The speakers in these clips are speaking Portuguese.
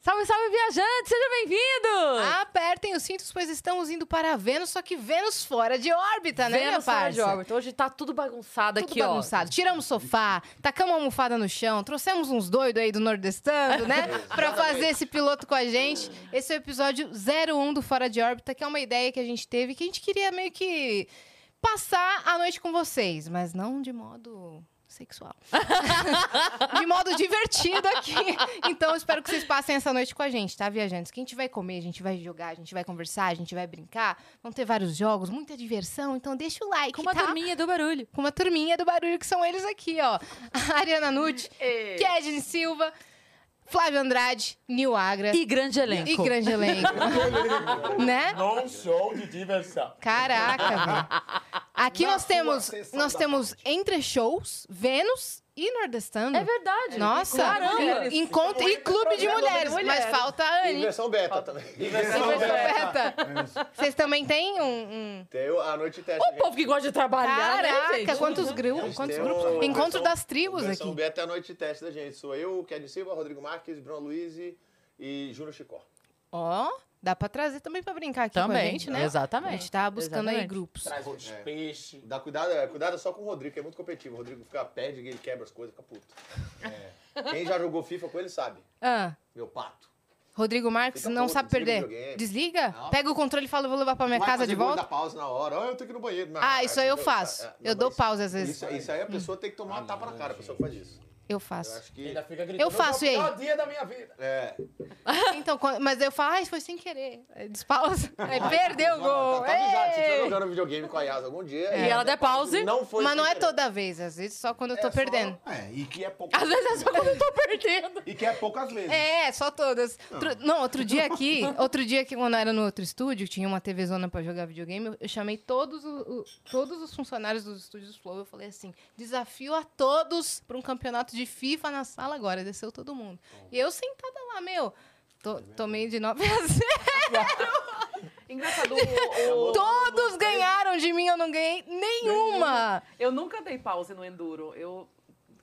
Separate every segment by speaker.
Speaker 1: Salve, salve, viajante! Seja bem-vindo!
Speaker 2: Apertem os cintos, pois estamos indo para Vênus, só que Vênus fora de órbita, né, minha
Speaker 1: Vênus fora
Speaker 2: parça?
Speaker 1: de órbita. Hoje tá tudo bagunçado
Speaker 2: Tudo
Speaker 1: aqui,
Speaker 2: bagunçado. Tiramos o sofá, tacamos a almofada no chão, trouxemos uns doidos aí do Nordestando, né? pra fazer esse piloto com a gente. Esse é o episódio 01 do Fora de Órbita, que é uma ideia que a gente teve, que a gente queria meio que passar a noite com vocês, mas não de modo sexual. de modo divertido aqui. Então, eu espero que vocês passem essa noite com a gente, tá, viajantes? Que a gente vai comer, a gente vai jogar, a gente vai conversar, a gente vai brincar. Vão ter vários jogos, muita diversão. Então, deixa o like,
Speaker 1: ó. Com uma
Speaker 2: tá?
Speaker 1: turminha do barulho.
Speaker 2: com uma turminha do barulho que são eles aqui, ó. A Ariana Nucci,
Speaker 3: É.
Speaker 2: Kedin Silva, Flávio Andrade, Nil Agra
Speaker 1: E grande elenco.
Speaker 2: e grande elenco. né?
Speaker 3: Não
Speaker 4: um
Speaker 3: show de diversão.
Speaker 2: Caraca, velho. Aqui
Speaker 3: Na
Speaker 2: nós
Speaker 3: sua
Speaker 2: temos,
Speaker 3: sessão
Speaker 2: nós
Speaker 3: da
Speaker 2: temos entre shows, Vênus e Nordestano.
Speaker 1: É verdade.
Speaker 2: Nossa,
Speaker 1: Caramba!
Speaker 2: e- encontro e clube de mulheres, mas falta a
Speaker 5: E
Speaker 2: Anne.
Speaker 5: versão beta também.
Speaker 2: E versão beta.
Speaker 3: É
Speaker 2: Vocês também têm um, um-
Speaker 5: Tem o- a noite teste.
Speaker 1: O povo que gosta de trabalhar, né,
Speaker 2: Caraca,
Speaker 1: gente?
Speaker 2: quantos, gru...
Speaker 5: gente.
Speaker 2: quantos
Speaker 5: Tem
Speaker 2: grupos?
Speaker 5: o- a
Speaker 2: Encontro
Speaker 5: versão-
Speaker 2: das tribos
Speaker 5: versão
Speaker 2: aqui.
Speaker 5: beta é a noite teste da gente. Sou eu, Ked Silva, Rodrigo Marques, Bruno Luiz e- e Júnior Chicó.
Speaker 2: Ó, dá pra trazer também pra brincar aqui com a
Speaker 1: Também,
Speaker 2: gente, né?
Speaker 1: exatamente.
Speaker 2: A gente tá buscando aí
Speaker 1: Exatamente.
Speaker 2: grupos.
Speaker 3: Traz outros peixes.
Speaker 5: Dá cuidado, é, cuidado só com o Rodrigo, que é muito competitivo. O Rodrigo fica, perde, ele quebra as coisas, fica puto. É. Quem já jogou FIFA com ele sabe.
Speaker 2: Ah,
Speaker 5: Meu pato.
Speaker 2: Rodrigo Marques
Speaker 5: Fica
Speaker 2: não
Speaker 5: puto,
Speaker 2: sabe
Speaker 5: desliga o
Speaker 2: perder.
Speaker 5: videogame.
Speaker 2: Desliga?
Speaker 5: Não.
Speaker 2: Pega o controle e fala, eu vou levar pra minha
Speaker 5: Vai
Speaker 2: casa
Speaker 5: fazer
Speaker 2: de
Speaker 5: gol,
Speaker 2: volta.
Speaker 5: Dá pausa na hora. Ah, eu tenho que ir no banheiro. Não,
Speaker 2: Ah, isso aí eu
Speaker 5: entendeu?
Speaker 2: faço.
Speaker 5: É, é,
Speaker 2: Eu
Speaker 5: não,
Speaker 2: dou
Speaker 5: mas
Speaker 2: pausa às vezes.
Speaker 5: Isso, é- isso aí a pessoa tem que tomar uma tapa na cara, a pessoa que faz isso.
Speaker 2: Eu
Speaker 5: Eu
Speaker 2: faço.
Speaker 5: acho que.
Speaker 3: Ainda fica gritando.
Speaker 2: Eu faço,
Speaker 3: "É o
Speaker 2: e aí?"
Speaker 3: pior dia da minha vida.
Speaker 5: É.
Speaker 2: Então, quando- mas eu falo, ah, isso foi sem querer. Aí Despausa. Aí perdeu o gol.
Speaker 5: Tá, tá avisado, se
Speaker 2: Ei!
Speaker 5: você tá jogando videogame com a Yas algum dia. é.
Speaker 1: E ela der pause.
Speaker 5: Não foi.
Speaker 2: Mas não
Speaker 5: sem
Speaker 2: é
Speaker 5: querer.
Speaker 2: toda vez, às vezes só quando eu
Speaker 5: É
Speaker 2: tô
Speaker 5: só-
Speaker 2: tá perdendo.
Speaker 5: É, e que é pouco.
Speaker 1: Às vezes é só quando eu tô perdendo.
Speaker 5: E que é poucas vezes.
Speaker 2: É, só todas. Outro- Não. outro dia aqui, outro dia que quando eu era no outro estúdio, tinha uma TV zona pra jogar videogame, eu- eu chamei todos, o- o- todos os funcionários dos estúdios Flow, eu falei assim, desafio a todos pra um campeonato de FIFA na sala agora, desceu todo mundo. E eu sentada lá, meu, to- tomei de 9 a 0.
Speaker 6: Engraçado, o- o-
Speaker 2: Todos ganharam de mim, eu não ganhei nenhuma.
Speaker 6: eu nunca dei pause no enduro. Eu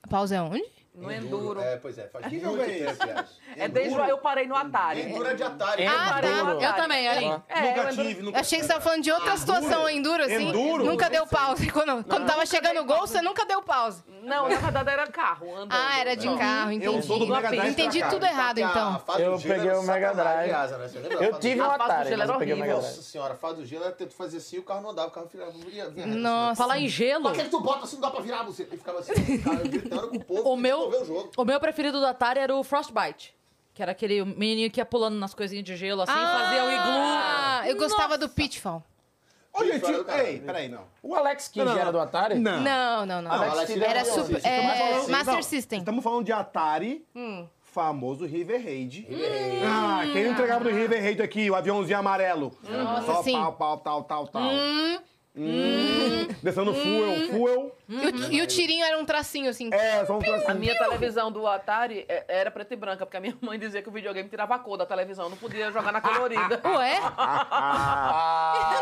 Speaker 2: Pausa é onde?
Speaker 6: no enduro.
Speaker 5: É, pois é. Faz
Speaker 3: Que
Speaker 5: muito
Speaker 3: jogo é esse?
Speaker 5: tempo, Yas.
Speaker 6: É desde eu parei no Atari.
Speaker 5: Enduro é de Atari.
Speaker 3: É.
Speaker 2: Ah, tá.
Speaker 6: Enduro.
Speaker 1: Eu também, Arim.
Speaker 6: É,
Speaker 3: nunca
Speaker 6: eu lembro-
Speaker 3: tive, nunca
Speaker 2: Eu achei que você tava falando de outra situação enduro, assim.
Speaker 3: Enduro?
Speaker 2: Nunca deu pause. Quando, quando tava chegando o gol, você nunca deu pause.
Speaker 6: Não, na verdade era carro. Andando.
Speaker 2: Ah, era de carro, entendi.
Speaker 3: Eu sou do Mega Drive
Speaker 2: Entendi
Speaker 3: pra cá.
Speaker 2: tudo errado, então.
Speaker 3: Eu
Speaker 5: é
Speaker 3: peguei o Mega Drive.
Speaker 5: né?
Speaker 3: Eu tive um
Speaker 6: A fase do
Speaker 3: Atari,
Speaker 6: gelo
Speaker 3: mas
Speaker 6: era
Speaker 3: eu peguei o Mega
Speaker 6: horrível.
Speaker 3: Drive.
Speaker 5: Nossa senhora, faz o gelo, ela tentou fazer assim, o carro não andava, o carro virava. virava, virava
Speaker 2: Nossa.
Speaker 1: Falar em gelo,
Speaker 5: Por assim. que, que tu bota assim, não dá pra virar você? Ele ficava assim, o cara gritando com o povo.
Speaker 1: o
Speaker 5: tem que
Speaker 1: meu,
Speaker 5: resolver o jogo.
Speaker 1: o meu preferido do Atari era o Frostbite. Que era aquele menininho que ia pulando nas coisinhas de gelo, assim, fazia o iglu.
Speaker 2: Ah, eu gostava do Pitfall.
Speaker 3: Ô,
Speaker 5: Fora do
Speaker 3: gente,
Speaker 5: caralho.
Speaker 3: ei, peraí, não.
Speaker 4: O Alex Kidd
Speaker 3: Não, não,
Speaker 4: era do Atari?
Speaker 3: Não.
Speaker 2: Não, não, não.
Speaker 5: Ah,
Speaker 2: era
Speaker 5: Alex Kidd é
Speaker 2: super.
Speaker 5: System.
Speaker 2: é,
Speaker 3: Estamos falando- assim,
Speaker 2: Master
Speaker 3: não,
Speaker 2: System.
Speaker 3: Estamos falando de Atari,
Speaker 2: Hum.
Speaker 3: famoso River Raid. Ah, quem não entregava do River Raid aqui, o aviãozinho amarelo. Só
Speaker 2: sim.
Speaker 3: tá pau, pau, tal, tal, tal.
Speaker 2: hum,
Speaker 3: Hum. Descendo fuel, fuel.
Speaker 2: E, o, e o tirinho era um tracinho, assim.
Speaker 3: né? É, só um
Speaker 6: A
Speaker 3: assim.
Speaker 6: minha televisão do Atari é- era preta e branca, porque a minha mãe dizia que o videogame tirava a cor da televisão, não podia jogar na colorida.
Speaker 2: Ué?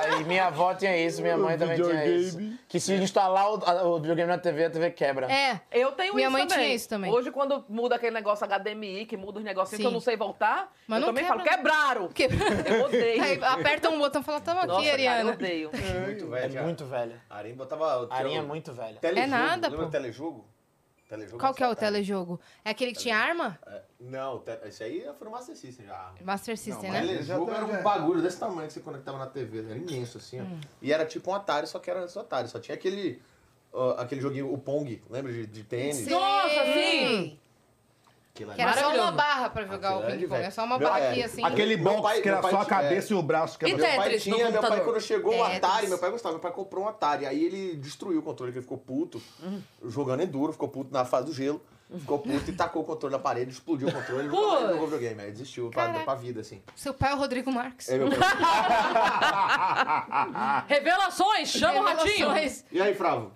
Speaker 4: Ah, e minha avó tinha isso, minha mãe também tinha
Speaker 2: é.
Speaker 4: isso.
Speaker 3: Videogame.
Speaker 4: Que se instalar o, a- o videogame na TV, a TV quebra.
Speaker 2: É.
Speaker 6: Eu tenho
Speaker 2: Minha
Speaker 6: isso
Speaker 2: mãe
Speaker 6: também.
Speaker 2: tinha isso também.
Speaker 6: Hoje, quando muda aquele negócio HDMI, que muda os negocinhos que
Speaker 2: Sim.
Speaker 6: eu não sei voltar,
Speaker 2: Mas
Speaker 6: eu
Speaker 2: não
Speaker 6: também falo,
Speaker 2: quebra. né?
Speaker 6: quebraram!
Speaker 2: Que-
Speaker 6: Eu odeio.
Speaker 2: Aí aperta um botão e fala, tamo
Speaker 6: Nossa,
Speaker 2: aqui,
Speaker 6: cara, eu
Speaker 2: Ariana.
Speaker 6: odeio.
Speaker 5: Muito
Speaker 4: É
Speaker 5: velho.
Speaker 4: muito velha.
Speaker 5: A Arim botava.
Speaker 4: A Arinha é muito velha.
Speaker 5: Telejogo.
Speaker 2: É nada,
Speaker 5: Lembra
Speaker 2: pô.
Speaker 5: do telejogo? telejogo?
Speaker 2: Qual que é o
Speaker 5: Atari.
Speaker 2: telejogo? É aquele que tinha arma?
Speaker 5: É, Não, te- esse aí é foi no Master System já.
Speaker 2: Master System,
Speaker 5: Mas
Speaker 2: né?
Speaker 5: Ele já era
Speaker 4: é.
Speaker 5: um bagulho desse tamanho que você conectava na TV, era imenso assim, ó.
Speaker 2: Hum.
Speaker 5: E era tipo um Atari, só que era antes do Atari, só tinha aquele ó, aquele joguinho o Pong, lembra de, de tênis?
Speaker 2: Sim.
Speaker 1: Nossa, sim!
Speaker 2: Que era só uma
Speaker 1: Maravilhoso.
Speaker 2: barra pra jogar o ping-pong. É só uma
Speaker 5: Meu-
Speaker 2: barra aqui,
Speaker 5: é.
Speaker 2: assim.
Speaker 4: Aquele
Speaker 5: Meu
Speaker 4: box
Speaker 5: pai-
Speaker 4: que era
Speaker 5: meu pai
Speaker 4: só a
Speaker 5: tinha-
Speaker 4: cabeça e o braço que
Speaker 1: E
Speaker 4: era.
Speaker 5: Meu pai
Speaker 1: Tetris no
Speaker 5: tinha, meu pai
Speaker 1: computador?
Speaker 5: quando chegou o
Speaker 2: Tetris.
Speaker 5: Atari, meu pai gostava, meu pai comprou um Atari, aí ele destruiu o controle, que ele ficou puto,
Speaker 2: Hum.
Speaker 5: jogando Enduro, ficou puto na fase do gelo, ficou puto e tacou o controle na parede, explodiu o controle, nunca mais
Speaker 1: Putz.
Speaker 5: jogou videogame, aí desistiu pra,
Speaker 2: Caraca.
Speaker 5: pra vida, assim.
Speaker 2: Seu pai é o Rodrigo Marques.
Speaker 5: É, meu pai-
Speaker 1: Revelações! Chama o ratinho!
Speaker 2: Revelações.
Speaker 5: E aí, Fravo?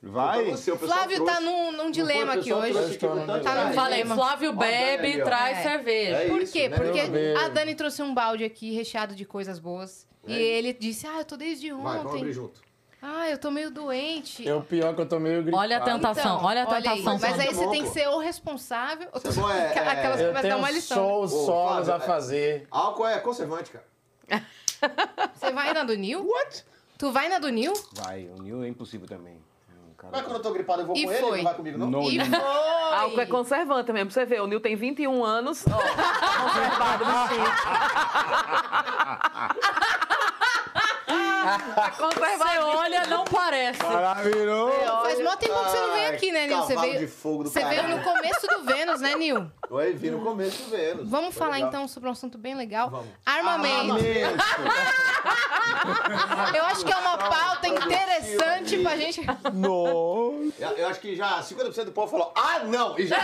Speaker 4: Vai.
Speaker 5: Pra Então você, o pessoal
Speaker 2: Flávio tá
Speaker 5: trouxe-
Speaker 2: num, num dilema
Speaker 5: Foi, o
Speaker 2: aqui
Speaker 5: pessoal trouxe
Speaker 2: hoje.
Speaker 5: aqui com tanto-
Speaker 2: Tá num
Speaker 5: É,
Speaker 1: Falei,
Speaker 2: dilema.
Speaker 1: Flávio
Speaker 5: Ó, Dani
Speaker 1: bebe,
Speaker 5: ali, ó.
Speaker 1: traz
Speaker 2: É.
Speaker 1: cerveja.
Speaker 5: É
Speaker 2: Por
Speaker 5: isso,
Speaker 2: quê?
Speaker 5: né?
Speaker 2: Porque
Speaker 7: Meu Deus.
Speaker 2: a Dani trouxe um balde aqui recheado de coisas boas. E ele disse, ah, eu tô desde
Speaker 5: É Vai, vamos abrir
Speaker 2: ontem.
Speaker 5: junto.
Speaker 2: Ah, eu tô meio doente.
Speaker 7: Eu pior que eu tô meio gripado.
Speaker 1: Olha a
Speaker 2: Então,
Speaker 1: tentação, olha a
Speaker 2: aí.
Speaker 1: tentação.
Speaker 2: Mas aí
Speaker 1: Sandra.
Speaker 2: você
Speaker 5: Bom,
Speaker 2: tem que
Speaker 5: pô.
Speaker 2: ser o responsável.
Speaker 5: Você só é- é-
Speaker 2: Aquelas que
Speaker 7: Eu
Speaker 2: vai dar uma
Speaker 7: tenho
Speaker 2: lição. né?
Speaker 7: shows
Speaker 5: Ô,
Speaker 7: solos
Speaker 5: Flávio,
Speaker 7: a
Speaker 5: é-
Speaker 7: fazer.
Speaker 5: Álcool é conservante, cara.
Speaker 2: Você vai na do Nil? What? Tu vai na do Nil?
Speaker 7: Vai, o Nil é impossível também. O cara-
Speaker 5: Mas quando eu tô gripado, eu vou
Speaker 2: E
Speaker 5: com ele,
Speaker 2: foi.
Speaker 5: ele não vai comigo, não?
Speaker 2: E foi!
Speaker 6: Álcool é conservante mesmo. Você vê, o Nil tem 21 anos. Ó, conservado, bichinho. Tá
Speaker 1: Você
Speaker 6: conservado.
Speaker 1: olha, não parece.
Speaker 7: Maravilhoso!
Speaker 2: Faz mó tempo que você não vem
Speaker 5: Ai,
Speaker 2: aqui, né, Nil? Você
Speaker 5: cavalo
Speaker 2: veio,
Speaker 5: de fogo do
Speaker 2: você veio
Speaker 5: caralho.
Speaker 2: no começo do Vênus, né, Nil?
Speaker 5: Oi, vi no começo do Ah, Vênus.
Speaker 2: Vamos
Speaker 5: Foi
Speaker 2: falar
Speaker 5: legal.
Speaker 2: então sobre um assunto bem legal.
Speaker 5: Vamos.
Speaker 2: Armamento. Eu acho que é uma pauta interessante pra gente.
Speaker 7: Nossa!
Speaker 5: Eu, eu acho que já 50% do povo falou, ah, não! E já.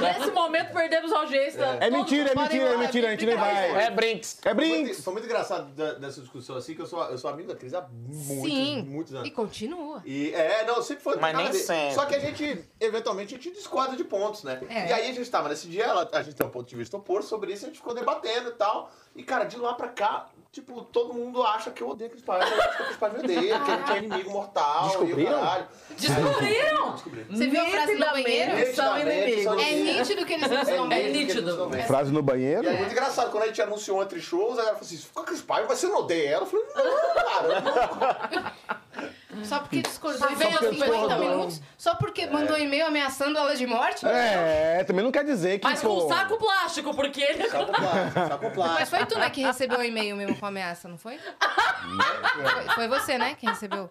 Speaker 1: Nesse momento perdemos a audiência.
Speaker 4: É mentira, é
Speaker 2: Podem
Speaker 4: mentira, é
Speaker 2: embora,
Speaker 4: mentira, a gente nem vai.
Speaker 7: É Brinks!
Speaker 4: É
Speaker 5: Foi muito,
Speaker 4: brinks.
Speaker 5: foi muito engraçado da- dessa discussão assim, que eu sou, eu sou amigo da Cris há muitos,
Speaker 2: Sim.
Speaker 5: muitos
Speaker 2: E
Speaker 5: anos.
Speaker 2: continua.
Speaker 5: E é, não, sempre foi.
Speaker 7: Mas
Speaker 5: nada
Speaker 7: nem
Speaker 5: a ver.
Speaker 7: sempre.
Speaker 5: Só que a gente, eventualmente, a gente discorda de pontos, né?
Speaker 2: É.
Speaker 5: E aí a gente tava nesse dia, ela- a gente tem um ponto de vista oposto sobre isso, a gente ficou debatendo e tal. E, cara, de lá pra cá, tipo, todo mundo acha que eu odeio Cris Paiva, eu acho que a Cris Paiva me odeia, que a gente é inimigo mortal. E o
Speaker 4: Descobriram?
Speaker 5: caralho.
Speaker 1: Descobriram!
Speaker 2: Você viu a frase do banheiro?
Speaker 5: Nitidamente,
Speaker 6: São inimigos.
Speaker 2: É nítido que eles não são
Speaker 5: É
Speaker 2: bem.
Speaker 5: nítido. que eles não são bem.
Speaker 4: Frase no banheiro?
Speaker 5: E é muito engraçado, quando a gente anunciou entre shows, a galera falou assim, ficou Cris Paiva, mas você não odeia ela? Eu falei, não, cara, eu não
Speaker 2: Só porque discordou e
Speaker 1: Só
Speaker 2: veio há
Speaker 1: porque
Speaker 2: 50
Speaker 1: discordou.
Speaker 2: minutos. Só porque mandou
Speaker 5: É.
Speaker 2: e-mail ameaçando ela de morte.
Speaker 4: É, também não quer dizer que.
Speaker 1: Mas com
Speaker 4: pô,
Speaker 1: um saco plástico, porque ele.
Speaker 5: Saco plástico, saco
Speaker 2: Mas
Speaker 5: plástico.
Speaker 2: foi tu, né, que recebeu o e-mail mesmo com ameaça, não foi? Foi, foi você, né, que recebeu.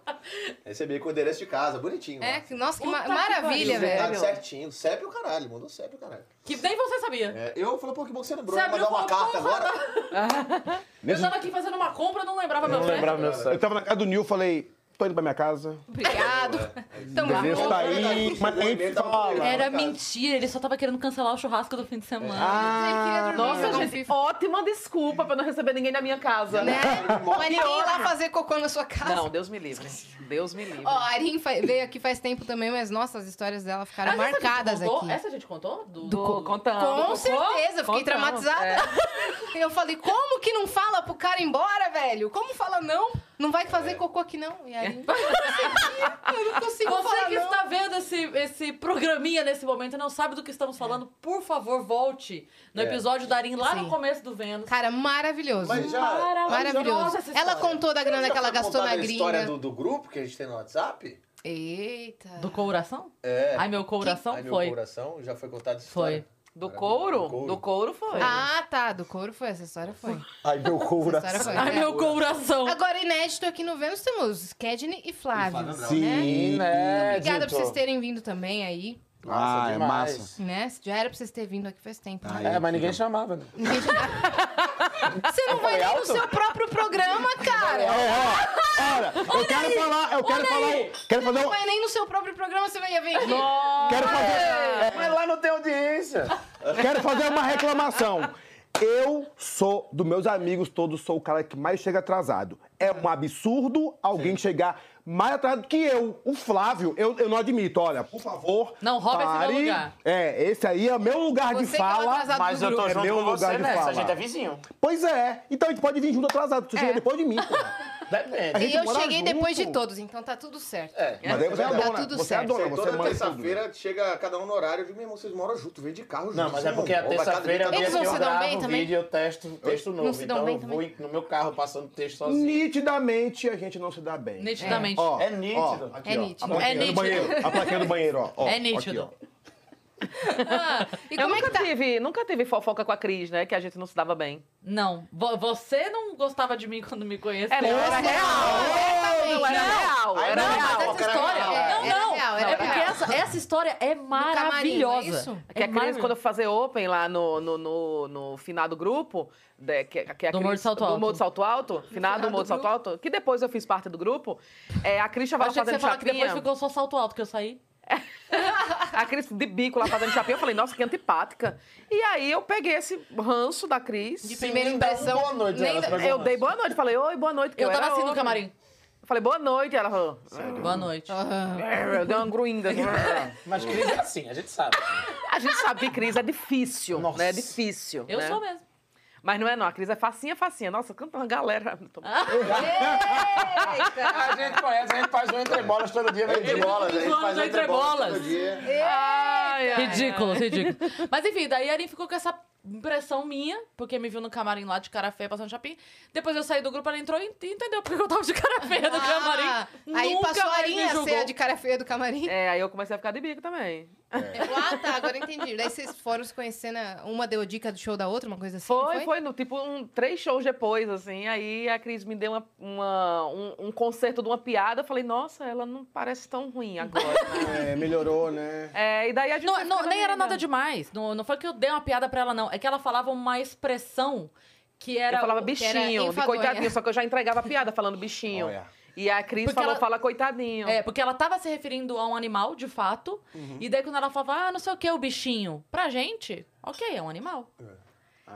Speaker 5: Recebi com o endereço de casa, bonitinho.
Speaker 2: É,
Speaker 5: lá.
Speaker 2: que- nossa, que ma-
Speaker 1: Puta que
Speaker 2: maravilha,
Speaker 1: pariu.
Speaker 2: velho.
Speaker 5: Tá certinho, CEP o caralho, mandou CEP o caralho.
Speaker 1: Que nem você sabia.
Speaker 5: É, eu falei, pô, que bom que você lembrou,
Speaker 1: Você
Speaker 5: eu vou
Speaker 1: abriu
Speaker 5: mandar uma
Speaker 1: com a
Speaker 5: carta agora.
Speaker 1: Eu tava aqui fazendo uma compra, não lembrava meu
Speaker 7: Não
Speaker 1: pé.
Speaker 7: lembrava meu
Speaker 4: Eu
Speaker 7: saco.
Speaker 4: tava na casa do Nil, falei, tô indo pra minha casa.
Speaker 2: Obrigado.
Speaker 5: É,
Speaker 2: Tamo
Speaker 4: O endereço
Speaker 2: junto.
Speaker 4: tá aí, mas a gente
Speaker 7: tá né?
Speaker 4: fala.
Speaker 1: Era mentira, ele só tava querendo cancelar o churrasco do fim de semana.
Speaker 2: Ele queria dormir,
Speaker 6: Nossa,
Speaker 2: jogar um
Speaker 6: gente,
Speaker 2: FIFA,
Speaker 6: ótima desculpa pra não receber ninguém na minha casa.
Speaker 2: né? Mas ninguém ia lá fazer cocô na sua casa.
Speaker 6: Não, Deus me livre. Deus me livre.
Speaker 2: Ó, a Arin fa- veio aqui faz tempo também, mas nossa, as histórias dela ficaram
Speaker 1: Mas essa a
Speaker 2: marcadas
Speaker 1: gente contou?
Speaker 2: aqui.
Speaker 1: Essa a gente contou? Do,
Speaker 6: Do co- contando.
Speaker 2: Com
Speaker 6: Do cocô?
Speaker 2: certeza, eu fiquei
Speaker 6: Contando.
Speaker 2: traumatizada.
Speaker 6: É.
Speaker 2: Eu falei, como que não fala pro cara ir embora, velho? Como fala não? Não vai
Speaker 5: É.
Speaker 2: fazer cocô aqui não. E aí, eu não consigo
Speaker 1: Você
Speaker 2: falar
Speaker 1: que
Speaker 2: não.
Speaker 1: está vendo esse, esse programinha nesse momento e não sabe do que estamos falando, por favor, volte no episódio da Arin lá
Speaker 2: Sim.
Speaker 1: no começo do Vênus.
Speaker 2: Cara, maravilhoso.
Speaker 5: Mas já.
Speaker 2: Maravilhoso.
Speaker 1: Maravilhosa essa
Speaker 2: Ela
Speaker 5: história.
Speaker 2: contou da grana que ela gastou na
Speaker 5: a história
Speaker 2: gringa.
Speaker 5: do, do grupo que a gente tem no WhatsApp?
Speaker 2: Eita.
Speaker 1: Do coração?
Speaker 5: É.
Speaker 1: Ai, meu coração
Speaker 5: Ai, meu
Speaker 1: Então foi.
Speaker 5: coração, já foi contado essa
Speaker 1: Foi.
Speaker 5: história.
Speaker 7: É,
Speaker 6: Do
Speaker 5: Maravilha,
Speaker 6: couro?
Speaker 5: do couro.
Speaker 6: Do couro foi.
Speaker 2: Ah, tá. Do couro foi. Essa história foi.
Speaker 5: Ai, meu couro.
Speaker 2: Essa história foi.
Speaker 1: Ai,
Speaker 2: é.
Speaker 1: meu coração.
Speaker 2: Agora, inédito aqui no Vênus, temos Kedney e Flávio.
Speaker 5: Flávio Andrade.
Speaker 7: Sim, né?
Speaker 2: Obrigada por
Speaker 7: Dito?
Speaker 2: vocês terem vindo também aí,
Speaker 7: Massa,
Speaker 4: Ah, é
Speaker 7: demais.
Speaker 4: massa.
Speaker 2: né? Já era pra vocês terem vindo aqui faz tempo. né?
Speaker 7: É, mas ninguém chamava, né?
Speaker 2: Você não vai nem no seu próprio programa, cara!
Speaker 4: É, Olha, eu quero falar, eu quero falar, quero fazer
Speaker 2: Não
Speaker 4: um.
Speaker 2: vai nem no seu próprio programa, você vai vir aqui.
Speaker 4: Quero fazer, um-
Speaker 2: É,
Speaker 7: Mas lá não tem audiência.
Speaker 4: quero fazer uma reclamação. Eu sou, dos meus amigos todos, sou o cara que mais chega atrasado. É um absurdo alguém chegar mais atrasado que eu. O Flávio, eu, eu não admito. Olha, por favor.
Speaker 1: Não, rouba esse meu
Speaker 4: pare.
Speaker 1: lugar.
Speaker 4: É, esse aí é o meu lugar
Speaker 2: Você
Speaker 4: de
Speaker 2: que é o
Speaker 4: fala.
Speaker 2: atrasado
Speaker 7: Mas
Speaker 2: do
Speaker 7: eu
Speaker 2: grupo.
Speaker 7: tô
Speaker 4: É
Speaker 7: junto
Speaker 4: meu
Speaker 7: com
Speaker 4: lugar
Speaker 7: você
Speaker 4: de
Speaker 7: nessa,
Speaker 4: fala.
Speaker 7: a gente é vizinho.
Speaker 4: Pois é. Então a gente pode vir junto atrasado.
Speaker 2: É.
Speaker 4: Você chega depois de mim. cara.
Speaker 7: Depende.
Speaker 2: E
Speaker 4: gente
Speaker 2: eu
Speaker 4: mora
Speaker 2: cheguei
Speaker 4: junto.
Speaker 2: depois de todos, então tá tudo certo.
Speaker 4: Mas aí você é a
Speaker 2: Tá
Speaker 4: dona.
Speaker 2: tudo
Speaker 4: você é a
Speaker 2: certo.
Speaker 4: dona, você
Speaker 5: Toda
Speaker 4: manda tudo.
Speaker 5: terça-feira chega cada um no horário. Eu digo, meu irmão, vocês moram junto, vem de carro junto.
Speaker 7: Não, mas é
Speaker 5: vocês
Speaker 7: porque a
Speaker 5: roubam, cada dia
Speaker 7: terça-feira é o
Speaker 5: tá
Speaker 7: dia
Speaker 2: Eles
Speaker 7: que
Speaker 2: não
Speaker 7: eu
Speaker 2: se dão bem
Speaker 7: gravo o
Speaker 2: também?
Speaker 7: vídeo e eu testo texto novo.
Speaker 2: se dão
Speaker 7: Então
Speaker 2: bem
Speaker 7: eu vou
Speaker 2: também?
Speaker 7: no meu carro passando texto sozinho.
Speaker 4: Nitidamente a gente não se dá bem.
Speaker 1: Nitidamente.
Speaker 4: Ó,
Speaker 7: É nítido.
Speaker 4: ó, aqui,
Speaker 2: É
Speaker 4: ó,
Speaker 2: nítido.
Speaker 4: a plaquinha
Speaker 1: É
Speaker 4: do
Speaker 1: nítido.
Speaker 4: banheiro, a plaquinha do banheiro, ó. ó,
Speaker 1: É
Speaker 4: aqui,
Speaker 1: nítido.
Speaker 4: ó.
Speaker 2: E
Speaker 6: Eu
Speaker 2: como é que
Speaker 6: nunca,
Speaker 2: tá?
Speaker 6: tive, nunca tive fofoca com a Cris, né? Que a gente não se dava bem.
Speaker 1: Não, vo- você não gostava de mim quando me conheceu.
Speaker 6: Era, eu era real! Eu
Speaker 2: Ah,
Speaker 6: era real!
Speaker 5: Aí
Speaker 6: Era
Speaker 5: não, mas
Speaker 6: real!
Speaker 5: essa
Speaker 6: era
Speaker 1: Olha,
Speaker 6: real.
Speaker 1: não,
Speaker 2: era
Speaker 1: não.
Speaker 2: real, era
Speaker 1: é porque
Speaker 2: real.
Speaker 1: essa, essa história é maravilhosa.
Speaker 2: é isso?
Speaker 6: Que a Cris,
Speaker 1: maravilhosa.
Speaker 6: quando eu fazer open lá no, no, no, no finado grupo, de- que, que é a
Speaker 1: Do
Speaker 6: Cris-
Speaker 1: Morro de Salto Alto.
Speaker 6: Do Morro de Salto Alto, finado do Morro de Salto Alto, que depois eu fiz parte do grupo, é, a Cris
Speaker 1: Eu
Speaker 6: tava lá
Speaker 1: achei que você
Speaker 6: fazendo
Speaker 1: falou que depois
Speaker 6: chapinha.
Speaker 1: ficou só salto alto que eu saí.
Speaker 6: A Cris de bico lá fazendo chapinha. Eu falei, nossa, que antipática. E aí eu peguei esse ranço da Cris.
Speaker 2: Primeira
Speaker 8: Nem dá um
Speaker 2: impressão.
Speaker 8: boa noite,
Speaker 2: nem
Speaker 8: ela,
Speaker 2: dá-
Speaker 8: pra
Speaker 6: Eu dei boa noite, falei, oi, boa noite. que
Speaker 1: Eu, tava
Speaker 6: era
Speaker 1: assim no
Speaker 6: homem.
Speaker 1: camarim.
Speaker 6: Eu Falei, boa noite. Ela falou,
Speaker 1: Boa noite.
Speaker 6: Ah, eu dei uma gruinda.
Speaker 8: Mas Cris é assim, a gente sabe.
Speaker 6: A gente sabe que Cris é difícil,
Speaker 8: Nossa.
Speaker 6: né? É difícil.
Speaker 1: eu
Speaker 6: né?
Speaker 1: sou mesmo.
Speaker 6: Mas não é não, a Cris é facinha, facinha. Nossa, canta uma galera.
Speaker 8: A gente conhece, a gente faz um entrebolas todo
Speaker 4: né?
Speaker 8: dia.
Speaker 5: Entre bolas, né? a gente
Speaker 1: zoando
Speaker 5: faz
Speaker 1: de
Speaker 5: entre bolas.
Speaker 1: entrebolas.
Speaker 5: todo dia.
Speaker 6: Ai, ai,
Speaker 1: Ridículo, ridículo. Mas enfim, daí a Erin ficou com essa impressão minha, porque me viu no camarim lá de cara feia passando chapim. Depois eu saí do grupo, ela entrou e ent- entendeu porque eu tava de cara feia no camarim.
Speaker 2: Ah, aí
Speaker 1: Nunca
Speaker 2: passou a
Speaker 1: mais me
Speaker 2: Arinha a
Speaker 1: julgou.
Speaker 2: ser a de cara feia do camarim.
Speaker 6: É, aí eu comecei a ficar de bico também.
Speaker 2: Eu, Ah, tá, agora entendi. Daí vocês foram se conhecendo, a- uma deu dica do show da outra, uma coisa assim, não
Speaker 6: Foi, foi, no, tipo, um, três shows depois, assim. Aí a Cris me deu uma, uma- um, um concerto de uma piada. Eu falei, nossa, ela não parece tão ruim agora.
Speaker 4: É, melhorou, né?
Speaker 6: é, e daí a gente.
Speaker 1: Não,
Speaker 6: foi
Speaker 1: não,
Speaker 6: ficando
Speaker 1: nem era
Speaker 6: amiga.
Speaker 1: nada demais. Não, não foi que eu dei uma piada pra ela, não. É que ela falava uma expressão que era.
Speaker 6: Eu falava
Speaker 2: era
Speaker 6: bichinho, de
Speaker 2: enfadonha.
Speaker 6: coitadinho, só que eu já entregava a piada falando bichinho.
Speaker 8: Olha.
Speaker 6: E a Cris
Speaker 1: Porque
Speaker 6: falou,
Speaker 1: ela-
Speaker 6: fala coitadinho.
Speaker 1: É, porque ela tava se referindo a um animal, de fato. E daí quando ela falava, ah, não sei o que, o bichinho. Pra gente, ok, é um animal.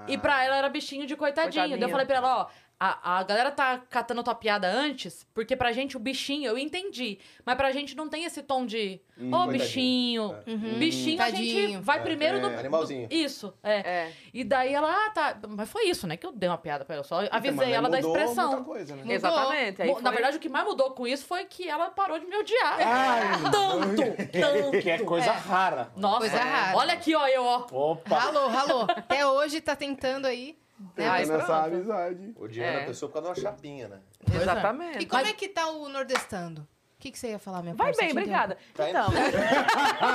Speaker 1: E pra ela era bichinho de coitadinho. Daí eu
Speaker 6: Coitadinho.
Speaker 1: falei pra ela, ó, a, a galera tá catando tua piada antes, porque pra gente o bichinho, eu entendi. Mas pra gente não tem esse tom de, ô bichinho, bichinho a gente
Speaker 2: Tadinho.
Speaker 1: vai primeiro no...
Speaker 5: é, animalzinho.
Speaker 1: no- Isso, é.
Speaker 6: É.
Speaker 1: E daí ela, ah, tá. Mas foi isso, né? Que eu dei uma piada pra ela. Só avisei
Speaker 4: Então, Mas
Speaker 1: ela da
Speaker 4: mudou
Speaker 1: expressão.
Speaker 4: muita coisa, né?
Speaker 2: Mudou.
Speaker 6: Exatamente. Aí
Speaker 1: Bom, Na
Speaker 6: foi-
Speaker 1: verdade, o que mais mudou com isso foi que ela parou de me odiar.
Speaker 4: Ai,
Speaker 1: tanto, tanto.
Speaker 8: Que é coisa rara.
Speaker 1: Nossa,
Speaker 2: Coisa rara.
Speaker 1: olha aqui, ó, eu, ó.
Speaker 8: Opa!
Speaker 2: Ralou, ralou. Até hoje tá tentando aí. né,
Speaker 6: Ai,
Speaker 2: mas-
Speaker 6: pronto.
Speaker 4: Nessa amizade.
Speaker 5: Odiando
Speaker 6: É.
Speaker 5: a pessoa por causa de uma chapinha, né?
Speaker 6: Exatamente.
Speaker 2: E como é que tá o Nordestando? O que, que você ia falar, minha
Speaker 6: Vai
Speaker 2: parça?
Speaker 6: bem,
Speaker 2: Te
Speaker 6: obrigada.
Speaker 5: Tá
Speaker 6: Então. Então.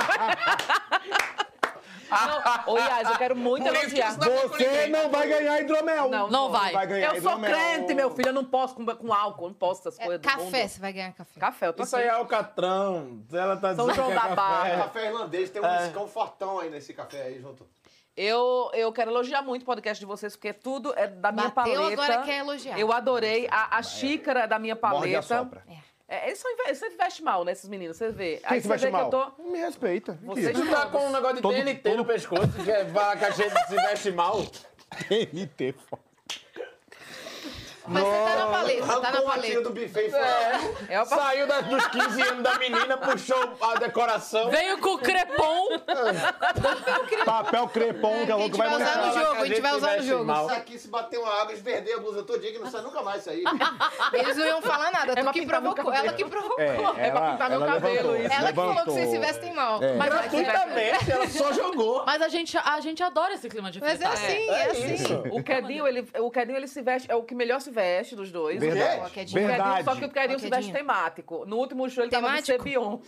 Speaker 6: não, ô Yas, eu quero muito elogiar.
Speaker 4: Você não vai ganhar hidromel.
Speaker 1: Não vai.
Speaker 4: vai
Speaker 8: tá
Speaker 4: ganhar
Speaker 6: Eu sou
Speaker 4: hidromel.
Speaker 6: crente, meu filho. Eu não posso com, com álcool, não posso essas
Speaker 2: interrompo. É,
Speaker 6: coisas. do
Speaker 2: café,
Speaker 6: mundo.
Speaker 2: você vai ganhar café.
Speaker 6: Café, eu tô assim.
Speaker 8: Isso aí é alcatrão. Ela tá
Speaker 6: São
Speaker 8: dizendo
Speaker 6: João
Speaker 8: que é
Speaker 6: da
Speaker 8: café.
Speaker 6: Barra.
Speaker 5: Café irlandês, tem um
Speaker 8: É.
Speaker 5: riscão fortão aí nesse café aí junto.
Speaker 6: Eu, eu quero elogiar muito o podcast de vocês, porque tudo é da minha
Speaker 2: Bateu,
Speaker 6: paleta.
Speaker 2: agora quer elogiar.
Speaker 6: Eu adorei a,
Speaker 8: é.
Speaker 6: a xícara da minha
Speaker 4: Morde a
Speaker 6: paleta.
Speaker 4: sopra.
Speaker 6: É, eles são, inve- sempre veste mal, né, esses meninos? Você vê.
Speaker 4: Quem
Speaker 6: aí
Speaker 4: se
Speaker 6: você
Speaker 4: vai
Speaker 6: vê
Speaker 4: chamar?
Speaker 6: que eu tô.
Speaker 4: Me respeita.
Speaker 6: Vocês
Speaker 8: Você tá com um negócio de
Speaker 4: Todo-
Speaker 8: TNT no pescoço, que é fala que a gente se veste mal.
Speaker 4: TNT, foda.
Speaker 2: Mas você tá na paleta, tá na
Speaker 5: Arrancou uma tia
Speaker 2: paleta.
Speaker 5: do buffet e foi.
Speaker 6: É o
Speaker 8: Saiu da- dos 15 anos da menina, puxou a decoração.
Speaker 1: Veio com o crepom.
Speaker 4: Papel crepom, que é
Speaker 2: A gente
Speaker 4: louco, vai
Speaker 2: vai usar
Speaker 4: mostrar.
Speaker 8: Fala
Speaker 2: no jogo,
Speaker 8: que
Speaker 2: a gente
Speaker 8: gente
Speaker 2: vai
Speaker 8: se
Speaker 2: usar no
Speaker 8: veste
Speaker 2: jogo.
Speaker 8: mal.
Speaker 5: Isso aqui, se bater uma água, esverder a blusa todinha, que não sai nunca mais sair.
Speaker 8: Ah,
Speaker 2: Eles não iam falar nada, tu
Speaker 6: pra
Speaker 2: que
Speaker 6: pintar meu
Speaker 2: provocou,
Speaker 6: cabelo.
Speaker 2: ela que provocou.
Speaker 4: É,
Speaker 2: Ela
Speaker 4: ela,
Speaker 6: pintar meu
Speaker 4: ela
Speaker 6: cabelo,
Speaker 4: levantou,
Speaker 2: que
Speaker 6: isso.
Speaker 2: falou que
Speaker 4: levantou.
Speaker 2: vocês se vestem mal. assim
Speaker 4: É.
Speaker 1: Mas,
Speaker 8: Gratuitamente, ela só jogou.
Speaker 1: mas a, gente, a gente adora esse clima de
Speaker 2: Mas é
Speaker 1: fritar.
Speaker 2: assim, é, assim.
Speaker 6: O Quedinho, ele, o Quedinho, ele se veste, é o que melhor se veste dos dois.
Speaker 4: Verdade.
Speaker 2: Pô, que é
Speaker 6: O Quedinho-
Speaker 2: demais.
Speaker 4: Verdade.
Speaker 6: só que o Quedinho se
Speaker 2: Quedinho.
Speaker 6: veste temático. No um, último show ele tava
Speaker 2: Temático?
Speaker 6: de Sebion.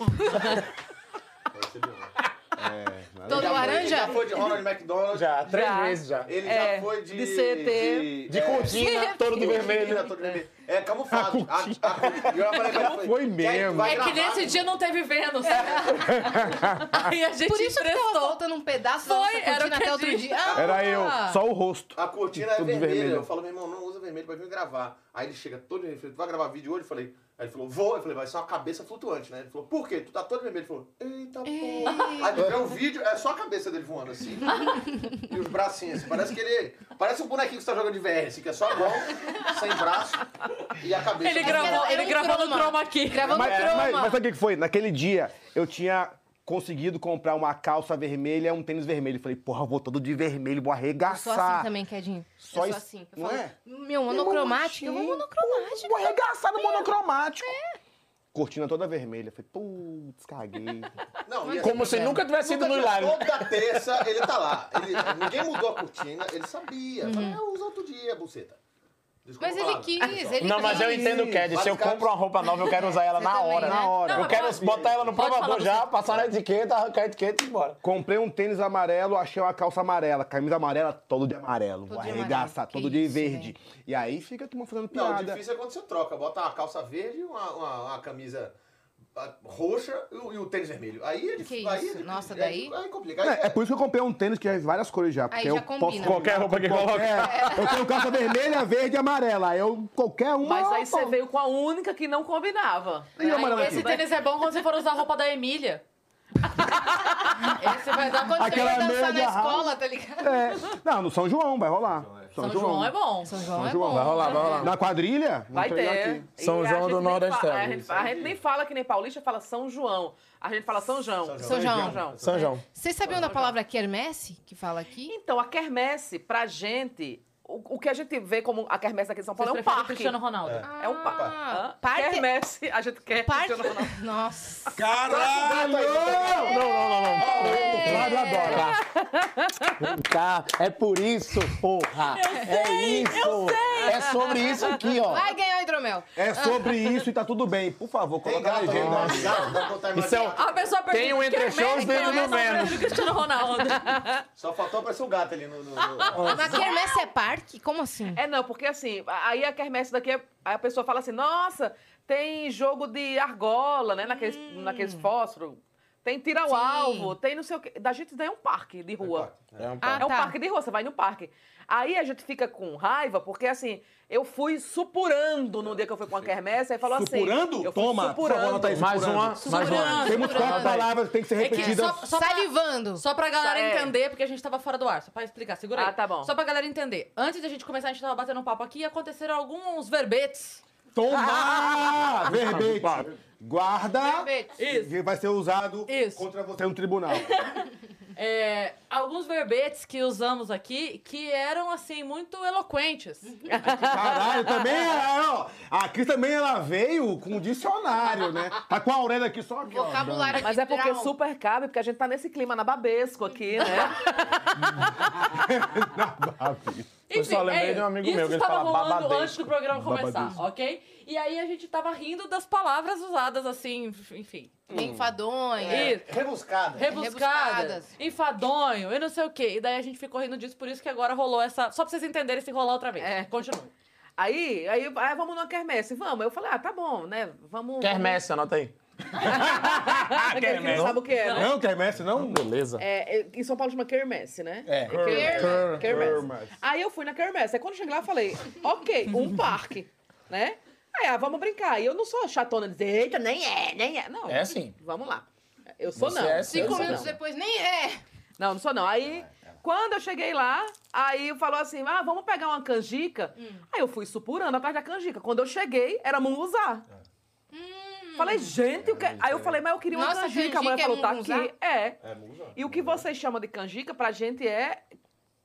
Speaker 2: Todo
Speaker 5: Ele já
Speaker 2: laranja?
Speaker 5: foi de Ronald McDonald.
Speaker 8: Já, três
Speaker 6: Já.
Speaker 8: vezes já.
Speaker 5: Ele
Speaker 6: É,
Speaker 5: já foi de.
Speaker 6: de CT.
Speaker 8: De né? cortina, todo de vermelho.
Speaker 5: Cortina, todo de vermelho. É camuflado. A, a, eu falei pra ele, falei,
Speaker 4: Foi
Speaker 5: "Quer-
Speaker 4: mesmo.
Speaker 5: vai
Speaker 1: É que
Speaker 5: gravar?"
Speaker 1: nesse dia não teve Vênus. Aí a gente
Speaker 2: É. Por isso que tava
Speaker 1: emprestou.
Speaker 2: faltando um pedaço da
Speaker 1: Foi,
Speaker 2: nossa
Speaker 1: era o
Speaker 2: cortina
Speaker 1: que
Speaker 2: até
Speaker 1: eu
Speaker 2: outro
Speaker 1: disse.
Speaker 2: dia. Ah,
Speaker 4: Era eu, só o rosto.
Speaker 8: Ah,
Speaker 5: A cortina é
Speaker 4: Tudo
Speaker 5: vermelha.
Speaker 4: vermelho.
Speaker 5: Eu falo, meu irmão, não usa vermelho pra vir gravar. Aí ele chega todo vermelho, tu vai gravar vídeo hoje? Eu falei, aí ele falou, vou. Eu falei, vai ser uma cabeça flutuante, né? Ele falou, por quê? Tu tá todo vermelho. Ele falou, eita porra. Aí tu vê o vídeo, é só a cabeça dele voando assim. e os bracinhos assim. Parece que ele. Parece um bonequinho que você tá jogando de VR, assim, que é só a mão, sem braço e a cabeça.
Speaker 1: Ele
Speaker 5: Assim.
Speaker 1: gravou,
Speaker 2: era
Speaker 1: ele
Speaker 2: um
Speaker 1: gravou no
Speaker 2: croma.
Speaker 1: chroma aqui.
Speaker 2: Gravando
Speaker 4: Mas, é,
Speaker 2: croma.
Speaker 4: mas, mas sabe o que que foi? Naquele dia, eu tinha conseguido comprar uma calça vermelha e um tênis vermelho. Falei, porra, eu vou todo de vermelho, vou
Speaker 2: Eu sou assim
Speaker 4: arregaçar.
Speaker 2: também, Quedinho.
Speaker 4: Só
Speaker 2: eu
Speaker 4: isso-
Speaker 2: sou assim. Eu
Speaker 4: não
Speaker 2: falo,
Speaker 4: é?
Speaker 2: meu, monocromático, eu vou monocromático.
Speaker 9: Um
Speaker 4: Vou arregaçar no monocromático. Cortina toda vermelha. Falei, putz, caguei.
Speaker 5: Não, e assim,
Speaker 8: Como se nunca tivesse ido no
Speaker 5: Toda-
Speaker 8: live.
Speaker 5: Toda terça "É, ele tá lá. Ele- ninguém mudou a cortina, ele sabia. Eu Falei, ah, usa outro dia, buceta. Desculpa
Speaker 2: Mas
Speaker 5: a
Speaker 2: ele
Speaker 5: palavra.
Speaker 2: quis, ele
Speaker 9: Não, mas eu
Speaker 2: quis.
Speaker 9: entendo o que é. de Se eu compro uma roupa nova, eu quero usar ela na
Speaker 2: Exatamente,
Speaker 9: hora.
Speaker 2: né? Na
Speaker 4: hora.
Speaker 9: Eu quero botar ela no
Speaker 1: Pode falar
Speaker 9: provador
Speaker 1: você.
Speaker 9: já, passar na etiqueta, arrancar a etiqueta e ir embora.
Speaker 4: Comprei um tênis amarelo, achei uma calça amarela, camisa amarela, todo de amarelo. Vou
Speaker 2: de
Speaker 4: arregaçar,
Speaker 2: amarelo, que
Speaker 4: todo de
Speaker 2: isso,
Speaker 4: verde. E aí fica a turma fazendo
Speaker 5: Não, o
Speaker 4: piada.
Speaker 5: difícil é quando você troca. Bota uma calça verde, uma, uma- uma camisa ah, roxa e o, e o tênis vermelho. Aí é difícil.
Speaker 2: Que
Speaker 5: aí é
Speaker 2: isso?
Speaker 5: difícil.
Speaker 2: Nossa,
Speaker 5: É-
Speaker 2: daí-
Speaker 5: Aí complica. Aí
Speaker 4: É, é por isso que eu comprei um tênis que é várias cores já. Porque
Speaker 2: já
Speaker 4: eu posso
Speaker 2: combina.
Speaker 4: combinar
Speaker 9: Qualquer roupa que
Speaker 4: com
Speaker 9: coloca.
Speaker 4: qualquer- Eu tenho calça vermelha, verde e amarela. Aí Eu, qualquer uma.
Speaker 6: Mas aí
Speaker 4: eu
Speaker 6: você
Speaker 4: compro.
Speaker 6: veio com a única que não combinava.
Speaker 4: E assim, o amarelo
Speaker 1: Esse
Speaker 4: aqui?
Speaker 1: tênis é bom quando você for usar a roupa da Emília. Esse vai dar
Speaker 2: Quando
Speaker 1: quando
Speaker 2: você ia
Speaker 4: Aquela
Speaker 2: dançar
Speaker 4: meia
Speaker 2: na
Speaker 4: de arraso.
Speaker 2: escola, tá ligado?
Speaker 4: É. Não, no São João vai rolar.
Speaker 1: São João é bom.
Speaker 2: São João
Speaker 4: São
Speaker 2: é
Speaker 4: João,
Speaker 2: bom.
Speaker 4: vai
Speaker 9: rolar, vai rolar.
Speaker 4: Na quadrilha?
Speaker 6: Vai
Speaker 4: vou entregar
Speaker 6: ter.
Speaker 4: aqui.
Speaker 6: E
Speaker 9: São
Speaker 6: a
Speaker 9: João
Speaker 6: gente
Speaker 9: do
Speaker 6: nem
Speaker 9: Nordeste,
Speaker 6: fala-
Speaker 9: sabe?
Speaker 6: A gente, a gente nem fala que nem paulista, fala São João. A gente fala São João.
Speaker 2: São João.
Speaker 9: São João.
Speaker 2: Vocês sabiam da palavra quermesse, que fala aqui?
Speaker 6: Então, a quermesse, pra gente, o, o que a gente vê como a quermesse aqui em São
Speaker 1: Vocês
Speaker 6: Paulo é um
Speaker 1: preferem
Speaker 6: parque.
Speaker 1: Cristiano Ronaldo.
Speaker 6: É um parque.
Speaker 2: Ah,
Speaker 6: Hã?
Speaker 2: parque-
Speaker 6: Quermesse, a gente quer
Speaker 2: Parte...
Speaker 6: Cristiano Ronaldo.
Speaker 2: Nossa.
Speaker 9: Não,
Speaker 4: Caralho!
Speaker 9: não, não, não.
Speaker 2: É.
Speaker 9: Flávio adora. Vem cá, é por isso, porra. é isso. É sobre isso aqui, ó.
Speaker 2: Vai ganhar o hidromel.
Speaker 4: É sobre isso e tá tudo bem. Por favor,
Speaker 5: Tem
Speaker 4: coloca na
Speaker 5: gato
Speaker 4: legenda.
Speaker 5: aí, dá- dá pra botar a
Speaker 9: Isso é
Speaker 5: imagem.
Speaker 9: um-
Speaker 1: A pessoa perdida.
Speaker 9: Tem um entre shows, tem um no menos.
Speaker 1: Cristiano Ronaldo.
Speaker 5: Só faltou aparecer um gato ali no... no- no-
Speaker 2: Mas quermesse é parque? Como assim?
Speaker 6: É, não, porque assim, a- aí a quermesse daqui, é- aí a pessoa fala assim, nossa, tem jogo de argola, né, naqueles, naqueles fósforos, tem tira
Speaker 2: Hum. Sim.
Speaker 6: ao alvo, tem não sei o quê. Da gente daí é um parque de rua.
Speaker 9: É um
Speaker 2: Ah,
Speaker 6: É um
Speaker 2: tá.
Speaker 6: parque de rua, você vai no parque. Aí a gente fica com raiva, porque assim, eu fui supurando no dia que eu fui com a quermesse, aí falou assim...
Speaker 4: Supurando?
Speaker 6: eu fui
Speaker 4: Toma, por favor,
Speaker 6: supurando.
Speaker 4: anota aí.
Speaker 9: Mais uma, mais uma.
Speaker 4: Temos quatro palavras que tem que ser
Speaker 1: É que
Speaker 4: repetidas.
Speaker 1: só- só pra-
Speaker 2: Salivando.
Speaker 1: Só pra galera
Speaker 6: É.
Speaker 1: entender, porque a gente tava fora do ar, só pra explicar, segura aí.
Speaker 6: Ah, tá bom.
Speaker 1: Só pra galera entender. Antes da gente começar, a gente tava batendo um papo aqui e aconteceram alguns verbetes.
Speaker 4: Toma! Verbete. Guarda.
Speaker 2: Verbete.
Speaker 1: Isso.
Speaker 4: Que vai ser usado
Speaker 1: Isso.
Speaker 4: contra você no tribunal.
Speaker 1: É, alguns verbetes que usamos aqui que eram, assim, muito eloquentes.
Speaker 6: Uhum.
Speaker 4: Caralho, também é, ó. A Cris também ela veio com um dicionário, né? Tá com a orelha aqui só aqui, ó.
Speaker 2: Vocabulário aqui.
Speaker 6: Mas é porque
Speaker 2: geral.
Speaker 6: super cabe, porque a gente tá nesse clima na babesco aqui, né?
Speaker 9: Eu só lembrei de um amigo
Speaker 1: é isso
Speaker 9: meu que ele
Speaker 1: estava
Speaker 9: fala
Speaker 1: rolando
Speaker 9: babadesco.
Speaker 1: antes do programa começar,
Speaker 4: Babadesco.
Speaker 1: ok? E aí a gente tava rindo das palavras usadas, assim, enfim.
Speaker 2: Bem enfadonha.
Speaker 6: É.
Speaker 1: Isso. rebuscada,
Speaker 5: Rebuscada.
Speaker 2: Rebuscadas.
Speaker 1: enfadonho e não sei o quê. E daí a gente ficou rindo disso, por isso que agora rolou essa. Só pra vocês entenderem se rolar outra vez.
Speaker 6: É.
Speaker 1: Continua.
Speaker 6: Aí, aí, ah, vamos numa quermesse, vamos. Eu falei, ah, tá bom, né? Vamos.
Speaker 9: Quermesse, anota aí.
Speaker 6: vamos... quermesse. Sabe o que é, né?
Speaker 4: Não, quermesse, não?
Speaker 9: Beleza.
Speaker 6: É, é, em São Paulo chama quermesse, né?
Speaker 4: É.
Speaker 2: Quermesse.
Speaker 6: Quermesse.
Speaker 4: Quermesse.
Speaker 6: Aí eu fui na quermesse. Aí quando eu cheguei lá, eu falei, ok, um parque, né? Aí, ah, vamos brincar. E eu não sou chatona de dizer, eita, nem é, nem é. Não.
Speaker 9: É sim.
Speaker 6: Vamos lá. Eu sou
Speaker 9: Você
Speaker 6: não.
Speaker 9: é sim.
Speaker 2: Cinco
Speaker 9: Essa
Speaker 2: minutos
Speaker 9: não.
Speaker 2: depois, nem é.
Speaker 6: Não, não sou não. Aí,
Speaker 9: É,
Speaker 6: quando eu cheguei lá, aí falou assim, ah, vamos pegar uma canjica.
Speaker 2: Hum.
Speaker 6: Aí eu fui supurando atrás da canjica. Quando eu cheguei, era munguzá. Falei, gente, o que...
Speaker 9: É,
Speaker 6: aí eu falei, mas eu queria uma
Speaker 2: É. Hum. Nossa,
Speaker 6: canjica.
Speaker 2: canjica
Speaker 6: A mulher
Speaker 2: é
Speaker 6: falou, tá
Speaker 2: munguzá?
Speaker 6: aqui. É.
Speaker 5: É, musa.
Speaker 6: E o que vocês chamam de canjica, pra gente é...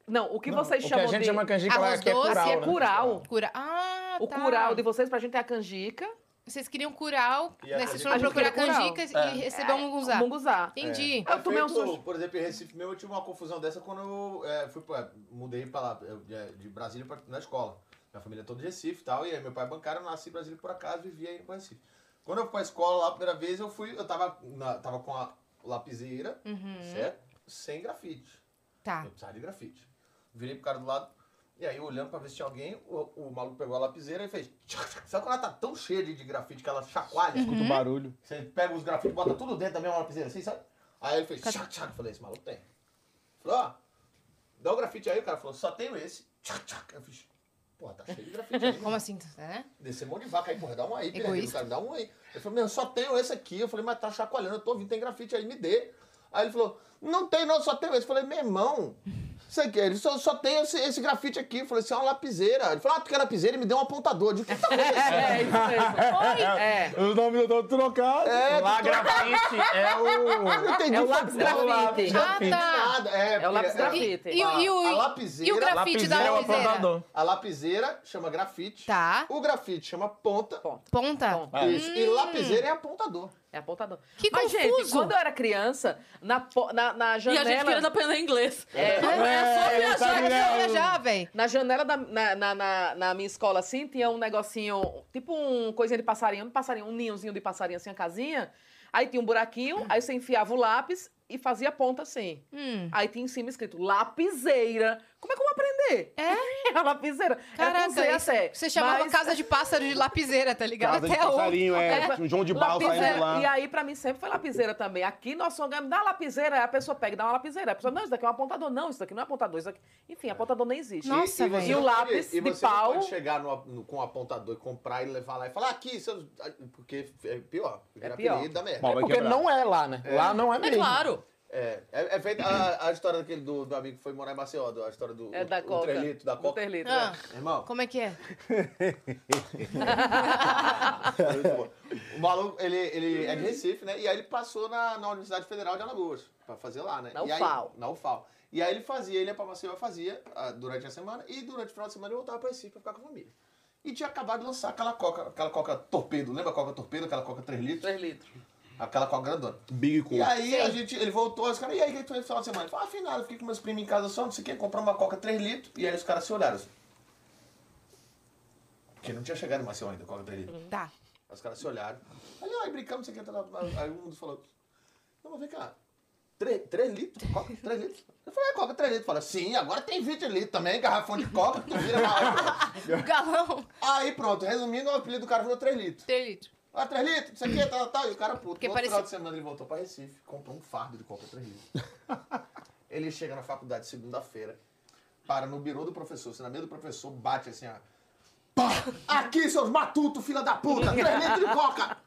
Speaker 6: Não, o que vocês
Speaker 9: O que
Speaker 6: chamam
Speaker 9: a gente
Speaker 6: de...
Speaker 9: chama canjica lá
Speaker 2: Arroz
Speaker 9: aqui é
Speaker 2: doce,
Speaker 9: cural,
Speaker 6: Assim, é
Speaker 9: né?
Speaker 6: curau.
Speaker 2: Cura. Ah,
Speaker 6: O
Speaker 2: tá.
Speaker 6: curau de vocês pra gente é a canjica.
Speaker 2: Vocês queriam um cural,
Speaker 5: E a
Speaker 2: né? Vocês
Speaker 5: canjica?
Speaker 2: foram
Speaker 6: A gente
Speaker 2: procurar
Speaker 6: queria cural.
Speaker 2: canjicas e receber
Speaker 6: É.
Speaker 2: um munguzá.
Speaker 6: Munguzá.
Speaker 2: Entendi.
Speaker 6: Eu tomei um
Speaker 5: feito,
Speaker 6: susto.
Speaker 5: Por exemplo, em Recife mesmo, eu tive uma confusão dessa quando eu é, fui, pra- mudei pra lá, eu- de, de Brasília pra, na escola. Minha família é toda de Recife e tal, e aí meu pai é bancário, eu nasci em Brasília por acaso, vivia aí em Recife. Quando eu fui pra escola lá a primeira vez, eu fui, eu tava, na- tava com a lapiseira,
Speaker 6: Uhum.
Speaker 5: certo? Sem grafite.
Speaker 6: Ah.
Speaker 2: Tá.
Speaker 5: Eu precisava de grafite. Virei pro cara do lado, e aí olhando pra ver se tinha alguém, o, o maluco pegou a lapiseira e fez... tchac, tchac. Sabe quando ela tá tão cheia de, de grafite que ela chacoalha?
Speaker 4: Escuta o barulho.
Speaker 5: Você pega os grafites, bota tudo dentro da mesma lapiseira assim, sabe? Aí ele fez tchac, tchac. Eu Falei, esse maluco tem. Falei, ó, dá o grafite aí. O cara falou, só tenho esse. Tchac, tchac. Eu fiz, pô, tá cheio de grafite aí.
Speaker 2: Como assim, tá, né?
Speaker 5: Desceu um monte de vaca aí, porra, dá um aí. Pereira, o
Speaker 2: Egoísta.
Speaker 5: cara, dá um aí. Ele falou, meu, eu só tenho esse aqui. Eu falei, mas tá chacoalhando, eu tô ouvindo, tem grafite aí, me dê. Aí ele falou, não tem não, só tenho esse. Eu falei, meu irmão, isso aqui, ele só, só tem esse, esse grafite aqui. Eu falei, isso é uma lapiseira. Ele falou, ah, tu quer lapiseira? E me deu um apontador. Eu falei, o que tá acontecendo?
Speaker 6: É, isso mesmo. É.
Speaker 4: Os nomes eu tô trocado.
Speaker 5: É,
Speaker 9: Lá grafite é
Speaker 5: eu
Speaker 9: o.
Speaker 5: não entendi.
Speaker 6: É o
Speaker 5: foi
Speaker 6: lápis
Speaker 5: porra
Speaker 6: grafite.
Speaker 2: Ah, tá.
Speaker 5: nada. É,
Speaker 6: É o lápis
Speaker 5: é-
Speaker 6: grafite.
Speaker 2: E, o- e o,
Speaker 5: A lapiseira-
Speaker 2: e o grafite
Speaker 9: Lapiseiro
Speaker 2: da
Speaker 9: é o
Speaker 2: lapiseira?
Speaker 9: apontador.
Speaker 5: A lapiseira chama grafite.
Speaker 2: Tá.
Speaker 5: O grafite chama ponta.
Speaker 6: Ponta.
Speaker 2: Ponta?
Speaker 9: Ah,
Speaker 6: Ponta.
Speaker 5: Isso. E lapiseira é apontador.
Speaker 6: É É apontador.
Speaker 2: Que
Speaker 6: Mas, gente,
Speaker 2: confuso.
Speaker 6: quando eu era criança, na, po- na, na
Speaker 1: E
Speaker 6: janela...
Speaker 1: a gente querendo aprender inglês. É,
Speaker 4: É,
Speaker 1: é
Speaker 4: ele
Speaker 1: só
Speaker 4: tá
Speaker 1: viajar.
Speaker 4: virando-
Speaker 2: Olha já, velho.
Speaker 6: Na janela da na, na, na- na minha escola, assim, tinha um negocinho, tipo um coisinha de passarinho, um passarinho, um ninhozinho de passarinho, assim, a casinha. Aí tinha um buraquinho, aí você enfiava o lápis e fazia ponta assim.
Speaker 2: Hum.
Speaker 6: Aí tinha em cima escrito lapiseira. Como é que eu vou aprender? É? É a lapiseira. Era com
Speaker 2: Caraca,
Speaker 6: Z
Speaker 2: isso-
Speaker 6: até,
Speaker 2: você chamava
Speaker 6: mas-
Speaker 2: casa de pássaro de lapiseira, tá ligado?
Speaker 4: Casa de
Speaker 2: Até hoje.
Speaker 4: passarinho, é. Um João de Barro saindo
Speaker 6: Lapiseira.
Speaker 4: lá.
Speaker 6: E aí, pra mim, sempre foi lapiseira também. Aqui, nosso lugar, dá lapiseira, aí a pessoa pega e dá uma lapiseira. A pessoa, não, isso daqui é um apontador. Não, isso daqui não é apontador. Isso daqui... Enfim, apontador nem existe.
Speaker 2: Nossa,
Speaker 6: e,
Speaker 2: velho.
Speaker 6: e o lápis
Speaker 5: e
Speaker 6: de
Speaker 5: você não
Speaker 6: pau...
Speaker 5: pode chegar no- no- com o apontador e comprar e levar lá e falar "Ah, aqui, seus... porque é pior.
Speaker 6: É
Speaker 5: É
Speaker 6: pior.
Speaker 5: pior. da merda.
Speaker 4: É porque não é lá, né? Lá não é
Speaker 1: É
Speaker 4: mesmo.
Speaker 1: claro.
Speaker 5: É, é, é feita a, a história daquele do, do amigo que foi morar em Maceió, do- a história do
Speaker 6: É
Speaker 5: o-
Speaker 6: da
Speaker 5: o
Speaker 6: coca.
Speaker 5: trelito, Um da
Speaker 6: Do
Speaker 5: coca.
Speaker 6: trelito,
Speaker 2: Ah.
Speaker 6: é.
Speaker 5: Irmão,
Speaker 2: Como é que é?
Speaker 5: muito bom. o maluco, ele, ele é de Recife, né? E aí ele passou na, na Universidade Federal de Alagoas, pra fazer lá, né?
Speaker 6: Na
Speaker 5: E aí-
Speaker 6: UFAL.
Speaker 5: na UFAL. E aí ele fazia, ele ia pra Maceió, fazia ah, durante a semana, e durante o final de semana ele voltava pra Recife pra ficar com a família. E tinha acabado de lançar aquela coca, aquela coca torpedo, lembra a coca torpedo, aquela coca 3 litros?
Speaker 6: Três litros.
Speaker 5: Aquela coca grandona.
Speaker 4: Big
Speaker 5: E aí a gente, ele voltou, os caras, e aí, o que que tu fez no final de semana? Ele falou, ah, fui nada, fiquei com meus primos em casa só, não sei o que, comprar uma coca 3 litros. E aí os caras se olharam assim. Porque não tinha chegado em Maceió ainda, coca 3 litros.
Speaker 2: Tá.
Speaker 5: Aí Os caras se olharam. Aí, ó, aí brincamos, não sei o que, tá, tá, tá. aí um dos falou, não, mas vem cá, 3, litros? Coca 3 litros? Eu falei, é coca 3 litros. Fala, sim, agora tem 20 litros também, garrafão de coca, tu vira na
Speaker 2: O galão.
Speaker 5: Aí pronto, resumindo, o apelido do cara virou 3 litros.
Speaker 2: Delito.
Speaker 5: Ah, 3 litros, isso aqui, tal, tal. E o cara puto.
Speaker 2: Porque
Speaker 5: no
Speaker 2: parecia-
Speaker 5: outro final de semana ele voltou pra Recife, comprou um fardo de coca 3 litros. ele chega na faculdade segunda-feira, para no birô do professor, se na mesa do professor, bate assim, ó. Pá! Aqui, seus matutos, filha da puta! 3 litros de coca!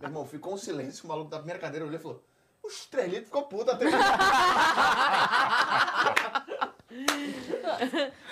Speaker 5: Meu irmão, ficou um silêncio, o maluco da primeira cadeira olhou e falou. Os 3 litros ficou puta, 3 litros.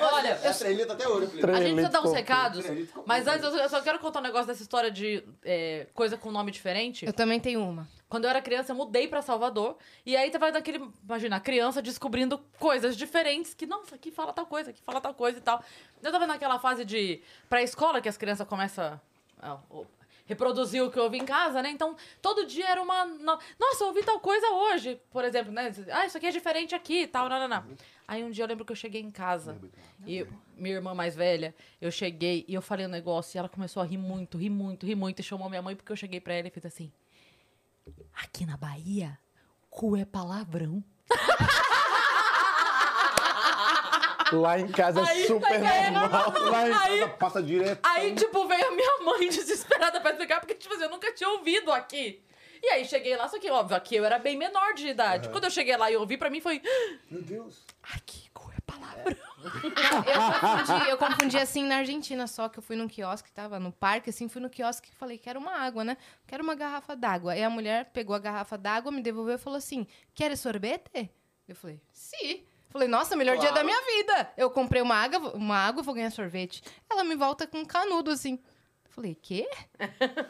Speaker 1: Olha,
Speaker 5: É 3 litros até hoje, Felipe.
Speaker 1: A gente precisa dar uns recados,
Speaker 5: Trelito ficou
Speaker 1: mas
Speaker 5: puto.
Speaker 1: antes eu só- eu só quero contar um negócio dessa história de é, coisa com nome diferente.
Speaker 2: Eu também tenho uma.
Speaker 1: Quando eu era criança, eu mudei pra Salvador. E aí tava daquele. Imagina, a criança descobrindo coisas diferentes. Que, nossa, aqui fala tal coisa, aqui fala tal coisa e tal. Eu tava naquela fase de. pra escola que as crianças começam. a- o- reproduzir o que eu ouvi em casa, né? Então, todo dia era uma. no- Nossa, eu ouvi tal coisa hoje, por exemplo, né? Ah, isso aqui é diferente aqui e tal, não, não, não. Aí um dia eu lembro que eu cheguei em casa. E minha irmã mais velha, eu cheguei e eu falei um negócio e ela começou a rir muito, rir muito, rir muito e chamou minha mãe porque eu cheguei pra ela e fiz assim: Aqui na Bahia, cu é palavrão.
Speaker 4: Lá em casa
Speaker 1: Aí
Speaker 4: é super
Speaker 1: tá ganhando.
Speaker 4: normal. Lá em
Speaker 1: Aí-
Speaker 4: casa passa direto.
Speaker 1: Aí, tipo, veio a minha mãe desesperada pra explicar, porque, tipo assim, eu nunca tinha ouvido aqui. E aí cheguei lá, só que, óbvio, aqui eu era bem menor de idade. Quando eu cheguei lá e ouvi, pra mim foi.
Speaker 5: Meu Deus.
Speaker 1: Aqui, cu é palavrão.
Speaker 2: Eu confundi, eu confundi assim na Argentina só, que eu fui num quiosque, tava no parque, assim, fui no quiosque e falei, quero uma água, né? Quero uma garrafa d'água. E a mulher pegou a garrafa d'água, me devolveu e falou assim, quer sorvete? Eu falei, sim. Falei, nossa, melhor dia da
Speaker 5: Claro.
Speaker 2: minha vida. Eu comprei uma água, uma água vou ganhar sorvete. Ela me volta com um canudo, assim. Falei, quê?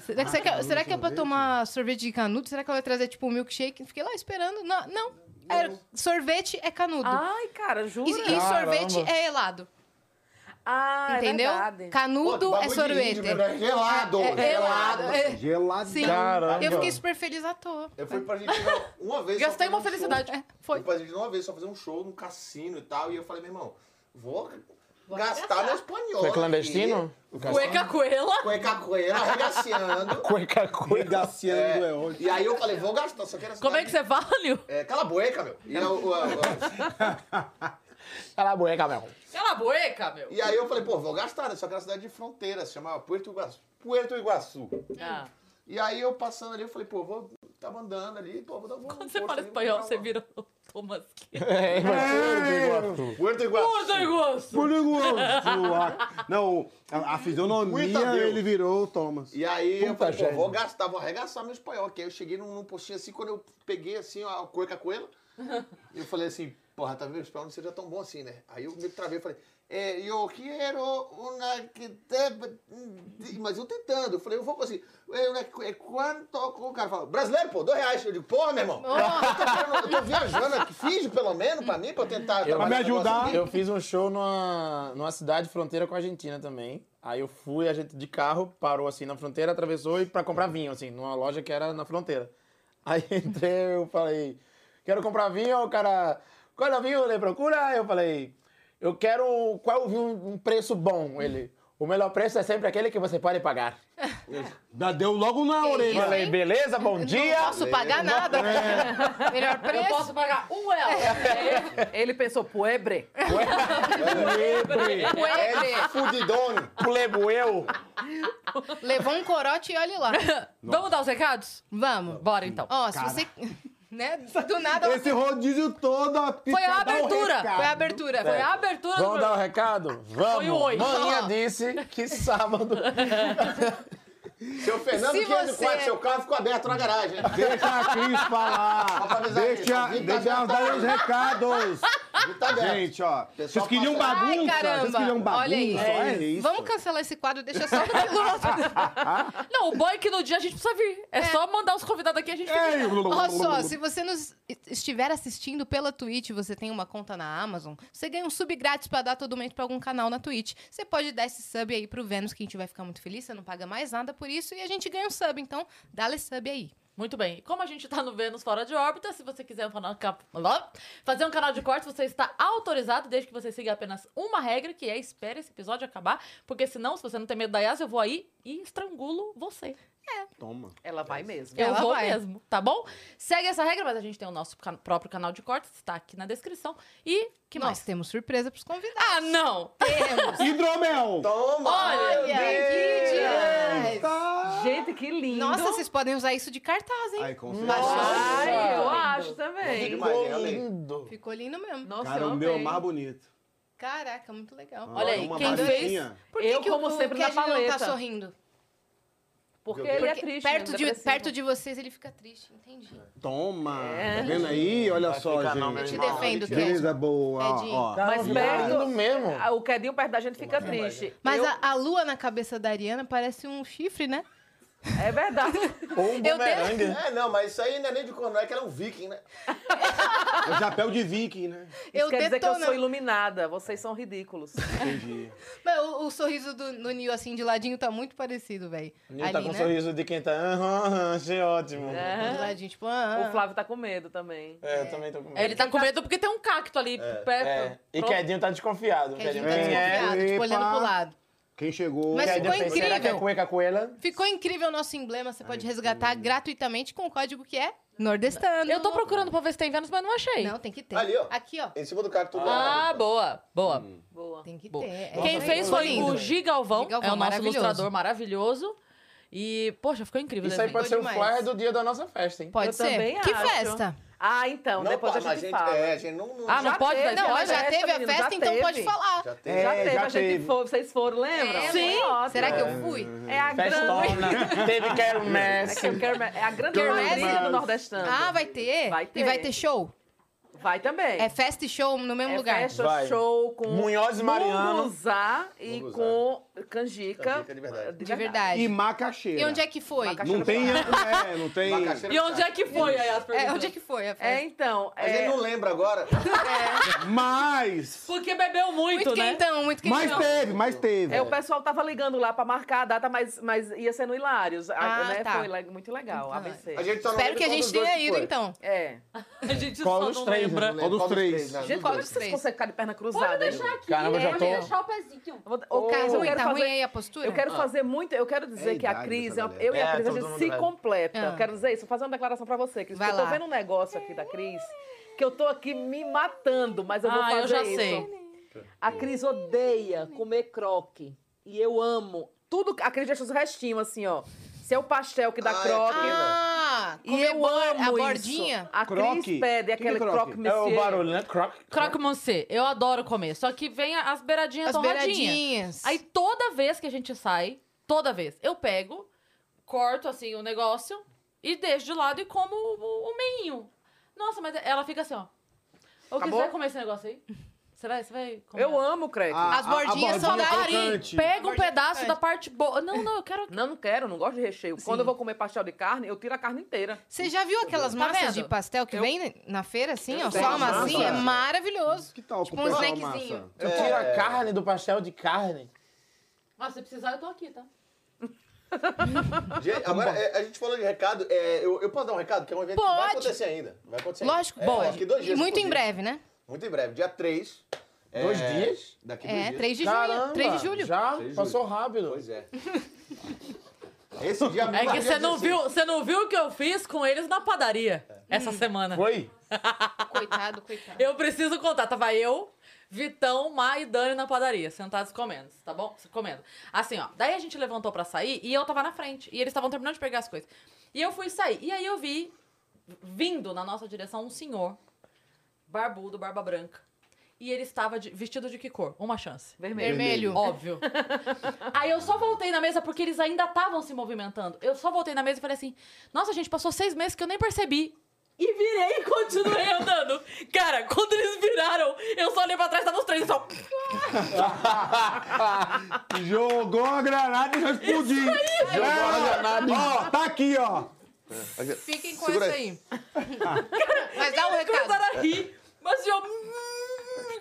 Speaker 2: Será que, será que- será que é pra tomar sorvete de canudo? Será que ela vai trazer, tipo, um milkshake? Fiquei lá esperando. Não, não. Era- sorvete é canudo.
Speaker 6: Ai, cara,
Speaker 2: E,
Speaker 6: jura?
Speaker 2: e sorvete
Speaker 4: Caramba.
Speaker 2: é helado.
Speaker 6: Ah,
Speaker 2: Entendeu?
Speaker 6: É verdade.
Speaker 2: Canudo
Speaker 5: Pô,
Speaker 2: é
Speaker 5: bagulho de
Speaker 2: sorvete.
Speaker 5: índio, né? Gelado.
Speaker 2: É, é gelado. É.
Speaker 4: Gelado.
Speaker 2: Sim.
Speaker 4: Caramba.
Speaker 2: Eu fiquei super feliz à toa.
Speaker 5: Eu fui pra Argentina uma vez. só
Speaker 1: Gastei uma
Speaker 5: fazer um show.
Speaker 1: felicidade.
Speaker 5: Foi. Eu fazia de uma vez só fazer um show no cassino e tal. E eu falei, meu irmão, vou, gastar
Speaker 1: arregaçar.
Speaker 5: meu espanhol.
Speaker 4: Foi clandestino?
Speaker 1: Cueca coela.
Speaker 5: Cueca coelha, arregaciando.
Speaker 4: Cueca cueca.
Speaker 5: É, E aí eu falei, vou gastar, só que era
Speaker 1: Como é que você fala, Nil?
Speaker 5: É, cala a boeca, meu. E, eu- eu- eu-
Speaker 4: Cala a boca, meu.
Speaker 1: Cala a boca, meu.
Speaker 5: e aí eu falei, pô, vou gastar, né? Só que era cidade de fronteira, se chamava Puerto Iguaçu. Puerto Iguaçu.
Speaker 1: Ah,
Speaker 5: E aí eu passando ali, eu falei, pô, vou. Tava andando ali, pô, vou dar um.
Speaker 1: quando você fala espanhol, você vira o Thomas que.
Speaker 4: É, mas tudo igual.
Speaker 5: Puerto
Speaker 1: Pô,
Speaker 5: Iguaçu.
Speaker 1: negócio!
Speaker 10: Por negócio, lá. Não, a, a
Speaker 5: Muita
Speaker 10: fisionomia
Speaker 5: Deus.
Speaker 10: ele virou o Thomas.
Speaker 5: E aí eu
Speaker 4: Puta
Speaker 5: falei, pô,
Speaker 4: gênio.
Speaker 5: vou gastar, vou arregaçar meu espanhol. Que aí eu cheguei num, num postinho assim, quando eu peguei assim a cueca coelho, eu falei assim, porra, tá vendo? O espanhol não seja tão bom assim, né? Aí eu me travei e falei,
Speaker 11: é, eu quero uma que te- Mas eu tentando, eu falei, eu vou conseguir. É, uma que- é quanto? O cara fala, brasileiro, pô, dois reais. Eu digo, porra, meu irmão, eu, tô querendo- eu tô viajando aqui, finge pelo menos pra mim, pra eu tentar.
Speaker 9: Eu-
Speaker 11: trabalhar esse negócio aqui.
Speaker 9: Eu fiz um show numa, numa cidade fronteira com a Argentina também. Aí eu fui, a gente de carro parou assim na fronteira, atravessou e pra comprar vinho, assim, numa loja que era na fronteira. Aí entrei, eu falei, quero comprar vinho, o cara, qual é o vinho? Ele procura, eu falei, eu quero, qual é o vinho, um preço bom? Ele, o melhor preço é sempre aquele que você pode pagar.
Speaker 4: Já deu logo na orelha.
Speaker 9: Falei, beleza, bom dia.
Speaker 2: Não posso pagar nada. Melhor
Speaker 1: Eu
Speaker 2: preço.
Speaker 1: posso pagar um real.
Speaker 6: Ele pensou, puebre.
Speaker 11: É
Speaker 2: Ué,
Speaker 11: Fudidone.
Speaker 9: Pulebueu.
Speaker 2: Levou um corote e olhe lá.
Speaker 1: Vamos dar os recados?
Speaker 2: Vamos.
Speaker 1: Bora então.
Speaker 2: Ó, se você... Né? Do nada... ela-
Speaker 4: Esse rodízio todo. a
Speaker 1: Foi
Speaker 4: pizza
Speaker 1: a
Speaker 4: dá um
Speaker 1: abertura.
Speaker 4: recado.
Speaker 2: Foi a abertura.
Speaker 1: Foi a abertura
Speaker 9: Vamos
Speaker 1: do
Speaker 9: dar o recado? Vamos.
Speaker 1: Foi o oi.
Speaker 9: Maninha disse que sábado
Speaker 11: Seu Fernando,
Speaker 2: Se
Speaker 11: que é do
Speaker 2: você-
Speaker 11: quarto, seu carro ficou aberto na garagem. hein?
Speaker 4: Deixa a Cris
Speaker 11: Só pra avisar
Speaker 4: falar.
Speaker 11: aqui,
Speaker 4: Deixa,
Speaker 11: só vim pra
Speaker 4: deixa elas
Speaker 11: jantar.
Speaker 4: darem os recados.
Speaker 11: Tá aberto.
Speaker 4: Gente, ó.
Speaker 11: Pessoal
Speaker 4: Vocês queriam
Speaker 11: passa-
Speaker 4: bagunça?
Speaker 2: Ai,
Speaker 4: um Vocês
Speaker 2: caramba.
Speaker 4: queriam um bagunça?
Speaker 2: Olha aí. É
Speaker 4: Olha é isso.
Speaker 2: Vamos cancelar esse quadro, deixa só o piloto.
Speaker 1: Não, o bom é que no dia a gente precisa vir. É, só mandar os convidados aqui e a
Speaker 9: É,
Speaker 1: gente fica.
Speaker 4: Ei,
Speaker 2: Olha só, se você nos estiver assistindo pela Twitch, você tem uma conta na Amazon, você ganha um sub grátis pra dar todo mês pra algum canal na Twitch. Você pode dar esse sub aí pro Vênus, que a gente vai ficar muito feliz, você não paga mais nada por isso e a gente ganha um sub, então dá-lhe sub aí.
Speaker 1: Muito bem. Como a gente tá no Vênus Fora de Órbita, se você quiser um canal cap- lá, fazer um canal de cortes, você está autorizado, desde que você siga apenas uma regra, que é espere esse episódio acabar, porque senão, se você não tem medo da Yasa, eu vou aí e estrangulo você.
Speaker 6: Ela vai mesmo.
Speaker 1: Eu
Speaker 2: Ela
Speaker 1: vou
Speaker 2: vai.
Speaker 1: mesmo, tá bom? Segue essa regra, mas a gente tem o nosso ca- próprio canal de cortes, está aqui na descrição. E que
Speaker 2: Nós
Speaker 1: mais?
Speaker 2: temos surpresa pros convidados.
Speaker 1: Ah, não!
Speaker 2: Temos.
Speaker 4: Hidromel.
Speaker 11: Toma!
Speaker 2: Olha, que demais.
Speaker 6: Gente, que lindo.
Speaker 2: Nossa, vocês podem usar isso de cartaz, hein?
Speaker 4: Ai, com certeza.
Speaker 2: Nossa.
Speaker 6: Ai, eu
Speaker 1: Nossa.
Speaker 6: acho também.
Speaker 11: Demais, né? Amei.
Speaker 9: lindo.
Speaker 2: Ficou lindo mesmo.
Speaker 6: Nossa,
Speaker 4: Cara,
Speaker 6: eu
Speaker 4: o meu é
Speaker 6: amei.
Speaker 4: mais bonito.
Speaker 2: Caraca, muito legal.
Speaker 1: Olha aí,
Speaker 4: Uma
Speaker 1: quem fez...
Speaker 4: baixinha.
Speaker 2: Por que
Speaker 6: eu,
Speaker 2: que
Speaker 6: como
Speaker 2: o
Speaker 6: sempre, na
Speaker 2: Cage não tá
Speaker 6: paleta.
Speaker 2: sorrindo?
Speaker 6: Porque
Speaker 11: Porque
Speaker 6: ele é
Speaker 2: Porque
Speaker 6: triste.
Speaker 2: perto,
Speaker 6: né?
Speaker 2: de,
Speaker 6: Depressivo.
Speaker 2: perto de vocês ele fica triste, entendi.
Speaker 4: Toma.
Speaker 6: É.
Speaker 4: Tá vendo aí? Olha só,
Speaker 9: ficar
Speaker 4: gente.
Speaker 9: não,
Speaker 2: Eu te
Speaker 9: Irmão,
Speaker 2: defendo,
Speaker 4: Que
Speaker 2: Cage.
Speaker 4: Coisa boa.
Speaker 2: Edinho.
Speaker 4: Ó, ó.
Speaker 6: Mas
Speaker 9: Lindo
Speaker 6: perto.
Speaker 9: mesmo.
Speaker 6: ah, O Quedinho perto da gente fica triste.
Speaker 2: Mas
Speaker 6: Eu-
Speaker 2: a, a lua na cabeça da Ariana parece um chifre, né?
Speaker 6: É verdade.
Speaker 9: Ou um
Speaker 2: Eu
Speaker 9: bumerangue.
Speaker 11: É, não, mas isso aí não é nem de corno, é que era um viking, né?
Speaker 4: É chapéu de viking, né?
Speaker 6: Isso
Speaker 2: eu
Speaker 6: quer dizer que eu
Speaker 2: detono.
Speaker 6: sou iluminada. Vocês são ridículos.
Speaker 4: Entendi.
Speaker 2: Mas o, o sorriso do, do Neo, assim, de ladinho, tá muito parecido, velho.
Speaker 9: Nil tá com um
Speaker 2: né?
Speaker 9: sorriso de quem tá. Aham, aham, achei ótimo. É.
Speaker 2: De ladinho, tipo... ah, ah.
Speaker 6: O Flávio tá com medo também.
Speaker 9: eu também tô com
Speaker 2: É.
Speaker 9: medo.
Speaker 1: Ele tá com medo porque tem um cacto ali perto.
Speaker 9: É. E
Speaker 1: Pronto.
Speaker 9: Quedinho tá desconfiado.
Speaker 2: Que a gente
Speaker 9: Quedinho
Speaker 2: tá
Speaker 9: quem é?
Speaker 2: desconfiado, tipo,
Speaker 4: Epa.
Speaker 2: olhando pro lado.
Speaker 4: Quem chegou?
Speaker 2: Mas
Speaker 9: Quedinho
Speaker 2: ficou
Speaker 9: fez, Será que é
Speaker 2: incrível.
Speaker 9: cueca com ela?
Speaker 2: Ficou incrível o nosso emblema, você pode resgatar gratuitamente com o código que é nordestano.
Speaker 1: Eu tô procurando pra ver se tem Vênus, mas não achei.
Speaker 2: Não, tem que ter.
Speaker 11: Ali, ó.
Speaker 2: Aqui, ó.
Speaker 11: Em cima do cacto.
Speaker 1: Ah, boa, boa.
Speaker 9: Hum.
Speaker 6: Boa.
Speaker 2: Tem que ter.
Speaker 1: boa.
Speaker 2: É,
Speaker 1: Quem
Speaker 2: ficou
Speaker 1: fez foi
Speaker 2: lindo.
Speaker 1: o Gi Galvão,
Speaker 2: Gi Galvão,
Speaker 1: é o nosso
Speaker 2: maravilhoso.
Speaker 1: ilustrador maravilhoso. E, poxa, ficou incrível.
Speaker 9: Isso aí
Speaker 1: né,
Speaker 9: pode
Speaker 1: gente?
Speaker 9: ser o
Speaker 2: demais.
Speaker 9: flyer do dia da nossa festa, hein?
Speaker 2: Pode
Speaker 6: Eu
Speaker 2: ser.
Speaker 6: também
Speaker 2: que
Speaker 6: acho.
Speaker 2: festa?
Speaker 6: Ah, então.
Speaker 11: Não,
Speaker 6: depois
Speaker 11: pá,
Speaker 6: a gente,
Speaker 11: mas a gente,
Speaker 6: fala.
Speaker 11: é, a gente não, não
Speaker 1: Ah, não
Speaker 6: Já
Speaker 1: pode
Speaker 6: teve,
Speaker 1: dar
Speaker 2: Não,
Speaker 1: Olha,
Speaker 2: mas já
Speaker 6: festa,
Speaker 2: teve a
Speaker 6: menino,
Speaker 2: festa,
Speaker 6: já
Speaker 2: então pode
Speaker 6: teve.
Speaker 2: falar.
Speaker 11: já teve.
Speaker 6: Já
Speaker 4: É,
Speaker 6: teve,
Speaker 4: já
Speaker 6: a gente
Speaker 4: teve.
Speaker 6: foi, vocês foram, lembram?
Speaker 2: É,
Speaker 1: Sim.
Speaker 6: Ótimo.
Speaker 2: Será que eu fui?
Speaker 6: É a grande...
Speaker 9: Festona. Teve um
Speaker 6: É, que
Speaker 9: quermesse.
Speaker 6: eu quero- é a grande
Speaker 2: Quero
Speaker 6: madrinha
Speaker 2: mais.
Speaker 6: do nordestano.
Speaker 2: Ah, vai ter?
Speaker 6: Vai
Speaker 2: E
Speaker 6: ter.
Speaker 2: vai ter show?
Speaker 6: Vai também.
Speaker 2: É festa e show no mesmo
Speaker 6: É
Speaker 2: lugar?
Speaker 6: festa,
Speaker 9: Vai.
Speaker 6: show com...
Speaker 9: Munhoz e Mariano.
Speaker 6: Munguzá e
Speaker 11: Munguzá.
Speaker 6: com canjica.
Speaker 11: Canjica de verdade.
Speaker 2: De verdade.
Speaker 4: E macaxeira.
Speaker 2: E onde é que foi?
Speaker 6: Macaxeira.
Speaker 4: Não tem... É, não tem...
Speaker 11: Macaxeira
Speaker 1: E
Speaker 11: do
Speaker 1: onde é que foi aí as
Speaker 2: É,
Speaker 1: perguntas?
Speaker 2: onde é que foi a
Speaker 6: É,
Speaker 2: festa?
Speaker 6: então.
Speaker 11: A gente
Speaker 6: é-
Speaker 11: não lembra agora.
Speaker 4: Mas...
Speaker 1: Porque bebeu muito,
Speaker 2: muito
Speaker 1: né?
Speaker 2: quentão, muito quentão.
Speaker 4: Mas teve, mas teve.
Speaker 6: É, o pessoal tava ligando lá pra marcar a data, mas, mas ia ser no Hilários. A-
Speaker 2: Ah,
Speaker 6: né?
Speaker 2: tá.
Speaker 6: Foi le- muito legal,
Speaker 2: Então tá.
Speaker 6: ABC.
Speaker 11: A gente só não
Speaker 2: Espero
Speaker 11: lembra
Speaker 2: que a
Speaker 11: qual
Speaker 2: gente
Speaker 11: dos dois
Speaker 2: tenha
Speaker 11: que
Speaker 2: ido,
Speaker 11: foi.
Speaker 2: então.
Speaker 6: É.
Speaker 1: A gente
Speaker 4: Qual
Speaker 1: só
Speaker 4: os
Speaker 1: não
Speaker 4: três,
Speaker 1: lembra.
Speaker 4: Qual dos
Speaker 11: Qual dos
Speaker 4: três?
Speaker 11: três, né?
Speaker 6: Gente, como
Speaker 2: dos
Speaker 6: vocês
Speaker 2: três.
Speaker 6: conseguem ficar de perna cruzada? Eu
Speaker 1: aqui.
Speaker 9: Caramba,
Speaker 2: é
Speaker 9: já tô.
Speaker 1: o pezinho.
Speaker 6: vou-
Speaker 2: Ô, Carlos,
Speaker 6: eu
Speaker 2: ruim,
Speaker 6: quero
Speaker 2: tá ruim
Speaker 6: fazer-
Speaker 2: aí a postura?
Speaker 6: Eu quero fazer muito, eu quero dizer
Speaker 4: Ah. É a
Speaker 6: que a
Speaker 4: idade
Speaker 6: Cris,
Speaker 4: dessa
Speaker 6: eu,
Speaker 4: galera.
Speaker 6: eu e a
Speaker 9: É,
Speaker 6: Cris, a
Speaker 9: todo
Speaker 6: gente
Speaker 9: mundo
Speaker 6: se
Speaker 9: velho.
Speaker 6: completa.
Speaker 2: Ah.
Speaker 6: Quero dizer isso, vou fazer uma declaração pra você, Cris.
Speaker 2: Vai
Speaker 6: porque Eu
Speaker 2: lá.
Speaker 6: tô vendo um negócio aqui da Cris que eu tô aqui me matando, mas eu vou
Speaker 1: Ah,
Speaker 6: fazer
Speaker 1: eu já
Speaker 6: isso.
Speaker 1: sei.
Speaker 6: A Cris odeia comer croque. E eu amo. Tudo, a Cris deixa os restinhos, assim, ó. Se é o pastel que dá
Speaker 11: Ah, é
Speaker 6: croque.
Speaker 11: aquele, né?
Speaker 2: Ah,
Speaker 6: E
Speaker 2: comer
Speaker 6: eu
Speaker 2: bor-
Speaker 6: amo
Speaker 2: a
Speaker 6: isso.
Speaker 2: bordinha?
Speaker 6: A
Speaker 4: Croque?
Speaker 6: Cris pede
Speaker 4: Que
Speaker 6: aquele
Speaker 4: que é
Speaker 6: croque
Speaker 4: croque?
Speaker 9: É
Speaker 6: monsieur.
Speaker 9: o barulho, né? Croc.
Speaker 1: Croque monsieur, eu adoro comer. Só que vem as beiradinhas
Speaker 2: As
Speaker 1: torradinhas.
Speaker 2: beiradinhas.
Speaker 1: Aí toda vez que a gente sai, toda vez, eu pego, corto assim o negócio e deixo de lado e como o, o meinho. Nossa, mas ela fica assim, ó. O que você
Speaker 6: Acabou?
Speaker 1: vai comer esse negócio aí? Será que você vai comer?
Speaker 6: Eu
Speaker 2: é?
Speaker 6: amo crepe.
Speaker 4: A-
Speaker 2: As bordinhas só
Speaker 4: bordinha
Speaker 2: dá
Speaker 4: crocante.
Speaker 2: ali.
Speaker 1: Pega um
Speaker 2: Gordinho
Speaker 1: pedaço
Speaker 2: crocante.
Speaker 1: da parte boa. Não, não, eu quero.
Speaker 6: Não, não quero, não gosto de recheio. Quando eu vou comer pastel de carne, eu tiro a carne inteira.
Speaker 2: Você já viu aquelas massas
Speaker 1: vendo?
Speaker 2: de pastel que vem na feira, assim, ó?
Speaker 4: tenho
Speaker 2: Só a massinha? É
Speaker 4: massa.
Speaker 2: maravilhoso.
Speaker 4: Que tal
Speaker 2: Tipo
Speaker 4: com
Speaker 2: um
Speaker 4: pegar uma
Speaker 2: snackzinho.
Speaker 4: massa?
Speaker 12: Tu tira a carne do pastel de carne.
Speaker 1: Mas Ah, se precisar, eu tô aqui, tá?
Speaker 12: Tá
Speaker 5: Gente, agora é, a gente falou de recado. é, eu, eu posso dar um recado? Que é um evento que vai
Speaker 2: Pode.
Speaker 5: acontecer ainda. Vai acontecer
Speaker 2: Lógico,
Speaker 5: ainda. É,
Speaker 2: boa.
Speaker 5: acho que dois dias,
Speaker 2: E muito em
Speaker 5: inclusive.
Speaker 2: breve, né?
Speaker 5: Muito em breve. Dia 3.
Speaker 12: Dois dias?
Speaker 5: Daqui dois
Speaker 2: É,
Speaker 5: dias.
Speaker 2: 3 de
Speaker 12: Caramba,
Speaker 2: julho. 3 de julho.
Speaker 12: Já?
Speaker 5: de julho.
Speaker 12: Ah, Passou rápido.
Speaker 5: Pois é. Esse dia
Speaker 1: É que
Speaker 5: dia
Speaker 1: você não
Speaker 5: 16.
Speaker 1: viu, você não viu o que eu fiz com eles na padaria essa semana.
Speaker 12: Foi?
Speaker 2: Coitado, coitado.
Speaker 1: Eu preciso contar. Tava eu, Vitão, Má e Dani na padaria, sentados comendo, tá bom? Comendo. Assim, ó. Daí a gente levantou pra sair e eu tava na frente. E eles estavam terminando de pegar as coisas. E eu fui sair. E aí eu vi, vindo na nossa direção, um senhor, barbudo, barba branca. E ele estava de- vestido de que cor? Uma chance.
Speaker 6: Vermelho.
Speaker 2: Vermelho.
Speaker 1: Óbvio. Aí eu só voltei na mesa porque eles ainda estavam se movimentando. Eu só voltei na mesa e falei assim: Nossa, gente, passou seis meses que eu nem percebi. E virei e continuei andando. Cara, quando eles viraram, eu só olhei pra trás, tava os três e só.
Speaker 4: Jogou a granada e já explodiu. Jogou a granada. Ó, tá aqui, ó.
Speaker 5: assim.
Speaker 2: Fiquem com
Speaker 5: Segura
Speaker 2: essa aí. Mas dá um recado.
Speaker 1: Começaram a rir. Mas eu. "Hum,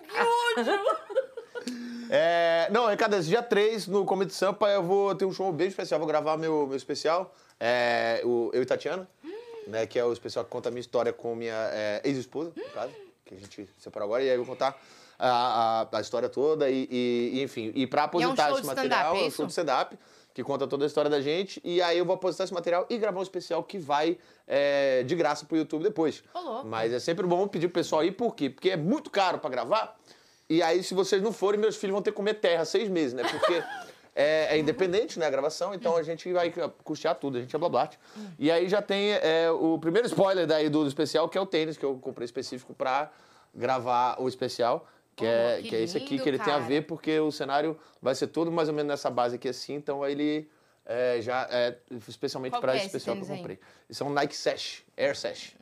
Speaker 1: Que ódio!
Speaker 5: É, não, recado, esse dia 3, no Comedy Sampa, eu vou ter um show bem especial. Vou gravar meu, meu especial, é, o, eu e Tatiana,
Speaker 2: Hum.
Speaker 5: né, que é o especial que conta a minha história com minha é, ex-esposa,
Speaker 2: Hum.
Speaker 5: no caso, que a gente separou agora, e aí eu vou contar a, a, a história toda e, e- e, enfim. E pra aposentar
Speaker 2: é show
Speaker 5: esse
Speaker 2: de
Speaker 5: material,
Speaker 2: stand-up, é
Speaker 5: um show
Speaker 2: isso?
Speaker 5: de stand-up, que conta toda a história da gente, e aí eu vou aposentar esse material e gravar um especial que vai é, de graça pro YouTube depois.
Speaker 2: Ô, louco.
Speaker 5: Mas é sempre bom pedir pro pessoal ir, por quê? Porque é muito caro pra gravar. E aí, se vocês não forem, meus filhos vão ter que comer terra seis meses, né? Porque é, é independente, né? A gravação, então a gente vai custear tudo, a gente é blablate. E aí já tem é, o primeiro spoiler daí do especial, que é o tênis, que eu comprei específico pra gravar o especial. Que,
Speaker 2: Pô,
Speaker 5: é,
Speaker 2: que
Speaker 5: que é esse aqui,
Speaker 2: lindo,
Speaker 5: que ele tem a
Speaker 2: cara.
Speaker 5: ver, porque o cenário vai ser todo mais ou menos nessa base aqui assim, então aí ele é, já é especialmente
Speaker 2: Qual
Speaker 5: pra
Speaker 2: que é
Speaker 5: esse
Speaker 2: esse
Speaker 5: especial que eu
Speaker 2: tênis aí?
Speaker 5: comprei. Isso é um Nike Sash, Air Sash.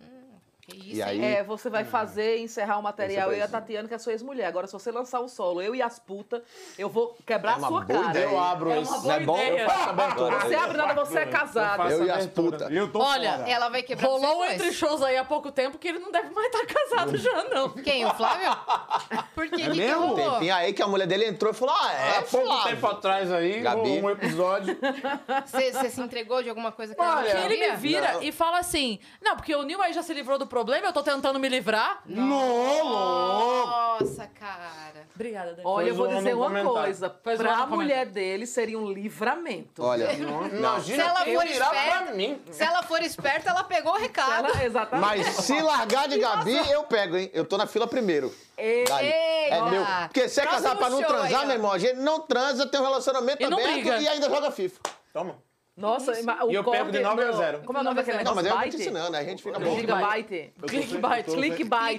Speaker 2: Que
Speaker 5: e
Speaker 2: Isso,
Speaker 5: aí,
Speaker 2: hein?
Speaker 6: É, você vai fazer e encerrar o material.
Speaker 5: Esse é
Speaker 6: Eu e a
Speaker 5: pra isso.
Speaker 6: Tatiana, que é sua ex-mulher. Agora, se você lançar o solo, eu e as putas, eu vou
Speaker 5: É
Speaker 6: quebrar a
Speaker 5: uma
Speaker 6: sua
Speaker 5: boa
Speaker 6: cara.
Speaker 5: ideia.
Speaker 12: Eu abro
Speaker 1: É uma
Speaker 12: esse.
Speaker 1: boa
Speaker 5: é bom?
Speaker 1: ideia.
Speaker 5: Eu faço abertura.
Speaker 6: Você abre nada, você é casado.
Speaker 12: faço
Speaker 5: Eu e as
Speaker 12: abertura.
Speaker 5: putas.
Speaker 4: Eu tô
Speaker 1: Olha,
Speaker 4: fora.
Speaker 2: Ela vai quebrar
Speaker 1: rolou um
Speaker 2: vocês dois.
Speaker 1: entre shows aí há pouco tempo que ele não deve mais estar casado já, não.
Speaker 2: Quem? O Flávio? Por que que que
Speaker 4: mesmo?
Speaker 2: rolou?
Speaker 5: Tem aí que a mulher dele entrou e falou: Ah, é,
Speaker 2: tá
Speaker 12: Há pouco
Speaker 5: Flávio.
Speaker 12: tempo atrás aí,
Speaker 5: Gabi.
Speaker 12: um episódio.
Speaker 2: Você você se entregou de alguma coisa que ele É. não
Speaker 12: Olha,
Speaker 1: Ele me
Speaker 2: queria?
Speaker 1: vira e fala assim: Não, porque o Nil aí já se livrou do problema, eu tô tentando me livrar.
Speaker 4: No, louco.
Speaker 2: Nossa, cara.
Speaker 1: Obrigada, Dani.
Speaker 6: Olha, eu vou
Speaker 12: Faz um
Speaker 6: dizer uma
Speaker 12: comentário.
Speaker 6: coisa.
Speaker 1: Faz um
Speaker 6: pra
Speaker 1: comentário.
Speaker 6: mulher dele, seria um livramento.
Speaker 5: Olha,
Speaker 12: Imagina
Speaker 2: Se ela
Speaker 12: quem
Speaker 2: for
Speaker 12: virar
Speaker 2: esperta-
Speaker 12: pra mim.
Speaker 2: Se ela for esperta, ela pegou o recado.
Speaker 6: Ela- exatamente.
Speaker 5: mas se largar de Gabi, eu pego, hein? Eu tô na fila primeiro.
Speaker 6: Ei,
Speaker 5: Dali. É
Speaker 2: Eita.
Speaker 5: meu. Porque se é
Speaker 2: Próximo
Speaker 5: casar pra não
Speaker 2: show
Speaker 5: transar,
Speaker 2: aí, ó.
Speaker 5: meu irmão, a gente não transa, tem um relacionamento
Speaker 1: E não
Speaker 5: aberto
Speaker 1: briga.
Speaker 5: e ainda joga FIFA.
Speaker 12: Toma.
Speaker 6: Nossa, ima- o
Speaker 12: E eu
Speaker 6: golpe-
Speaker 12: pego de nove a
Speaker 6: no-
Speaker 12: zero.
Speaker 6: Como é o nome daquele
Speaker 5: Não,
Speaker 6: negócio?
Speaker 5: mas eu vou te
Speaker 6: Bite?
Speaker 5: ensinando, aí a gente fica bom.
Speaker 6: Gigabyte.
Speaker 1: Clickbait.
Speaker 6: Clickbait.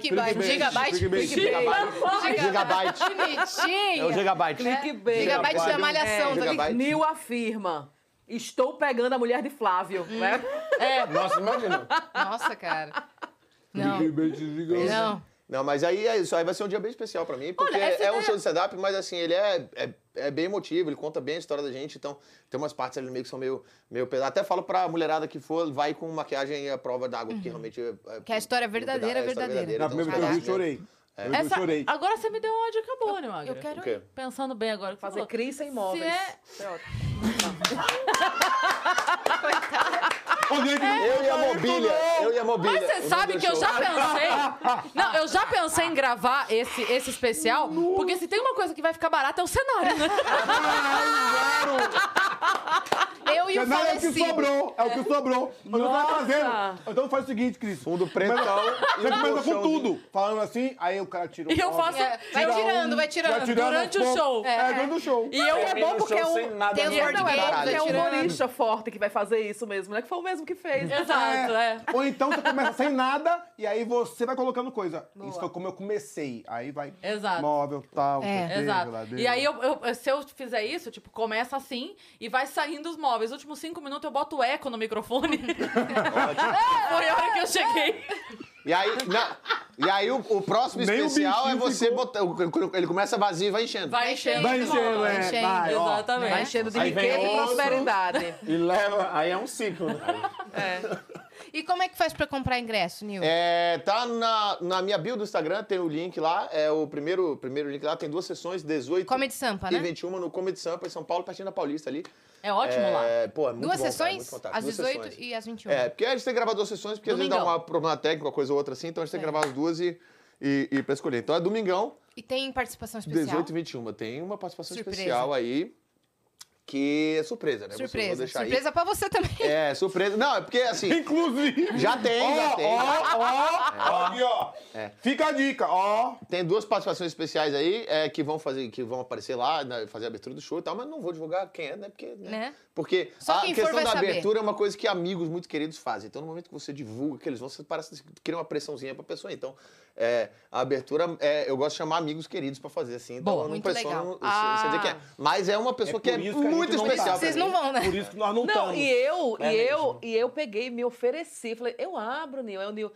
Speaker 2: Clickbait. Gigabyte.
Speaker 4: Clickbait.
Speaker 2: Gigabyte.
Speaker 5: Gigabyte.
Speaker 2: Bonitinha.
Speaker 5: É o Gigabyte.
Speaker 6: Clickbait.
Speaker 2: Gigabyte da malhação.
Speaker 5: É,
Speaker 2: tá ligado?
Speaker 5: Gigabyte.
Speaker 6: Nil afirma. Estou pegando a mulher de Flávio, né?
Speaker 12: É. Nossa, imagina.
Speaker 2: Nossa, cara. Não. Não.
Speaker 5: Não, mas aí é isso. Aí vai ser um dia bem especial pra mim, porque
Speaker 1: essa
Speaker 5: é um
Speaker 1: ideia-
Speaker 5: show de stand-up, mas assim, ele é, é, é bem emotivo, ele conta bem a história da gente, então tem umas partes ali meio que são meio, meio pesadas. Até falo pra mulherada que for, vai com maquiagem à prova d'água, porque
Speaker 1: Uhum.
Speaker 5: realmente... É,
Speaker 2: Que é a história verdadeira,
Speaker 5: é a história
Speaker 2: verdadeira.
Speaker 5: verdadeira.
Speaker 4: Na
Speaker 5: então,
Speaker 4: primeira vez que eu vi,
Speaker 5: assim,
Speaker 4: chorei. Eu vi, eu
Speaker 1: Essa- Ah,
Speaker 4: chorei.
Speaker 1: Agora você me deu uma dica boa, né, Magra?
Speaker 2: Eu quero
Speaker 5: O quê?
Speaker 1: Pensando bem agora. o que você
Speaker 6: Fazer
Speaker 1: falou.
Speaker 6: Cris sem móveis.
Speaker 1: Se
Speaker 6: É ótimo.
Speaker 4: Olha que
Speaker 5: Eu e a mobília, eu e a mobília.
Speaker 1: é Mas você sabe que eu já pensei. Não, eu já pensei em gravar esse, esse especial, porque se tem uma coisa que vai ficar barata é o cenário, né?
Speaker 2: Eu e o
Speaker 4: Não, é o que
Speaker 2: falecido.
Speaker 4: sobrou, é o que sobrou. Mas eu tava fazendo. Então faz o seguinte, Cris.
Speaker 5: Fundo pretão e
Speaker 4: Você
Speaker 5: um
Speaker 4: começa com
Speaker 5: colchãozinho.
Speaker 4: tudo. Falando assim, aí o cara tirou.
Speaker 1: E eu faço.
Speaker 2: É, Vai
Speaker 1: eu-
Speaker 2: tirando, vai tirando.
Speaker 4: Vai tirando
Speaker 1: durante
Speaker 4: aos
Speaker 1: o
Speaker 4: poucos.
Speaker 1: show.
Speaker 4: É, durante o show.
Speaker 1: E eu é bom porque
Speaker 12: eu...
Speaker 1: eu.
Speaker 12: Sem nada
Speaker 2: Tem
Speaker 12: na
Speaker 2: os
Speaker 12: mão.
Speaker 2: board
Speaker 1: Não, é
Speaker 2: games,
Speaker 5: baralho.
Speaker 6: É
Speaker 2: vai
Speaker 6: o
Speaker 2: tirando.
Speaker 6: humorista forte que vai fazer isso mesmo, né? Que foi o mesmo que fez. né?
Speaker 1: Exato, é.
Speaker 4: Ou então você começa sem nada e aí você vai colocando coisa. Isso foi como eu comecei. Aí vai
Speaker 1: Exato.
Speaker 4: móvel, tal,
Speaker 2: É.
Speaker 4: TV,
Speaker 1: Exato.
Speaker 4: geladeira.
Speaker 1: E aí, eu, eu- se eu fizer isso, tipo, começa assim e vai saindo os móveis. Nos últimos cinco minutos eu boto eco no microfone. Foi a hora que eu cheguei.
Speaker 5: E aí, na- E aí o, o próximo
Speaker 4: Nem o
Speaker 5: especial é
Speaker 4: bichinho
Speaker 5: você botar. o- Ele começa vazio e vai enchendo.
Speaker 1: Vai enchendo.
Speaker 4: Vai enchendo, é. Vai, ó.
Speaker 1: Exatamente.
Speaker 6: Vai enchendo de
Speaker 5: Aí vem
Speaker 6: riqueza e
Speaker 5: osso.
Speaker 6: prosperidade.
Speaker 9: E leva. Aí é um ciclo. né?
Speaker 2: E como é que faz pra comprar ingresso, Nil?
Speaker 5: É, tá na, na minha bio do Instagram, tem o link lá. É o primeiro, primeiro link lá. Tem duas sessões, 18
Speaker 2: Comedy Sampa,
Speaker 5: e
Speaker 2: né?
Speaker 5: 21 no Comedy Sampa, em São Paulo, pertinho da Paulista ali.
Speaker 1: É ótimo lá.
Speaker 5: É, Pô, é muito
Speaker 2: Duas
Speaker 5: bom, cara,
Speaker 2: sessões?
Speaker 5: muito fantástico.
Speaker 2: às
Speaker 5: Duas
Speaker 2: 18
Speaker 5: sessões.
Speaker 2: e um. às 21.
Speaker 5: É, porque a gente tem que gravar duas sessões, porque às vezes dá
Speaker 1: Domingão.
Speaker 5: uma um problema técnico, uma coisa ou outra assim, então a gente
Speaker 2: É.
Speaker 5: tem que gravar as duas e, e, e pra escolher. Então é domingão,
Speaker 2: E tem participação especial?
Speaker 5: 18 e né? 21. Tem uma participação
Speaker 2: Surpresa.
Speaker 5: especial aí, que é surpresa, né? Você- eu vou
Speaker 2: Surpresa.
Speaker 5: deixar aí.
Speaker 2: Surpresa pra você também.
Speaker 5: É, surpresa. Não, é porque assim,
Speaker 4: Inclusive.
Speaker 5: já tem, já
Speaker 4: Ó,
Speaker 5: tem.
Speaker 4: ó,
Speaker 9: É.
Speaker 4: ó. Aqui, ó. Fica a dica, ó.
Speaker 5: Tem duas participações especiais aí é, que vão fazer, que vão aparecer lá, né, fazer a abertura do show e tal, mas não vou divulgar quem é, né? Porque, né?
Speaker 2: Né?
Speaker 5: Porque
Speaker 2: Só
Speaker 5: a
Speaker 2: quem for
Speaker 5: questão
Speaker 2: vai
Speaker 5: da
Speaker 2: saber.
Speaker 5: abertura é uma coisa que amigos muito queridos fazem. Então, no momento que você divulga que eles vão, você parece que cria uma pressãozinha pra pessoa. Então, é, a abertura, é, eu gosto de chamar amigos queridos pra fazer assim. Então,
Speaker 2: Boa,
Speaker 5: eu não
Speaker 2: muito
Speaker 5: pressiono,
Speaker 2: legal. Ah.
Speaker 5: eu sei- eu sei dizer quem é. Mas é uma pessoa
Speaker 4: É
Speaker 5: que é
Speaker 4: por isso que a gente
Speaker 5: muito
Speaker 4: não
Speaker 5: especial.
Speaker 4: sabe.
Speaker 5: pra
Speaker 2: Vocês
Speaker 5: mim.
Speaker 2: não vão, né?
Speaker 4: Por isso que nós não
Speaker 6: Não,
Speaker 4: estamos.
Speaker 6: e eu,
Speaker 4: É
Speaker 6: e eu,
Speaker 4: mesmo.
Speaker 6: e eu peguei, me ofereci. Falei, eu abro, Nil. Aí o Nil,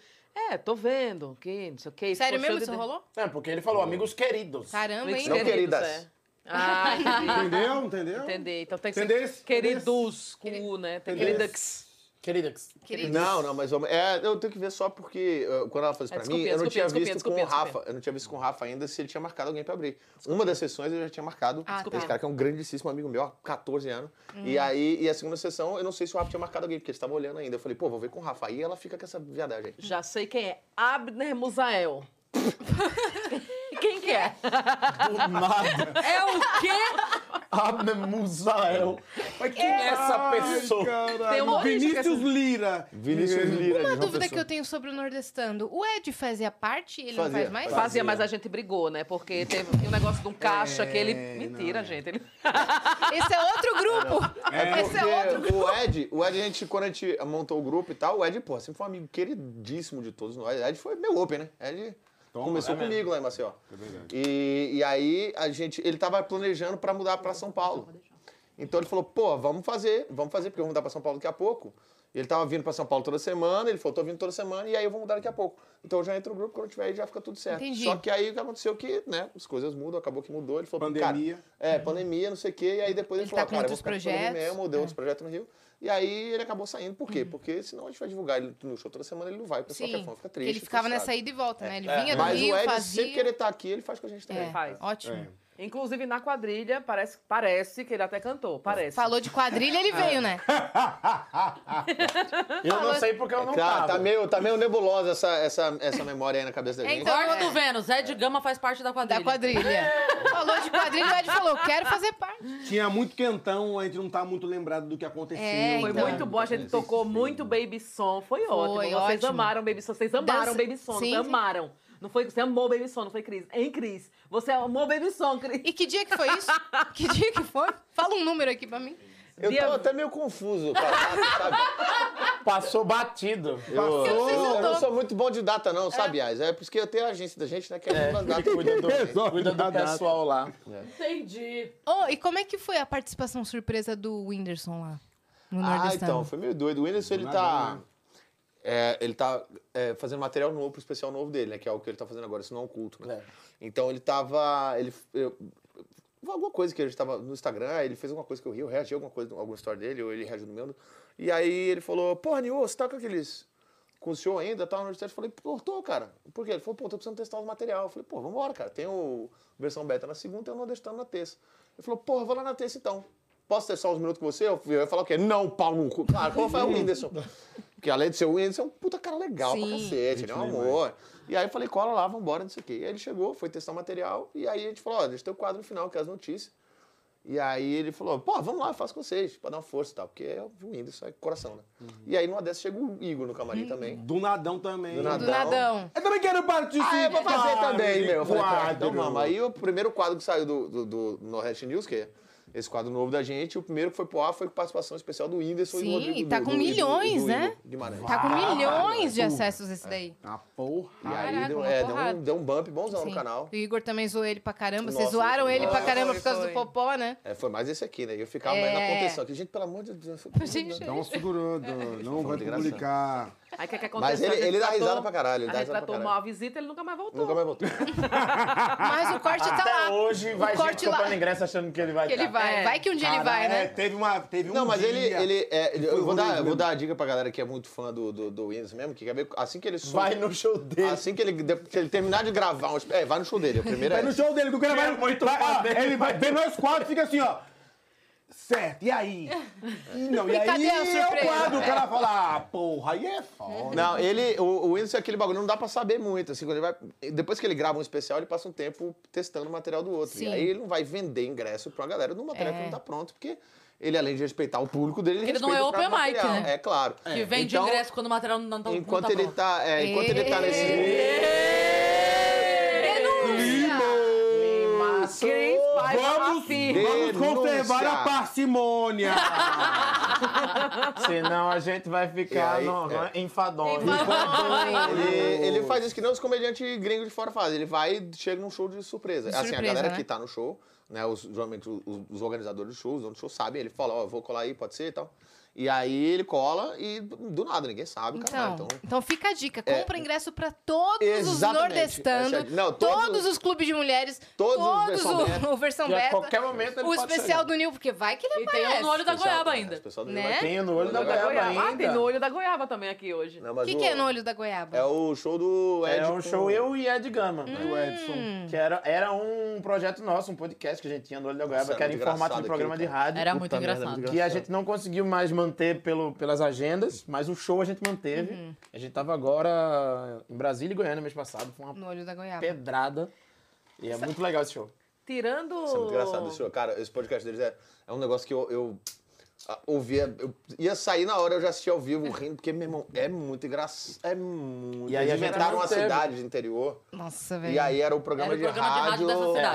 Speaker 6: é, tô vendo, que não sei o que.
Speaker 2: Sério mesmo? Isso rolou?
Speaker 9: É, porque ele falou amigos queridos.
Speaker 2: Caramba, hein?
Speaker 5: Não queridas.
Speaker 6: Ah, entendi.
Speaker 4: Entendeu? Entendeu?
Speaker 6: entendi. Então tem que
Speaker 4: Entendesse?
Speaker 6: ser queridos, cu, né? Tem
Speaker 4: Entendesse?
Speaker 6: queridas.
Speaker 9: Queridos.
Speaker 2: Queridos. Ah,
Speaker 5: Não, não, mas vamos- é, eu tenho que ver só porque uh, quando ela falou isso
Speaker 6: É,
Speaker 5: pra
Speaker 6: desculpa,
Speaker 5: mim, eu não
Speaker 6: desculpa,
Speaker 5: tinha
Speaker 6: desculpa,
Speaker 5: visto
Speaker 6: desculpa,
Speaker 5: com o
Speaker 6: desculpa.
Speaker 5: Rafa, eu não tinha visto com o Rafa ainda se ele tinha marcado alguém pra abrir. Uma das sessões eu já tinha marcado,
Speaker 2: Ah,
Speaker 5: esse
Speaker 2: tá. Uhum.
Speaker 5: cara que é um grandíssimo amigo meu, há 14 anos. E aí, e a segunda sessão, eu não sei se o Rafa tinha marcado alguém, porque eles estavam olhando ainda. Eu falei, pô, vou ver com o Rafa. Aí ela fica com essa viadagem. aí.
Speaker 6: Já sei quem é. Abner Musael. quem que é?
Speaker 9: Do nada.
Speaker 1: É o quê?
Speaker 9: Abner Musael. Mas quem é essa pessoa?
Speaker 6: Tem um
Speaker 4: Caralho.
Speaker 6: monte de
Speaker 4: Vinícius Lira.
Speaker 5: Vinícius Lira.
Speaker 2: Uma dúvida que eu tenho sobre o Nordestando. O Ed fazia parte? Ele não
Speaker 5: Fazia,
Speaker 2: faz mais?
Speaker 5: fazia.
Speaker 6: Fazia, mas a gente brigou, né? Porque teve um negócio de um caixa que ele.
Speaker 5: É,
Speaker 6: Mentira, gente. Ele...
Speaker 2: Esse é outro grupo. Esse é outro.
Speaker 5: Porque o Ed, o Ed, a gente, quando a gente montou o grupo e tal, o Ed, pô, sempre foi um amigo queridíssimo de todos nós. O Ed foi meu open, né? Ed começou comigo lá em Maceió. e, e aí a gente, ele tava planejando pra mudar pra São Paulo. Então ele falou, pô, vamos fazer, vamos fazer, porque eu vou mudar pra São Paulo daqui a pouco. Ele tava vindo pra São Paulo toda semana, ele falou, tô vindo toda semana, e aí eu vou mudar daqui a pouco. Então eu já entro no grupo, quando tiver aí já fica tudo certo.
Speaker 2: Entendi.
Speaker 5: Só que aí o que aconteceu que, né, as coisas mudam, acabou que mudou, ele falou, pô,
Speaker 4: Pandemia.
Speaker 5: Cara, é, pandemia, não sei o quê, e aí depois ele,
Speaker 2: Ele tá
Speaker 5: falou,
Speaker 2: com
Speaker 5: cara, eu vou
Speaker 2: outros
Speaker 5: ficar pelo Rio
Speaker 2: projetos. é. Uhum.
Speaker 5: mesmo, deu outros projetos no Rio. E aí ele acabou saindo, por quê? Porque senão a gente vai divulgar ele no show toda semana, ele não vai, o pessoal
Speaker 2: Sim,
Speaker 5: fica fã, fica
Speaker 2: porque
Speaker 5: triste.
Speaker 2: ele ficava nessa
Speaker 5: frustrado.
Speaker 2: ida e volta, né? Ele vinha do
Speaker 5: Mas
Speaker 2: Rio,
Speaker 5: o Ed,
Speaker 2: fazia...
Speaker 5: sempre que ele tá aqui, ele faz com a gente também.
Speaker 2: É,
Speaker 6: faz.
Speaker 2: ótimo.
Speaker 6: Inclusive, na quadrilha, parece, parece que ele até cantou.
Speaker 5: É.
Speaker 6: Parece.
Speaker 2: Falou de quadrilha, ele veio, né?
Speaker 9: Eu não sei porque eu não
Speaker 5: Tá,
Speaker 9: tava.
Speaker 5: tá meio, tá meio nebulosa essa, essa, essa memória aí na cabeça da
Speaker 2: É,
Speaker 5: gente.
Speaker 2: então,
Speaker 1: Corte do Vênus. Ed Gama faz parte da quadrilha.
Speaker 2: Da quadrilha. Falou de quadrilha, o Ed falou, quero fazer parte.
Speaker 4: Tinha muito quentão, a gente não tá muito lembrado do que aconteceu.
Speaker 2: É,
Speaker 6: Foi
Speaker 2: Então.
Speaker 6: muito bom, a gente tocou muito Baby Som, foi,
Speaker 2: Foi
Speaker 6: ótimo. Vocês
Speaker 2: ótimo.
Speaker 6: amaram Baby Som, vocês amaram
Speaker 2: Dança-
Speaker 6: Baby Som,
Speaker 2: Sim,
Speaker 6: vocês
Speaker 2: sim.
Speaker 6: amaram. Não foi, você amou Baby Som, não foi Cris? Hein, Cris? Você amou Baby Som, Cris.
Speaker 2: E que dia que foi isso? Que dia que foi? Fala um número aqui pra mim.
Speaker 5: Eu tô até meio confuso, cara, sabe?
Speaker 9: Passou batido.
Speaker 5: Eu,
Speaker 2: sei se eu
Speaker 5: eu
Speaker 2: tô.
Speaker 5: não sou muito bom de data, não, sabe, Ais? É por isso que eu tenho a agência da gente, né? Que é, umas
Speaker 9: Ele
Speaker 5: datas.
Speaker 9: cuida do, cuida do pessoal lá.
Speaker 6: Entendi.
Speaker 2: Oh, e como é que foi a participação surpresa do Whindersson lá? No
Speaker 5: Ah,
Speaker 2: Nordestano?
Speaker 5: então, foi meio doido. O Whindersson, ele tá. é, ele tá é, fazendo material novo pro especial novo dele, né? Que é o que ele tá fazendo agora, isso não é um culto, né? Então ele tava. Ele, eu- alguma coisa que ele tava no Instagram, ele fez alguma coisa que eu ri, eu reagi a alguma coisa, alguma história dele, ou ele reagiu no meu. E aí ele falou, porra, Nio, você tá com aqueles. Com o senhor ainda, tá no universidade, eu falei, pô, tô, cara. Por quê? Ele falou, pô, tô precisando testar o material. Eu falei, pô, vambora, cara. Tem o versão beta na segunda, tem o nordestano na terça. Ele falou, porra, vou lá na terça então. Posso testar uns minutos com você? Eu eu ia falar o quê? Não, pau no cu. Claro, como foi o Whindersson? Porque além de ser o Whindersson, é um puta cara legal pra
Speaker 2: Sim.
Speaker 5: cacete, ele é um amor. E aí eu falei, cola lá, vambora, não sei o quê. E aí ele chegou, foi testar o material, e aí a gente falou, ó, deixa teu quadro no final, que é as notícias. E aí ele falou, pô, vamos lá, eu faço com vocês, pra dar uma força e tal, porque é o Whindersson, é coração, né? E aí numa dessa chega o Igor no camarim também.
Speaker 4: Do nadão também.
Speaker 5: Do nadão.
Speaker 2: Do nadão.
Speaker 4: Eu também quero participar.
Speaker 5: Ah, eu vou fazer também,
Speaker 4: de
Speaker 5: meu. Eu falei, tá,
Speaker 4: quadro.
Speaker 5: então vamos. Aí o primeiro quadro que saiu do, do, do Nordeste News, que é esse quadro novo da gente, o primeiro que foi pro ar foi com participação especial do Whindersson
Speaker 2: Sim,
Speaker 5: e do Rodrigo.
Speaker 2: e tá
Speaker 5: do-
Speaker 2: com
Speaker 5: do- do-
Speaker 2: milhões, né?
Speaker 5: Igor Guimarães.
Speaker 2: Tá com milhões de acessos
Speaker 9: É.
Speaker 2: esse daí.
Speaker 4: Ah, porra.
Speaker 5: E aí deu,
Speaker 2: uma
Speaker 5: é, deu,
Speaker 2: porrada.
Speaker 5: um, deu um bump bonzão
Speaker 2: Sim.
Speaker 5: no canal.
Speaker 2: O Igor também zoou ele pra caramba. Vocês
Speaker 5: Nossa,
Speaker 2: zoaram ele pra
Speaker 5: nossa,
Speaker 2: caramba
Speaker 6: foi,
Speaker 2: por causa do
Speaker 6: foi.
Speaker 2: popó, né?
Speaker 5: É, foi mais esse aqui, né? E eu ficava mais
Speaker 2: É.
Speaker 5: na contenção. Que, gente, pelo amor de Deus. eu fico-
Speaker 2: Gente,
Speaker 4: Dá uma segurada, não vai
Speaker 5: de É, graça.
Speaker 4: publicar.
Speaker 6: Aí o que, que
Speaker 5: Mas
Speaker 6: aconteceu?
Speaker 5: ele-
Speaker 6: A gente
Speaker 5: ele dá
Speaker 6: tratou-
Speaker 5: risada pra caralho, ele
Speaker 6: a
Speaker 5: dá
Speaker 6: gente
Speaker 5: risada pra
Speaker 6: tratou
Speaker 5: caralho.
Speaker 6: mal a visita, ele nunca mais voltou.
Speaker 5: Nunca mais voltou.
Speaker 2: Mas o corte tá
Speaker 9: Até
Speaker 2: lá.
Speaker 9: hoje vai
Speaker 2: o
Speaker 9: gente
Speaker 2: corte lá.
Speaker 9: comprando ingresso achando que ele vai
Speaker 2: Que ele
Speaker 9: tá.
Speaker 2: vai. Vai que um dia ele
Speaker 9: Cara,
Speaker 2: vai, né?
Speaker 9: é,
Speaker 5: teve uma. Teve
Speaker 9: um
Speaker 5: Não, mas ele.
Speaker 9: dia
Speaker 5: ele é,
Speaker 9: que foi
Speaker 5: eu vou
Speaker 9: ruim
Speaker 5: dar, eu
Speaker 9: mesmo.
Speaker 5: vou dar a dica pra galera que é muito fã do, do, do Whindersson mesmo, que quer ver. Assim que ele some-
Speaker 9: Vai no show dele.
Speaker 5: Assim que ele, que ele terminar de gravar. uns- é, vai no show dele. A primeira
Speaker 4: Vai
Speaker 5: é
Speaker 4: no
Speaker 5: essa.
Speaker 4: show dele, que o cara vai.
Speaker 5: muito
Speaker 4: vai- ó,
Speaker 5: poder.
Speaker 4: ele vai ver nós quatro e fica assim, ó. Certo, e aí? E não, e,
Speaker 5: E
Speaker 4: aí
Speaker 5: cadê a
Speaker 4: é o
Speaker 5: surpresa?
Speaker 4: quadro, o cara
Speaker 5: É.
Speaker 4: fala, ah, porra, aí é foda.
Speaker 5: Não, ele. O, o Whindersson é aquele bagulho, não dá pra saber muito. Assim, quando ele vai, depois que ele grava um especial, ele passa um tempo testando o material do outro. E
Speaker 1: Sim.
Speaker 5: aí ele não vai vender ingresso pra galera de um material
Speaker 1: É.
Speaker 5: que não tá pronto, porque ele, além de respeitar o público dele, ele
Speaker 1: Porque ele não
Speaker 5: respeita
Speaker 1: é
Speaker 5: o próprio
Speaker 1: open mic,
Speaker 5: material.
Speaker 1: né?
Speaker 5: É claro.
Speaker 1: Que vende
Speaker 5: Então,
Speaker 1: ingresso quando o material não tá não
Speaker 5: Enquanto
Speaker 1: tá
Speaker 5: ele
Speaker 1: pronto.
Speaker 5: tá. é, enquanto ele tá nesse.
Speaker 6: Quem faz
Speaker 4: Vamos, vamos conservar a parcimônia.
Speaker 9: Senão a gente vai ficar
Speaker 5: E aí,
Speaker 9: no,
Speaker 5: é.
Speaker 9: enfadonho.
Speaker 5: Ele, ele faz isso que nem os comediantes gringos de fora fazem. Ele vai e chega num show de surpresa.
Speaker 9: De
Speaker 5: assim, a
Speaker 9: surpresa,
Speaker 5: galera
Speaker 9: né?
Speaker 5: que tá no show, né? Os, geralmente os, os organizadores do show, os donos do show sabem, ele fala, ó, eu vou colar aí, pode ser e tal. E aí ele cola e do nada, ninguém sabe, caralho.
Speaker 2: Então,
Speaker 5: Então.
Speaker 2: então fica a dica,
Speaker 5: É.
Speaker 2: compra ingresso pra todos
Speaker 5: Exatamente,
Speaker 2: os nordestando,
Speaker 5: essa é a- não,
Speaker 2: todos,
Speaker 5: todos-
Speaker 2: os clubes de mulheres,
Speaker 5: todos
Speaker 2: todos,
Speaker 5: os versão
Speaker 2: o,
Speaker 5: beta.
Speaker 2: o versão
Speaker 5: E a
Speaker 2: beta,
Speaker 5: qualquer
Speaker 4: um
Speaker 5: momento ele
Speaker 2: o
Speaker 5: pode
Speaker 2: especial
Speaker 5: chegar.
Speaker 2: do Nil, porque vai que ele
Speaker 1: tem
Speaker 2: aparece.
Speaker 1: um no olho da Especial- goiaba ainda.
Speaker 5: especial do Nil
Speaker 2: né?
Speaker 5: vai- Tem no olho da goiaba
Speaker 6: Ah,
Speaker 5: ainda.
Speaker 6: tem no olho da goiaba também aqui hoje.
Speaker 5: Não,
Speaker 2: O
Speaker 5: né, mas
Speaker 2: que,
Speaker 5: o-
Speaker 2: que é no olho da goiaba?
Speaker 5: É o show do Ed.
Speaker 9: É um
Speaker 5: com-
Speaker 9: show eu e Ed Gama. Do Edson. Que era, era um projeto nosso, um podcast que a gente tinha no Olho da
Speaker 5: Nossa,
Speaker 9: Goiaba,
Speaker 5: era
Speaker 9: que era em
Speaker 5: muito
Speaker 9: formato de
Speaker 5: engraçado
Speaker 9: programa
Speaker 5: aquilo,
Speaker 9: de
Speaker 5: cara.
Speaker 9: rádio.
Speaker 1: Era muito Puta merda, engraçado. muito
Speaker 9: Que a
Speaker 1: engraçado.
Speaker 9: gente não conseguiu mais manter pelo, pelas agendas, mas o show a gente manteve.
Speaker 2: Uhum.
Speaker 9: A gente tava agora em Brasília e Goiânia mês passado. Foi uma
Speaker 2: No olho da goiaba.
Speaker 9: pedrada. E é muito legal esse show.
Speaker 6: Tirando...
Speaker 5: Isso é muito engraçado esse show. Cara, esse podcast deles é, é um negócio que eu, eu ah, ouvia. Eu ia sair na hora, eu já assisti ao vivo rindo, porque, meu irmão, é muito engraçado. É muito.
Speaker 9: E aí a
Speaker 5: Eles
Speaker 9: gente
Speaker 5: inventaram uma
Speaker 9: manteve.
Speaker 5: cidade de interior.
Speaker 2: Nossa,
Speaker 5: E aí Tá era o programa, de, rádio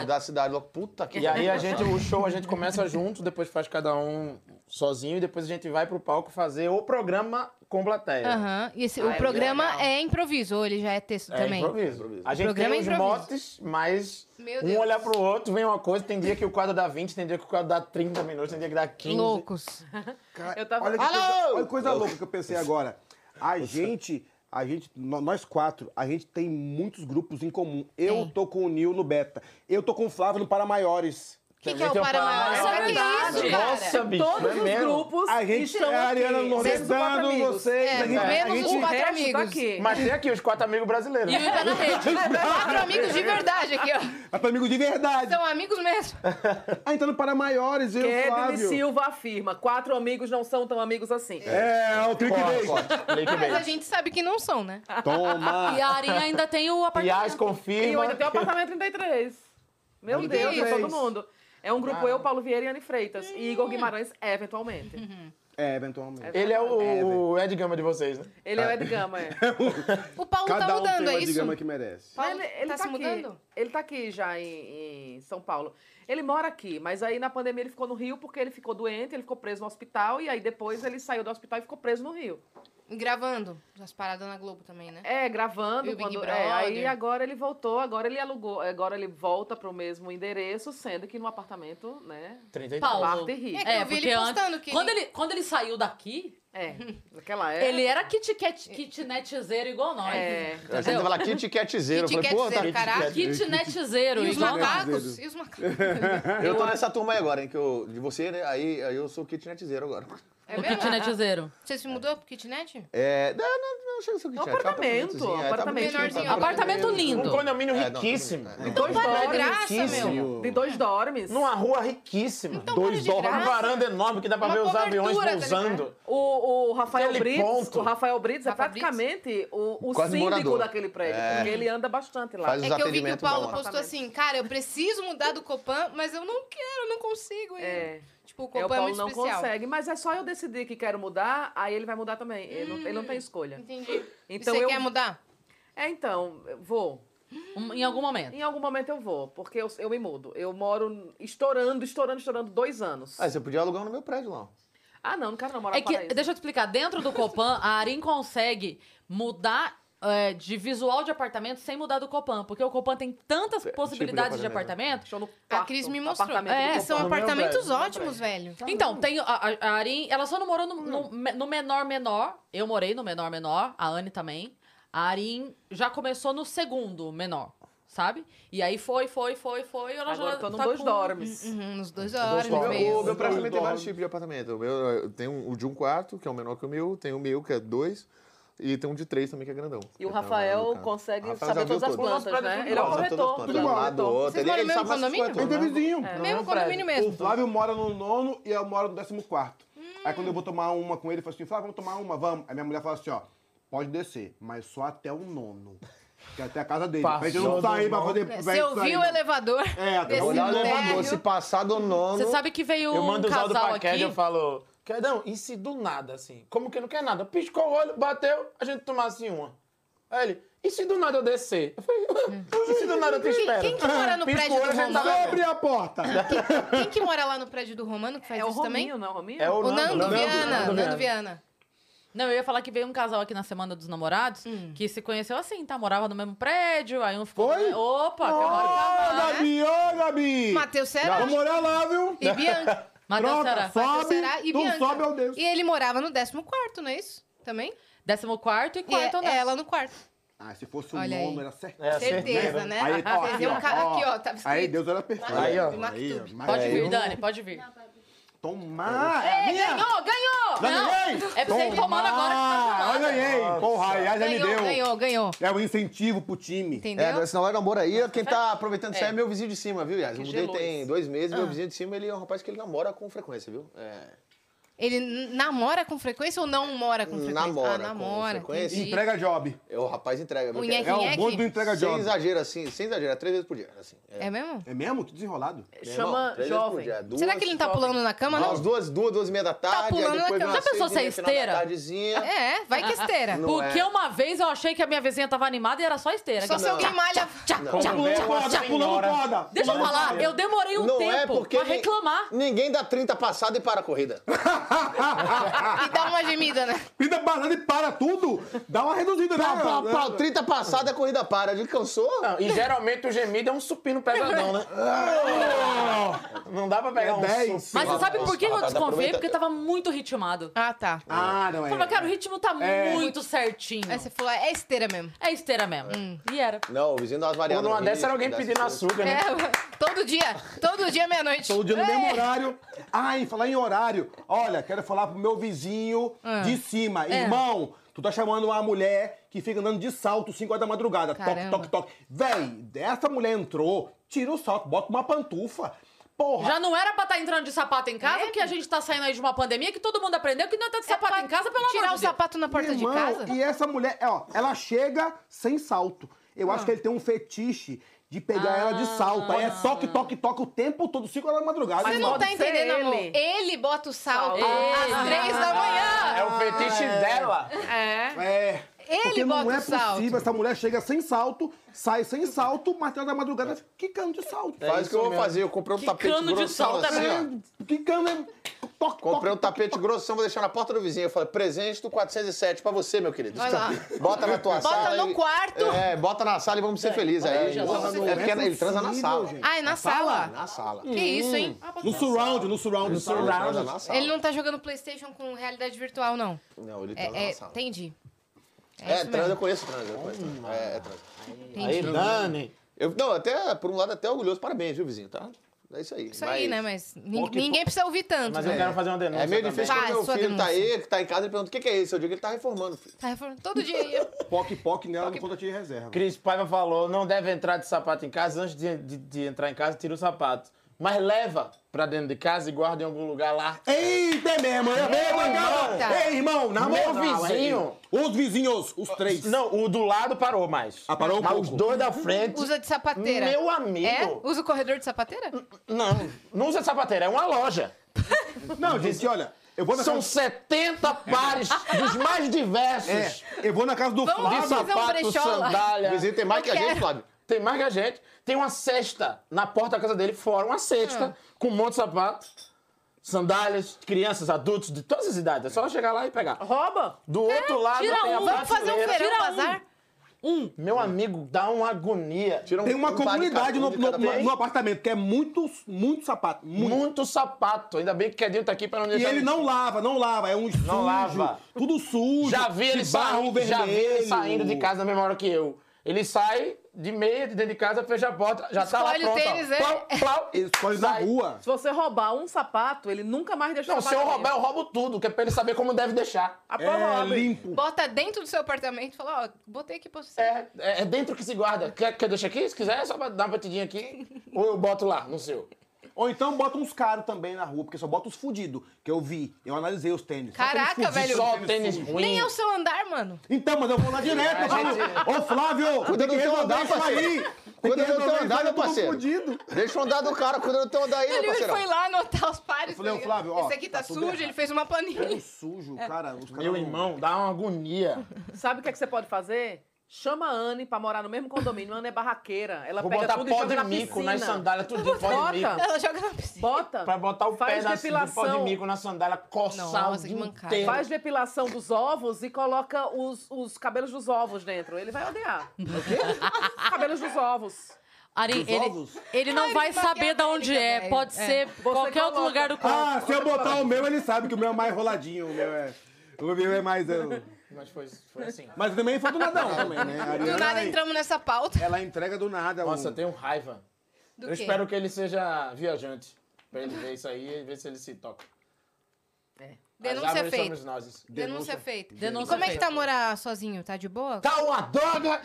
Speaker 5: da cidade. Puta que
Speaker 9: E aí a gente,
Speaker 5: pariu.
Speaker 9: o show a gente começa junto, depois faz cada um sozinho e depois a gente vai pro palco fazer o programa com plateia.
Speaker 2: Aham, e esse-
Speaker 9: Ah,
Speaker 2: o
Speaker 9: é
Speaker 2: programa é improviso, ou ele já é texto
Speaker 9: É
Speaker 2: também?
Speaker 9: improviso. A gente
Speaker 2: O programa
Speaker 9: tem
Speaker 2: é
Speaker 9: os
Speaker 2: improviso.
Speaker 9: motes, mas
Speaker 2: Meu
Speaker 9: um
Speaker 2: Deus.
Speaker 9: olhar pro outro, vem uma coisa, tem dia que o quadro dá 20, tem dia que o quadro dá 30 minutos, tem dia que dá 15.
Speaker 2: Loucos.
Speaker 6: Eu tava...
Speaker 4: Olha que coisa, olha que coisa louca que eu pensei agora. A gente, a gente, no- nós quatro, a gente tem muitos grupos em comum. Eu tô com o Nil no Beta. Eu tô com o Flávio no Para Maiores.
Speaker 2: que Também é o tem o Para Para Maiores? Maiores. Olha que é isso, cara. Nossa, bicho,
Speaker 4: Todos
Speaker 2: não é
Speaker 4: os
Speaker 2: mesmo?
Speaker 4: grupos. A gente
Speaker 2: estão
Speaker 4: é a Ariana
Speaker 2: aqui. Menos os quatro
Speaker 4: Nordestando,
Speaker 2: amigos.
Speaker 4: vocês.
Speaker 2: É,
Speaker 4: a gente,
Speaker 2: menos
Speaker 4: a
Speaker 2: os
Speaker 6: um,
Speaker 2: quatro
Speaker 4: gente, o resto
Speaker 2: amigos.
Speaker 4: tá aqui.
Speaker 9: Mas tem aqui os quatro amigos brasileiros. né?
Speaker 2: E o Tá na rede. Quatro amigos de verdade aqui, ó.
Speaker 4: Quatro amigos de
Speaker 6: É.
Speaker 4: verdade.
Speaker 2: São amigos mesmo.
Speaker 4: Ah, então no Para Maiores, eu e o
Speaker 6: Kedney
Speaker 4: Flávio.
Speaker 6: Silva afirma, quatro amigos não são tão amigos assim.
Speaker 4: É, é o clickbait.
Speaker 2: Mas a
Speaker 4: É.
Speaker 2: gente sabe que não são, né?
Speaker 4: Toma.
Speaker 6: Ah.
Speaker 1: E a Arinha ainda tem o apartamento.
Speaker 9: Piás
Speaker 2: um-
Speaker 9: confirma.
Speaker 6: E hoje tem o apartamento 33. Meu
Speaker 9: Olha
Speaker 6: Deus,
Speaker 9: que
Speaker 6: é
Speaker 9: isso.
Speaker 6: todo mundo. É um grupo
Speaker 9: Ah.
Speaker 6: eu, Paulo Vieira e Anne Freitas. E Igor Guimarães, eventualmente.
Speaker 4: É, eventualmente.
Speaker 9: Ele é o, o Ed Gama de vocês, né?
Speaker 6: Ele
Speaker 4: Ah.
Speaker 6: é o Ed Gama, é.
Speaker 2: O Paulo é
Speaker 4: Cada um tem uma digama que merece.
Speaker 6: Mas ele, ele
Speaker 2: tá
Speaker 6: tá,
Speaker 2: se
Speaker 6: aqui.
Speaker 2: mudando?
Speaker 6: Ele tá aqui já em, em São Paulo. Ele mora aqui, mas aí na pandemia ele ficou no Rio porque ele ficou doente, ele ficou preso no hospital e aí depois ele saiu do hospital e ficou preso no Rio.
Speaker 2: Gravando as paradas na Globo também, né?
Speaker 6: É, gravando.
Speaker 2: E o Big
Speaker 6: quando-
Speaker 2: Brother.
Speaker 6: é, aí agora ele voltou, agora ele alugou, agora ele volta pro mesmo endereço, sendo que no apartamento, né?
Speaker 9: 33.
Speaker 1: Paulo.
Speaker 6: Parte rica.
Speaker 1: É, porque antes,
Speaker 6: que
Speaker 1: quando, ele, quando ele saiu daqui,
Speaker 6: É, naquela época.
Speaker 1: ele era kit, kit, kitnetzeiro igual nós.
Speaker 6: É.
Speaker 5: A gente tava lá, kit catzeiro. Eu falei, pô, tá.
Speaker 1: Kitnetzeiro.
Speaker 2: E os
Speaker 1: igual nós.
Speaker 2: macacos? E os macacos?
Speaker 5: Eu tô nessa turma aí agora, hein? Que eu, de você, né? Aí, aí eu sou kit netzeiro agora.
Speaker 2: É
Speaker 1: O
Speaker 2: mesmo?
Speaker 1: kitnetzeiro.
Speaker 2: Você se mudou pro kitnet?
Speaker 5: É. Não, não, não chega a
Speaker 2: tá
Speaker 5: ser kitnet. é um apartamentozinho, é, tá bonitinho, tá bonitinho.
Speaker 9: Um condomínio riquíssimo. De
Speaker 4: Então,
Speaker 9: dois
Speaker 6: para de
Speaker 9: dormes
Speaker 6: graça,
Speaker 9: riquíssimo.
Speaker 6: De dois dormes.
Speaker 9: Numa rua riquíssima.
Speaker 2: Então,
Speaker 6: Dois dormes.
Speaker 9: Uma varanda enorme que dá pra ver os aviões
Speaker 2: tá
Speaker 9: pousando.
Speaker 6: O, o Rafael
Speaker 9: Aquele
Speaker 6: Brits,
Speaker 9: ponto.
Speaker 6: o Rafael Brits é praticamente o, o
Speaker 9: Quase
Speaker 6: síndico
Speaker 9: morador.
Speaker 6: daquele prédio,
Speaker 9: É.
Speaker 6: porque ele anda bastante lá.
Speaker 2: é que eu vi que o Paulo postou assim, cara, eu preciso mudar do Copan, mas eu não quero, eu não consigo ainda.
Speaker 6: É.
Speaker 2: Tipo, o Copan
Speaker 6: É,
Speaker 2: é,
Speaker 6: o Paulo
Speaker 2: muito
Speaker 6: não
Speaker 2: especial.
Speaker 6: consegue, mas é só eu decidir que quero mudar, aí ele vai mudar também. Ele, não, ele não tem escolha.
Speaker 2: Hum, Entendi.
Speaker 6: Então
Speaker 2: Você
Speaker 6: eu...
Speaker 2: quer mudar?
Speaker 6: É, então, eu vou.
Speaker 1: um, Em algum momento.
Speaker 6: Em algum momento eu vou, porque eu, eu me mudo. Eu moro estourando, estourando, estourando dois anos.
Speaker 5: Ah, você podia alugar um no meu prédio lá.
Speaker 6: Ah, não, não quero não morar
Speaker 1: É que,
Speaker 6: no paraíso.
Speaker 1: deixa eu te explicar, dentro do Copan, a Arim consegue mudar é, de visual de apartamento sem mudar do Copan, porque o Copan tem
Speaker 6: É,
Speaker 1: tantas possibilidades de apartamento.
Speaker 2: A Cris me mostrou.
Speaker 1: É,
Speaker 2: É, são apartamentos ótimos, velho.
Speaker 6: Tá
Speaker 1: Então, tem a, a- a Arin, ela só não morou no,
Speaker 2: Hum.
Speaker 1: no me- no menor menor. Eu morei no menor menor, a Anne também. A Arin já começou no segundo menor, sabe? E aí foi, foi, foi, foi. Ela
Speaker 13: Agora
Speaker 1: já
Speaker 13: tô no
Speaker 1: tá
Speaker 13: dois
Speaker 1: com-
Speaker 13: dormes.
Speaker 2: Uhum, nos dois
Speaker 5: Dois
Speaker 2: horas,
Speaker 5: quartos.
Speaker 2: mesmo.
Speaker 5: O meu apartamento tem vários tipos de apartamento. O meu, tem o de um quarto, que é o menor que o meu, tem o meu, que é dois, e tem um de três também, que é grandão.
Speaker 13: E o
Speaker 5: Então, é
Speaker 13: Rafael
Speaker 5: complicado.
Speaker 13: consegue
Speaker 5: Rafael já
Speaker 13: saber
Speaker 5: viu
Speaker 13: todas as
Speaker 5: todos.
Speaker 13: plantas, né? Ele é o
Speaker 5: Sabe todas as
Speaker 13: corretor.
Speaker 5: plantas, um lado, outro.
Speaker 2: Vocês moram no mesmo condomínio?
Speaker 5: Ele
Speaker 6: Ele é vizinho.
Speaker 2: No mesmo condomínio
Speaker 6: O
Speaker 2: mesmo.
Speaker 6: Flávio mora no nono e eu moro no décimo quarto. Aí quando eu vou tomar uma com ele, eu falo assim, Flávio, vamos tomar uma, vamos. Aí minha mulher fala assim, ó, pode descer, mas só até o nono. Que é até a casa dele. Pra gente não
Speaker 5: Passou do
Speaker 6: sair pra
Speaker 5: nono.
Speaker 6: poder...
Speaker 2: Você ouviu o elevador?
Speaker 6: É,
Speaker 2: desse
Speaker 5: Olhar o elevador,
Speaker 2: térreo?
Speaker 5: se passar do nono...
Speaker 1: Você sabe que veio
Speaker 4: Eu
Speaker 1: um
Speaker 4: mando o saldo
Speaker 1: casal
Speaker 4: pra
Speaker 1: aqui.
Speaker 4: Ked e eu falo, Kedão, e se do nada, assim? Como que não quer nada? Piscou o olho, bateu, a gente tomasse uma. Aí ele, e se do nada eu descer? Eu falei, e se do nada eu te
Speaker 2: Hum. Quem,
Speaker 4: espero?
Speaker 2: quem que mora no
Speaker 4: Piscou
Speaker 2: prédio
Speaker 4: o olho,
Speaker 2: do
Speaker 4: a gente tava
Speaker 2: Romano?
Speaker 4: bebendo.
Speaker 6: Abre a porta!
Speaker 2: Quem que mora lá no prédio do Romano que faz
Speaker 13: É o
Speaker 2: isso também?
Speaker 13: Rominho, não é o Rominho?
Speaker 4: É
Speaker 2: O Nando,
Speaker 4: Nando,
Speaker 2: Viana,
Speaker 4: Nando
Speaker 2: Nando,
Speaker 4: Viana.
Speaker 2: Viana.
Speaker 1: Não, eu ia falar que veio um casal aqui na Semana dos Namorados
Speaker 2: Hum.
Speaker 1: que se conheceu assim, tá? Morava no mesmo prédio, aí um ficou.
Speaker 6: Foi?
Speaker 1: Opa, que eu moro com a
Speaker 6: Ô, Gabi, ô, Gabi!
Speaker 2: Matheus Será
Speaker 6: Vamos morar lá, viu?
Speaker 2: e Bianca.
Speaker 1: Matheus
Speaker 6: Troca,
Speaker 1: Ceará.
Speaker 2: Matheus
Speaker 6: sobe,
Speaker 2: Será e
Speaker 6: não
Speaker 2: Bianca.
Speaker 6: sobe, eu desço.
Speaker 2: E ele morava no 14, não é isso? Também?
Speaker 1: Décimo quarto e
Speaker 2: E é,
Speaker 1: quarto andar.
Speaker 2: é ela no quarto.
Speaker 6: Ah, se fosse o
Speaker 2: Olha aí.
Speaker 6: nono, era certinho.
Speaker 4: É,
Speaker 2: Certeza, né?
Speaker 6: Aí, ó,
Speaker 2: Vocês iam ca- aqui, ó, tava
Speaker 6: Aí
Speaker 2: escrito.
Speaker 6: Deus era perfeito.
Speaker 4: Aí, ó.
Speaker 2: Mactub.
Speaker 5: É,
Speaker 1: Pode vir, Dani, pode vir.
Speaker 2: É,
Speaker 6: é, Tomar! É,
Speaker 1: Ganhou, ganhou!
Speaker 6: Não, ganhei!
Speaker 1: é pra você ir tomando agora que
Speaker 6: Ah, eu
Speaker 1: tá tomando.
Speaker 6: ganhei! Porra, aí já me
Speaker 2: Ganhou,
Speaker 6: deu.
Speaker 2: ganhou, ganhou.
Speaker 6: É um incentivo pro time.
Speaker 2: Entendeu?
Speaker 5: É, esse namoro namoro aí, quem tá aproveitando isso aí é meu vizinho de cima, viu, Yas?
Speaker 1: Que
Speaker 5: Eu mudei
Speaker 1: geloso.
Speaker 5: tem dois meses,
Speaker 2: Ah.
Speaker 5: meu vizinho de cima, ele é um rapaz que ele namora com frequência, viu? É,
Speaker 2: Ele n- namora com frequência ou não mora com frequência? ah,
Speaker 5: Namora com
Speaker 2: namora.
Speaker 5: frequência.
Speaker 2: entendi.
Speaker 6: Entrega job.
Speaker 5: é, o rapaz entrega. viu?
Speaker 2: O
Speaker 5: que é-
Speaker 2: nheque
Speaker 6: É o
Speaker 2: Quem é
Speaker 6: bonde
Speaker 2: que-
Speaker 6: do entrega
Speaker 5: Sem
Speaker 6: job.
Speaker 5: exagero, assim, sem exagero, é três vezes por dia, assim.
Speaker 2: É mesmo?
Speaker 6: É mesmo? Que desenrolado.
Speaker 13: Chama jovem.
Speaker 2: Será que ele não tá pulando na cama, não? Tá
Speaker 5: Às duas, duas, duas e meia da tarde,
Speaker 2: pulando né?
Speaker 5: aí
Speaker 2: na cama.
Speaker 5: depois vem uma
Speaker 1: Já pensou
Speaker 5: seis e
Speaker 1: ser
Speaker 5: meia, final da
Speaker 1: esteira?
Speaker 5: tardezinha.
Speaker 2: É, vai que esteira.
Speaker 5: Não
Speaker 1: Porque
Speaker 5: é.
Speaker 1: uma vez eu achei que a minha vizinha tava animada e era só esteira.
Speaker 2: Só
Speaker 1: Que-
Speaker 2: se alguém malha.
Speaker 6: Pulando corda, pulando corda.
Speaker 1: Deixa eu falar, eu demorei um
Speaker 5: Não é
Speaker 1: tempo
Speaker 5: porque
Speaker 1: pra
Speaker 5: nem-
Speaker 1: reclamar.
Speaker 5: Ninguém dá 30 passada e para a corrida.
Speaker 2: E dá uma gemida, né?
Speaker 6: Vida banana e para tudo. Dá uma reduzida, né?
Speaker 5: Pau, pau, pau, 30 passada a corrida para. A gente cansou?
Speaker 4: Não, e geralmente o gemido é um supino pesadão, né? não dá pra pegar
Speaker 6: É
Speaker 4: um
Speaker 6: 10.
Speaker 4: supino.
Speaker 1: Mas você sabe por que eu
Speaker 5: Aproveita-
Speaker 1: desconfiei? Porque tava muito ritmado.
Speaker 2: Ah, tá.
Speaker 6: Ah, não é.
Speaker 1: Eu falava, cara, o ritmo tá
Speaker 6: É.
Speaker 1: muito certinho.
Speaker 2: Aí você falou, é Hum. esteira mesmo.
Speaker 1: É esteira mesmo. E era.
Speaker 5: Não, o vizinho dá umas
Speaker 4: Ou
Speaker 5: variadas.
Speaker 4: numa
Speaker 5: no
Speaker 4: dessa era
Speaker 5: ritmo,
Speaker 4: alguém
Speaker 5: dessa
Speaker 4: pedindo
Speaker 5: coisa.
Speaker 4: açúcar, né?
Speaker 2: É, todo dia. Todo dia, meia-noite.
Speaker 6: Todo dia no
Speaker 2: É.
Speaker 6: mesmo horário. Ai, falar em horário. Olha, quero falar pro meu vizinho
Speaker 2: Ah,
Speaker 6: de cima. Irmão, tu tá chamando uma mulher que fica andando de salto 5 horas da madrugada.
Speaker 2: Caramba.
Speaker 6: Toque, toque, toque. Véi, essa mulher entrou, tira o salto, bota uma pantufa. Porra.
Speaker 1: Já não era pra estar entrando de sapato em casa,
Speaker 2: É,
Speaker 1: porque a gente tá saindo aí de uma pandemia que todo mundo aprendeu que não tá de sapato em casa, pelo
Speaker 2: Tirar
Speaker 1: amor
Speaker 2: o
Speaker 1: de Deus.
Speaker 2: sapato na porta de
Speaker 6: Irmão,
Speaker 2: casa?
Speaker 6: E essa mulher, é, ó, ela chega sem salto. Eu
Speaker 2: Ah.
Speaker 6: acho que ele tem um fetiche de pegar ela de salto. Aí é toque, toque, toque o tempo todo, 5 horas da madrugada.
Speaker 2: Você
Speaker 13: Mas
Speaker 2: não
Speaker 13: pode
Speaker 2: tá
Speaker 13: ser
Speaker 2: entendendo, amor.
Speaker 13: ele.
Speaker 2: Ele bota o salto
Speaker 1: Ele.
Speaker 2: às três da manhã.
Speaker 4: É o fetiche dela.
Speaker 13: É.
Speaker 6: É.
Speaker 2: Ele
Speaker 6: porque
Speaker 2: bota
Speaker 6: não é
Speaker 2: o salto.
Speaker 6: possível, essa mulher chega sem salto, sai sem salto, mas tem hora da madrugada quicando de salto.
Speaker 5: É. Faz o que eu vou fazer. Eu comprei um
Speaker 1: Que
Speaker 5: tapete
Speaker 1: cano de
Speaker 5: grossão
Speaker 1: salto é
Speaker 5: assim, ó.
Speaker 6: É, quicando, é, toque,
Speaker 5: Comprei um
Speaker 6: toque,
Speaker 5: tapete grossão, vou deixar na porta do vizinho. Eu falei, presente do 407 pra você, meu querido.
Speaker 2: Vai lá.
Speaker 5: Bota na tua
Speaker 2: Bota
Speaker 5: sala.
Speaker 2: no
Speaker 5: e-
Speaker 2: quarto.
Speaker 5: É, bota na sala e vamos ser felizes. Aí,
Speaker 2: tá
Speaker 6: Porra, não
Speaker 5: é porque
Speaker 6: é
Speaker 5: ele transa na
Speaker 6: possível,
Speaker 5: sala.
Speaker 6: gente.
Speaker 2: Ah, é na sala.
Speaker 5: Na sala.
Speaker 2: Que isso, hein?
Speaker 6: No surround, no surround. No
Speaker 5: Ele transa na sala.
Speaker 2: Ele não tá jogando Playstation com realidade virtual, não.
Speaker 5: Não, ele transa
Speaker 2: É, é,
Speaker 5: na sala.
Speaker 2: entendi.
Speaker 5: É,
Speaker 2: isso
Speaker 5: trans,
Speaker 2: mesmo.
Speaker 5: eu conheço trans, eu conheço
Speaker 6: Hum.
Speaker 5: trans. É, é trans.
Speaker 4: Aí, Dani.
Speaker 5: Eu, não, até, por um lado, até orgulhoso. Parabéns, viu, vizinho, tá? É isso aí.
Speaker 2: Isso aí, né? Mas nin-
Speaker 6: Porque-
Speaker 2: ninguém precisa ouvir tanto.
Speaker 4: Mas
Speaker 2: né?
Speaker 4: eu quero fazer uma denúncia
Speaker 5: É meio
Speaker 4: também.
Speaker 5: difícil quando
Speaker 2: Faz
Speaker 5: meu
Speaker 2: sua
Speaker 5: filho tá
Speaker 2: denúncia.
Speaker 5: aí, que tá em casa, ele pergunta o que, que é isso? Eu digo que ele tá reformando, filho.
Speaker 2: Tá reformando todo dia.
Speaker 6: Poque, poque nela no conta de reserva.
Speaker 4: Cris Paiva falou, não deve entrar de sapato em casa. Antes de, de- de entrar em casa, tira o sapato. Mas leva pra dentro de casa e guarda em algum lugar lá.
Speaker 6: Eita, é mesmo, é mesmo, é mesmo.
Speaker 2: Eita.
Speaker 6: Ei, irmão, na
Speaker 4: Meu
Speaker 6: moral,
Speaker 4: vizinho.
Speaker 6: é, Os vizinhos, os três.
Speaker 4: Não, o do lado parou mais.
Speaker 6: Ah, parou um
Speaker 4: Mas
Speaker 6: pouco.
Speaker 4: os dois da frente...
Speaker 2: Usa de sapateira.
Speaker 4: Meu amigo.
Speaker 2: É? Usa o corredor de sapateira?
Speaker 4: Não, não usa sapateira, é uma loja.
Speaker 6: Não, gente, olha, eu vou na
Speaker 4: São
Speaker 6: casa...
Speaker 4: 70 pares dos mais diversos.
Speaker 6: É, eu vou na casa do
Speaker 2: Vamos
Speaker 4: De
Speaker 6: Flávio.
Speaker 2: fazer um
Speaker 4: sapato,
Speaker 2: brechó lá. é?
Speaker 4: sandália.
Speaker 5: O vizinho tem mais que a gente, Flávio.
Speaker 4: Tem mais que a gente. Tem uma cesta na porta da casa dele, fora uma cesta, com um monte de sapato, sandálias, crianças, adultos, de todas as idades. É só chegar lá e pegar.
Speaker 13: Rouba.
Speaker 4: Do outro lado
Speaker 1: tira
Speaker 4: tem a
Speaker 1: um.
Speaker 2: Vamos fazer um
Speaker 4: prateleira.
Speaker 2: feirão
Speaker 1: Tira um.
Speaker 2: bazar?
Speaker 1: Um.
Speaker 9: Meu amigo, dá uma agonia.
Speaker 3: Tem uma comunidade no, no- no apartamento que é muito, muito sapato. Muito.
Speaker 9: sapato. Ainda bem que o Quedinho tá aqui pra não
Speaker 3: E
Speaker 9: deixar...
Speaker 3: ele não lava, não lava, é um sujo,
Speaker 9: lava.
Speaker 3: tudo sujo,
Speaker 9: Já vi ele
Speaker 3: de barro
Speaker 9: saindo, já vi ele
Speaker 3: vermelho.
Speaker 9: saindo de casa na mesma hora que eu. Ele sai de meia de dentro de casa, fecha a porta, já tá lá
Speaker 6: Escolhe o
Speaker 9: pronto. ó.
Speaker 6: tênis, é?
Speaker 9: Plau, plau.
Speaker 3: Escolhe na rua.
Speaker 6: Se você roubar um sapato, ele nunca mais deixa
Speaker 9: Não,
Speaker 6: o
Speaker 9: se
Speaker 6: sapato.
Speaker 9: eu roubar, eu limpo roubo tudo, que é pra ele saber como deve deixar.
Speaker 6: A porra É, abre. limpo.
Speaker 2: Bota dentro do seu apartamento e fala, ó, botei aqui pra você.
Speaker 9: É, é, é dentro que se guarda. Quer, quer deixar aqui? Se quiser, é só pra dar uma batidinha aqui. Ou eu boto lá, no seu.
Speaker 4: Ou então bota uns caros também na rua, porque só bota os fudidos, que eu vi, eu analisei os tênis. Só um. tênis
Speaker 2: Caraca,
Speaker 4: fudido,
Speaker 2: velho.
Speaker 4: sujo.
Speaker 2: Nem é o seu andar, mano.
Speaker 4: Então, mas eu vou lá direto, eu falo, ô Flávio,
Speaker 5: Quando
Speaker 4: tem que
Speaker 5: eu não tenho
Speaker 4: resolver
Speaker 5: andar,
Speaker 4: isso aí.
Speaker 5: parceiro. Quando eu não tenho andar, meu parceiro. Deixa eu andar do cara quando eu não tenho andar aí, meu
Speaker 2: Ele
Speaker 5: parceiro.
Speaker 2: foi lá anotar os pares.
Speaker 4: Eu falei,
Speaker 2: tá
Speaker 4: ô,
Speaker 2: ligado?
Speaker 4: Flávio, ó,
Speaker 2: Esse aqui tá,
Speaker 4: tá tudo
Speaker 2: sujo,
Speaker 4: errado.
Speaker 2: ele fez uma planilha.
Speaker 4: sujo,
Speaker 6: É.
Speaker 4: cara. Os caras
Speaker 9: Meu
Speaker 4: não-
Speaker 9: irmão, dá uma agonia.
Speaker 6: Sabe o que, é que você pode fazer? Chama a Anne pra morar no mesmo condomínio. A Anne é barraqueira. Ela
Speaker 9: Vou
Speaker 6: pega
Speaker 9: botar
Speaker 6: tudo
Speaker 9: pó
Speaker 6: e joga
Speaker 9: de
Speaker 6: na
Speaker 9: mico
Speaker 6: piscina.
Speaker 9: nas sandálias, tudo de pó de
Speaker 6: Bota.
Speaker 9: mico. Ela
Speaker 2: joga na piscina.
Speaker 6: Bota.
Speaker 9: Pra botar o
Speaker 6: Faz
Speaker 9: pé na- de pó de
Speaker 6: depilação.
Speaker 9: mico na sandália, coçar o dia inteiro.
Speaker 6: Faz depilação dos ovos e coloca os, os cabelos dos ovos dentro. Ele vai odiar. Os cabelos dos ovos.
Speaker 1: Ari, ele, ele
Speaker 2: Ah,
Speaker 1: não vai saber de onde é. Pode ser qualquer outro lugar do corpo.
Speaker 4: Ah, se eu botar o meu, ele sabe que o meu é mais roladinho, o meu é... O meu é mais... eu-
Speaker 9: Mas foi, foi assim.
Speaker 4: Mas também foi do nadão também, né? A
Speaker 2: Do
Speaker 4: Ariana,
Speaker 2: nada
Speaker 4: ela-
Speaker 2: entramos nessa pauta.
Speaker 4: Ela entrega do nada.
Speaker 9: Nossa,
Speaker 4: Nossa,
Speaker 9: eu tenho raiva.
Speaker 2: Do
Speaker 9: eu
Speaker 2: quê?
Speaker 9: espero que ele seja viajante. Pra ele ver isso aí e ver se ele se toca. As
Speaker 2: Denúncia
Speaker 9: árvores
Speaker 2: feita.
Speaker 9: somos nós.
Speaker 2: Denúncia feita.
Speaker 9: Denúncia
Speaker 2: E como é que
Speaker 9: feita.
Speaker 2: tá morar sozinho? Tá de boa?
Speaker 9: Tá uma droga!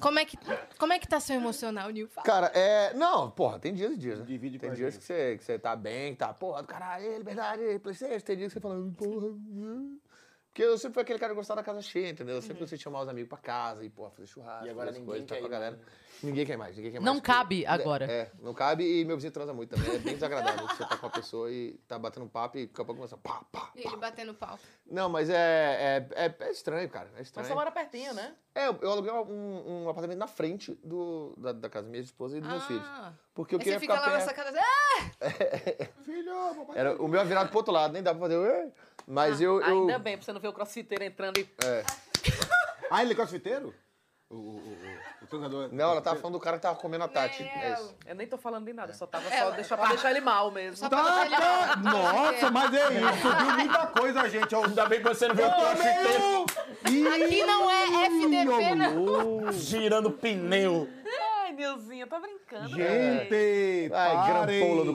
Speaker 2: como, é que, como é que tá seu emocional, Nil? Fala.
Speaker 5: Cara, é. Não, porra, tem dias e dias, né? tem dias que você, que você tá bem, que tá, porra, do caralho, liberdade, Playstation. Tem dias que você fala, porra. hum. Porque eu sempre fui aquele cara que gostava da casa cheia, entendeu? Eu
Speaker 1: Uhum.
Speaker 5: sempre gostei de chamar os amigos pra casa e, porra, fazer churrasco.
Speaker 9: E agora
Speaker 5: fazer
Speaker 9: ninguém
Speaker 5: coisa, tá
Speaker 9: quer
Speaker 5: com a
Speaker 9: ir
Speaker 5: galera. Ninguém quer mais, ninguém quer mais.
Speaker 1: Não
Speaker 5: porque-
Speaker 1: cabe agora.
Speaker 5: É, não cabe e meu vizinho transa muito também. É bem desagradável. você tá com uma pessoa e tá batendo um papo e daqui a pouco começa pá, pá.
Speaker 2: E ele batendo pau.
Speaker 5: Não, mas é, é, é, é estranho, cara. É
Speaker 6: Mas
Speaker 5: estranho.
Speaker 6: você mora pertinho, né?
Speaker 5: É, eu eu aluguei um, um apartamento na frente do, da, da casa da minha esposa e dos meus filhos. Porque eu
Speaker 2: Ah. Aí você
Speaker 5: queria
Speaker 2: fica
Speaker 5: ficar
Speaker 2: lá na
Speaker 5: perto.
Speaker 2: sacada. Ah!
Speaker 5: Era, o meu é virado pro outro lado, nem dava pra fazer. "Ué",
Speaker 2: Ah,
Speaker 5: Mas eu. eu
Speaker 6: Ainda bem, pra você não ver o crossfiteiro entrando e...
Speaker 5: é.
Speaker 4: Ah, ele é crossfiteiro? O, o, o, o treinador.
Speaker 5: Não, ela tá tava falando do cara que tava comendo a Tati. É isso.
Speaker 6: Eu nem tô falando de nada, só tava
Speaker 2: É,
Speaker 6: só deixar, pra deixar ele mal mesmo.
Speaker 2: Só pra deixar ele mal.
Speaker 4: Nossa, mas é isso. Viu muita coisa, gente. Eu...
Speaker 9: Ainda bem que você não viu o crossfiteiro
Speaker 2: Aqui não é FDP, não.
Speaker 9: Uh, girando pneu.
Speaker 6: Ai, Nilzinha, tá brincando. velho.
Speaker 4: Gente,
Speaker 5: É. Ai,
Speaker 4: parem.
Speaker 5: grampola do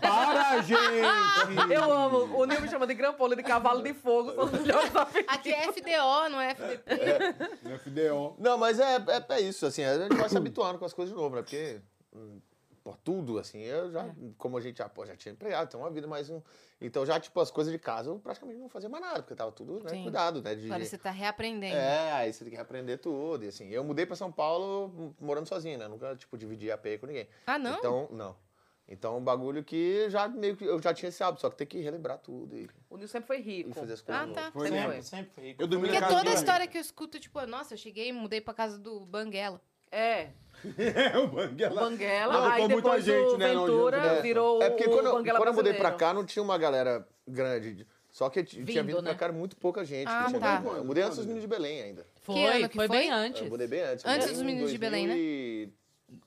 Speaker 4: Para, gente.
Speaker 6: Eu amo. O Nil me chama de grampola e de cavalo de fogo. São os melhores apelidos.
Speaker 2: Aqui é FDO, não é FDP.
Speaker 4: FDO.
Speaker 5: Não, mas é, é, é isso, assim, a gente vai se habituando com as coisas de novo, né? Porque, hum, pô, tudo, assim, eu
Speaker 2: É.
Speaker 5: já, como a gente já, pô, já tinha empregado, tem uma vida, mas um. Então já, tipo, as coisas de casa eu praticamente não fazia mais nada, porque tava tudo, né,
Speaker 2: Sim.
Speaker 5: cuidado, né? De,
Speaker 2: Agora você tá reaprendendo.
Speaker 5: É, aí você tem que aprender tudo. E assim, eu mudei pra São Paulo m- morando sozinho, né? Nunca, tipo, dividi AP com ninguém.
Speaker 2: Ah, não?
Speaker 5: Então, não. Então, um bagulho que já meio que eu já tinha esse hábito, só que tem que relembrar tudo e,
Speaker 2: Então
Speaker 6: O Nil sempre foi
Speaker 5: e
Speaker 6: rico.
Speaker 5: fazer as coisas.
Speaker 2: Ah, tá.
Speaker 4: Foi
Speaker 6: Sempre
Speaker 4: mesmo.
Speaker 6: foi.
Speaker 9: Sempre foi rico.
Speaker 4: Eu dormi na
Speaker 2: Porque
Speaker 4: casa
Speaker 2: toda
Speaker 4: de um
Speaker 2: história que eu escuto, tipo, nossa, eu cheguei e mudei pra casa do Banguela.
Speaker 6: É,
Speaker 4: amigo. É, o Banguela.
Speaker 6: o Banguela,
Speaker 4: Não,
Speaker 6: aí
Speaker 4: com muita
Speaker 6: depois o
Speaker 4: gente, né, no
Speaker 6: Ventura
Speaker 5: É.
Speaker 6: virou
Speaker 5: É porque
Speaker 6: o
Speaker 5: quando, eu-
Speaker 6: Banguela
Speaker 5: quando eu mudei pra
Speaker 6: brasileiro.
Speaker 5: cá, não tinha uma galera grande. Só que t- tinha
Speaker 1: Vindo,
Speaker 5: vindo
Speaker 1: né?
Speaker 5: pra cá muito pouca gente. que
Speaker 2: Ah,
Speaker 5: tinha
Speaker 2: tá.
Speaker 5: vindo. Eu mudei antes dos meninos de Belém ainda.
Speaker 1: Foi,
Speaker 2: ano que
Speaker 1: foi,
Speaker 2: foi?
Speaker 1: bem
Speaker 5: Eu
Speaker 1: antes.
Speaker 5: mudei bem antes. Um,
Speaker 2: Antes
Speaker 5: mudei
Speaker 2: dos
Speaker 5: em
Speaker 2: meninos de Belém, né?
Speaker 5: 2010.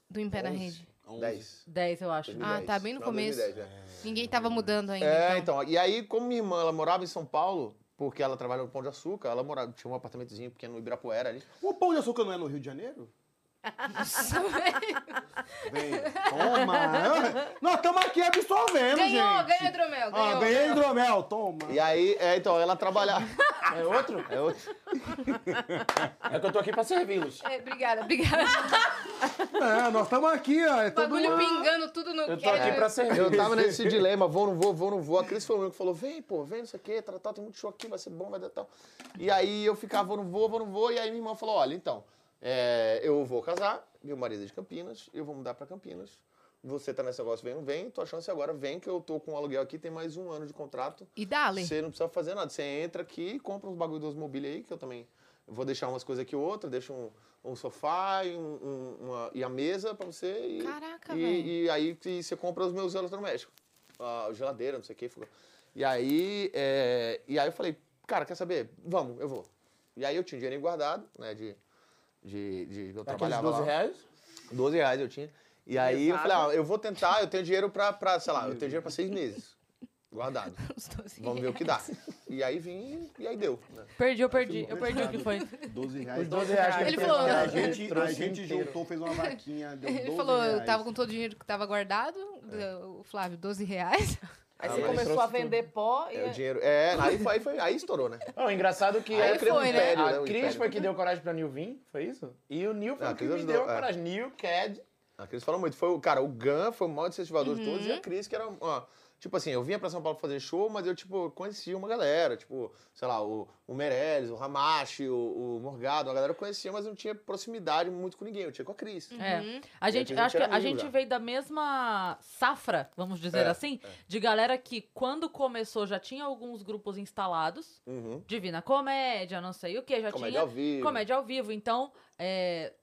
Speaker 2: Do Em Pé na Rede.
Speaker 5: 10.
Speaker 1: 10, eu acho.
Speaker 5: Uhum.
Speaker 2: Ah, tá bem no
Speaker 5: Não,
Speaker 2: começo.
Speaker 5: 2010, é.
Speaker 2: Ninguém tava mudando ainda.
Speaker 5: É,
Speaker 2: então.
Speaker 5: então. E aí, como minha irmã ela morava em São Paulo, porque ela trabalhava no Pão de Açúcar, ela morava, tinha um apartamentozinho pequeno no Ibirapuera ali.
Speaker 4: O Pão de Açúcar não é no Rio de Janeiro? Vem, toma. Nós estamos aqui absorvendo,
Speaker 2: Ganhou,
Speaker 4: gente.
Speaker 2: ganhou hidromel, ganhou.
Speaker 4: Ah, ganhei hidromel, toma.
Speaker 5: E aí, é, então, ela trabalhava.
Speaker 9: É outro?
Speaker 5: É outro.
Speaker 9: É que eu tô aqui pra servi-los.
Speaker 2: É, obrigada, obrigada.
Speaker 4: É, nós estamos aqui, ó. é todo
Speaker 2: Bagulho
Speaker 4: mundo-
Speaker 2: pingando tudo no
Speaker 9: Eu tô
Speaker 2: quero.
Speaker 9: Tá aqui pra servir.
Speaker 5: Eu tava nesse dilema, vou, não vou, vou, não vou. A Cris foi o único que falou, vem, pô, vem, não sei o quê, tal, tal, tem muito show aqui, vai ser bom, vai dar tal. E aí eu ficava, vou, não vou, vou, não vou. E aí minha irmã falou, olha, então, é, eu vou casar, meu marido é de Campinas, eu vou mudar pra Campinas. Você tá nesse negócio, vem, não vem, tua chance é agora, vem, que eu tô com um aluguel aqui, tem mais um ano de contrato.
Speaker 2: E dale.
Speaker 5: Você não precisa fazer nada. Você entra aqui, compra uns bagulho dos mobília aí, que eu também vou deixar umas coisas aqui outra, deixo um, um sofá e, um- um- uma- e a mesa pra você. E,
Speaker 2: Caraca,
Speaker 5: e,
Speaker 2: velho.
Speaker 5: E aí que você compra os meus eletrodomésticos. A geladeira, não sei o que. fogão. E aí, é, e aí eu falei, cara, quer saber? Vamos, eu vou. E aí eu tinha dinheiro guardado, né? De. de, de
Speaker 9: Daqueles
Speaker 5: eu trabalhava.
Speaker 9: 12
Speaker 5: lá.
Speaker 9: reais?
Speaker 5: 12 reais eu tinha. E aí eu
Speaker 9: Pesado.
Speaker 5: falei, ah, eu vou tentar, eu tenho dinheiro pra, pra sei lá, eu tenho dinheiro pra seis meses. Guardado. Vamos ver o que dá. E aí vim e aí deu. né?
Speaker 1: Perdi, eu perdi. Eu perdi o que foi.
Speaker 4: 12 reais.
Speaker 5: Os 12 reais que
Speaker 4: Ele
Speaker 5: ele
Speaker 4: falou.
Speaker 5: fez.
Speaker 4: A gente, a
Speaker 5: Trouxe
Speaker 4: gente
Speaker 5: inteiro.
Speaker 4: juntou, fez uma vaquinha, deu 12
Speaker 2: Ele falou, eu
Speaker 4: reais.
Speaker 2: tava com todo o dinheiro que tava guardado, deu- o Flávio, 12 reais.
Speaker 5: Aí você Ah, mas começou trouxe a tudo. vender
Speaker 6: pó
Speaker 5: É, o dinheiro. É, aí foi, aí foi, aí estourou, né?
Speaker 9: Não, engraçado que
Speaker 5: Aí
Speaker 9: a,
Speaker 5: criou um Aí foi, né? império, né? Um
Speaker 9: a Cris
Speaker 5: império.
Speaker 9: foi que deu coragem pra Nil vir, foi isso? E o Nil foi
Speaker 5: Ah,
Speaker 9: o que
Speaker 5: Cris
Speaker 9: me
Speaker 5: ajudou,
Speaker 9: deu
Speaker 5: é.
Speaker 9: coragem. Nil, Cad.
Speaker 5: A Cris falou muito. Foi, o- cara, o Gun foi o maior incentivador de todos
Speaker 9: Uhum.
Speaker 5: e a Cris, que era. Ó, tipo assim, eu vinha pra São Paulo fazer show, mas eu, tipo, conhecia uma galera. Tipo, sei lá, o, o Meirelles, o Ramache, o, o Morgado, uma galera eu conhecia, mas eu não tinha proximidade muito com ninguém. Eu tinha com a Cris.
Speaker 2: Uhum.
Speaker 1: É. A gente,
Speaker 5: E
Speaker 1: eu acho que
Speaker 5: era
Speaker 1: a
Speaker 5: amigo
Speaker 1: gente
Speaker 5: já.
Speaker 1: veio da mesma safra, vamos dizer
Speaker 5: É,
Speaker 1: assim, de galera que quando começou já tinha alguns grupos instalados.
Speaker 5: Uhum.
Speaker 1: Divina Comédia, não sei o que, já
Speaker 5: Comédia
Speaker 1: tinha.
Speaker 5: ao vivo.
Speaker 1: Comédia ao vivo. Então, é,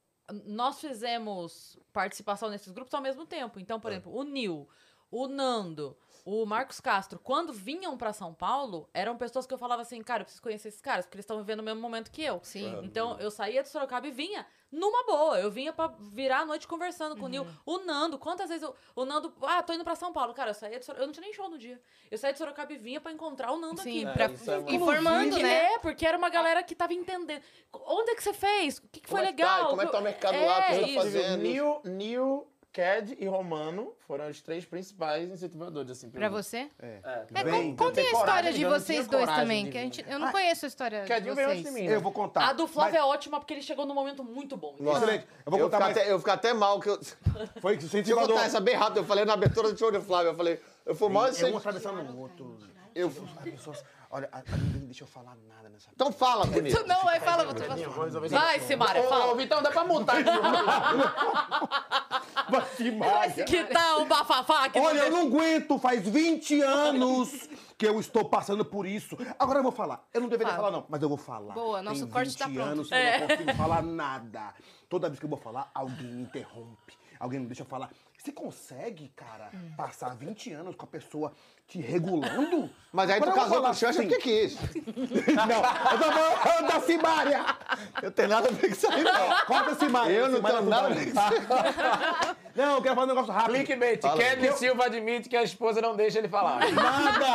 Speaker 1: nós fizemos participação nesses grupos ao mesmo tempo. Então, por exemplo, o Nil, o Nando, o Marcos Castro, quando vinham pra São Paulo, eram pessoas que eu falava assim, cara, eu preciso conhecer esses caras, porque eles estão vivendo o mesmo momento que eu.
Speaker 2: Sim.
Speaker 5: Claro.
Speaker 1: Então, eu saía de Sorocaba e vinha numa boa. Eu vinha pra virar a noite conversando com o Nil. O Nando, quantas vezes eu- o Nando, ah, tô indo pra São Paulo. Cara, eu saía de Sorocaba, eu não tinha nem show no dia. Eu saía de Sorocaba e vinha pra encontrar o Nando
Speaker 2: Sim,
Speaker 1: aqui.
Speaker 2: pra-
Speaker 1: Inclusive,
Speaker 2: é muito- informando, né?
Speaker 1: É, porque era uma galera que tava entendendo. Onde é que você fez? O que, que foi
Speaker 9: Como é que tá?
Speaker 1: legal?
Speaker 9: Como é que tá o mercado
Speaker 1: é,
Speaker 9: lá? O que você tá
Speaker 1: isso.
Speaker 9: fazendo? Nil, Nil, Cad e Romano foram os três principais incentivadores, assim.
Speaker 2: Pra
Speaker 9: mim.
Speaker 2: você?
Speaker 9: É.
Speaker 2: É, con- contem a história de vocês dois também, que a gente, eu não
Speaker 9: Ah,
Speaker 2: conheço a história
Speaker 9: quer
Speaker 2: de
Speaker 9: dizer, veio
Speaker 2: vocês.
Speaker 9: antes de mim, né?
Speaker 4: Eu vou contar.
Speaker 1: A do Flávio é ótima porque ele chegou num momento muito bom.
Speaker 5: Nossa,
Speaker 1: entendeu?
Speaker 5: eu vou contar eu até, eu ficar até mal que eu.
Speaker 4: Foi que você
Speaker 5: Deixa eu contar essa bem rápido. Eu falei na abertura do show do Flávio. Eu falei, eu fui o maior
Speaker 4: É um
Speaker 5: incentivo.
Speaker 4: atravessando o outro.
Speaker 5: Eu...
Speaker 4: Pessoas, olha, a- a ninguém deixa eu falar nada nessa
Speaker 5: Então fala, bonito.
Speaker 4: Tu não,
Speaker 2: vai, é, fala,
Speaker 5: você.
Speaker 1: Vai, Simara, fala.
Speaker 9: Ô, Vitão, dá pra montar aqui.
Speaker 4: Simária.
Speaker 1: Que tal o bafafá
Speaker 2: É
Speaker 1: que
Speaker 4: Olha, eu não aguento, faz 20 anos que eu estou passando por isso. Agora eu vou falar. Eu não deveria
Speaker 2: Fala.
Speaker 4: falar, não, mas eu vou falar.
Speaker 2: Boa,
Speaker 4: Tem
Speaker 2: nosso corte
Speaker 4: 20
Speaker 2: tá pronto.
Speaker 4: anos que
Speaker 2: É.
Speaker 4: eu não consigo falar nada. Toda vez que eu vou falar, alguém me interrompe. Alguém me deixa falar. Você consegue, cara,
Speaker 2: Hum.
Speaker 4: passar 20 anos com a pessoa te regulando?
Speaker 5: Mas aí tu
Speaker 4: Quando eu vou
Speaker 5: casou com
Speaker 4: falar
Speaker 5: o Xuxa,
Speaker 4: assim-
Speaker 5: o que que é isso?
Speaker 4: Não, eu tô falando da Simária.
Speaker 5: Eu tenho nada a ver com isso aí, não.
Speaker 4: Corta a Simária.
Speaker 5: Eu não
Speaker 4: Simária
Speaker 5: tenho
Speaker 4: do
Speaker 5: nada a
Speaker 4: Vale.
Speaker 5: ver com isso.
Speaker 4: Não, eu quero falar um negócio rápido.
Speaker 9: Clickbait.
Speaker 4: Fala.
Speaker 9: Kelly
Speaker 4: Eu-
Speaker 9: Silva admite que a esposa não deixa ele falar.
Speaker 4: Nada!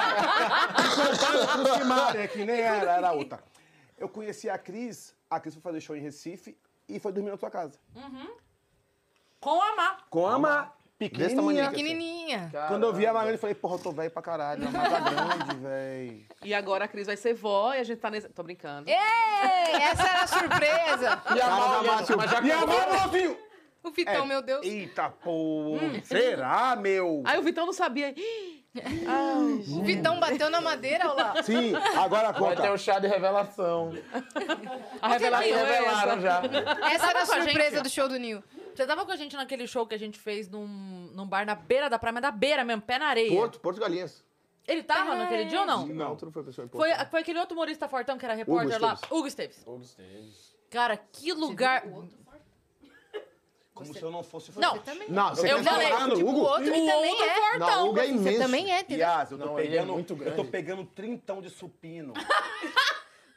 Speaker 4: Não Simária, É que nem era, era outra. Eu conheci a Cris, a Cris foi fazer show em Recife e foi dormir na tua casa.
Speaker 1: Com a Má.
Speaker 4: Com a Má,
Speaker 5: Desse tamanho
Speaker 4: pequenininha.
Speaker 5: aqui, assim.
Speaker 2: Pequenininha.
Speaker 4: Quando eu vi a Mariana, eu falei, porra, eu tô velho pra caralho, a Má tá grande, velho.
Speaker 6: E agora a Cris vai ser vó e a gente tá nesse. Tô brincando.
Speaker 2: Ei, essa era a surpresa.
Speaker 9: E a
Speaker 4: Cara da
Speaker 9: Mauro,
Speaker 4: Márcio.
Speaker 9: mas já
Speaker 4: E a
Speaker 9: acabou.
Speaker 4: Má não viu!
Speaker 2: O Vitão,
Speaker 4: É.
Speaker 2: meu Deus.
Speaker 4: Eita, pô, será, meu?
Speaker 6: Aí o Vitão não sabia.
Speaker 2: O Vitão bateu na madeira, olha lá.
Speaker 4: Sim, agora
Speaker 9: Vai ter
Speaker 4: conta.
Speaker 9: o chá de revelação.
Speaker 1: A
Speaker 9: Aí
Speaker 1: revelação é essa.
Speaker 9: revelaram já.
Speaker 2: Essa era a
Speaker 1: com a gente,
Speaker 2: surpresa
Speaker 1: ó.
Speaker 2: do show do Nil.
Speaker 1: Você tava com a gente naquele show que a gente fez num, num bar na beira da praia, mas da beira mesmo, pé na areia.
Speaker 5: Porto, Porto Galinhas.
Speaker 1: Ele tava
Speaker 2: Pé na
Speaker 1: naquele dia ou não?
Speaker 5: Não, tu não foi pessoa em Porto.
Speaker 1: Foi, foi aquele outro humorista fortão que era repórter lá,
Speaker 5: Esteves.
Speaker 1: Hugo Esteves. Hugo Esteves. Cara, que lugar.
Speaker 4: Como se eu não fosse fazer.
Speaker 1: Não,
Speaker 5: Não, você
Speaker 1: eu
Speaker 5: quer
Speaker 1: falei.
Speaker 5: falar no
Speaker 1: tipo,
Speaker 5: Hugo?
Speaker 1: O outro que
Speaker 2: O
Speaker 1: também
Speaker 2: outro
Speaker 1: é.
Speaker 5: Não, o
Speaker 1: fortão.
Speaker 5: Hugo é
Speaker 2: Você
Speaker 5: imenso.
Speaker 2: também é, entendeu?
Speaker 4: Yas, eu tô
Speaker 9: Não, ele é
Speaker 4: pegando.
Speaker 9: muito
Speaker 4: Eu
Speaker 9: grande.
Speaker 4: tô pegando trintão de supino.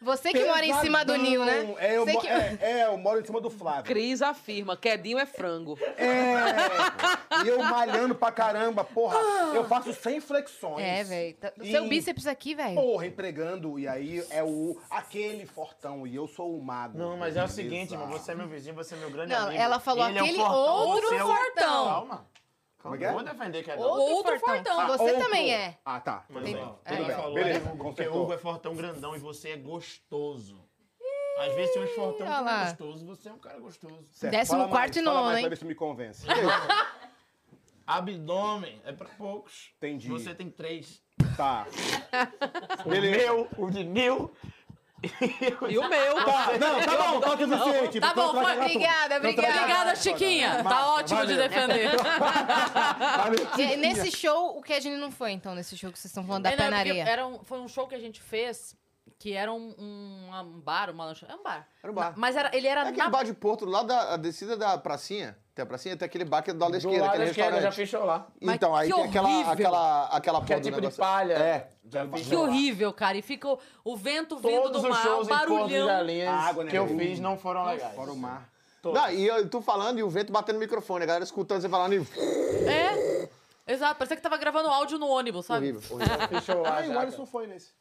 Speaker 2: Você que mora em cima do Nil, né?
Speaker 4: É eu,
Speaker 2: Você
Speaker 4: mo-
Speaker 2: que-
Speaker 4: é, é, eu moro em cima do Flávio.
Speaker 6: Cris afirma, quedinho é frango.
Speaker 4: É, e eu malhando pra caramba, porra. Eu faço 100 flexões.
Speaker 2: É, velho. tá-
Speaker 4: E,
Speaker 2: Seu bíceps aqui, velho.
Speaker 4: Porra, empregando. E aí é o aquele fortão. E eu sou o mago.
Speaker 9: Não, mas é o
Speaker 4: Beleza.
Speaker 9: seguinte, irmão, você é meu vizinho, você é meu grande
Speaker 2: Não,
Speaker 9: amigo.
Speaker 2: ela falou
Speaker 9: Ele é um
Speaker 2: aquele
Speaker 9: fortão,
Speaker 2: outro
Speaker 9: você é um-
Speaker 2: fortão.
Speaker 9: Calma.
Speaker 4: Como
Speaker 9: Calma,
Speaker 4: é que é?
Speaker 9: não vou defender que é não.
Speaker 2: Outro
Speaker 1: Outro
Speaker 2: fortão.
Speaker 1: fortão.
Speaker 2: Você
Speaker 4: Outro.
Speaker 2: também é.
Speaker 4: Ah, tá. Tudo
Speaker 9: Mas,
Speaker 4: bem.
Speaker 9: ó,
Speaker 2: Tudo
Speaker 9: ela
Speaker 2: bem.
Speaker 9: falou,
Speaker 4: Beleza,
Speaker 9: né, Porque
Speaker 4: consertou.
Speaker 9: Hugo é fortão grandão e você é gostoso. Às vezes tem uns fortão que
Speaker 2: olha
Speaker 9: não
Speaker 2: lá.
Speaker 9: é gostoso, você é um cara gostoso.
Speaker 4: Certo,
Speaker 2: Décimo
Speaker 4: fala
Speaker 2: quarto
Speaker 4: mais,
Speaker 2: e
Speaker 4: fala
Speaker 2: nono,
Speaker 4: mais
Speaker 2: hein?
Speaker 4: Pra ver se me convence.
Speaker 9: Abdômen é pra poucos.
Speaker 4: Entendi.
Speaker 9: Você tem três.
Speaker 4: Tá.
Speaker 9: O meu, o de Nil.
Speaker 6: E o meu.
Speaker 4: Tá, não, tá bom, tá o suficiente.
Speaker 1: Tá
Speaker 4: porque eu
Speaker 1: bom, foi.
Speaker 4: vou cagar tudo.
Speaker 2: Obrigada, obrigada.
Speaker 1: Obrigada, Chiquinha. Tá ótimo de defender.
Speaker 4: Valeu,
Speaker 2: E
Speaker 4: Chiquinha.
Speaker 2: É, nesse show, o Kedney não foi, então, nesse show que vocês estão falando
Speaker 1: É,
Speaker 2: da
Speaker 1: não, porque
Speaker 2: penaria.
Speaker 1: Era um, foi um show que a gente fez que era um, um- um bar, uma lanchonete. É um bar.
Speaker 5: Era um bar.
Speaker 1: Na- Mas era, ele
Speaker 5: É
Speaker 1: era
Speaker 5: aquele
Speaker 1: na
Speaker 5: bar de Porto, lá da a descida da pracinha. Tem a pracinha, tem aquele bar que é do lado da esquerda,
Speaker 9: lado
Speaker 5: aquele
Speaker 9: da esquerda,
Speaker 5: restaurante.
Speaker 9: já fechou lá.
Speaker 1: Mas
Speaker 5: Então, aí
Speaker 1: que
Speaker 5: tem aquela,
Speaker 1: horrível.
Speaker 5: aquela, aquela
Speaker 9: Que é
Speaker 5: porta do
Speaker 9: tipo de
Speaker 5: negócio.
Speaker 9: palha.
Speaker 5: É,
Speaker 4: né,
Speaker 1: Que horrível, cara. E fica o, o vento vindo
Speaker 9: Todos
Speaker 1: do
Speaker 9: os
Speaker 1: mar,
Speaker 9: shows
Speaker 1: um
Speaker 9: em Porto de
Speaker 1: barulhão.
Speaker 9: Galinhas
Speaker 5: A água, né?
Speaker 9: que eu
Speaker 5: Hum.
Speaker 9: fiz não foram legais.
Speaker 5: Fora o
Speaker 9: mar.
Speaker 5: Não, e eu tu falando e o vento batendo no microfone, a galera escutando você falando e.
Speaker 1: É. Exato, parecia que tava gravando áudio no ônibus, sabe?
Speaker 5: Horrível, horrível. Fechou a
Speaker 4: Ah, e o
Speaker 5: jaca.
Speaker 4: Alisson foi nesse.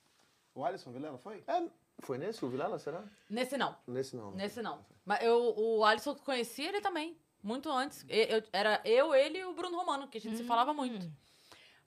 Speaker 4: O Alisson Vilela foi?
Speaker 5: É, Foi nesse o Vilela, será?
Speaker 1: Nesse não.
Speaker 5: Nesse não.
Speaker 1: Nesse não. Mas eu, o Alisson conheci ele também, muito antes. E- eu- era eu, ele e o Bruno Romano, que a gente se falava muito.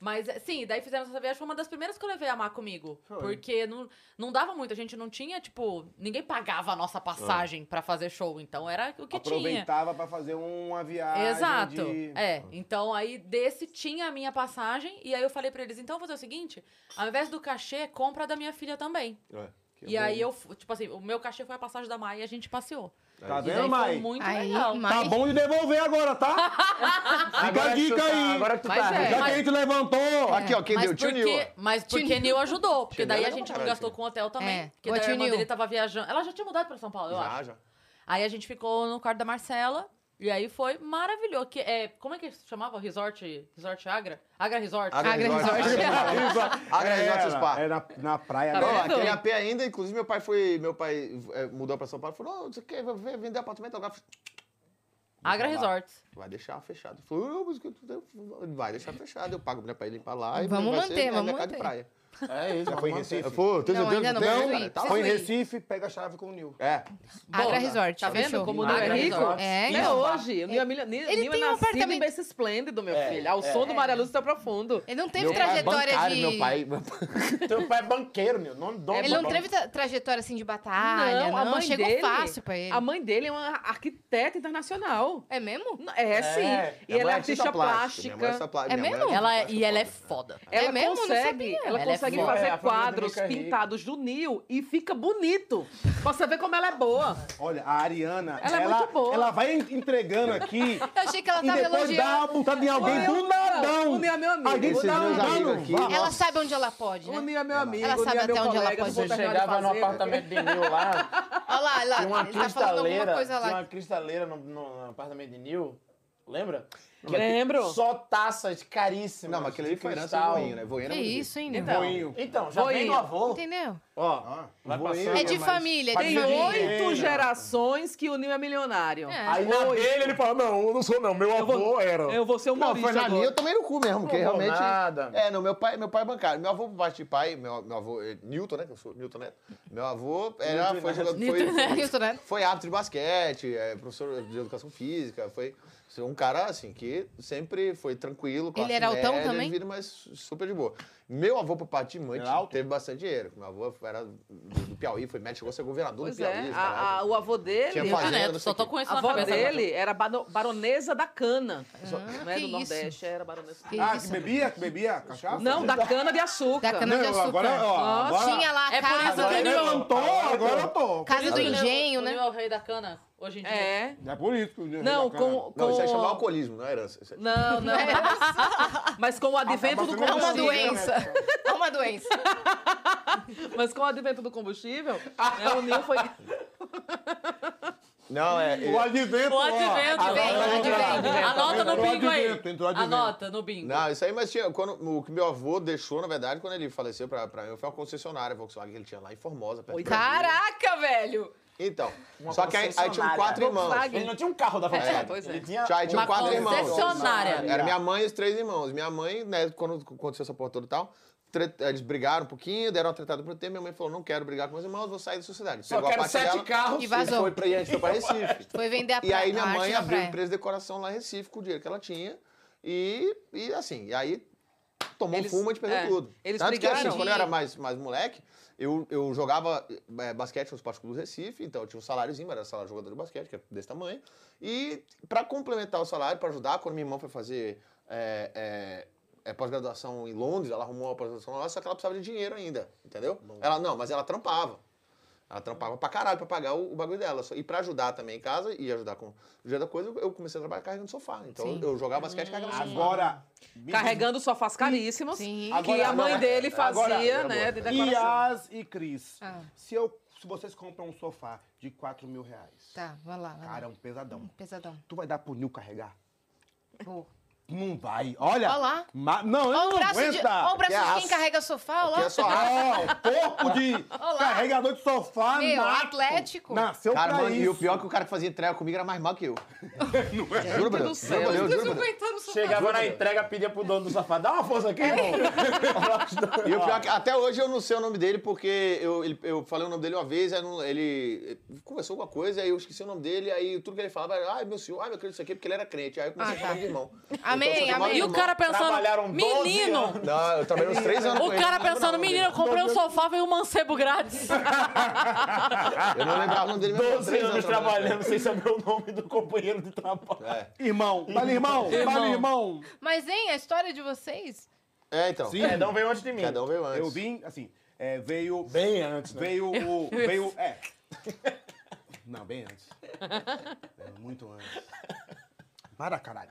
Speaker 1: Mas, é, sim, daí fizeram essa viagem. Foi uma das primeiras que eu levei a Mar comigo.
Speaker 14: Foi.
Speaker 1: Porque não, não dava muito. A gente não tinha, tipo... Ninguém pagava a nossa passagem pra fazer show. Então, era o que tinha.
Speaker 4: Aproveitava pra fazer uma viagem.
Speaker 1: Exato.
Speaker 4: de-
Speaker 1: É. Então aí desse tinha a minha passagem e aí eu falei pra eles, então eu vou fazer o seguinte, ao invés do cachê, compra a da minha filha também.
Speaker 5: É,
Speaker 4: Que
Speaker 1: e
Speaker 4: bom.
Speaker 1: aí eu, fu- tipo assim, o meu cachê foi a passagem da Mai e a gente passeou.
Speaker 4: Tá
Speaker 1: E
Speaker 4: vendo,
Speaker 1: daí foi
Speaker 4: Mai?
Speaker 1: muito
Speaker 4: Aí,
Speaker 1: legal.
Speaker 4: Mai. Tá bom de devolver agora, tá? Fica a
Speaker 5: Agora que tu
Speaker 4: dica
Speaker 5: tá-
Speaker 4: aí.
Speaker 5: agora que tu Mas tá. é,
Speaker 4: Já que
Speaker 5: mas-
Speaker 4: a gente levantou.
Speaker 5: Aqui, ó, quem
Speaker 1: mas
Speaker 5: deu? Tio
Speaker 1: porque,
Speaker 5: Nil.
Speaker 1: Mas
Speaker 5: Tio
Speaker 1: porque
Speaker 5: Nil.
Speaker 1: Nil ajudou, porque
Speaker 5: Tio
Speaker 1: daí
Speaker 5: Nil
Speaker 1: a
Speaker 5: é
Speaker 1: gente não
Speaker 5: legal,
Speaker 1: gastou com hotel também.
Speaker 2: É,
Speaker 1: Porque
Speaker 2: boa,
Speaker 1: daí a
Speaker 2: tio
Speaker 1: irmã
Speaker 2: Nil.
Speaker 1: dele tava viajando. Ela já tinha mudado pra São Paulo, eu
Speaker 5: Já,
Speaker 1: acho.
Speaker 5: já.
Speaker 1: Aí a gente ficou no quarto da Marcela. E aí foi maravilhoso. Que, é, como é que se chamava? Resort, Resort Agra? Agra Resort.
Speaker 5: Agra Resort e Spa.
Speaker 4: É na, na praia.
Speaker 5: Não,
Speaker 4: né?
Speaker 5: aquele AP ainda, inclusive meu pai foi. Meu pai é, mudou pra São Paulo e falou: "Ô, você quer v- vender apartamento agora? Eu falei,
Speaker 1: Agra
Speaker 5: Vai lá.
Speaker 1: Resort.
Speaker 5: Vai deixar fechado. Ele falou, "Não, mas que tu- vai deixar fechado, eu pago né, pra ele limpar lá. e
Speaker 2: Vamos
Speaker 5: vai ser
Speaker 2: manter,
Speaker 5: minha
Speaker 2: vamos
Speaker 5: casa de
Speaker 2: manter.
Speaker 5: praia.
Speaker 9: É isso,
Speaker 4: Já foi em Recife?
Speaker 5: Eu falei, tô
Speaker 2: Não,
Speaker 5: tentando-
Speaker 2: ainda não,
Speaker 5: tentando,
Speaker 2: mas eu
Speaker 5: cara,
Speaker 2: ia.
Speaker 5: tá
Speaker 2: Você
Speaker 5: lá.
Speaker 4: Foi em
Speaker 2: Foi.
Speaker 4: Recife, pega a chave com o Nil.
Speaker 5: É.
Speaker 2: Agra Resort,
Speaker 1: Tá vendo
Speaker 2: fechou.
Speaker 1: como
Speaker 6: Não é rico?
Speaker 2: É,
Speaker 6: Não é
Speaker 2: então.
Speaker 6: hoje. O Nil, é milha- Nil,
Speaker 2: Ele
Speaker 6: Nil
Speaker 2: tem
Speaker 6: é
Speaker 2: um
Speaker 6: nascido
Speaker 2: apartamento-
Speaker 6: em berço esplêndido, meu
Speaker 9: É,
Speaker 6: filho. Ao
Speaker 9: é.
Speaker 6: som do Maria Luz tá profundo.
Speaker 2: Ele não teve
Speaker 9: Meu pai é
Speaker 2: trajetória
Speaker 9: bancário,
Speaker 2: de...
Speaker 9: Meu
Speaker 5: é
Speaker 9: pai, teu pai é banqueiro, meu. Nome dono
Speaker 2: Ele
Speaker 9: do
Speaker 2: não
Speaker 9: banco.
Speaker 2: teve tra- trajetória assim de batalha, não. chegou fácil pra ele.
Speaker 6: A mãe dele é uma arquiteta internacional.
Speaker 2: É mesmo?
Speaker 6: É, sim. E
Speaker 5: Minha
Speaker 6: ela
Speaker 5: mãe
Speaker 6: é artista plástica.
Speaker 5: Minha mãe é artista plástica. Minha mãe
Speaker 1: Ela é- e ela é foda.
Speaker 6: Ela
Speaker 2: É mesmo? Não
Speaker 6: consegue,
Speaker 2: sabia.
Speaker 6: ela
Speaker 1: Ela é
Speaker 6: consegue
Speaker 1: foda.
Speaker 6: fazer
Speaker 1: É, a família do
Speaker 6: quadros
Speaker 1: Rica é rica.
Speaker 6: pintados do Nil e fica bonito. Pra você ver como ela é boa.
Speaker 4: Olha, a Ariana,
Speaker 6: Ela é muito boa.
Speaker 4: ela vai en- entregando aqui.
Speaker 2: Eu achei que ela
Speaker 4: e
Speaker 2: tava
Speaker 4: depois dá uma
Speaker 2: elogiando.
Speaker 4: butada em alguém
Speaker 6: Olha,
Speaker 4: do nadão.
Speaker 6: o Nil é meu amigo.
Speaker 4: A gente
Speaker 6: Vou
Speaker 4: dá
Speaker 6: dar
Speaker 4: um
Speaker 6: um-
Speaker 4: dano.
Speaker 5: aqui.
Speaker 2: Ela sabe onde ela pode, né?
Speaker 6: O Nil é meu amigo.
Speaker 2: Ela
Speaker 6: o Nil
Speaker 2: sabe
Speaker 6: é meu
Speaker 2: até onde ela
Speaker 6: colega, eu
Speaker 2: pode.
Speaker 6: vou
Speaker 9: Você
Speaker 6: terminar de
Speaker 9: chegava no
Speaker 6: fazer.
Speaker 9: apartamento de Nil lá,
Speaker 2: Olha lá, olha lá.
Speaker 9: tinha uma
Speaker 2: ele tá falando alguma
Speaker 9: cristaleira,
Speaker 2: coisa
Speaker 9: tinha
Speaker 2: lá.
Speaker 9: uma cristaleira no, no- no apartamento de Nil, lembra? Que tipo,
Speaker 6: Lembro.
Speaker 9: Só taças caríssimas.
Speaker 5: Não, mas aquele ali
Speaker 9: de
Speaker 5: foi herança
Speaker 9: cristal.
Speaker 5: do voinho, né? Voinho
Speaker 2: Que
Speaker 5: era bonito.
Speaker 2: isso, hein,
Speaker 9: Então,
Speaker 4: Voinho.
Speaker 9: então já vem
Speaker 6: Voinho.
Speaker 9: do avô.
Speaker 2: Entendeu?
Speaker 9: Ó, vai passando.
Speaker 2: É de
Speaker 9: mas-
Speaker 2: família, é de
Speaker 6: Tem
Speaker 2: família.
Speaker 6: oito gerações que o Nil é milionário.
Speaker 2: É.
Speaker 9: Aí na dele ele falou, não, eu não sou não, meu avô era.
Speaker 6: Eu vou ser um
Speaker 5: Não, tá foi na linha, eu tomei no cu mesmo, porque
Speaker 9: Não roubou
Speaker 5: realmente.
Speaker 9: nada.
Speaker 5: É, não, meu pai, meu pai é bancário. Meu avô, por parte de pai, meu, meu avô, eh, Newton, né? Que eu sou Newton Neto. Meu avô era, foi, jogador- foi,
Speaker 2: Isso, né?
Speaker 5: foi árbitro de basquete, é, professor de educação física, foi foi um cara assim que sempre foi tranquilo, classe
Speaker 2: Ele era altão
Speaker 5: média,
Speaker 2: também?
Speaker 5: Vida, mas super de boa. Meu avô por parte de mãe
Speaker 4: Era alto?
Speaker 5: teve bastante dinheiro. Meu avô era do, do Piauí, foi médico, chegou a ser governador
Speaker 6: Pois
Speaker 5: do Piauí.
Speaker 6: é,
Speaker 5: caralho.
Speaker 2: Ah,
Speaker 6: a- a- o avô dele,
Speaker 5: Tinha
Speaker 6: a
Speaker 5: fazenda,
Speaker 1: Neto,
Speaker 5: não
Speaker 1: Né? só
Speaker 5: sei
Speaker 1: tô
Speaker 5: o quê.
Speaker 1: com isso na
Speaker 6: avó
Speaker 1: cabeça agora. Ah,
Speaker 6: dele era bano- baronesa da cana. Não é
Speaker 2: que
Speaker 6: do
Speaker 2: isso?
Speaker 6: Nordeste, era baronesa.
Speaker 2: Que
Speaker 4: Ah, que
Speaker 2: isso?
Speaker 4: bebia? Que bebia? Cachaça?
Speaker 6: Não, da cana de
Speaker 2: Da
Speaker 6: açúcar.
Speaker 2: cana de
Speaker 4: Não,
Speaker 2: açúcar.
Speaker 4: agora, ó.
Speaker 6: Nossa,
Speaker 4: Agora,
Speaker 2: Tinha lá a
Speaker 1: É por
Speaker 2: casa,
Speaker 1: isso que
Speaker 4: agora
Speaker 1: ele
Speaker 4: levantou, agora eu
Speaker 2: casa
Speaker 4: tô.
Speaker 2: do
Speaker 1: Por isso que o Nil-
Speaker 2: engenho,
Speaker 1: o
Speaker 2: né?
Speaker 1: Nil é o rei da cana, hoje em dia.
Speaker 6: É.
Speaker 4: É por isso que o Nil
Speaker 6: Não,
Speaker 4: é bacana.
Speaker 6: com. com...
Speaker 5: Não, isso aí chama alcoolismo, não é herança. Isso aí.
Speaker 6: Não, não.
Speaker 1: É.
Speaker 6: Mas com o
Speaker 4: Tá
Speaker 6: advento do
Speaker 2: É uma
Speaker 6: combustível.
Speaker 2: doença. É uma doença.
Speaker 6: Mas com o advento do combustível, né, o Nil foi.
Speaker 5: Não, é.
Speaker 4: O advento,
Speaker 1: O
Speaker 4: ó.
Speaker 1: advento,
Speaker 4: Agora
Speaker 1: vem,
Speaker 4: vai
Speaker 1: o
Speaker 4: entrar.
Speaker 1: advento. Anota no
Speaker 4: Entrou
Speaker 1: bingo
Speaker 4: advento, entrou
Speaker 1: aí.
Speaker 4: advento.
Speaker 1: Anota no bingo.
Speaker 5: Não, isso aí, mas tinha, quando, o que meu avô deixou, na verdade, quando ele faleceu pra, pra mim, foi uma concessionária Volkswagen que ele tinha lá em Formosa. Perto de Brasília.
Speaker 2: Caraca, velho!
Speaker 5: Então,
Speaker 9: Uma
Speaker 5: só que aí, aí tinham
Speaker 9: concessionária.
Speaker 5: quatro irmãos.
Speaker 6: Volkswagen.
Speaker 9: Ele não tinha um carro da Volkswagen.
Speaker 6: pois é.
Speaker 9: Ele tinha
Speaker 5: Tinha- Aí tinham
Speaker 1: Uma
Speaker 5: quatro irmãos.
Speaker 1: concessionária.
Speaker 5: Era minha mãe e os três irmãos. Minha mãe, né, quando aconteceu essa porra toda e tal, tre- eles brigaram um pouquinho, deram uma tretada pro tempo. Minha mãe falou, não quero brigar com meus irmãos, vou sair da sociedade.
Speaker 9: Só quero sete carros.
Speaker 2: E vazou.
Speaker 5: Foi pra, e a gente foi pra Recife.
Speaker 2: Foi vender a
Speaker 5: E
Speaker 2: pra-
Speaker 5: aí minha
Speaker 2: a arte
Speaker 5: mãe
Speaker 2: na é
Speaker 5: abriu
Speaker 2: praia. Ah,
Speaker 5: empresa de decoração lá em Recife com o dinheiro que ela tinha. E, e assim, e aí tomou
Speaker 6: Eles-
Speaker 5: fuma de perder
Speaker 6: é,
Speaker 5: tudo.
Speaker 6: eles
Speaker 5: Tanto que assim,
Speaker 6: brigaram.
Speaker 5: quando eu era mais, mais moleque, eu, eu jogava eh, basquete no Esporte Clube do Recife, então eu tinha um saláriozinho, mas era salário de jogador de basquete, que era desse tamanho. E pra complementar o salário, pra ajudar, quando minha irmã foi fazer eh, eh, eh, pós-graduação em Londres, ela arrumou uma pós-graduação lá, só que ela precisava de dinheiro ainda, entendeu? Ela não, mas ela trampava. Ela trampava pra caralho pra pagar o, o bagulho dela. Só- E pra ajudar também em casa e ajudar com o dinheiro da coisa, eu- eu comecei a trabalhar carregando sofá. Então eu, eu jogava basquete
Speaker 4: Ah,
Speaker 5: carregando sofá.
Speaker 4: Agora.
Speaker 6: Carregando sofás caríssimos.
Speaker 2: Sim.
Speaker 6: Que
Speaker 4: Agora-
Speaker 6: a mãe
Speaker 4: agora-
Speaker 6: dele fazia,
Speaker 4: agora-
Speaker 6: né? De decoração.
Speaker 4: Ias e Cris.
Speaker 2: Ah.
Speaker 4: Se, eu, se vocês compram um sofá de 4 mil reais,
Speaker 2: Tá, vai lá. vai lá.
Speaker 4: cara, é um pesadão.
Speaker 2: Pesadão.
Speaker 4: Tu vai dar pro Nil carregar?
Speaker 2: Vou.
Speaker 4: Não vai. Olha.
Speaker 2: Olha lá.
Speaker 4: Ma- Não, eu
Speaker 2: Olha o
Speaker 4: não
Speaker 2: braço de,
Speaker 4: aguento.
Speaker 2: olha o braço
Speaker 4: Que
Speaker 2: de quem
Speaker 4: aço.
Speaker 2: carrega sofá, olha lá.
Speaker 4: Que é só aço. Corpo de carregador de sofá
Speaker 2: Meu,
Speaker 4: nato.
Speaker 2: atlético.
Speaker 5: cara,
Speaker 4: Então, pra
Speaker 5: mano, E
Speaker 4: isso.
Speaker 5: o pior é que o cara que fazia entrega comigo era mais mal que eu. Não é?
Speaker 9: Gente
Speaker 5: Juro, Bruno.
Speaker 9: do céu.
Speaker 5: Juro, Bruno,
Speaker 9: Vocês
Speaker 5: juro, Bruno.
Speaker 2: aguentando o sofá.
Speaker 9: Chegava na entrega, pedia pro dono do safado, dá uma força aqui, irmão.
Speaker 5: É. E o pior é que até hoje eu não sei o nome dele, porque eu, ele- eu falei o nome dele uma vez, aí não- ele conversou alguma coisa, aí eu esqueci o nome dele, aí tudo que ele falava era, ai meu senhor, ai meu querido, isso aqui, porque ele era crente. Aí eu comecei a chamar de irmão. Então,
Speaker 1: Amém,
Speaker 5: eu chamava
Speaker 1: amém.
Speaker 5: de
Speaker 1: E o
Speaker 5: irmão.
Speaker 1: cara pensando, Trabalharam 12 menino! anos.
Speaker 5: Não, eu trabalhei uns três anos
Speaker 1: O
Speaker 5: com ele.
Speaker 1: cara
Speaker 5: Não lembro
Speaker 1: pensando,
Speaker 5: o nome
Speaker 1: menino, eu
Speaker 5: dele.
Speaker 1: comprei um sofá, veio um mancebo grátis.
Speaker 5: Eu não lembrava o nome dele. mesmo,
Speaker 9: 12
Speaker 5: três
Speaker 9: anos trabalhando sem saber é o nome do companheiro de trabalho.
Speaker 5: É.
Speaker 9: Irmão, vale irmão, vale irmão.
Speaker 2: Mas, hein, a história de vocês...
Speaker 5: É, então.
Speaker 4: Sim.
Speaker 9: Cada um veio antes de mim.
Speaker 4: Cada
Speaker 5: um veio antes.
Speaker 4: Eu vim, assim, é, veio... Bem antes,
Speaker 9: né?
Speaker 4: Veio o...
Speaker 9: Eu- eu-
Speaker 4: Veio... É. Não, bem antes. É, muito antes. Para, caralho.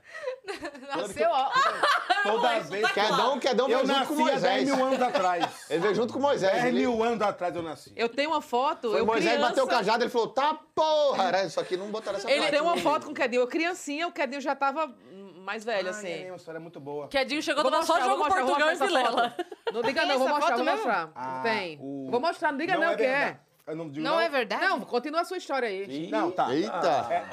Speaker 2: Nasceu, ó. Ah,
Speaker 4: Toda vez...
Speaker 5: Quedão, Quedão veio
Speaker 4: Eu
Speaker 5: junto
Speaker 4: nasci
Speaker 5: tá com
Speaker 4: há
Speaker 5: Moisés.
Speaker 4: 10 mil anos atrás.
Speaker 5: Ele veio junto com Moisés.
Speaker 4: 10
Speaker 5: ele-
Speaker 4: mil anos um atrás eu nasci.
Speaker 6: Eu tenho uma foto.
Speaker 5: Foi
Speaker 6: eu
Speaker 5: Moisés
Speaker 6: criança...
Speaker 5: bateu o cajado, ele falou, tá porra, era isso aqui, não botaram essa
Speaker 6: Ele
Speaker 5: placa,
Speaker 6: tem uma
Speaker 5: não.
Speaker 6: foto com o Quedinho. Eu criancinha, o Quedinho já tava hum, mais velho, assim.
Speaker 4: é uma história muito boa.
Speaker 1: Quedinho chegou,
Speaker 6: Vou
Speaker 1: tava só
Speaker 6: mostrar, vou
Speaker 1: jogo
Speaker 6: mostrar, vou
Speaker 1: Portugal e
Speaker 6: mostrar essa
Speaker 1: Vilela.
Speaker 6: foto. Não diga não, vou mostrar, vou mostrar.
Speaker 4: Ah,
Speaker 6: tem.
Speaker 4: o-
Speaker 6: Vou mostrar, não diga não,
Speaker 4: é
Speaker 6: que é.
Speaker 4: verdade. Eu não digo
Speaker 6: Não, é verdade? Não, continua a sua história aí.
Speaker 4: Não, tá.
Speaker 5: Eita.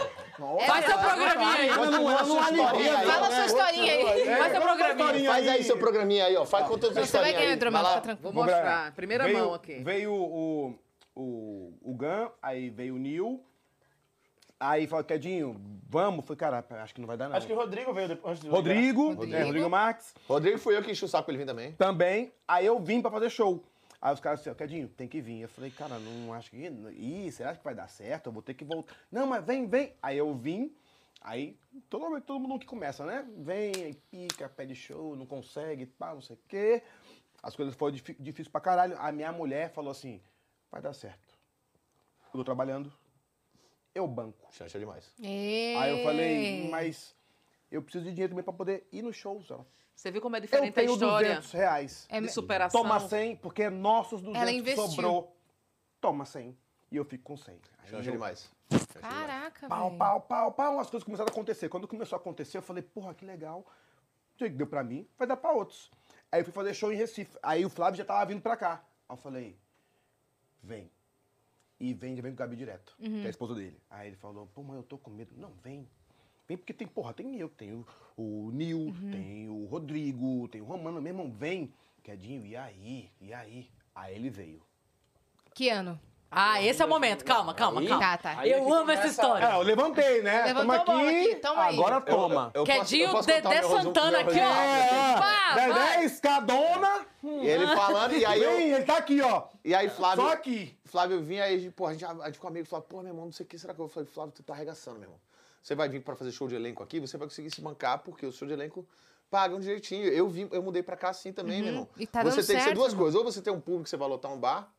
Speaker 6: Faz seu programinha aí.
Speaker 4: Ela não, ela não alivia.
Speaker 2: Fala
Speaker 5: né?
Speaker 2: sua historinha aí.
Speaker 5: Faz seu
Speaker 4: programinha.
Speaker 5: Faz aí seu programinha aí, ó. Faz
Speaker 4: Tá.
Speaker 5: conta da sua
Speaker 2: Você vai
Speaker 5: historinha
Speaker 2: ganhar,
Speaker 5: aí.
Speaker 2: Dromel,
Speaker 5: Vai lá.
Speaker 2: fica tranquilo.
Speaker 6: Vou mostrar. Primeira
Speaker 4: veio,
Speaker 6: mão aqui.
Speaker 4: Veio o, o, o Gan, aí veio o Nil. Aí falou, Quedinho, vamos? Falei, cara, acho que não vai dar nada.
Speaker 9: Acho que o Rodrigo veio depois. antes do
Speaker 4: Rodrigo, Rodrigo. É, Rodrigo Marques.
Speaker 5: Rodrigo fui eu que enchi o saco pra ele vir também.
Speaker 4: Também. Aí eu vim pra fazer show. Aí os caras disseram, Quedinho, tem que vir. Eu falei, cara, não acho que. Ih, será que vai dar certo? Eu vou ter que voltar. Não, mas vem, vem. Aí eu vim. Aí, todo, todo mundo que começa, né? Vem, aí pica, pede show, não consegue, pá, não sei o quê. As coisas foram difí- difíceis pra caralho. A minha mulher falou assim: vai dar certo. Eu tô trabalhando, eu banco.
Speaker 5: Chancha demais.
Speaker 4: Aí eu falei, mas eu preciso de dinheiro também pra poder ir nos shows. Ela,
Speaker 6: Você viu como é
Speaker 4: eu
Speaker 6: diferente a
Speaker 4: tenho
Speaker 6: história?
Speaker 4: 200 reais.
Speaker 6: É de superação.
Speaker 4: Toma 100, porque é nossos
Speaker 2: Ela
Speaker 4: 200 que
Speaker 2: investiu.
Speaker 4: sobrou. Toma 100. E eu fico com 100. Aí
Speaker 5: Chancha
Speaker 4: eu-
Speaker 5: demais.
Speaker 2: Caraca,
Speaker 4: Pau,
Speaker 2: velho.
Speaker 4: pau, pau, pau. As coisas começaram a acontecer. Quando começou a acontecer, eu falei, porra, que legal. O que deu pra mim, vai dar pra outros. Aí eu fui fazer show em Recife. Aí o Flávio já tava vindo pra cá. Aí eu falei, vem. E vem, já vem com o Gabi direto,
Speaker 2: Uhum.
Speaker 4: que é a esposa dele. Aí ele falou, pô, mãe, eu tô com medo. Não, vem. Vem porque tem, porra, tem eu, tem o, o Nil,
Speaker 2: Uhum.
Speaker 4: tem o Rodrigo, tem o Romano, meu irmão, vem. Quedinho, e aí? E aí? Aí ele veio.
Speaker 2: Que ano?
Speaker 1: Ah, esse é o momento. Calma, calma, calma.
Speaker 2: Tá, tá.
Speaker 1: Eu amo essa história.
Speaker 4: É, eu levantei, né?
Speaker 2: Levantou
Speaker 4: Tamo
Speaker 2: a bola aqui, toma aí.
Speaker 4: Agora toma.
Speaker 5: Eu posso- eu
Speaker 1: Quedinho,
Speaker 5: posso contar o
Speaker 1: Dedé
Speaker 5: meu resumo-
Speaker 1: Santana
Speaker 5: meu
Speaker 1: aqui, ó.
Speaker 2: Pá,
Speaker 4: É, Dedé,
Speaker 2: vai.
Speaker 4: escadona.
Speaker 5: E ele falando, e aí eu...
Speaker 4: Vem, ele tá aqui, ó.
Speaker 5: E aí Flávio...
Speaker 4: Só aqui.
Speaker 5: Flávio vinha, aí, porra, a gente, a gente ficou amigo. Flávio, porra, meu irmão, não sei o que, será que eu... Eu falei, Flávio, tu tá arregaçando, meu irmão. Você vai vir pra fazer show de elenco aqui, você vai conseguir se bancar, porque o show de elenco pagam direitinho. Eu vim, eu mudei pra cá assim também, meu irmão.
Speaker 2: E tá
Speaker 5: você
Speaker 2: dando
Speaker 5: tem que ser
Speaker 2: certo,
Speaker 5: duas
Speaker 2: irmão.
Speaker 5: coisas. Ou você tem um público que você vai lotar um bar,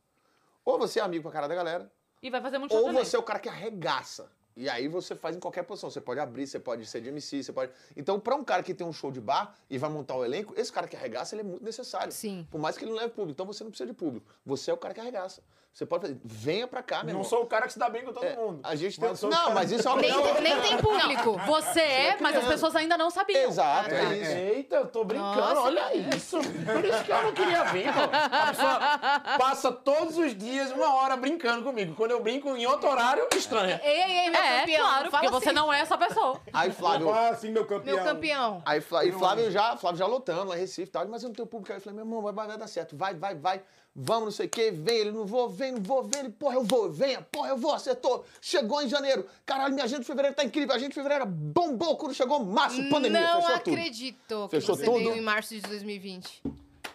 Speaker 5: ou você é amigo pra cara da galera,
Speaker 1: E vai fazer muito show
Speaker 5: Ou
Speaker 1: também.
Speaker 5: você é o cara que arregaça. E aí você faz em qualquer posição. Você pode abrir, você pode ser de MC, você pode. Então, pra um cara que tem um show de bar e vai montar o elenco, esse cara que arregaça, ele é muito necessário.
Speaker 2: Sim.
Speaker 5: Por mais que ele não leve público. Então você não precisa de público. Você é o cara que arregaça. Você pode fazer. Venha pra cá, meu
Speaker 9: Não
Speaker 5: irmão. É,
Speaker 9: sou o cara que se dá bem com todo mundo.
Speaker 5: A gente tem.
Speaker 9: Mas sou o
Speaker 5: Não,
Speaker 9: cara-
Speaker 5: mas isso é uma
Speaker 2: Nem,
Speaker 5: coisa.
Speaker 2: nem tem público.
Speaker 1: Você é, mas as pessoas ainda não sabiam.
Speaker 5: Exato, é isso.
Speaker 9: Eita, eu tô brincando,
Speaker 2: Nossa,
Speaker 9: olha isso. Por isso que eu não queria vir, pô. A pessoa passa todos os dias uma hora brincando comigo. Quando eu brinco em outro horário, estranha.
Speaker 2: Ei, ei, ei, meu
Speaker 1: É,
Speaker 2: campeão.
Speaker 1: claro,
Speaker 2: fala
Speaker 1: porque você
Speaker 2: assim.
Speaker 1: não é essa pessoa.
Speaker 5: Aí, Flávio.
Speaker 4: Ah, sim, meu campeão.
Speaker 2: Meu campeão.
Speaker 5: Aí Flá- e Flávio já, Flávio já lotando lá em Recife e tal, mas eu não tenho público. Aí eu falei, meu irmão, vai, vai, vai dar certo, vai, vai, vai, vamos, não sei o quê, vem, ele não vou, vem, não vou, vem, ele, porra, eu vou, venha, porra, eu vou, acertou, chegou em janeiro, caralho, minha agenda de fevereiro tá incrível, a agenda de fevereiro bombou quando chegou março, pandemia,
Speaker 2: não
Speaker 5: fechou
Speaker 2: acredito que
Speaker 5: Fechou
Speaker 2: você
Speaker 5: tudo.
Speaker 2: veio em março de 2020.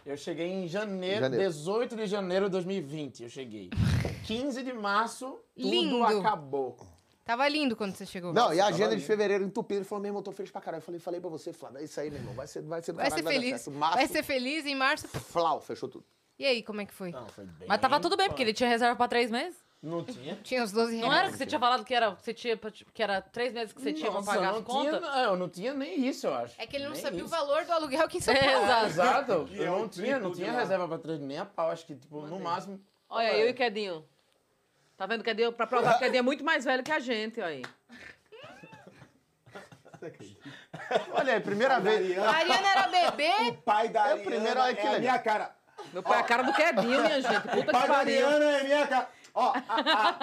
Speaker 9: Eu cheguei em janeiro,
Speaker 5: Janeiro.
Speaker 9: 18 de janeiro de 2020, eu cheguei. 15 de março, tudo
Speaker 2: Lindo.
Speaker 9: acabou.
Speaker 2: Tava lindo quando você chegou.
Speaker 5: tudo. Não, e a agenda de fevereiro entupida, ele falou, meu irmão, tô feliz pra caralho, eu falei, falei pra você, Flávio, é isso aí, meu irmão, vai ser, vai ser, do
Speaker 2: Vai
Speaker 5: caralho,
Speaker 2: ser
Speaker 5: vai dar
Speaker 2: feliz.
Speaker 5: certo. março,
Speaker 2: Vai ser feliz em março.
Speaker 5: flau, fechou tudo.
Speaker 2: E aí, como é que foi?
Speaker 9: Não, foi bem.
Speaker 1: Mas tava tudo bem, porque ele tinha reserva pra três meses.
Speaker 9: Não tinha.
Speaker 2: Tinha os 12 reais.
Speaker 1: Não era que você tinha falado que era, que você tinha, pra- tipo, que era três meses que você tinha pra
Speaker 9: Nossa,
Speaker 1: pagar
Speaker 9: não
Speaker 1: as contas?
Speaker 9: Tinha, eu não tinha nem isso, eu acho.
Speaker 2: É que ele não
Speaker 9: Nem
Speaker 2: sabia o
Speaker 9: isso.
Speaker 2: valor do aluguel aqui em São
Speaker 1: É,
Speaker 2: Paulo.
Speaker 1: exato.
Speaker 9: Exato, eu não
Speaker 4: É o
Speaker 9: tinha, não
Speaker 4: triplo de
Speaker 9: tinha
Speaker 4: lá.
Speaker 9: reserva pra três, nem a pau, acho que, tipo, no máximo.
Speaker 6: Olha, eu e o Quedinho. Tá vendo o Quedinho? Pra provar, o Quedinho é muito mais velho que a gente, olha aí.
Speaker 9: Olha aí,
Speaker 5: Tá
Speaker 9: primeira vez.
Speaker 2: A Ariana era bebê?
Speaker 4: O pai da
Speaker 9: É a
Speaker 4: Ariana
Speaker 5: né?
Speaker 9: primeira- olha que
Speaker 4: é a
Speaker 9: legal.
Speaker 4: minha cara.
Speaker 6: Meu pai é a cara do Kebinho, minha gente. Puta que
Speaker 4: o pai da
Speaker 6: pariu.
Speaker 4: Ariana é minha cara. Ó, a,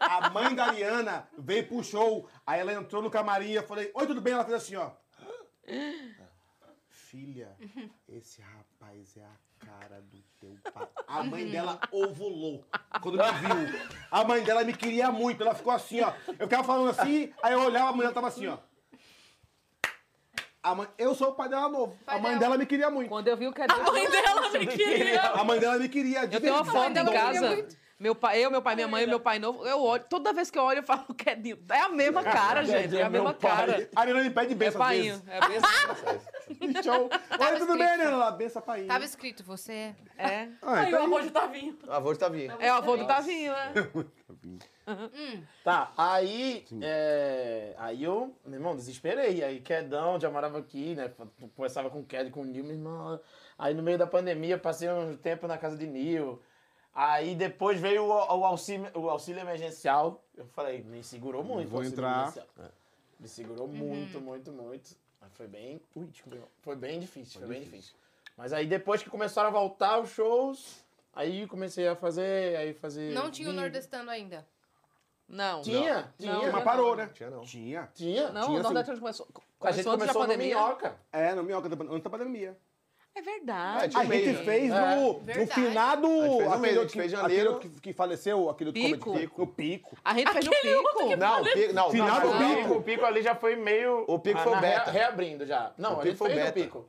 Speaker 4: a- a mãe da Ariana veio pro show, aí ela entrou no camarim, eu falei, oi, tudo bem? Ela fez assim, ó. Filha, esse rapaz é a cara do teu pai. A mãe dela ovulou quando me viu. A mãe dela me queria muito, ela ficou assim, ó. Eu ficava falando assim, aí eu olhava, a mãe dela tava assim, ó. A mãe, eu sou o pai dela novo. a mãe dela me queria muito.
Speaker 6: Quando eu vi o
Speaker 1: Tá
Speaker 6: Kebinho... A mãe dela me queria.
Speaker 4: A mãe dela me queria. de
Speaker 6: Eu tenho uma
Speaker 4: verdade. então
Speaker 6: foto em casa. Meu pai, eu, meu pai, minha mãe e meu pai novo, eu olho, toda vez que eu olho, eu falo que é Nil. É a mesma cara, gente. É a mesma cara.
Speaker 4: A Ariana me pede benção.
Speaker 6: É painho, é
Speaker 4: benção. Show. Oi, tudo bem, Ariana? Ela bença painho.
Speaker 2: Tava escrito, você
Speaker 6: é.
Speaker 4: Ah, então-
Speaker 6: do Tavinho.
Speaker 5: A voz tá vindo.
Speaker 6: É o avô do Tavinho, né?
Speaker 9: Tá, aí. é, aí eu, meu irmão, desesperei. Aí Quedão, já morava aqui, né? Conversava com o Ked, com o Nil, meu irmão. Aí no meio da pandemia, passei um tempo na casa de Nil. Aí depois veio o, o auxílio, o auxílio emergencial. Eu falei, me segurou muito.
Speaker 4: Vou
Speaker 9: o auxílio
Speaker 4: entrar.
Speaker 9: emergencial. Me
Speaker 6: Uhum.
Speaker 9: segurou muito, muito, muito. Mas Foi bem. Ui, desculpa, irmão. Foi bem difícil, foi, bem difícil. Mas aí depois que começaram a voltar os shows, aí comecei a fazer, aí fazer.
Speaker 2: não tinha o
Speaker 9: vídeo.
Speaker 2: nordestano ainda.
Speaker 6: Não.
Speaker 9: Tinha,
Speaker 6: Não,
Speaker 9: tinha.
Speaker 6: não,
Speaker 4: Mas parou, né?
Speaker 5: Tinha, não.
Speaker 4: Tinha.
Speaker 9: Tinha.
Speaker 6: Não,
Speaker 4: Tinha,
Speaker 6: o
Speaker 4: assim.
Speaker 6: Nordeste começou,
Speaker 9: A gente
Speaker 6: começou antes da
Speaker 9: começou no
Speaker 6: pandemia.
Speaker 9: Minhoca.
Speaker 4: É, no Minhoca, da pan- antes da pandemia.
Speaker 6: É
Speaker 5: É,
Speaker 6: verdade.
Speaker 5: tipo,
Speaker 4: A gente
Speaker 5: meio, né?
Speaker 4: fez
Speaker 6: É.
Speaker 4: no, no
Speaker 2: Verdade.
Speaker 4: finado.
Speaker 5: A gente fez no
Speaker 4: aquele
Speaker 5: meio, a gente
Speaker 4: que-
Speaker 5: fez janeiro.
Speaker 4: aquele que, que faleceu, aquele do
Speaker 6: Pico.
Speaker 4: Comedy Pico. O pico.
Speaker 6: A gente fez no pico.
Speaker 5: Não, o pico, não,
Speaker 4: Final
Speaker 5: não,
Speaker 4: do
Speaker 5: não. Ah,
Speaker 9: O pico, o pico ali já foi meio.
Speaker 5: O pico foi o
Speaker 9: na
Speaker 5: beta.
Speaker 9: rea- reabrindo já. Não,
Speaker 5: O
Speaker 9: o
Speaker 5: pico
Speaker 9: pico
Speaker 5: foi o beta.
Speaker 9: pico.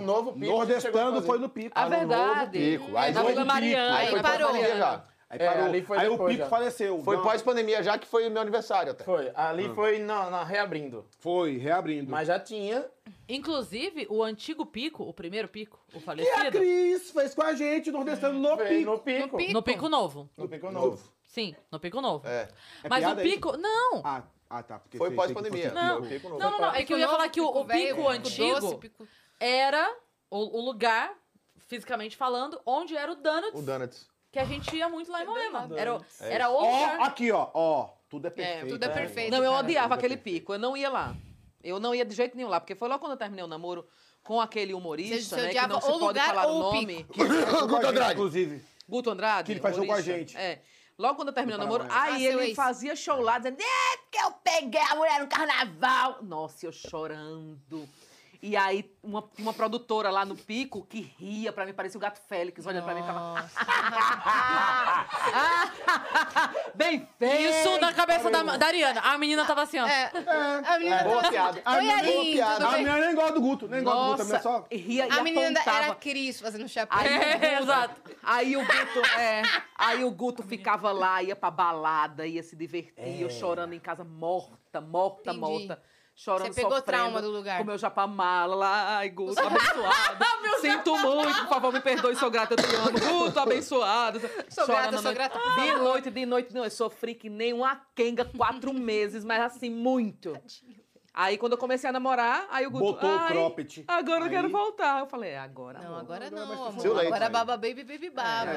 Speaker 9: No novo pico, chegou a
Speaker 4: Nordestano
Speaker 9: fazer.
Speaker 4: foi no pico.
Speaker 6: A
Speaker 5: no novo
Speaker 6: Ah, verdade.
Speaker 5: pico. Aí
Speaker 6: da
Speaker 5: foi
Speaker 6: Vila
Speaker 5: no
Speaker 6: Mariana.
Speaker 5: Aí foi
Speaker 2: parou.
Speaker 5: pós-pandemia já.
Speaker 4: Aí
Speaker 9: É,
Speaker 4: parou.
Speaker 9: ali foi
Speaker 4: Aí o
Speaker 9: depois
Speaker 4: pico
Speaker 9: já.
Speaker 4: faleceu.
Speaker 5: Foi
Speaker 4: Não,
Speaker 5: pós-pandemia já que foi o meu aniversário até.
Speaker 9: Foi. Ali foi na, na reabrindo.
Speaker 4: Foi, reabrindo.
Speaker 9: Mas já tinha.
Speaker 6: Inclusive, o antigo pico, o primeiro pico, o
Speaker 4: E a
Speaker 6: falecido,
Speaker 4: Cris fez com a gente, o Nordestano no
Speaker 9: veio
Speaker 4: pico.
Speaker 9: No pico.
Speaker 2: No pico.
Speaker 6: no pico novo.
Speaker 9: No pico novo.
Speaker 6: Sim, no pico novo.
Speaker 5: É.
Speaker 4: É
Speaker 6: Mas o
Speaker 4: piada isso?
Speaker 6: pico... Não,
Speaker 4: Ah, ah, tá. Porque
Speaker 5: Foi
Speaker 4: fez-
Speaker 5: pós-pandemia.
Speaker 4: fez-
Speaker 6: Não.
Speaker 5: Foi pico novo.
Speaker 6: Não, não, não. É que eu ia falar que o, o
Speaker 2: velho,
Speaker 6: pico antigo
Speaker 2: doce, pico-
Speaker 6: era o, o lugar, fisicamente falando, onde era o Donuts,
Speaker 5: O Donuts.
Speaker 6: que a gente ia muito lá em Moema. Era, o-
Speaker 2: É
Speaker 6: era o
Speaker 4: Ó,
Speaker 6: lugar.
Speaker 4: aqui, ó. Ó, tudo é perfeito.
Speaker 2: Tudo é
Speaker 4: né?
Speaker 2: perfeito.
Speaker 6: Não, eu
Speaker 2: cara.
Speaker 6: odiava aquele pico. Eu não ia lá. Eu não ia de jeito nenhum lá, porque foi logo quando eu terminei o namoro com aquele humorista,
Speaker 2: Você
Speaker 6: né, que
Speaker 2: odiava
Speaker 6: não se
Speaker 2: o
Speaker 6: pode
Speaker 2: lugar
Speaker 6: falar
Speaker 2: ou
Speaker 6: o
Speaker 2: o
Speaker 6: nome.
Speaker 5: Guto Andrade.
Speaker 4: Inclusive.
Speaker 6: Guto Andrade.
Speaker 4: Que ele faz show com
Speaker 6: humorista.
Speaker 4: a gente.
Speaker 6: É. Logo quando eu terminei o
Speaker 4: Do
Speaker 6: namoro,
Speaker 4: Paraná.
Speaker 6: aí
Speaker 2: Ah, seu
Speaker 6: ele
Speaker 2: ex.
Speaker 6: fazia show lá, dizendo, é porque eu peguei a mulher no carnaval. Nossa, eu chorando. E aí, uma, uma produtora lá no pico que ria pra mim, parecia o gato Félix, olhando pra mim e tava. Bem feio! Isso na cabeça da, Ariana. A menina tava assim, ó.
Speaker 2: É. A menina
Speaker 5: Boa
Speaker 2: tava-
Speaker 5: piada.
Speaker 4: A
Speaker 2: Oi,
Speaker 4: menina- boa
Speaker 2: Aline,
Speaker 5: piada.
Speaker 2: tudo
Speaker 4: A
Speaker 2: bem?
Speaker 4: Ah, minha nem gosta do Guto, nem gosta do Guto, a minha só.
Speaker 6: Nossa, e ria e
Speaker 2: A menina da-
Speaker 6: apontava.
Speaker 2: era Cris fazendo chapéu.
Speaker 6: Aí, o Guto-
Speaker 1: exato.
Speaker 6: aí o Guto, é, aí o Guto ficava lá, ia pra balada, ia se divertir,
Speaker 4: É.
Speaker 6: eu chorando em casa, morta, morta,
Speaker 2: Entendi.
Speaker 6: morta. Chorando,
Speaker 2: Você pegou
Speaker 6: sofrendo,
Speaker 2: trauma do lugar. Ah,
Speaker 6: Com meu japamala. Ai, Guto, abençoado. Sinto muito, por favor, me perdoe, sou grata, eu te amo. Guto, abençoado.
Speaker 2: Sou grata, sou grata, por
Speaker 6: De noite, de noite, não. Eu sofri que nem uma quenga, quatro meses, mas assim, muito. Aí, quando eu comecei a namorar, aí o Guto...
Speaker 4: Botou o
Speaker 6: "Ai,
Speaker 4: cropped.
Speaker 6: Agora eu quero
Speaker 4: Aí-
Speaker 6: voltar. Eu falei, é, agora
Speaker 2: Não,
Speaker 6: amor.
Speaker 2: agora não,
Speaker 5: Seu
Speaker 2: amor.
Speaker 5: leite,
Speaker 2: Agora
Speaker 5: aí.
Speaker 2: baba baby, baby baba.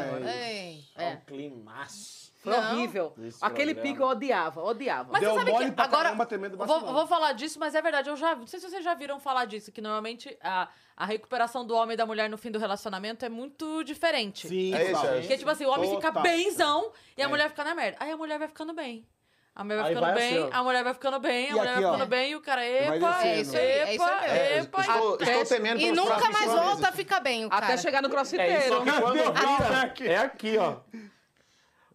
Speaker 2: Ei.
Speaker 9: É. Um climaço.
Speaker 6: Foi
Speaker 2: Não.
Speaker 6: horrível.
Speaker 9: Esse
Speaker 6: Aquele
Speaker 9: programa.
Speaker 6: pico eu odiava, odiava.
Speaker 4: Deu um
Speaker 1: você sabe
Speaker 4: mole
Speaker 1: que
Speaker 4: pra
Speaker 1: agora-
Speaker 4: caramba, tremendo
Speaker 1: Vou,
Speaker 4: vacilão.
Speaker 1: vou falar disso, mas é verdade. Eu já. Não sei se vocês já viram falar disso, que normalmente a, a recuperação do homem e da mulher no fim do relacionamento é muito diferente.
Speaker 4: Sim,
Speaker 5: É isso,
Speaker 4: Flávio.
Speaker 5: é isso.
Speaker 1: Porque, tipo assim, o homem fica
Speaker 4: Total. É.
Speaker 1: benzão e a mulher fica na merda. Aí a mulher vai ficando bem. A mulher vai
Speaker 9: Aí
Speaker 1: ficando
Speaker 9: vai
Speaker 1: bem,
Speaker 9: assim, ó.
Speaker 1: a mulher vai ficando bem, a
Speaker 4: E
Speaker 1: mulher
Speaker 4: aqui,
Speaker 1: vai
Speaker 4: ó.
Speaker 1: ficando bem, e o cara,
Speaker 4: Vai
Speaker 1: epa,
Speaker 4: descendo.
Speaker 2: É isso aí, é isso
Speaker 1: epa,
Speaker 2: aí mesmo.
Speaker 1: epa.
Speaker 5: Estou, estou temendo
Speaker 2: E
Speaker 5: pelos
Speaker 2: nunca
Speaker 5: próximos
Speaker 2: mais
Speaker 5: meses.
Speaker 2: volta, fica bem o cara.
Speaker 6: Até chegar no
Speaker 9: É,
Speaker 6: crossfiteiro.
Speaker 9: só que quando
Speaker 4: Meu Deus, é
Speaker 9: vira,
Speaker 4: aqui.
Speaker 9: é aqui, ó.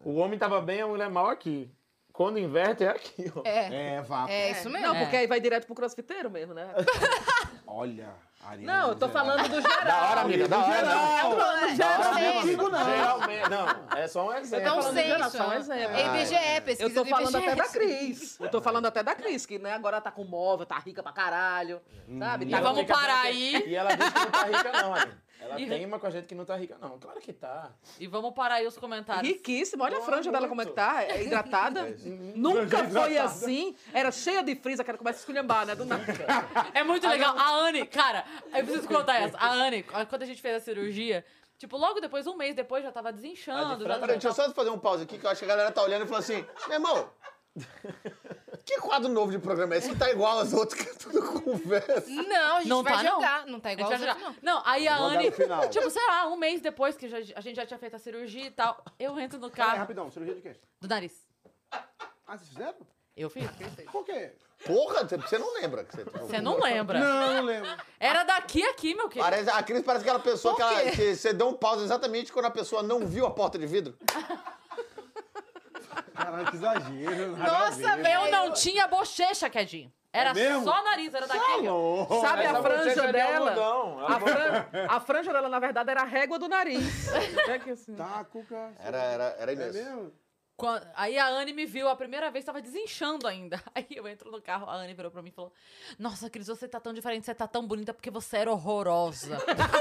Speaker 9: O homem tava bem, a mulher mal aqui. Quando inverte, é aqui, ó.
Speaker 2: É.
Speaker 4: É, vá.
Speaker 2: É isso mesmo.
Speaker 6: Não, porque aí vai direto pro crossfiteiro mesmo, né?
Speaker 4: Olha, Ariana.
Speaker 6: Não, eu tô falando do geral.
Speaker 5: Da hora, amiga, da hora. da hora.
Speaker 4: Geral!
Speaker 2: Não,
Speaker 4: Geral,
Speaker 2: sei.
Speaker 4: não digo não.
Speaker 9: Geralmente, não, é só um exemplo.
Speaker 2: Não
Speaker 6: falando
Speaker 2: sei
Speaker 6: geral,
Speaker 2: isso.
Speaker 6: só um
Speaker 2: é.
Speaker 6: exemplo.
Speaker 2: É IBGE, pesquisa
Speaker 6: Eu tô
Speaker 2: do
Speaker 6: falando
Speaker 2: IBGE.
Speaker 6: até da Cris. Eu tô falando até da Cris, que né, agora tá com móvel, tá rica pra caralho. Sabe? Tá
Speaker 9: Uhum. ela
Speaker 1: vamos
Speaker 9: fica
Speaker 1: parar
Speaker 9: pra-
Speaker 1: aí.
Speaker 9: E ela diz que não tá rica, não, Aline. Ela teima com a gente que não tá rica, não. Claro que tá.
Speaker 1: E vamos parar aí os comentários.
Speaker 6: Riquíssima, olha a
Speaker 9: Não,
Speaker 6: franja dela como é que tá, é hidratada. Nunca foi assim, era cheia de frizz, aquela começa a esculhambar, né, do nada.
Speaker 1: É muito legal. A Anne, cara, eu preciso contar essa. A Anne, quando a gente fez a cirurgia, tipo, logo depois, um mês depois, já tava desinchando. já
Speaker 5: Peraí,
Speaker 1: tava-
Speaker 5: deixa eu só fazer um pause aqui, que eu acho que a galera tá olhando e falou assim, meu irmão, Que quadro novo de programa é esse que tá igual aos outros que é tudo conversa?
Speaker 2: Não, a gente
Speaker 1: Não
Speaker 2: vai
Speaker 1: tá, não.
Speaker 2: jogar. Não, tá igual
Speaker 1: a gente vai
Speaker 2: aos
Speaker 1: jogar.
Speaker 2: outros,
Speaker 1: Não, aí a
Speaker 2: Vou dar
Speaker 1: Anne,
Speaker 2: no final.
Speaker 1: tipo, sei lá, um mês depois que já- a gente já tinha feito a cirurgia e tal, eu entro no
Speaker 4: Peraí,
Speaker 1: carro
Speaker 4: é rapidão, cirurgia de quê?
Speaker 1: do nariz.
Speaker 4: Ah, vocês fizeram?
Speaker 1: Eu fiz.
Speaker 4: Por quê?
Speaker 5: Porra, você não lembra. que Você tá
Speaker 1: Você não lembra.
Speaker 4: Não, não lembro.
Speaker 1: Era daqui a aqui, meu querido.
Speaker 5: Parece, a Cris parece aquela pessoa
Speaker 1: Por
Speaker 5: que, ela,
Speaker 1: quê?
Speaker 5: que você deu um pause exatamente quando a pessoa não viu a porta de vidro.
Speaker 4: Caralho, que exagero.
Speaker 1: Nossa, eu não tinha bochecha, Quedinho. Era
Speaker 4: É mesmo?
Speaker 1: só nariz, era
Speaker 4: Tá
Speaker 1: daqui. a aqui.
Speaker 6: Sabe
Speaker 9: Essa
Speaker 6: a
Speaker 9: bochecha ali
Speaker 6: franja
Speaker 9: é
Speaker 6: dela?
Speaker 9: algodão, é
Speaker 6: a, fran- a franja dela, na verdade, era a régua do nariz. É que assim.
Speaker 4: Tá, Cuca.
Speaker 5: Era, era, era
Speaker 4: É
Speaker 5: imenso.
Speaker 1: Quando- aí a Anne me viu a primeira vez, tava desinchando ainda. Aí eu entro no carro, a Anne virou pra mim e falou: Nossa, Cris, você tá tão diferente, você tá tão bonita porque você era horrorosa.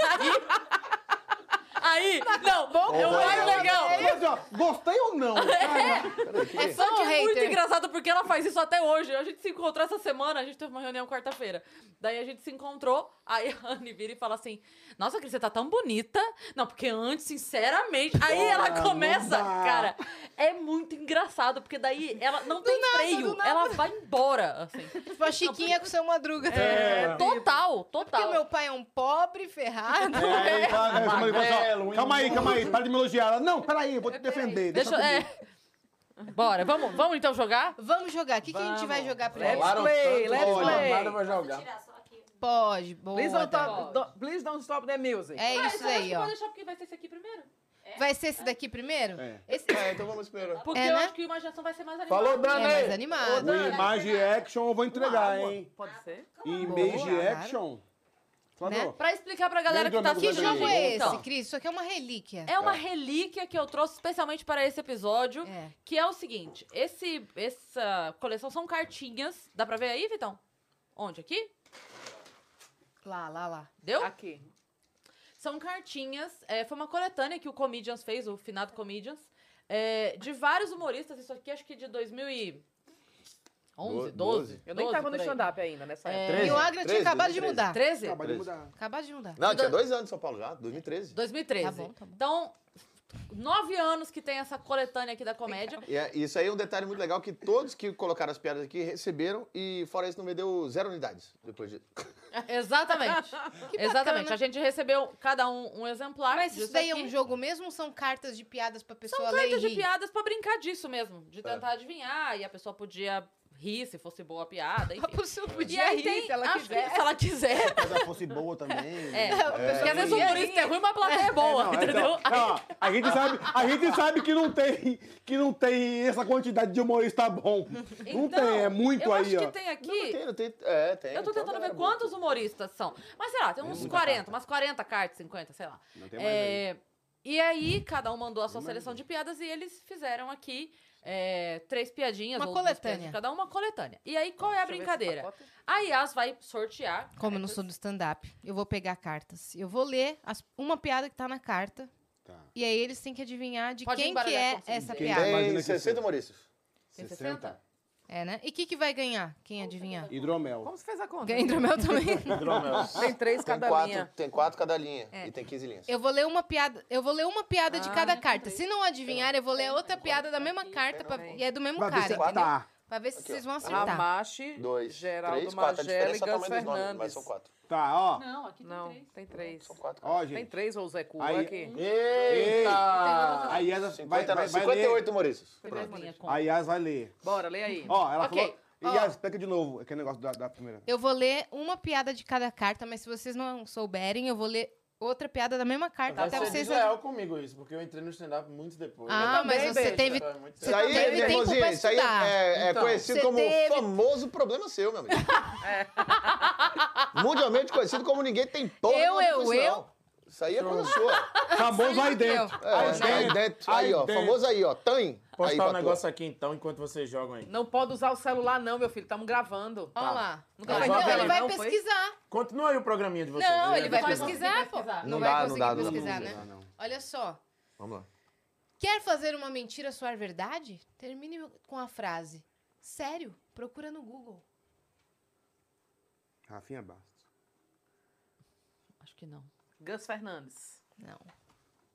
Speaker 1: aí, não, eu mais legal.
Speaker 4: Mas, ó, gostei ou não?
Speaker 1: É
Speaker 4: É
Speaker 1: só que é muito
Speaker 4: hater.
Speaker 1: engraçado porque ela faz isso até hoje. A gente se encontrou essa semana, a gente teve uma reunião quarta-feira. Daí a gente se encontrou, aí a Anne vira e fala assim: Nossa, Cris, você tá tão bonita. Não, porque antes, sinceramente. Aí ela
Speaker 6: Bora
Speaker 1: começa,
Speaker 6: mudar.
Speaker 1: cara. É muito engraçado, porque daí ela não tem freio, ela vai embora. Assim.
Speaker 2: Tipo, a Chiquinha com o seu Madruga.
Speaker 1: É,
Speaker 2: É.
Speaker 1: total, total.
Speaker 2: Porque o meu pai é um pobre ferrado.
Speaker 4: É,
Speaker 2: né?
Speaker 4: ele tá- é, como ele fala assim, ó, calma aí, calma aí, para de me elogiar. Ela, não, peraí, eu vou te defender.
Speaker 1: Deixa eu.
Speaker 4: comigo.
Speaker 1: É. Bora, vamos, vamos então jogar?
Speaker 2: Vamos jogar. O que, que a gente vai jogar primeiro?
Speaker 6: Let's
Speaker 4: um
Speaker 6: play, let's play.
Speaker 9: jogar.
Speaker 2: Pode, boa.
Speaker 6: Please don't, stop, don't- please don't stop the music.
Speaker 2: É
Speaker 1: Ah,
Speaker 2: isso
Speaker 1: eu acho
Speaker 2: aí,
Speaker 1: que
Speaker 2: ó.
Speaker 1: Pode deixar porque vai ser esse aqui primeiro.
Speaker 2: Vai ser esse daqui primeiro? É. Esse...
Speaker 5: É, então vamos esperar.
Speaker 1: Porque
Speaker 2: É,
Speaker 1: eu
Speaker 2: né?
Speaker 1: acho que o imaginação vai ser mais animado.
Speaker 4: Falou, Dani!
Speaker 2: É mais animado.
Speaker 4: O Image Action eu vou entregar, hein?
Speaker 6: Pode ser?
Speaker 4: Image
Speaker 2: Boa,
Speaker 4: Action.
Speaker 2: Né?
Speaker 4: Flávio,
Speaker 1: Pra explicar pra galera
Speaker 4: Grande
Speaker 1: que tá
Speaker 4: amigo
Speaker 2: Que
Speaker 4: Tudo
Speaker 1: assistindo.
Speaker 2: jogo
Speaker 4: bem.
Speaker 2: é esse,
Speaker 1: Então,
Speaker 2: Cris? Isso aqui é uma relíquia.
Speaker 1: É uma relíquia que eu trouxe especialmente para esse episódio,
Speaker 2: É.
Speaker 1: que é o seguinte: esse, essa coleção são cartinhas. Dá pra ver aí, Vitão? Onde? Aqui?
Speaker 2: Lá, lá, lá.
Speaker 1: Deu?
Speaker 5: Então?
Speaker 6: Aqui.
Speaker 1: São cartinhas. é, foi uma coletânea que o Comedians fez, o finado Comedians, é, de vários humoristas. Isso aqui acho que é de 2011, 12.
Speaker 6: Eu nem tava no
Speaker 1: por aí. Ah,
Speaker 6: stand-up ainda nessa
Speaker 5: É.
Speaker 6: época.
Speaker 2: E o Agra tinha
Speaker 5: 13,
Speaker 2: acabado de
Speaker 5: 13.
Speaker 2: mudar.
Speaker 1: 13?
Speaker 4: acabou de mudar.
Speaker 2: Acabado de mudar.
Speaker 5: Não, tinha dois anos em São Paulo já, 2013.
Speaker 1: 2013.
Speaker 2: Tá bom, tá bom.
Speaker 1: Então, nove anos que tem essa coletânea aqui da comédia.
Speaker 5: E é- isso aí é um detalhe muito legal que todos que colocaram as piadas aqui receberam e fora isso não vendeu zero unidades depois disso.
Speaker 1: Exatamente. Exatamente.
Speaker 2: bacana.
Speaker 1: A gente recebeu cada um um exemplar.
Speaker 2: Mas
Speaker 1: disso
Speaker 2: isso daí é
Speaker 1: aqui.
Speaker 2: um jogo mesmo ou são cartas de piadas pra pessoa
Speaker 1: São
Speaker 2: ler
Speaker 1: cartas
Speaker 2: e
Speaker 1: de
Speaker 2: rir?
Speaker 1: piadas pra brincar disso mesmo. De
Speaker 4: É.
Speaker 1: tentar adivinhar. E a pessoa podia rir se fosse boa a piada.
Speaker 2: A
Speaker 1: Enfim.
Speaker 2: pessoa
Speaker 1: E
Speaker 2: podia
Speaker 1: aí
Speaker 2: rir
Speaker 1: tem-
Speaker 2: se ela
Speaker 1: acho que
Speaker 2: quiser.
Speaker 1: se ela quiser.
Speaker 4: Mas ela fosse boa também.
Speaker 1: É.
Speaker 2: A pessoa
Speaker 1: Porque às vezes o
Speaker 2: podia
Speaker 1: humorista
Speaker 2: rir.
Speaker 1: é ruim, mas a plateia é boa,
Speaker 4: Não,
Speaker 1: entendeu?
Speaker 4: então, ó, a, gente sabe, a gente sabe que não tem, que não tem essa quantidade de humorista bom. não
Speaker 1: Então,
Speaker 4: tem, é muito
Speaker 1: eu
Speaker 4: aí,
Speaker 1: acho
Speaker 4: ó.
Speaker 1: que tem aqui...
Speaker 5: Tem, não tem. É, tem.
Speaker 1: Eu tô tentando ver quantos humoristas são. Mas sei lá, tem uns 40, umas 40 cartas, 50, sei lá.
Speaker 4: Não tem mais
Speaker 1: É, E aí, cada um mandou a sua seleção de piadas e eles fizeram aqui é, três piadinhas.
Speaker 2: Uma
Speaker 1: ou duas piadas
Speaker 2: coletânea.
Speaker 1: de Cada uma coletânea. E aí, qual é a
Speaker 6: Deixa eu ver esse
Speaker 1: brincadeira?
Speaker 6: pacote.
Speaker 1: A Yas vai sortear.
Speaker 2: Como eu não sou do stand-up, eu vou pegar cartas. Eu vou ler as- uma piada que tá na carta. E aí eles têm que adivinhar de
Speaker 1: Pode
Speaker 2: Tá. quem que
Speaker 1: embaralhar
Speaker 2: é
Speaker 1: como você
Speaker 2: essa
Speaker 4: quiser.
Speaker 2: piada.
Speaker 4: Imagina
Speaker 5: Tem
Speaker 4: que
Speaker 5: 60
Speaker 4: sim.
Speaker 5: humoristas.
Speaker 1: Tem 60?
Speaker 2: É, né? E o que, que vai ganhar? Quem adivinhar?
Speaker 4: Hidromel.
Speaker 6: Como você fez a conta?
Speaker 2: Ganha hidromel também?
Speaker 6: Tem três
Speaker 5: Tem
Speaker 6: cada
Speaker 5: quatro,
Speaker 6: linha.
Speaker 5: tem quatro cada linha. E tem 15 linhas.
Speaker 2: Eu vou ler uma piada, eu vou ler uma piada de cada carta. Se não adivinhar, eu vou ler outra piada da mesma carta pra- e é do mesmo
Speaker 4: Vai ver
Speaker 2: cara,
Speaker 4: se
Speaker 2: entendeu?
Speaker 4: tá.
Speaker 2: Pra ver se vocês vão acertar.
Speaker 6: Ramache,
Speaker 5: Tá. Dois,
Speaker 6: Geraldo
Speaker 5: três, quatro. A
Speaker 6: Magela e
Speaker 5: diferença é o
Speaker 6: Gus
Speaker 5: tamanho dos nomes, mas
Speaker 6: Fernandes.
Speaker 5: são quatro.
Speaker 4: Tá, ó.
Speaker 1: Não, aqui tem
Speaker 6: Não,
Speaker 1: três.
Speaker 6: tem três.
Speaker 5: São quatro. um.
Speaker 4: Ó,
Speaker 6: Tem
Speaker 4: gente.
Speaker 6: três ou o Zé Cuba
Speaker 4: Aí-
Speaker 6: aqui.
Speaker 5: Eita!
Speaker 4: A Yas vai,
Speaker 5: 50,
Speaker 4: vai, vai
Speaker 5: 58
Speaker 4: ler.
Speaker 5: humoristas.
Speaker 1: Minha conta.
Speaker 4: A Yas vai ler.
Speaker 6: Bora, lê aí.
Speaker 4: Ó, ela
Speaker 1: Ok.
Speaker 4: falou. Yas, explica de novo aquele negócio da, da primeira.
Speaker 2: Eu vou ler uma piada de cada carta, mas se vocês não souberem, eu vou ler outra piada da mesma carta
Speaker 9: Vai
Speaker 2: até
Speaker 9: ser
Speaker 2: vocês.
Speaker 9: desleal comigo isso, porque eu entrei no stand-up muito depois.
Speaker 2: Ah,
Speaker 6: Eu
Speaker 2: mas
Speaker 6: também,
Speaker 2: você
Speaker 6: besta.
Speaker 2: teve,
Speaker 9: É muito
Speaker 2: você
Speaker 5: Isso aí,
Speaker 2: teve tempo pra
Speaker 5: nervosinha, isso aí
Speaker 2: estudar.
Speaker 5: é, é
Speaker 9: Então,
Speaker 5: conhecido
Speaker 2: você
Speaker 5: como
Speaker 2: teve-
Speaker 5: o famoso problema seu, meu amigo. É. Mundialmente conhecido como ninguém tem porra.
Speaker 2: Eu,
Speaker 5: nenhuma
Speaker 2: eu,
Speaker 5: com isso,
Speaker 2: eu.
Speaker 5: não. Isso aí é coisa sua.
Speaker 4: Famoso aí dentro.
Speaker 5: É, aí dentro, aí, ó.
Speaker 4: dentro.
Speaker 5: Famoso aí, ó. Tem. aí,
Speaker 9: Postar né? um
Speaker 5: Batu.
Speaker 9: negócio aqui então, enquanto vocês jogam aí.
Speaker 6: Não pode usar o celular, não, meu filho. Estamos gravando.
Speaker 2: Olha lá.
Speaker 6: Nunca
Speaker 9: Mas
Speaker 6: mais
Speaker 9: olha,
Speaker 2: Não, ele
Speaker 6: gravei,
Speaker 2: vai
Speaker 6: não, foi?
Speaker 2: pesquisar.
Speaker 9: Continua aí o programinha de vocês.
Speaker 2: Não,
Speaker 9: né?
Speaker 2: ele vai
Speaker 1: vai conseguir
Speaker 2: pesquisar, pô.
Speaker 1: pesquisar.
Speaker 2: Não
Speaker 5: Não
Speaker 2: vai
Speaker 5: dá, não dá,
Speaker 2: conseguir
Speaker 5: não dá.
Speaker 2: pesquisar,
Speaker 4: Não
Speaker 2: né?
Speaker 4: dá, não.
Speaker 2: Olha só.
Speaker 5: Vamos lá.
Speaker 2: Quer fazer uma mentira soar verdade? Termine com a frase. Sério, procura no Google.
Speaker 4: Rafinha Bastos.
Speaker 1: Acho que não.
Speaker 6: Gus Fernandes.
Speaker 2: Não,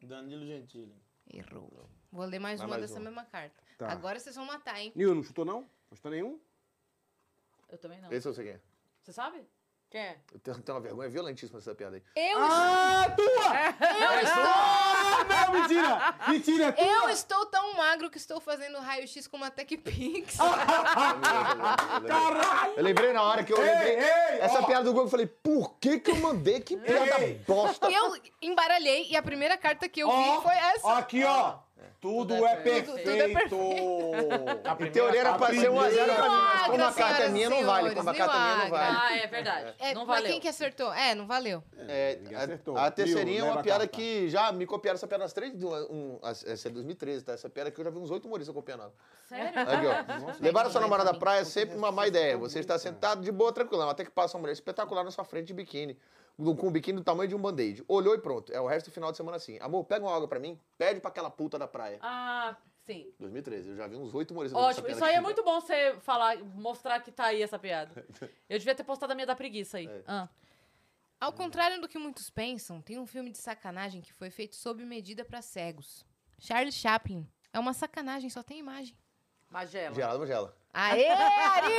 Speaker 9: Danilo Gentili.
Speaker 2: errou. Vou ler mais
Speaker 5: Vai
Speaker 2: uma
Speaker 5: mais
Speaker 2: dessa
Speaker 5: uma.
Speaker 2: mesma carta.
Speaker 4: Tá.
Speaker 2: Agora vocês vão matar, hein?
Speaker 4: Nil, não chutou não? Não chutou nenhum?
Speaker 1: Eu também não.
Speaker 5: Esse eu sei quem é.
Speaker 1: Você sabe? Quem é?
Speaker 5: Eu tenho, tenho uma vergonha violentíssima dessa piada aí.
Speaker 2: Eu
Speaker 5: Ah,
Speaker 2: tua! Eu estou...
Speaker 4: Ah,
Speaker 5: não, mentira! Mentira, é tua!
Speaker 2: Eu estou tão magro que estou fazendo raio-x com uma Tech Pix. É.
Speaker 5: Caralho! Eu lembrei na hora que eu
Speaker 2: Ei,
Speaker 5: lembrei
Speaker 2: ei,
Speaker 5: essa
Speaker 2: ó.
Speaker 5: piada do Google. Eu falei, por que que eu mandei? Que piada bosta!
Speaker 2: Eu embaralhei e a primeira carta que eu vi foi essa.
Speaker 3: Aqui, ó. Tudo, é perfeito.
Speaker 2: Tudo é
Speaker 5: A em teoria era pra ser 1 a 0 pra mim, mas como a carta é minha, não vale. Como a carta é minha, não vale.
Speaker 1: Ah, verdade.
Speaker 2: É,
Speaker 1: Não
Speaker 2: mas
Speaker 1: valeu.
Speaker 2: quem que acertou? É, não valeu.
Speaker 5: É, a, a terceirinha é uma piada que já me copiaram essa piada nas três. do- Um, essa é 2013, tá? Essa piada que eu já vi uns oito humoristas copiando. ela.
Speaker 1: Sério?
Speaker 5: Aqui, ó. Levaram sua namorada à praia é sempre uma má ideia. Você está sentado de boa, tranquilão, até que passa uma mulher espetacular na sua frente de biquíni. do- Com um biquíni do tamanho de um band-aid. Olhou e pronto. É o resto do final de semana assim. Amor, pega uma água pra mim, pede pra aquela puta da praia.
Speaker 1: Ah, sim.
Speaker 5: 2013, eu já vi uns oito humoristas fazendo essa
Speaker 1: Ótimo. Isso
Speaker 5: piada
Speaker 1: aí é
Speaker 5: aqui.
Speaker 1: muito bom você falar, mostrar que tá aí essa piada. Eu devia ter postado a minha da preguiça aí. Ah.
Speaker 2: Ao contrário do que muitos pensam, tem um filme de sacanagem que foi feito sob medida pra cegos. Charles Chaplin. É uma sacanagem, só tem imagem.
Speaker 1: Magela.
Speaker 5: Geraldo Magela.
Speaker 2: Aê, Ari!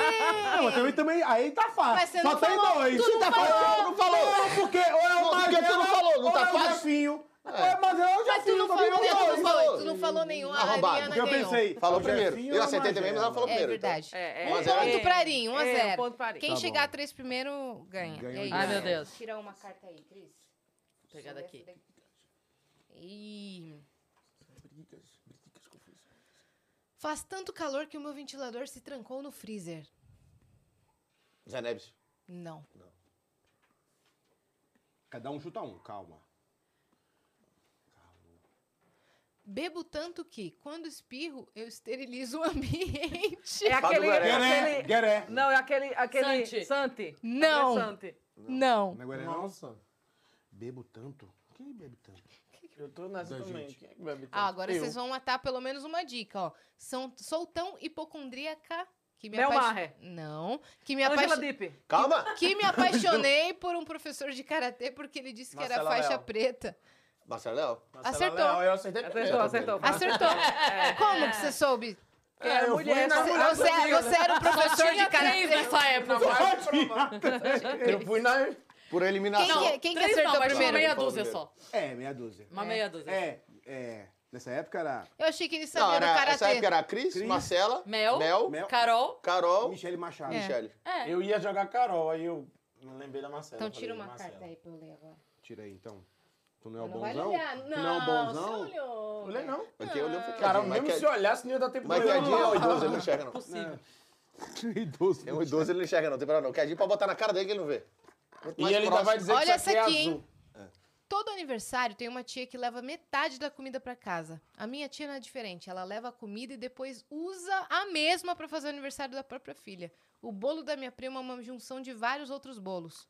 Speaker 3: Não, mas também, também aí tá fácil.
Speaker 2: Mas você
Speaker 3: Só
Speaker 2: não
Speaker 3: tem
Speaker 2: falou,
Speaker 3: dois.
Speaker 2: tu não
Speaker 3: Tá
Speaker 2: falou.
Speaker 3: fácil, não falou. Não, porque ou é o
Speaker 2: Não, porque
Speaker 3: Magela,
Speaker 2: tu não falou, não
Speaker 3: ou
Speaker 2: tá
Speaker 3: é o
Speaker 2: fácil.
Speaker 3: Jefinho. Ou é o Magela ou o
Speaker 2: Mas tu
Speaker 3: Jefinho,
Speaker 2: não
Speaker 3: também
Speaker 2: falou,
Speaker 3: é
Speaker 2: tu
Speaker 3: o
Speaker 2: não
Speaker 3: dois.
Speaker 2: falou, tu não falou nenhum. A Ariana
Speaker 5: Porque eu
Speaker 2: ganhou.
Speaker 5: pensei. Falou
Speaker 3: O
Speaker 5: primeiro.
Speaker 3: Jefinho
Speaker 5: Eu
Speaker 3: ou a
Speaker 5: acertei também, mas ela falou
Speaker 2: É
Speaker 5: primeiro. então.
Speaker 2: verdade.
Speaker 1: É,
Speaker 5: Um a
Speaker 2: um
Speaker 5: zero.
Speaker 2: ponto pra Ari, um a
Speaker 1: É, um
Speaker 2: zero.
Speaker 1: ponto pra Ari.
Speaker 2: Quem
Speaker 5: Tá bom. um
Speaker 2: chegar a três primeiro ganha.
Speaker 1: Ganhou
Speaker 2: É isso.
Speaker 1: Ai, meu Deus.
Speaker 2: Tira uma carta aí, Cris.
Speaker 1: Vou pegar daqui.
Speaker 2: Ih. Faz tanto calor que o meu ventilador se trancou no freezer.
Speaker 5: Zé Neves.
Speaker 2: Não.
Speaker 3: Cada um chuta um, calma.
Speaker 2: Bebo tanto que, quando espirro, eu esterilizo o ambiente.
Speaker 6: É aquele. é aquele-
Speaker 3: Gueré.
Speaker 6: Não, é aquele. aquele
Speaker 2: Santi.
Speaker 6: Santi.
Speaker 2: Não.
Speaker 6: André Santi.
Speaker 2: Não.
Speaker 3: Não é Guaré, não?
Speaker 9: Nossa.
Speaker 3: Bebo tanto. Quem bebe tanto?
Speaker 9: Eu tô nessa
Speaker 3: Da
Speaker 9: também.
Speaker 3: gente.
Speaker 9: Quem é que bebe
Speaker 2: Ah,
Speaker 9: tanto?
Speaker 2: agora
Speaker 9: Eu.
Speaker 2: vocês vão matar pelo menos uma dica, ó. São, sou tão hipocondríaca que me
Speaker 6: Mel
Speaker 2: apaixo-
Speaker 6: Maher.
Speaker 2: Não. Que me
Speaker 6: Angela
Speaker 2: apaixonei.
Speaker 6: Dipp.
Speaker 5: Calma!
Speaker 2: Que me apaixonei por um professor de karatê porque ele disse que era
Speaker 5: Marcela
Speaker 2: faixa
Speaker 5: Leal.
Speaker 2: preta.
Speaker 5: Marcelo Leal.
Speaker 2: Marcelo Acertou.
Speaker 4: é
Speaker 2: Leal, eu acertei
Speaker 6: Acertou, acertou.
Speaker 2: Acertou. Como que você soube?
Speaker 6: É,
Speaker 4: Ah,
Speaker 6: É, eu mulher, fui na
Speaker 2: Você,
Speaker 6: mulher
Speaker 2: você-
Speaker 6: amiga,
Speaker 2: você era o
Speaker 6: né?
Speaker 2: professor
Speaker 6: Só
Speaker 2: de
Speaker 6: tinha
Speaker 2: karatê
Speaker 6: três nessa época,
Speaker 5: Eu fui na. Por eliminação.
Speaker 2: Quem que- quem que Três não, acertou mas primeiro? uma meia
Speaker 5: Falou
Speaker 2: dúzia
Speaker 5: primeiro.
Speaker 1: só.
Speaker 3: É, meia dúzia.
Speaker 1: Uma meia dúzia.
Speaker 3: É, é. Nessa época era.
Speaker 2: Eu achei que ele
Speaker 5: Não,
Speaker 2: sabia do
Speaker 5: era, essa
Speaker 2: tá karatê.
Speaker 5: época era Cris, Marcela,
Speaker 1: Mel,
Speaker 5: Mel,
Speaker 1: Carol,
Speaker 5: Carol,
Speaker 3: Michele Machado.
Speaker 2: É.
Speaker 5: Michele.
Speaker 1: É.
Speaker 9: Eu ia jogar Carol, aí eu me lembrei da Marcela.
Speaker 2: Então
Speaker 9: falei,
Speaker 2: tira uma
Speaker 9: Marcela.
Speaker 2: carta aí pra eu ler agora.
Speaker 3: Tira aí, então. Tu não é o
Speaker 2: Não vai
Speaker 3: bonzão?
Speaker 2: olhar.
Speaker 3: Tu
Speaker 2: Não,
Speaker 3: não é o bonzão?
Speaker 2: você olhou.
Speaker 4: é
Speaker 9: Olhei não.
Speaker 5: Aqui eu olhei e falei,
Speaker 9: Cara,
Speaker 5: "Mas
Speaker 9: mesmo
Speaker 5: que-
Speaker 9: se eu olhasse, não ia dar tempo
Speaker 5: Mas
Speaker 9: de
Speaker 5: que
Speaker 9: olhar.
Speaker 5: a Dinha é um idoso,
Speaker 4: né?
Speaker 5: ele não enxerga, não.
Speaker 1: Possível.
Speaker 3: Idoso.
Speaker 5: É um idoso, ele não enxerga, não. Tem problema, não. Que a Dinha pode botar na cara dele que ele não vê. Quanto
Speaker 9: E
Speaker 5: mais
Speaker 9: ele ainda
Speaker 5: próximo-
Speaker 9: vai dizer
Speaker 2: Olha
Speaker 9: que
Speaker 2: essa
Speaker 9: isso aqui,
Speaker 2: aqui,
Speaker 9: é
Speaker 2: hein?
Speaker 9: azul.
Speaker 2: Todo aniversário tem uma tia que leva metade da comida pra casa. A minha tia não é diferente. Ela leva a comida e depois usa a mesma pra fazer o aniversário da própria filha. O bolo da minha prima é uma junção de vários outros bolos.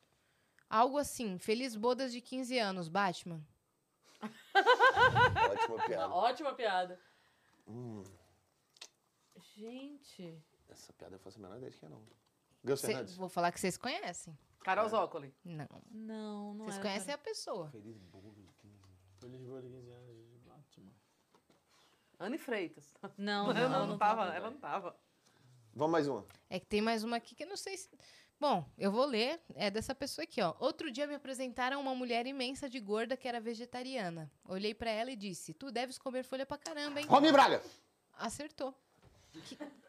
Speaker 2: Algo assim, feliz bodas de 15 anos, Batman.
Speaker 5: Ótima piada.
Speaker 1: Ótima piada. Gente.
Speaker 5: Essa piada eu faço a menor ideia de quem é, não. Gilson
Speaker 2: Cê-
Speaker 5: Hernandes.
Speaker 2: vou falar que vocês conhecem.
Speaker 6: Carol Zócoli.
Speaker 2: Não.
Speaker 1: Não, não é
Speaker 2: Vocês
Speaker 1: era,
Speaker 2: conhecem
Speaker 1: cara.
Speaker 2: a pessoa.
Speaker 9: Feliz boa de 15 anos de Batman.
Speaker 6: Anne Freitas.
Speaker 1: Não, não,
Speaker 6: ela não,
Speaker 1: não tá.
Speaker 6: tava. Ela não tava.
Speaker 5: Vamos mais uma.
Speaker 2: É que tem mais uma aqui que eu não sei se. Bom, eu vou ler. É dessa pessoa aqui, ó. Outro dia me apresentaram uma mulher imensa de gorda que era vegetariana. Olhei pra ela e disse: Tu deves comer folha pra caramba, hein?
Speaker 5: Romy Braga.
Speaker 2: Acertou.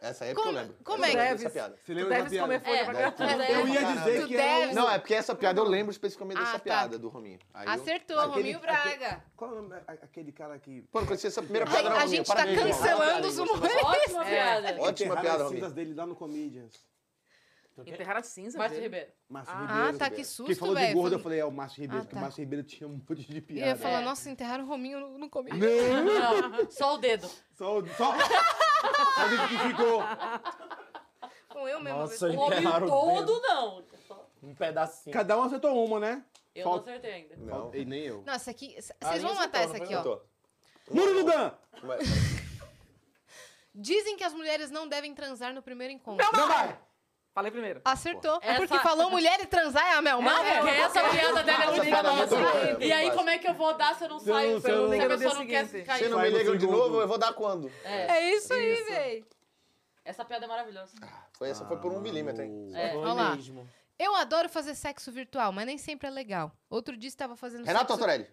Speaker 5: Essa aí é porque
Speaker 2: Como-
Speaker 5: eu lembro.
Speaker 2: como
Speaker 5: eu
Speaker 2: é que-
Speaker 5: lembro dessa piada.
Speaker 3: Você lembra da
Speaker 6: deves comer
Speaker 3: piada?
Speaker 6: folha
Speaker 1: É,
Speaker 6: pra
Speaker 5: Deve-
Speaker 6: caramba.
Speaker 5: deve-
Speaker 3: Eu ia
Speaker 5: Caralho.
Speaker 3: dizer que era um-
Speaker 5: Não, é porque essa piada eu lembro especificamente
Speaker 2: Ah,
Speaker 5: dessa
Speaker 2: tá.
Speaker 5: piada do Rominho. Aí eu-
Speaker 2: Acertou,
Speaker 5: Aquele-
Speaker 2: Rominho Braga.
Speaker 3: Qual é o nome? A- Aquele cara que.
Speaker 5: Pô, não conheci essa primeira
Speaker 2: Ai,
Speaker 5: piada não,
Speaker 2: a
Speaker 5: Rominho.
Speaker 2: gente tá
Speaker 5: Parabéns, irmão.
Speaker 2: cancelando os
Speaker 5: Parabéns, você
Speaker 2: humoristas.
Speaker 1: Ótima piada.
Speaker 5: Ótima
Speaker 3: Enterraram
Speaker 5: piada,
Speaker 3: as
Speaker 5: Rominho.
Speaker 3: cinzas dele lá no Comedians.
Speaker 6: Enterrar a cinza.
Speaker 1: Márcio
Speaker 6: dele.
Speaker 1: Ribeiro.
Speaker 3: Márcio
Speaker 2: Ah,
Speaker 3: Ribeiro.
Speaker 2: tá, que
Speaker 3: Quem
Speaker 2: susto,
Speaker 3: falou de
Speaker 2: velho.
Speaker 3: gordo, eu falei, é o Márcio Ribeiro,
Speaker 2: Ah,
Speaker 3: porque o
Speaker 2: tá.
Speaker 3: Márcio Ribeiro tinha um monte de
Speaker 2: Eu ia
Speaker 3: piada.
Speaker 2: falar, nossa, enterraram o Rominho no, no começo.
Speaker 1: Não, só o dedo.
Speaker 3: Só, o- só, só do que ficou.
Speaker 2: Com eu mesmo.
Speaker 9: Nossa,
Speaker 1: O homem
Speaker 9: enterraram o
Speaker 1: todo, não.
Speaker 9: Um pedacinho.
Speaker 3: Cada um acertou uma, né?
Speaker 1: Eu não
Speaker 3: Falta-
Speaker 1: acertei ainda.
Speaker 5: Não.
Speaker 3: E nem eu.
Speaker 2: Nossa, aqui. c-
Speaker 9: Ah,
Speaker 2: Vocês vão
Speaker 9: isso
Speaker 2: matar
Speaker 9: então,
Speaker 2: essa
Speaker 9: não
Speaker 2: aqui,
Speaker 9: foi?
Speaker 2: ó.
Speaker 5: Acertou.
Speaker 3: Muro do Dan!
Speaker 4: Tá
Speaker 5: Mas-
Speaker 2: Dizem que as mulheres não devem transar no primeiro encontro.
Speaker 6: Não vai! Falei primeiro.
Speaker 2: Acertou. É porque
Speaker 1: Essa-
Speaker 2: falou mulher e transar é a Mel Maher?
Speaker 1: Porque essa piada dela é
Speaker 5: Essa
Speaker 1: muito
Speaker 5: piada é muito boa,
Speaker 1: engraçada.
Speaker 5: é,
Speaker 1: E aí,
Speaker 5: muito
Speaker 1: como é que eu vou dar se eu não saio?
Speaker 6: você não
Speaker 1: se a
Speaker 6: liga no
Speaker 1: pessoa
Speaker 6: dia
Speaker 1: não quer
Speaker 6: seguinte.
Speaker 1: cair.
Speaker 5: Se não me
Speaker 3: Vai no
Speaker 5: ligam de
Speaker 3: segundo.
Speaker 5: novo, eu vou dar quando?
Speaker 2: É isso aí, É véi.
Speaker 1: Essa piada é maravilhosa.
Speaker 5: Foi, essa foi por um milímetro, hein?
Speaker 1: É.
Speaker 5: Foi
Speaker 2: Olha lá. Eu adoro fazer sexo virtual, mas nem sempre é legal. Outro dia estava fazendo
Speaker 5: Renato
Speaker 2: sexo...
Speaker 5: Torelli.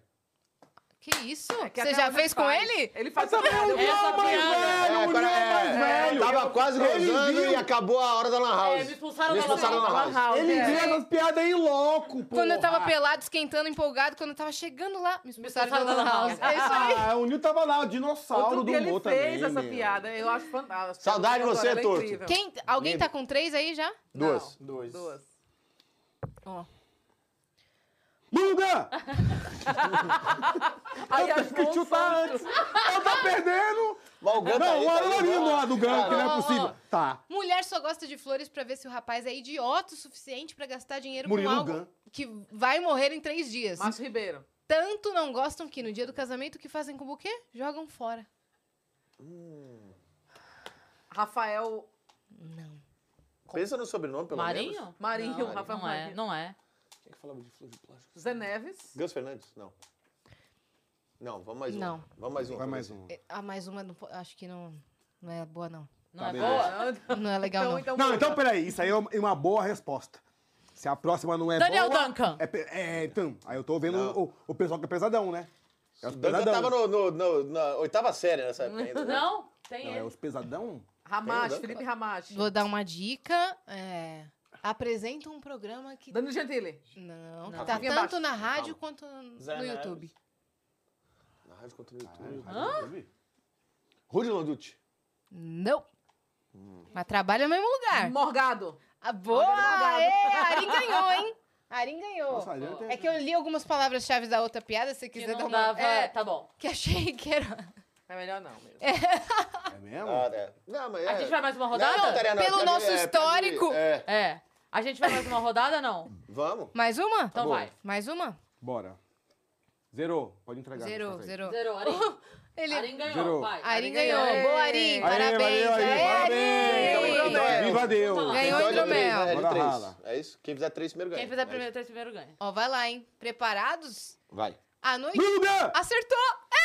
Speaker 2: Que isso?
Speaker 6: É
Speaker 5: que a
Speaker 2: Você já
Speaker 5: Carla
Speaker 2: fez com
Speaker 5: faz.
Speaker 2: ele?
Speaker 6: Ele faz
Speaker 2: também.
Speaker 5: É, é, pera- é, Tava quase gozando e acabou a hora da lan house.
Speaker 2: É, me expulsaram da lan-
Speaker 5: lan
Speaker 2: lan house, Ele é. viu essas
Speaker 4: piadas aí louco, pô. Ah,
Speaker 2: Quando eu tava pelado, esquentando, empolgado, quando eu tava chegando lá, me expulsaram da Lan
Speaker 6: expulsaram da lan
Speaker 2: House. É isso aí.
Speaker 4: Ah, o Nil tava lá, o dinossauro
Speaker 6: Outro
Speaker 4: do
Speaker 6: dia ele
Speaker 4: humor
Speaker 6: fez
Speaker 4: também.
Speaker 6: essa
Speaker 4: meu.
Speaker 6: piada, eu acho fantástico.
Speaker 4: Saudade de você,
Speaker 6: Ela é
Speaker 4: torto.
Speaker 6: incrível.
Speaker 2: Quem, alguém tá com três aí já?
Speaker 4: Duas.
Speaker 9: Duas.
Speaker 6: Duas.
Speaker 2: Ó.
Speaker 4: Muda!
Speaker 6: Aí as
Speaker 4: que chutar tá antes. Eu tô perdendo.
Speaker 5: Gump
Speaker 4: não, o
Speaker 5: aí tá
Speaker 4: Arolino
Speaker 5: indo.
Speaker 4: lá do Gank, não
Speaker 2: Ó,
Speaker 4: é
Speaker 2: ó,
Speaker 4: possível.
Speaker 2: ó.
Speaker 4: Tá.
Speaker 2: Mulher só gosta de flores pra ver se o rapaz é idiota o suficiente pra gastar dinheiro
Speaker 4: Murilo é um
Speaker 2: com algo
Speaker 4: Gun.
Speaker 2: que vai morrer em três dias.
Speaker 6: Márcio Ribeiro.
Speaker 2: Tanto não gostam que no dia do casamento o que fazem com o buquê? Jogam fora.
Speaker 6: Rafael
Speaker 5: Pensa no sobrenome, pelo menos.
Speaker 6: Marinho? Marinho,
Speaker 1: Não,
Speaker 6: Rafael
Speaker 1: não é,
Speaker 6: Marinho.
Speaker 1: não é.
Speaker 5: Quem é que falava de flor de plástico?
Speaker 6: Zé Neves.
Speaker 5: Gus Fernandes? Não. Não, vamos mais um.
Speaker 2: Não.
Speaker 5: Vamos mais um.
Speaker 4: Vai mais um.
Speaker 2: É, Ah, mais uma, não po- acho que não, não é boa, não.
Speaker 4: Não Tá, é beleza.
Speaker 2: boa? Não é legal, não.
Speaker 4: não, então peraí, isso aí é uma- uma boa resposta. Se a próxima não é
Speaker 2: Daniel
Speaker 4: boa...
Speaker 2: Duncan.
Speaker 4: É, pe- é, então, aí eu tô vendo o, o pessoal que é pesadão, né? É os
Speaker 5: Duncan
Speaker 4: pesadão.
Speaker 5: tava no, no- no- na oitava série nessa época ainda. né?
Speaker 1: Não, tem
Speaker 4: Não, é os pesadão?
Speaker 6: Ramage,
Speaker 4: Duncan.
Speaker 6: Felipe Ramage.
Speaker 2: Vou dar uma dica. É... Apresenta um programa que.
Speaker 6: Danilo Gentili.
Speaker 2: Não,
Speaker 6: Não.
Speaker 2: que tá
Speaker 6: Rafinha
Speaker 2: tanto
Speaker 6: Bastos.
Speaker 2: na rádio
Speaker 6: Calma.
Speaker 2: quanto no
Speaker 6: Zé
Speaker 2: no
Speaker 6: Neves.
Speaker 2: YouTube.
Speaker 5: Na rádio contra o YouTube.
Speaker 2: Hã?
Speaker 5: Rudy Landucci.
Speaker 2: Não.
Speaker 6: Hum.
Speaker 2: Mas trabalha no mesmo lugar.
Speaker 6: Morgado.
Speaker 2: Ah, boa!
Speaker 6: Morgado.
Speaker 2: Aê, a Arin ganhou, hein? A Arin ganhou.
Speaker 6: Nossa, a Arin tem-
Speaker 2: é que eu li algumas palavras-chave da outra piada, se quiser
Speaker 1: não
Speaker 2: dar uma...
Speaker 1: dava-
Speaker 2: É,
Speaker 1: tá bom.
Speaker 2: Que achei que era...
Speaker 6: É melhor não mesmo.
Speaker 4: É mesmo?
Speaker 5: Ah, é. Não, mas é.
Speaker 1: A gente vai mais uma rodada?
Speaker 5: Não, tá- Tariana,
Speaker 1: Pelo
Speaker 5: pra
Speaker 1: nosso
Speaker 5: pra
Speaker 1: histórico.
Speaker 5: é.
Speaker 1: É. A gente vai mais uma rodada, não?
Speaker 5: Vamos.
Speaker 2: Mais uma?
Speaker 1: Então
Speaker 4: bom.
Speaker 1: vai.
Speaker 2: Mais uma?
Speaker 4: Bora. Zerou, pode entregar.
Speaker 2: Zerou,
Speaker 4: passa aí.
Speaker 2: zerou.
Speaker 1: Zerou, Arin.
Speaker 2: Ele...
Speaker 1: Arin ganhou,
Speaker 4: Zerou.
Speaker 1: vai.
Speaker 2: Arin ganhou. Boa, Arin.
Speaker 4: Aê,
Speaker 2: Parabéns.
Speaker 4: valeu, Arin,
Speaker 2: Aê,
Speaker 4: parabéns.
Speaker 2: Arin.
Speaker 4: Então é, Viva Deus.
Speaker 2: Ganhou
Speaker 5: Então é de três,
Speaker 2: hidromel.
Speaker 5: né? É de
Speaker 4: Bora
Speaker 5: três.
Speaker 4: rala.
Speaker 5: É isso? Quem fizer três primeiro ganha.
Speaker 1: Quem fizer
Speaker 5: É isso.
Speaker 1: primeiro, três primeiro ganha.
Speaker 2: Ó, vai lá, hein. Preparados?
Speaker 5: Vai.
Speaker 2: À noite...
Speaker 4: Bruna!
Speaker 2: Acertou! É!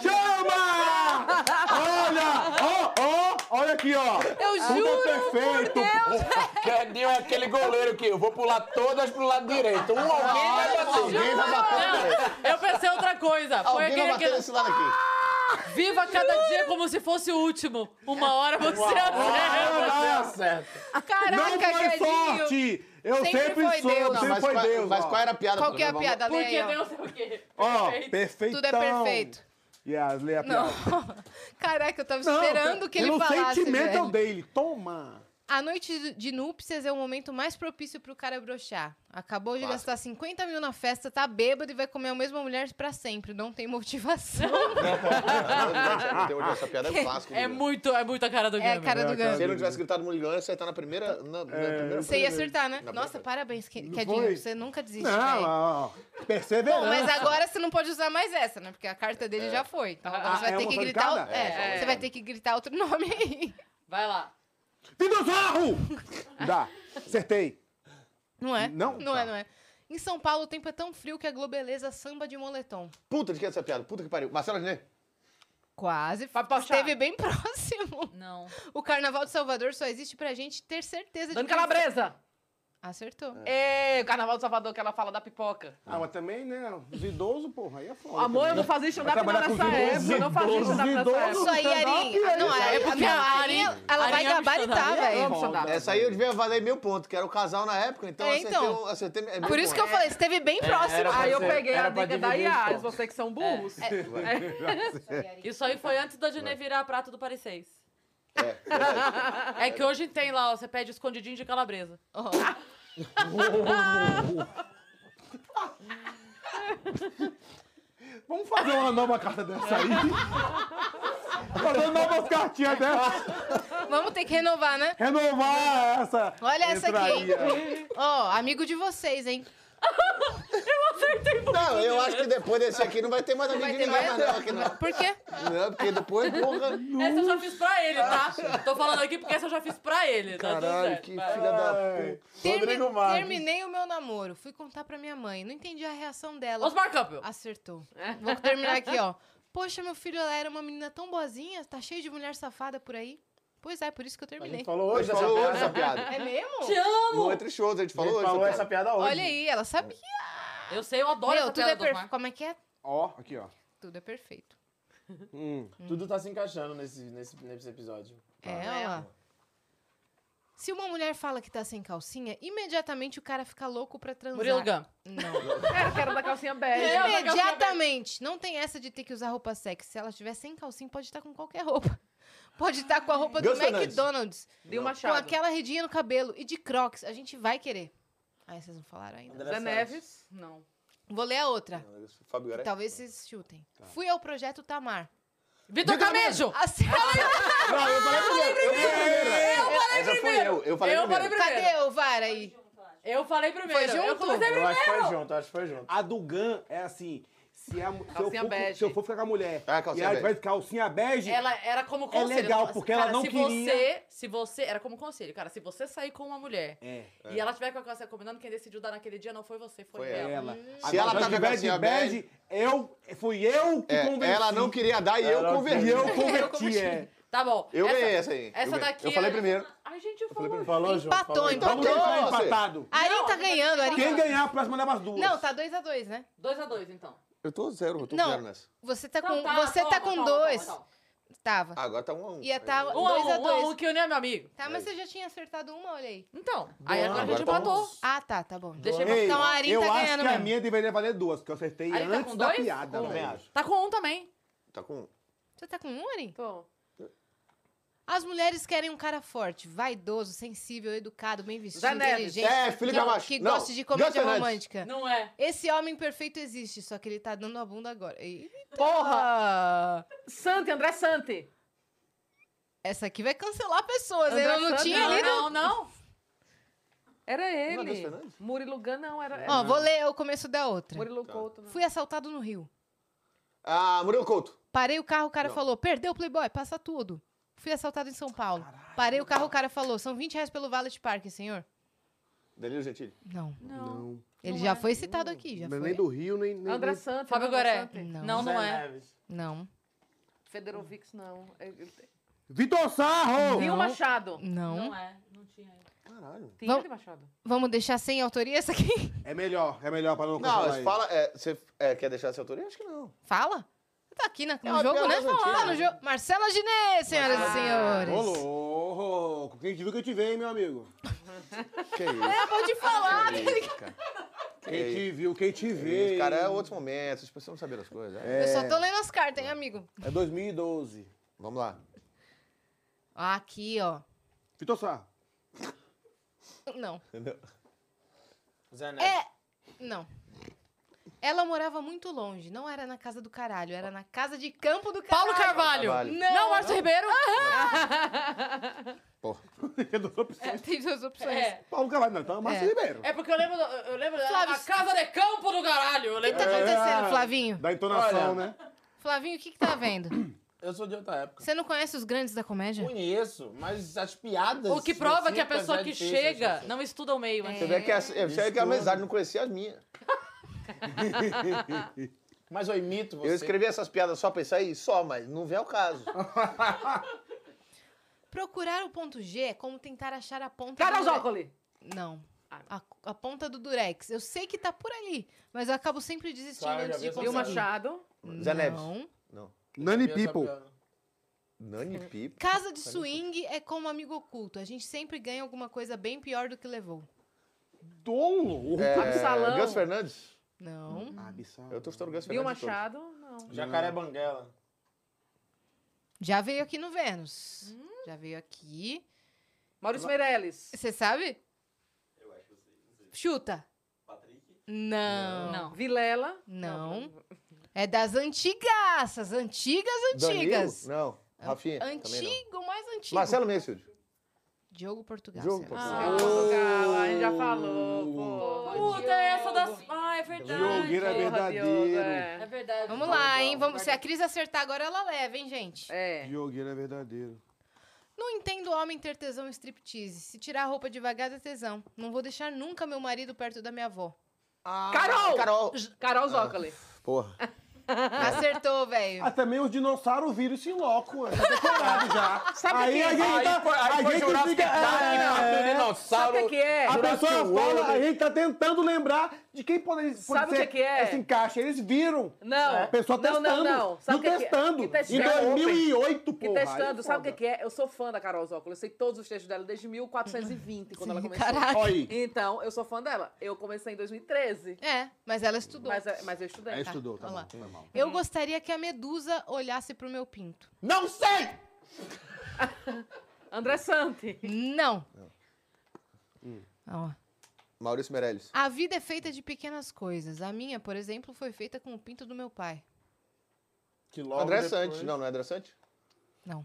Speaker 4: Chama! Olha! Ó, ó! Olha aqui, ó!
Speaker 2: Eu
Speaker 4: Tudo perfeito!
Speaker 9: Cadinho é aquele goleiro que eu vou pular todas pro lado direito. Um alguém vai bater.
Speaker 5: Alguém vai bater.
Speaker 1: Não, eu pensei outra coisa. Foi
Speaker 5: Alguém vai
Speaker 1: aquele
Speaker 5: bater
Speaker 1: aquele-
Speaker 5: desse lado aqui.
Speaker 1: Viva cada dia como se fosse o último. Uma hora você
Speaker 4: Ah,
Speaker 1: acerta.
Speaker 2: Caraca,
Speaker 4: Não foi
Speaker 2: Cadinho.
Speaker 4: sorte! Eu sempre,
Speaker 2: foi
Speaker 4: soube,
Speaker 2: Deus.
Speaker 4: sempre
Speaker 5: Mas
Speaker 4: foi
Speaker 5: qual- é-
Speaker 4: Deus.
Speaker 5: mas
Speaker 4: ó.
Speaker 5: qual era a piada?
Speaker 2: Qual que é a piada? Lê aí,
Speaker 1: Porque
Speaker 2: ó.
Speaker 1: Deus sei o quê.
Speaker 4: Ó,
Speaker 1: Perfeito.
Speaker 4: perfeito.
Speaker 2: Tudo é perfeito.
Speaker 4: E as lê a
Speaker 2: Não.
Speaker 4: piada.
Speaker 2: Caraca, eu tava
Speaker 4: Não,
Speaker 2: esperando que ele
Speaker 4: pelo
Speaker 2: falasse,
Speaker 4: sentimento é
Speaker 2: velho.
Speaker 4: dele. Toma!
Speaker 2: A noite de- de núpcias é o momento mais propício pro cara broxar. Acabou de gastar 50 mil na festa, tá bêbado e vai comer a mesma mulher pra sempre. Não tem motivação.
Speaker 5: Tem hoje, Essa piada é um clássico.
Speaker 1: É muito, é muito a cara do
Speaker 2: É a
Speaker 1: Gami.
Speaker 2: cara do É a cara Gami.
Speaker 5: Se ele não tivesse gritado Mulligan, você ia estar na primeira. Na, na
Speaker 9: É.
Speaker 5: primeira
Speaker 2: Você ia
Speaker 5: frase.
Speaker 2: acertar, né?
Speaker 5: Na
Speaker 2: Nossa, parabéns, Ke- Kedinho.
Speaker 4: foi?
Speaker 2: Você nunca desiste,
Speaker 4: Não, ah.
Speaker 2: velho.
Speaker 4: ó, ó. Perseverança.
Speaker 2: Bom, mas agora você não pode usar mais essa, né? Porque a carta dele já foi. Então agora
Speaker 4: Ah,
Speaker 2: você vai
Speaker 4: é
Speaker 2: ter
Speaker 4: uma
Speaker 2: que
Speaker 4: só de
Speaker 2: gritar.
Speaker 4: cada?
Speaker 2: o- é,
Speaker 1: É,
Speaker 2: você
Speaker 1: é.
Speaker 2: vai ter que gritar outro nome aí.
Speaker 1: Vai lá.
Speaker 4: Dinossauro! Dá. Acertei.
Speaker 2: Não é?
Speaker 4: Não?
Speaker 2: Não
Speaker 4: Tá.
Speaker 2: é, não é. Em São Paulo o tempo é tão frio que a Globeleza samba de moletom.
Speaker 5: Puta de que é essa piada? Puta que pariu. Marcelo Diné.
Speaker 2: Quase. Esteve bem próximo.
Speaker 1: Não.
Speaker 2: O Carnaval de Salvador só existe pra gente ter certeza de
Speaker 6: Dani
Speaker 2: quem-
Speaker 6: Calabresa.
Speaker 2: Acertou.
Speaker 6: É, o Carnaval de Salvador que ela fala da pipoca.
Speaker 4: Ah, mas também, né? Os idosos, porra, aí é foda.
Speaker 6: Amor, eu não fazia stand-up não
Speaker 4: trabalhar com
Speaker 6: nessa
Speaker 4: idosos,
Speaker 6: época. Eu não fazia
Speaker 4: idosos,
Speaker 6: stand-up nessa
Speaker 4: idosos.
Speaker 6: época.
Speaker 2: Isso aí, Arin.
Speaker 4: stand-up,
Speaker 2: Ah, Não,
Speaker 4: é
Speaker 2: Tá é
Speaker 1: isso.
Speaker 2: porque
Speaker 1: É
Speaker 2: a né?
Speaker 1: porque a
Speaker 2: Arin,
Speaker 1: Arin-
Speaker 2: ela
Speaker 1: Arin
Speaker 2: vai
Speaker 1: ama
Speaker 2: gabaritar,
Speaker 1: stand-up.
Speaker 6: Eu amo
Speaker 2: velho.
Speaker 6: stand-up.
Speaker 5: Essa aí eu devia valer meu ponto, que era o casal na época, então,
Speaker 2: É,
Speaker 5: acertei
Speaker 2: então.
Speaker 5: um- acertei, é meu
Speaker 2: Por isso que eu
Speaker 5: ponto.
Speaker 2: falei, esteve bem próximo.
Speaker 6: Aí eu peguei a
Speaker 9: era pra
Speaker 6: dica da
Speaker 9: dividir os
Speaker 6: Yas,
Speaker 9: pontos.
Speaker 6: vocês
Speaker 2: É,
Speaker 6: que são burros.
Speaker 1: Isso aí foi antes da Dine virar prato do Parecis. É, que hoje tem lá, ó, você pede escondidinho de calabresa.
Speaker 4: Vamos fazer uma nova carta dessa aí? Fazer novas cartinhas dessa.
Speaker 2: Vamos ter que renovar, né?
Speaker 4: Renovar essa.
Speaker 2: Olha essa aqui,
Speaker 4: entraria.
Speaker 2: hein? Ó, amigo de vocês, hein?
Speaker 5: Não, eu acho que depois desse aqui não vai ter mais amigo de ninguém mais não, aqui não. Tá
Speaker 2: Por quê?
Speaker 5: Não, porque depois, porra...
Speaker 1: Essa eu já fiz pra ele, tá? Tô falando aqui porque essa eu já fiz pra ele, tá? tudo
Speaker 5: Caralho,
Speaker 1: certo.
Speaker 5: que
Speaker 1: Vai.
Speaker 5: filha da puta.
Speaker 9: Rodrigo
Speaker 2: Termi-
Speaker 9: Marques.
Speaker 2: Terminei o meu namoro. Fui contar pra minha mãe. Não entendi a reação dela.
Speaker 1: Osmar Campbell.
Speaker 2: Acertou. Vou terminar aqui, ó. Poxa, meu filho, ela era uma menina tão boazinha, tá cheio de mulher safada por aí. Pois é, por isso que eu terminei.
Speaker 9: gente falou hoje
Speaker 5: A gente falou
Speaker 9: essa
Speaker 5: hoje essa piada.
Speaker 2: É mesmo?
Speaker 1: Te amo!
Speaker 5: No Entre Shows, a gente falou
Speaker 9: A gente
Speaker 5: hoje.
Speaker 9: falou essa piada hoje.
Speaker 2: Olha aí, ela sabia.
Speaker 1: Eu sei, eu adoro
Speaker 2: Meu,
Speaker 1: essa
Speaker 2: tudo
Speaker 1: piada
Speaker 2: é
Speaker 1: do
Speaker 2: perfe-
Speaker 1: Marco.
Speaker 2: Como é que é?
Speaker 4: Ó, aqui, ó.
Speaker 2: Tudo é perfeito.
Speaker 9: Tudo tá se encaixando nesse, nesse, nesse episódio.
Speaker 2: É, ó. Se uma mulher fala que tá sem calcinha, imediatamente o cara fica louco pra transar.
Speaker 1: Murilo Gun.
Speaker 6: Cara, eu quero da calcinha bege.
Speaker 1: É, ela tá com a calcinha
Speaker 2: Imediatamente. Não tem essa de ter que usar roupa sexy. Se ela estiver sem calcinha, pode estar com qualquer roupa. Pode estar com a roupa do
Speaker 5: Gus Fernandes.
Speaker 2: McDonald's.
Speaker 6: Deu uma
Speaker 2: Com
Speaker 6: chave.
Speaker 2: aquela redinha no cabelo e de crocs. A gente vai querer. Aí vocês não falaram ainda.
Speaker 6: Zé Neves.
Speaker 1: Não.
Speaker 2: Vou ler a outra.
Speaker 5: Fábio
Speaker 2: que
Speaker 5: Gareth.
Speaker 2: Talvez vocês chutem.
Speaker 4: Tá.
Speaker 2: Fui ao Projeto Tamar. Ah,
Speaker 1: Vitor
Speaker 5: Então,
Speaker 1: Camejo!
Speaker 2: A senhora...
Speaker 5: Não, eu falei primeiro. Eu falei primeiro. Essa foi eu. Eu falei
Speaker 1: Eu falei
Speaker 5: primeiro.
Speaker 1: primeiro.
Speaker 2: Cadê o VAR aí?
Speaker 1: Eu falei primeiro.
Speaker 2: Foi
Speaker 1: Eu
Speaker 2: junto?
Speaker 1: comecei
Speaker 9: Eu
Speaker 1: primeiro.
Speaker 9: acho que foi junto, eu acho que foi junto.
Speaker 4: A do Gun é assim. Se, a, se, eu,
Speaker 6: Calcinha
Speaker 4: for, com-
Speaker 6: bege.
Speaker 4: se eu for ficar com a mulher
Speaker 5: Ah, calcinha
Speaker 4: e ela
Speaker 5: bege.
Speaker 4: tiver de calcinha bege,
Speaker 1: Ela era como
Speaker 4: É
Speaker 1: conselho.
Speaker 4: legal,
Speaker 1: Ela-
Speaker 4: porque ela
Speaker 1: cara,
Speaker 4: não
Speaker 1: se
Speaker 4: queria-
Speaker 1: Você, se você. Era como conselho, cara. Se você sair com uma mulher
Speaker 4: É.
Speaker 1: e ela tiver com a calcinha combinando, quem decidiu dar naquele dia não foi você, foi,
Speaker 5: Foi
Speaker 1: ela.
Speaker 4: ela.
Speaker 2: Hum.
Speaker 5: Se ela
Speaker 4: Agora,
Speaker 5: tá
Speaker 4: se
Speaker 5: com a
Speaker 4: tiver de
Speaker 5: calcinha
Speaker 4: bege, eu fui eu que
Speaker 5: É,
Speaker 4: convenci.
Speaker 5: ela não queria dar e eu
Speaker 9: Ela não
Speaker 5: converti.
Speaker 4: E eu converti,
Speaker 2: convenci.
Speaker 4: é.
Speaker 1: Tá bom.
Speaker 5: Eu ganhei essa aí. Eu
Speaker 1: Essa
Speaker 5: ganhei.
Speaker 1: daqui.
Speaker 5: Eu falei
Speaker 1: é-
Speaker 5: primeiro.
Speaker 6: Ai, gente, eu falo.
Speaker 9: Falou junto.
Speaker 2: Empatou,
Speaker 9: falou junto.
Speaker 4: Vamos
Speaker 2: empatou.
Speaker 4: deixar
Speaker 5: Não, você-
Speaker 4: tá empatado.
Speaker 2: A Arin então. tá ganhando, a Arin
Speaker 4: Quem
Speaker 2: tá-
Speaker 4: ganhar, a próxima leva as duas.
Speaker 2: Não, tá 2x2, dois né?
Speaker 1: Dois a dois, então.
Speaker 5: Eu tô zero, eu tô
Speaker 2: Não.
Speaker 5: zero nessa.
Speaker 2: Você tá
Speaker 1: Então
Speaker 2: com, você
Speaker 1: toma,
Speaker 2: tá com
Speaker 1: toma,
Speaker 2: dois.
Speaker 1: toma, toma.
Speaker 2: Tava.
Speaker 5: Ah, agora tá um a um.
Speaker 2: Ia tá 2x2.
Speaker 1: Um a um, um, a um que uniu é meu amigo.
Speaker 2: Tá, mas você já tinha acertado uma, olha aí.
Speaker 1: Então, aí agora, a
Speaker 5: Agora
Speaker 1: gente
Speaker 5: tá
Speaker 1: empatou.
Speaker 5: uns-
Speaker 2: Ah, tá, tá bom.
Speaker 1: Deixa eu-
Speaker 4: Ei,
Speaker 2: Então a Arin
Speaker 4: eu
Speaker 2: tá
Speaker 4: acho que
Speaker 2: ganhando
Speaker 4: a
Speaker 2: mesmo.
Speaker 4: minha deveria valer duas, que eu acertei
Speaker 1: Aí tá
Speaker 4: antes
Speaker 1: com
Speaker 4: da
Speaker 1: dois?
Speaker 4: piada, né?
Speaker 1: Com.
Speaker 4: velho.
Speaker 1: Tá com um também.
Speaker 5: Tá com um.
Speaker 2: Você tá com um, Arin?
Speaker 6: Então,
Speaker 2: As mulheres querem um cara forte, vaidoso, sensível, educado, bem vestido,
Speaker 6: Zé Neves.
Speaker 2: inteligente.
Speaker 5: É, Felipe
Speaker 2: não,
Speaker 5: Camacho.
Speaker 2: que
Speaker 5: Não,
Speaker 2: goste de comédia
Speaker 5: Gus Fernandes.
Speaker 2: romântica.
Speaker 1: Não é.
Speaker 2: Esse homem perfeito existe, só que ele tá dando a bunda agora. E-
Speaker 6: Porra! Santi, Ah, André Santi.
Speaker 2: Essa aqui vai cancelar pessoas,
Speaker 6: André
Speaker 2: hein? Eu não
Speaker 6: Santos,
Speaker 2: tinha
Speaker 1: Não,
Speaker 2: lido.
Speaker 1: não, não.
Speaker 6: Era
Speaker 5: é Deus
Speaker 6: ele.
Speaker 5: Fernandes?
Speaker 6: Murilo Gun, não, era. era
Speaker 2: Ó, vou ler o começo da outra.
Speaker 6: Murilo Couto, não.
Speaker 2: Fui assaltado no Rio.
Speaker 5: Ah, Murilo Couto.
Speaker 2: Parei o carro, o cara falou: perdeu o Playboy, passa tudo. Fui assaltado em São Paulo. Parei o carro, o cara falou: são 20 reais pelo valet parking, senhor.
Speaker 5: Danilo Gentili.
Speaker 2: Não. Ele já foi citado aqui, já foi.
Speaker 4: Nem do Rio, nem... nem
Speaker 6: André Santi.
Speaker 1: Fábio
Speaker 6: André
Speaker 1: Goré.
Speaker 6: Santi.
Speaker 2: Não.
Speaker 1: Não, não
Speaker 9: Zé
Speaker 1: é.
Speaker 9: Neves.
Speaker 2: Não.
Speaker 6: Federovics, não. É- é-
Speaker 4: Vitor Sarro!
Speaker 6: Nil Machado.
Speaker 2: Não.
Speaker 1: Não é. Não tinha.
Speaker 5: Caralho.
Speaker 6: Tinha
Speaker 2: Vamos-
Speaker 6: de Machado.
Speaker 2: Vamos deixar sem autoria essa aqui?
Speaker 4: É melhor, é melhor pra não
Speaker 5: Não,
Speaker 4: cancelar
Speaker 5: mas
Speaker 4: ele.
Speaker 5: fala. é, Você é, quer deixar essa autoria? Acho que não.
Speaker 2: Fala. Tá aqui na- no
Speaker 5: uma
Speaker 2: jogo,
Speaker 5: piada
Speaker 2: né?
Speaker 5: argentina.
Speaker 2: Tá no jogo. Marcela Ginês, senhoras
Speaker 1: Ah,
Speaker 2: e
Speaker 4: Ô,
Speaker 2: senhores.
Speaker 4: louco! Quem te viu que eu te vi, hein, meu amigo?
Speaker 5: Que isso?
Speaker 2: Vou te
Speaker 5: Ah, tá
Speaker 2: falar.
Speaker 4: Quem te viu, quem te vê.
Speaker 5: Esse cara é outros momentos, as pessoas não sabiam das coisas. é.
Speaker 2: Eu só tô lendo as cartas, hein, amigo?
Speaker 4: É 2012.
Speaker 5: Vamos lá.
Speaker 2: Aqui, ó.
Speaker 4: Vitor Sarro.
Speaker 2: Não.
Speaker 9: Zé Neves.
Speaker 2: É. Não. Ela morava muito longe. Não era na casa do caralho, era na casa de campo do caralho.
Speaker 1: Paulo Carvalho.
Speaker 5: Carvalho.
Speaker 1: Não, Ah, Márcio Ribeiro.
Speaker 5: Porra.
Speaker 2: É, tem duas opções.
Speaker 1: É.
Speaker 4: Paulo Carvalho, não. Então é Márcio
Speaker 2: É.
Speaker 4: Ribeiro.
Speaker 1: É porque eu lembro, do- eu lembro da
Speaker 2: Flávio,
Speaker 1: a casa de campo do caralho. Eu
Speaker 2: O que
Speaker 1: lembro
Speaker 2: tá
Speaker 1: da-
Speaker 2: acontecendo, Flavinho?
Speaker 4: Da entonação,
Speaker 9: Olha.
Speaker 4: né?
Speaker 2: Flavinho, o que, que tá vendo?
Speaker 9: Eu sou de outra época.
Speaker 2: Você não conhece os grandes da comédia?
Speaker 9: Conheço, mas as piadas.
Speaker 1: O que prova que a
Speaker 9: simples
Speaker 1: pessoa
Speaker 9: é
Speaker 1: que
Speaker 9: difícil,
Speaker 1: chega
Speaker 9: assim.
Speaker 1: não estuda o meio. né?
Speaker 5: Você vê que, a, você vê que a amizade não conhecia as minhas.
Speaker 9: Mas eu imito você.
Speaker 5: Eu escrevi essas piadas só pra isso aí? Só, mas não vem ao caso.
Speaker 2: Procurar o ponto G é como tentar achar a ponta
Speaker 6: Carol
Speaker 2: do... dure-
Speaker 6: Zócoli.
Speaker 2: Ah, Não. A, a ponta do durex. Eu sei que tá por ali, mas eu acabo sempre desistindo
Speaker 9: Claro, eu já
Speaker 2: antes de
Speaker 9: vi essa
Speaker 6: Nil
Speaker 2: conseguir.
Speaker 6: Machado.
Speaker 5: Zé Neves.
Speaker 2: Não.
Speaker 5: Não.
Speaker 4: Nani
Speaker 9: Essa
Speaker 4: People.
Speaker 9: piada.
Speaker 5: Nani Pipo.
Speaker 2: Casa de swing é como amigo oculto. A gente sempre ganha alguma coisa bem pior do que levou.
Speaker 4: Dom louco.
Speaker 6: Absalão.
Speaker 5: É, Gus Fernandes?
Speaker 2: Não.
Speaker 4: Ah,
Speaker 5: Eu tô estudando Gus Fernandes. de todos.
Speaker 6: Nil Machado, não.
Speaker 9: Jacaré Banguela.
Speaker 2: Já veio aqui no Vênus. Já veio aqui.
Speaker 6: Maurício Meirelles.
Speaker 2: Hum? Você sabe? Eu acho que Chuta. Patrick? Não.
Speaker 1: Não.
Speaker 6: Vilela.
Speaker 2: Não. É das antigaças, antigas, antigas.
Speaker 5: Danilo? Não. Rafinha? também não.
Speaker 2: Antigo, mais antigo.
Speaker 5: Marcelo Mansfield.
Speaker 2: Diogo Portugal.
Speaker 5: Diogo
Speaker 2: sei lá.
Speaker 1: Ah.
Speaker 5: Portugal.
Speaker 6: Ô, Galo, a gente já falou. Pô.
Speaker 1: Puta, essa das... Ah, é verdade.
Speaker 4: Diogueira
Speaker 6: Porra,
Speaker 4: verdadeiro.
Speaker 6: Diogo,
Speaker 1: É
Speaker 6: é.
Speaker 1: verdade.
Speaker 2: Vamos lá, hein? Vamos, se a Cris acertar agora, ela leva, hein, gente?
Speaker 6: É.
Speaker 4: Diogueira é verdadeiro.
Speaker 2: Não entendo o homem ter tesão em striptease. Se tirar a roupa devagar, dá tesão. Não vou deixar nunca meu marido perto da minha avó.
Speaker 6: Carol!
Speaker 5: Carol.
Speaker 6: Carol Zócoli.
Speaker 5: Porra.
Speaker 2: Acertou, velho.
Speaker 4: Ah, também os dinossauros viram esse loco, tá decorado já.
Speaker 2: Sabe
Speaker 4: aí
Speaker 2: que-
Speaker 6: é?
Speaker 4: a gente,
Speaker 2: Aí
Speaker 4: tá,
Speaker 2: foi- aí
Speaker 4: a
Speaker 2: foi
Speaker 4: gente
Speaker 2: Jurassic
Speaker 4: fica... É,
Speaker 2: Park, matou o dinossauro,
Speaker 6: né? Sabe o que que é?
Speaker 4: A
Speaker 6: Jurassic
Speaker 4: pessoa
Speaker 6: World.
Speaker 4: fala, a gente tá tentando lembrar de quem pode, pode
Speaker 6: Sabe o
Speaker 4: ser
Speaker 6: que que é?
Speaker 4: esse encaixe. Eles viram.
Speaker 6: Não.
Speaker 4: A pessoa
Speaker 6: não,
Speaker 4: testando.
Speaker 6: Não, não, Sabe
Speaker 4: E
Speaker 6: o que que é?
Speaker 4: testando.
Speaker 6: E testando.
Speaker 4: Em 2008,
Speaker 6: Que
Speaker 4: porra.
Speaker 6: testando. Sabe o que que é? Eu sou fã da Carol Zócolo. Eu sei todos os textos dela desde 1420, quando ela começou.
Speaker 2: caraca. Olha aí.
Speaker 6: Então, eu sou fã dela. Eu comecei em 2013.
Speaker 2: É, mas ela estudou.
Speaker 6: Mas, mas eu estudei.
Speaker 2: Ela estudou, tá bom, Eu gostaria que a Medusa olhasse pro meu pinto.
Speaker 6: Não sei! André Santi.
Speaker 2: Não. Hum.
Speaker 5: Maurício Meirelles.
Speaker 2: A vida é feita de pequenas coisas. A minha, por exemplo, foi feita com o pinto do meu pai.
Speaker 5: Que
Speaker 9: logo
Speaker 5: André
Speaker 9: depois-
Speaker 5: Sante. Não, não é André Sante?
Speaker 2: Não.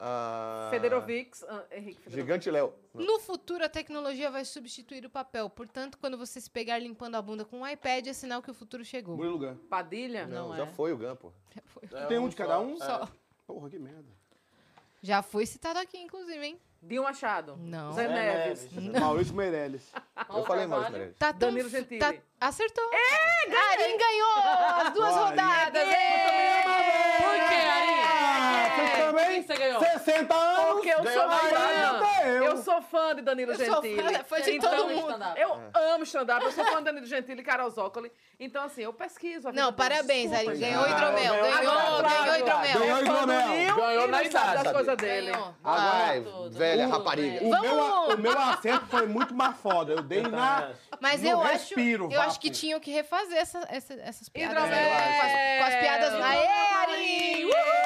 Speaker 5: Ah,
Speaker 6: Federovics, ah, Henrique Federovics.
Speaker 5: Gigante Léo.
Speaker 2: No futuro, a tecnologia vai substituir o papel. Portanto, quando você se pegar limpando a bunda com um iPad, é sinal que o futuro chegou.
Speaker 4: Murilo Gun.
Speaker 6: Padilha?
Speaker 5: Não,
Speaker 2: Não
Speaker 5: já
Speaker 2: é.
Speaker 5: foi o Gampo.
Speaker 2: Já foi.
Speaker 4: Tem um de cada um?
Speaker 2: Só.
Speaker 4: Porra, que merda.
Speaker 2: Já foi citado aqui, inclusive, hein?
Speaker 6: Dinho Machado.
Speaker 2: Não.
Speaker 6: Zé É, Neves.
Speaker 4: É, Maurício Meirelles.
Speaker 5: Eu falei Maurício Meirelles.
Speaker 2: Tá tão
Speaker 6: Danilo
Speaker 2: f-
Speaker 6: Gentili.
Speaker 2: tá- Acertou. É, Arim ganhou as duas
Speaker 4: Arim.
Speaker 2: rodadas.
Speaker 6: Arim,
Speaker 2: Ê!
Speaker 6: Por que, Ari?
Speaker 4: Vocês
Speaker 6: É.
Speaker 4: também?
Speaker 6: Quem você ganhou?
Speaker 4: 60 anos.
Speaker 6: Porque eu sou
Speaker 4: ganhou mais
Speaker 6: fã.
Speaker 4: do que
Speaker 6: Eu.
Speaker 4: Eu.
Speaker 6: sou fã de Danilo
Speaker 2: Eu sou
Speaker 6: Gentili.
Speaker 2: fã- fã de
Speaker 6: Então,
Speaker 2: todo mundo.
Speaker 6: Eu
Speaker 5: É.
Speaker 6: amo stand-up, eu sou fã de Danilo Gentili e Carol Zócoli. Então, assim, eu pesquiso. a vida
Speaker 2: Não,
Speaker 6: deles.
Speaker 2: parabéns,
Speaker 6: Desculpa,
Speaker 2: Ari.
Speaker 6: gente.
Speaker 2: Ganhou o hidromel.
Speaker 6: Agora,
Speaker 2: Ganhou, ganhou
Speaker 6: claro,
Speaker 2: o hidromel.
Speaker 4: Ganhou
Speaker 6: é
Speaker 4: hidromel.
Speaker 6: fã do Nil
Speaker 5: Ganhou na
Speaker 6: e não sabe
Speaker 5: idade,
Speaker 6: das
Speaker 5: sabia?
Speaker 6: coisas dele.
Speaker 2: Ganhou.
Speaker 5: Agora, é velha
Speaker 2: Tudo,
Speaker 5: rapariga.
Speaker 2: velho.
Speaker 4: O meu, a-
Speaker 2: Vamos!
Speaker 4: o meu acerto foi muito mais foda. Eu dei na.
Speaker 2: Mas
Speaker 4: no
Speaker 2: eu
Speaker 4: respiro,
Speaker 2: acho, eu acho
Speaker 4: vapo.
Speaker 2: que tinham que refazer essa- essa- essas piadas.
Speaker 6: Hidromel.
Speaker 2: Com, as, com as piadas.
Speaker 6: Hidromel,
Speaker 2: Aê,
Speaker 6: Ari.
Speaker 2: Ari!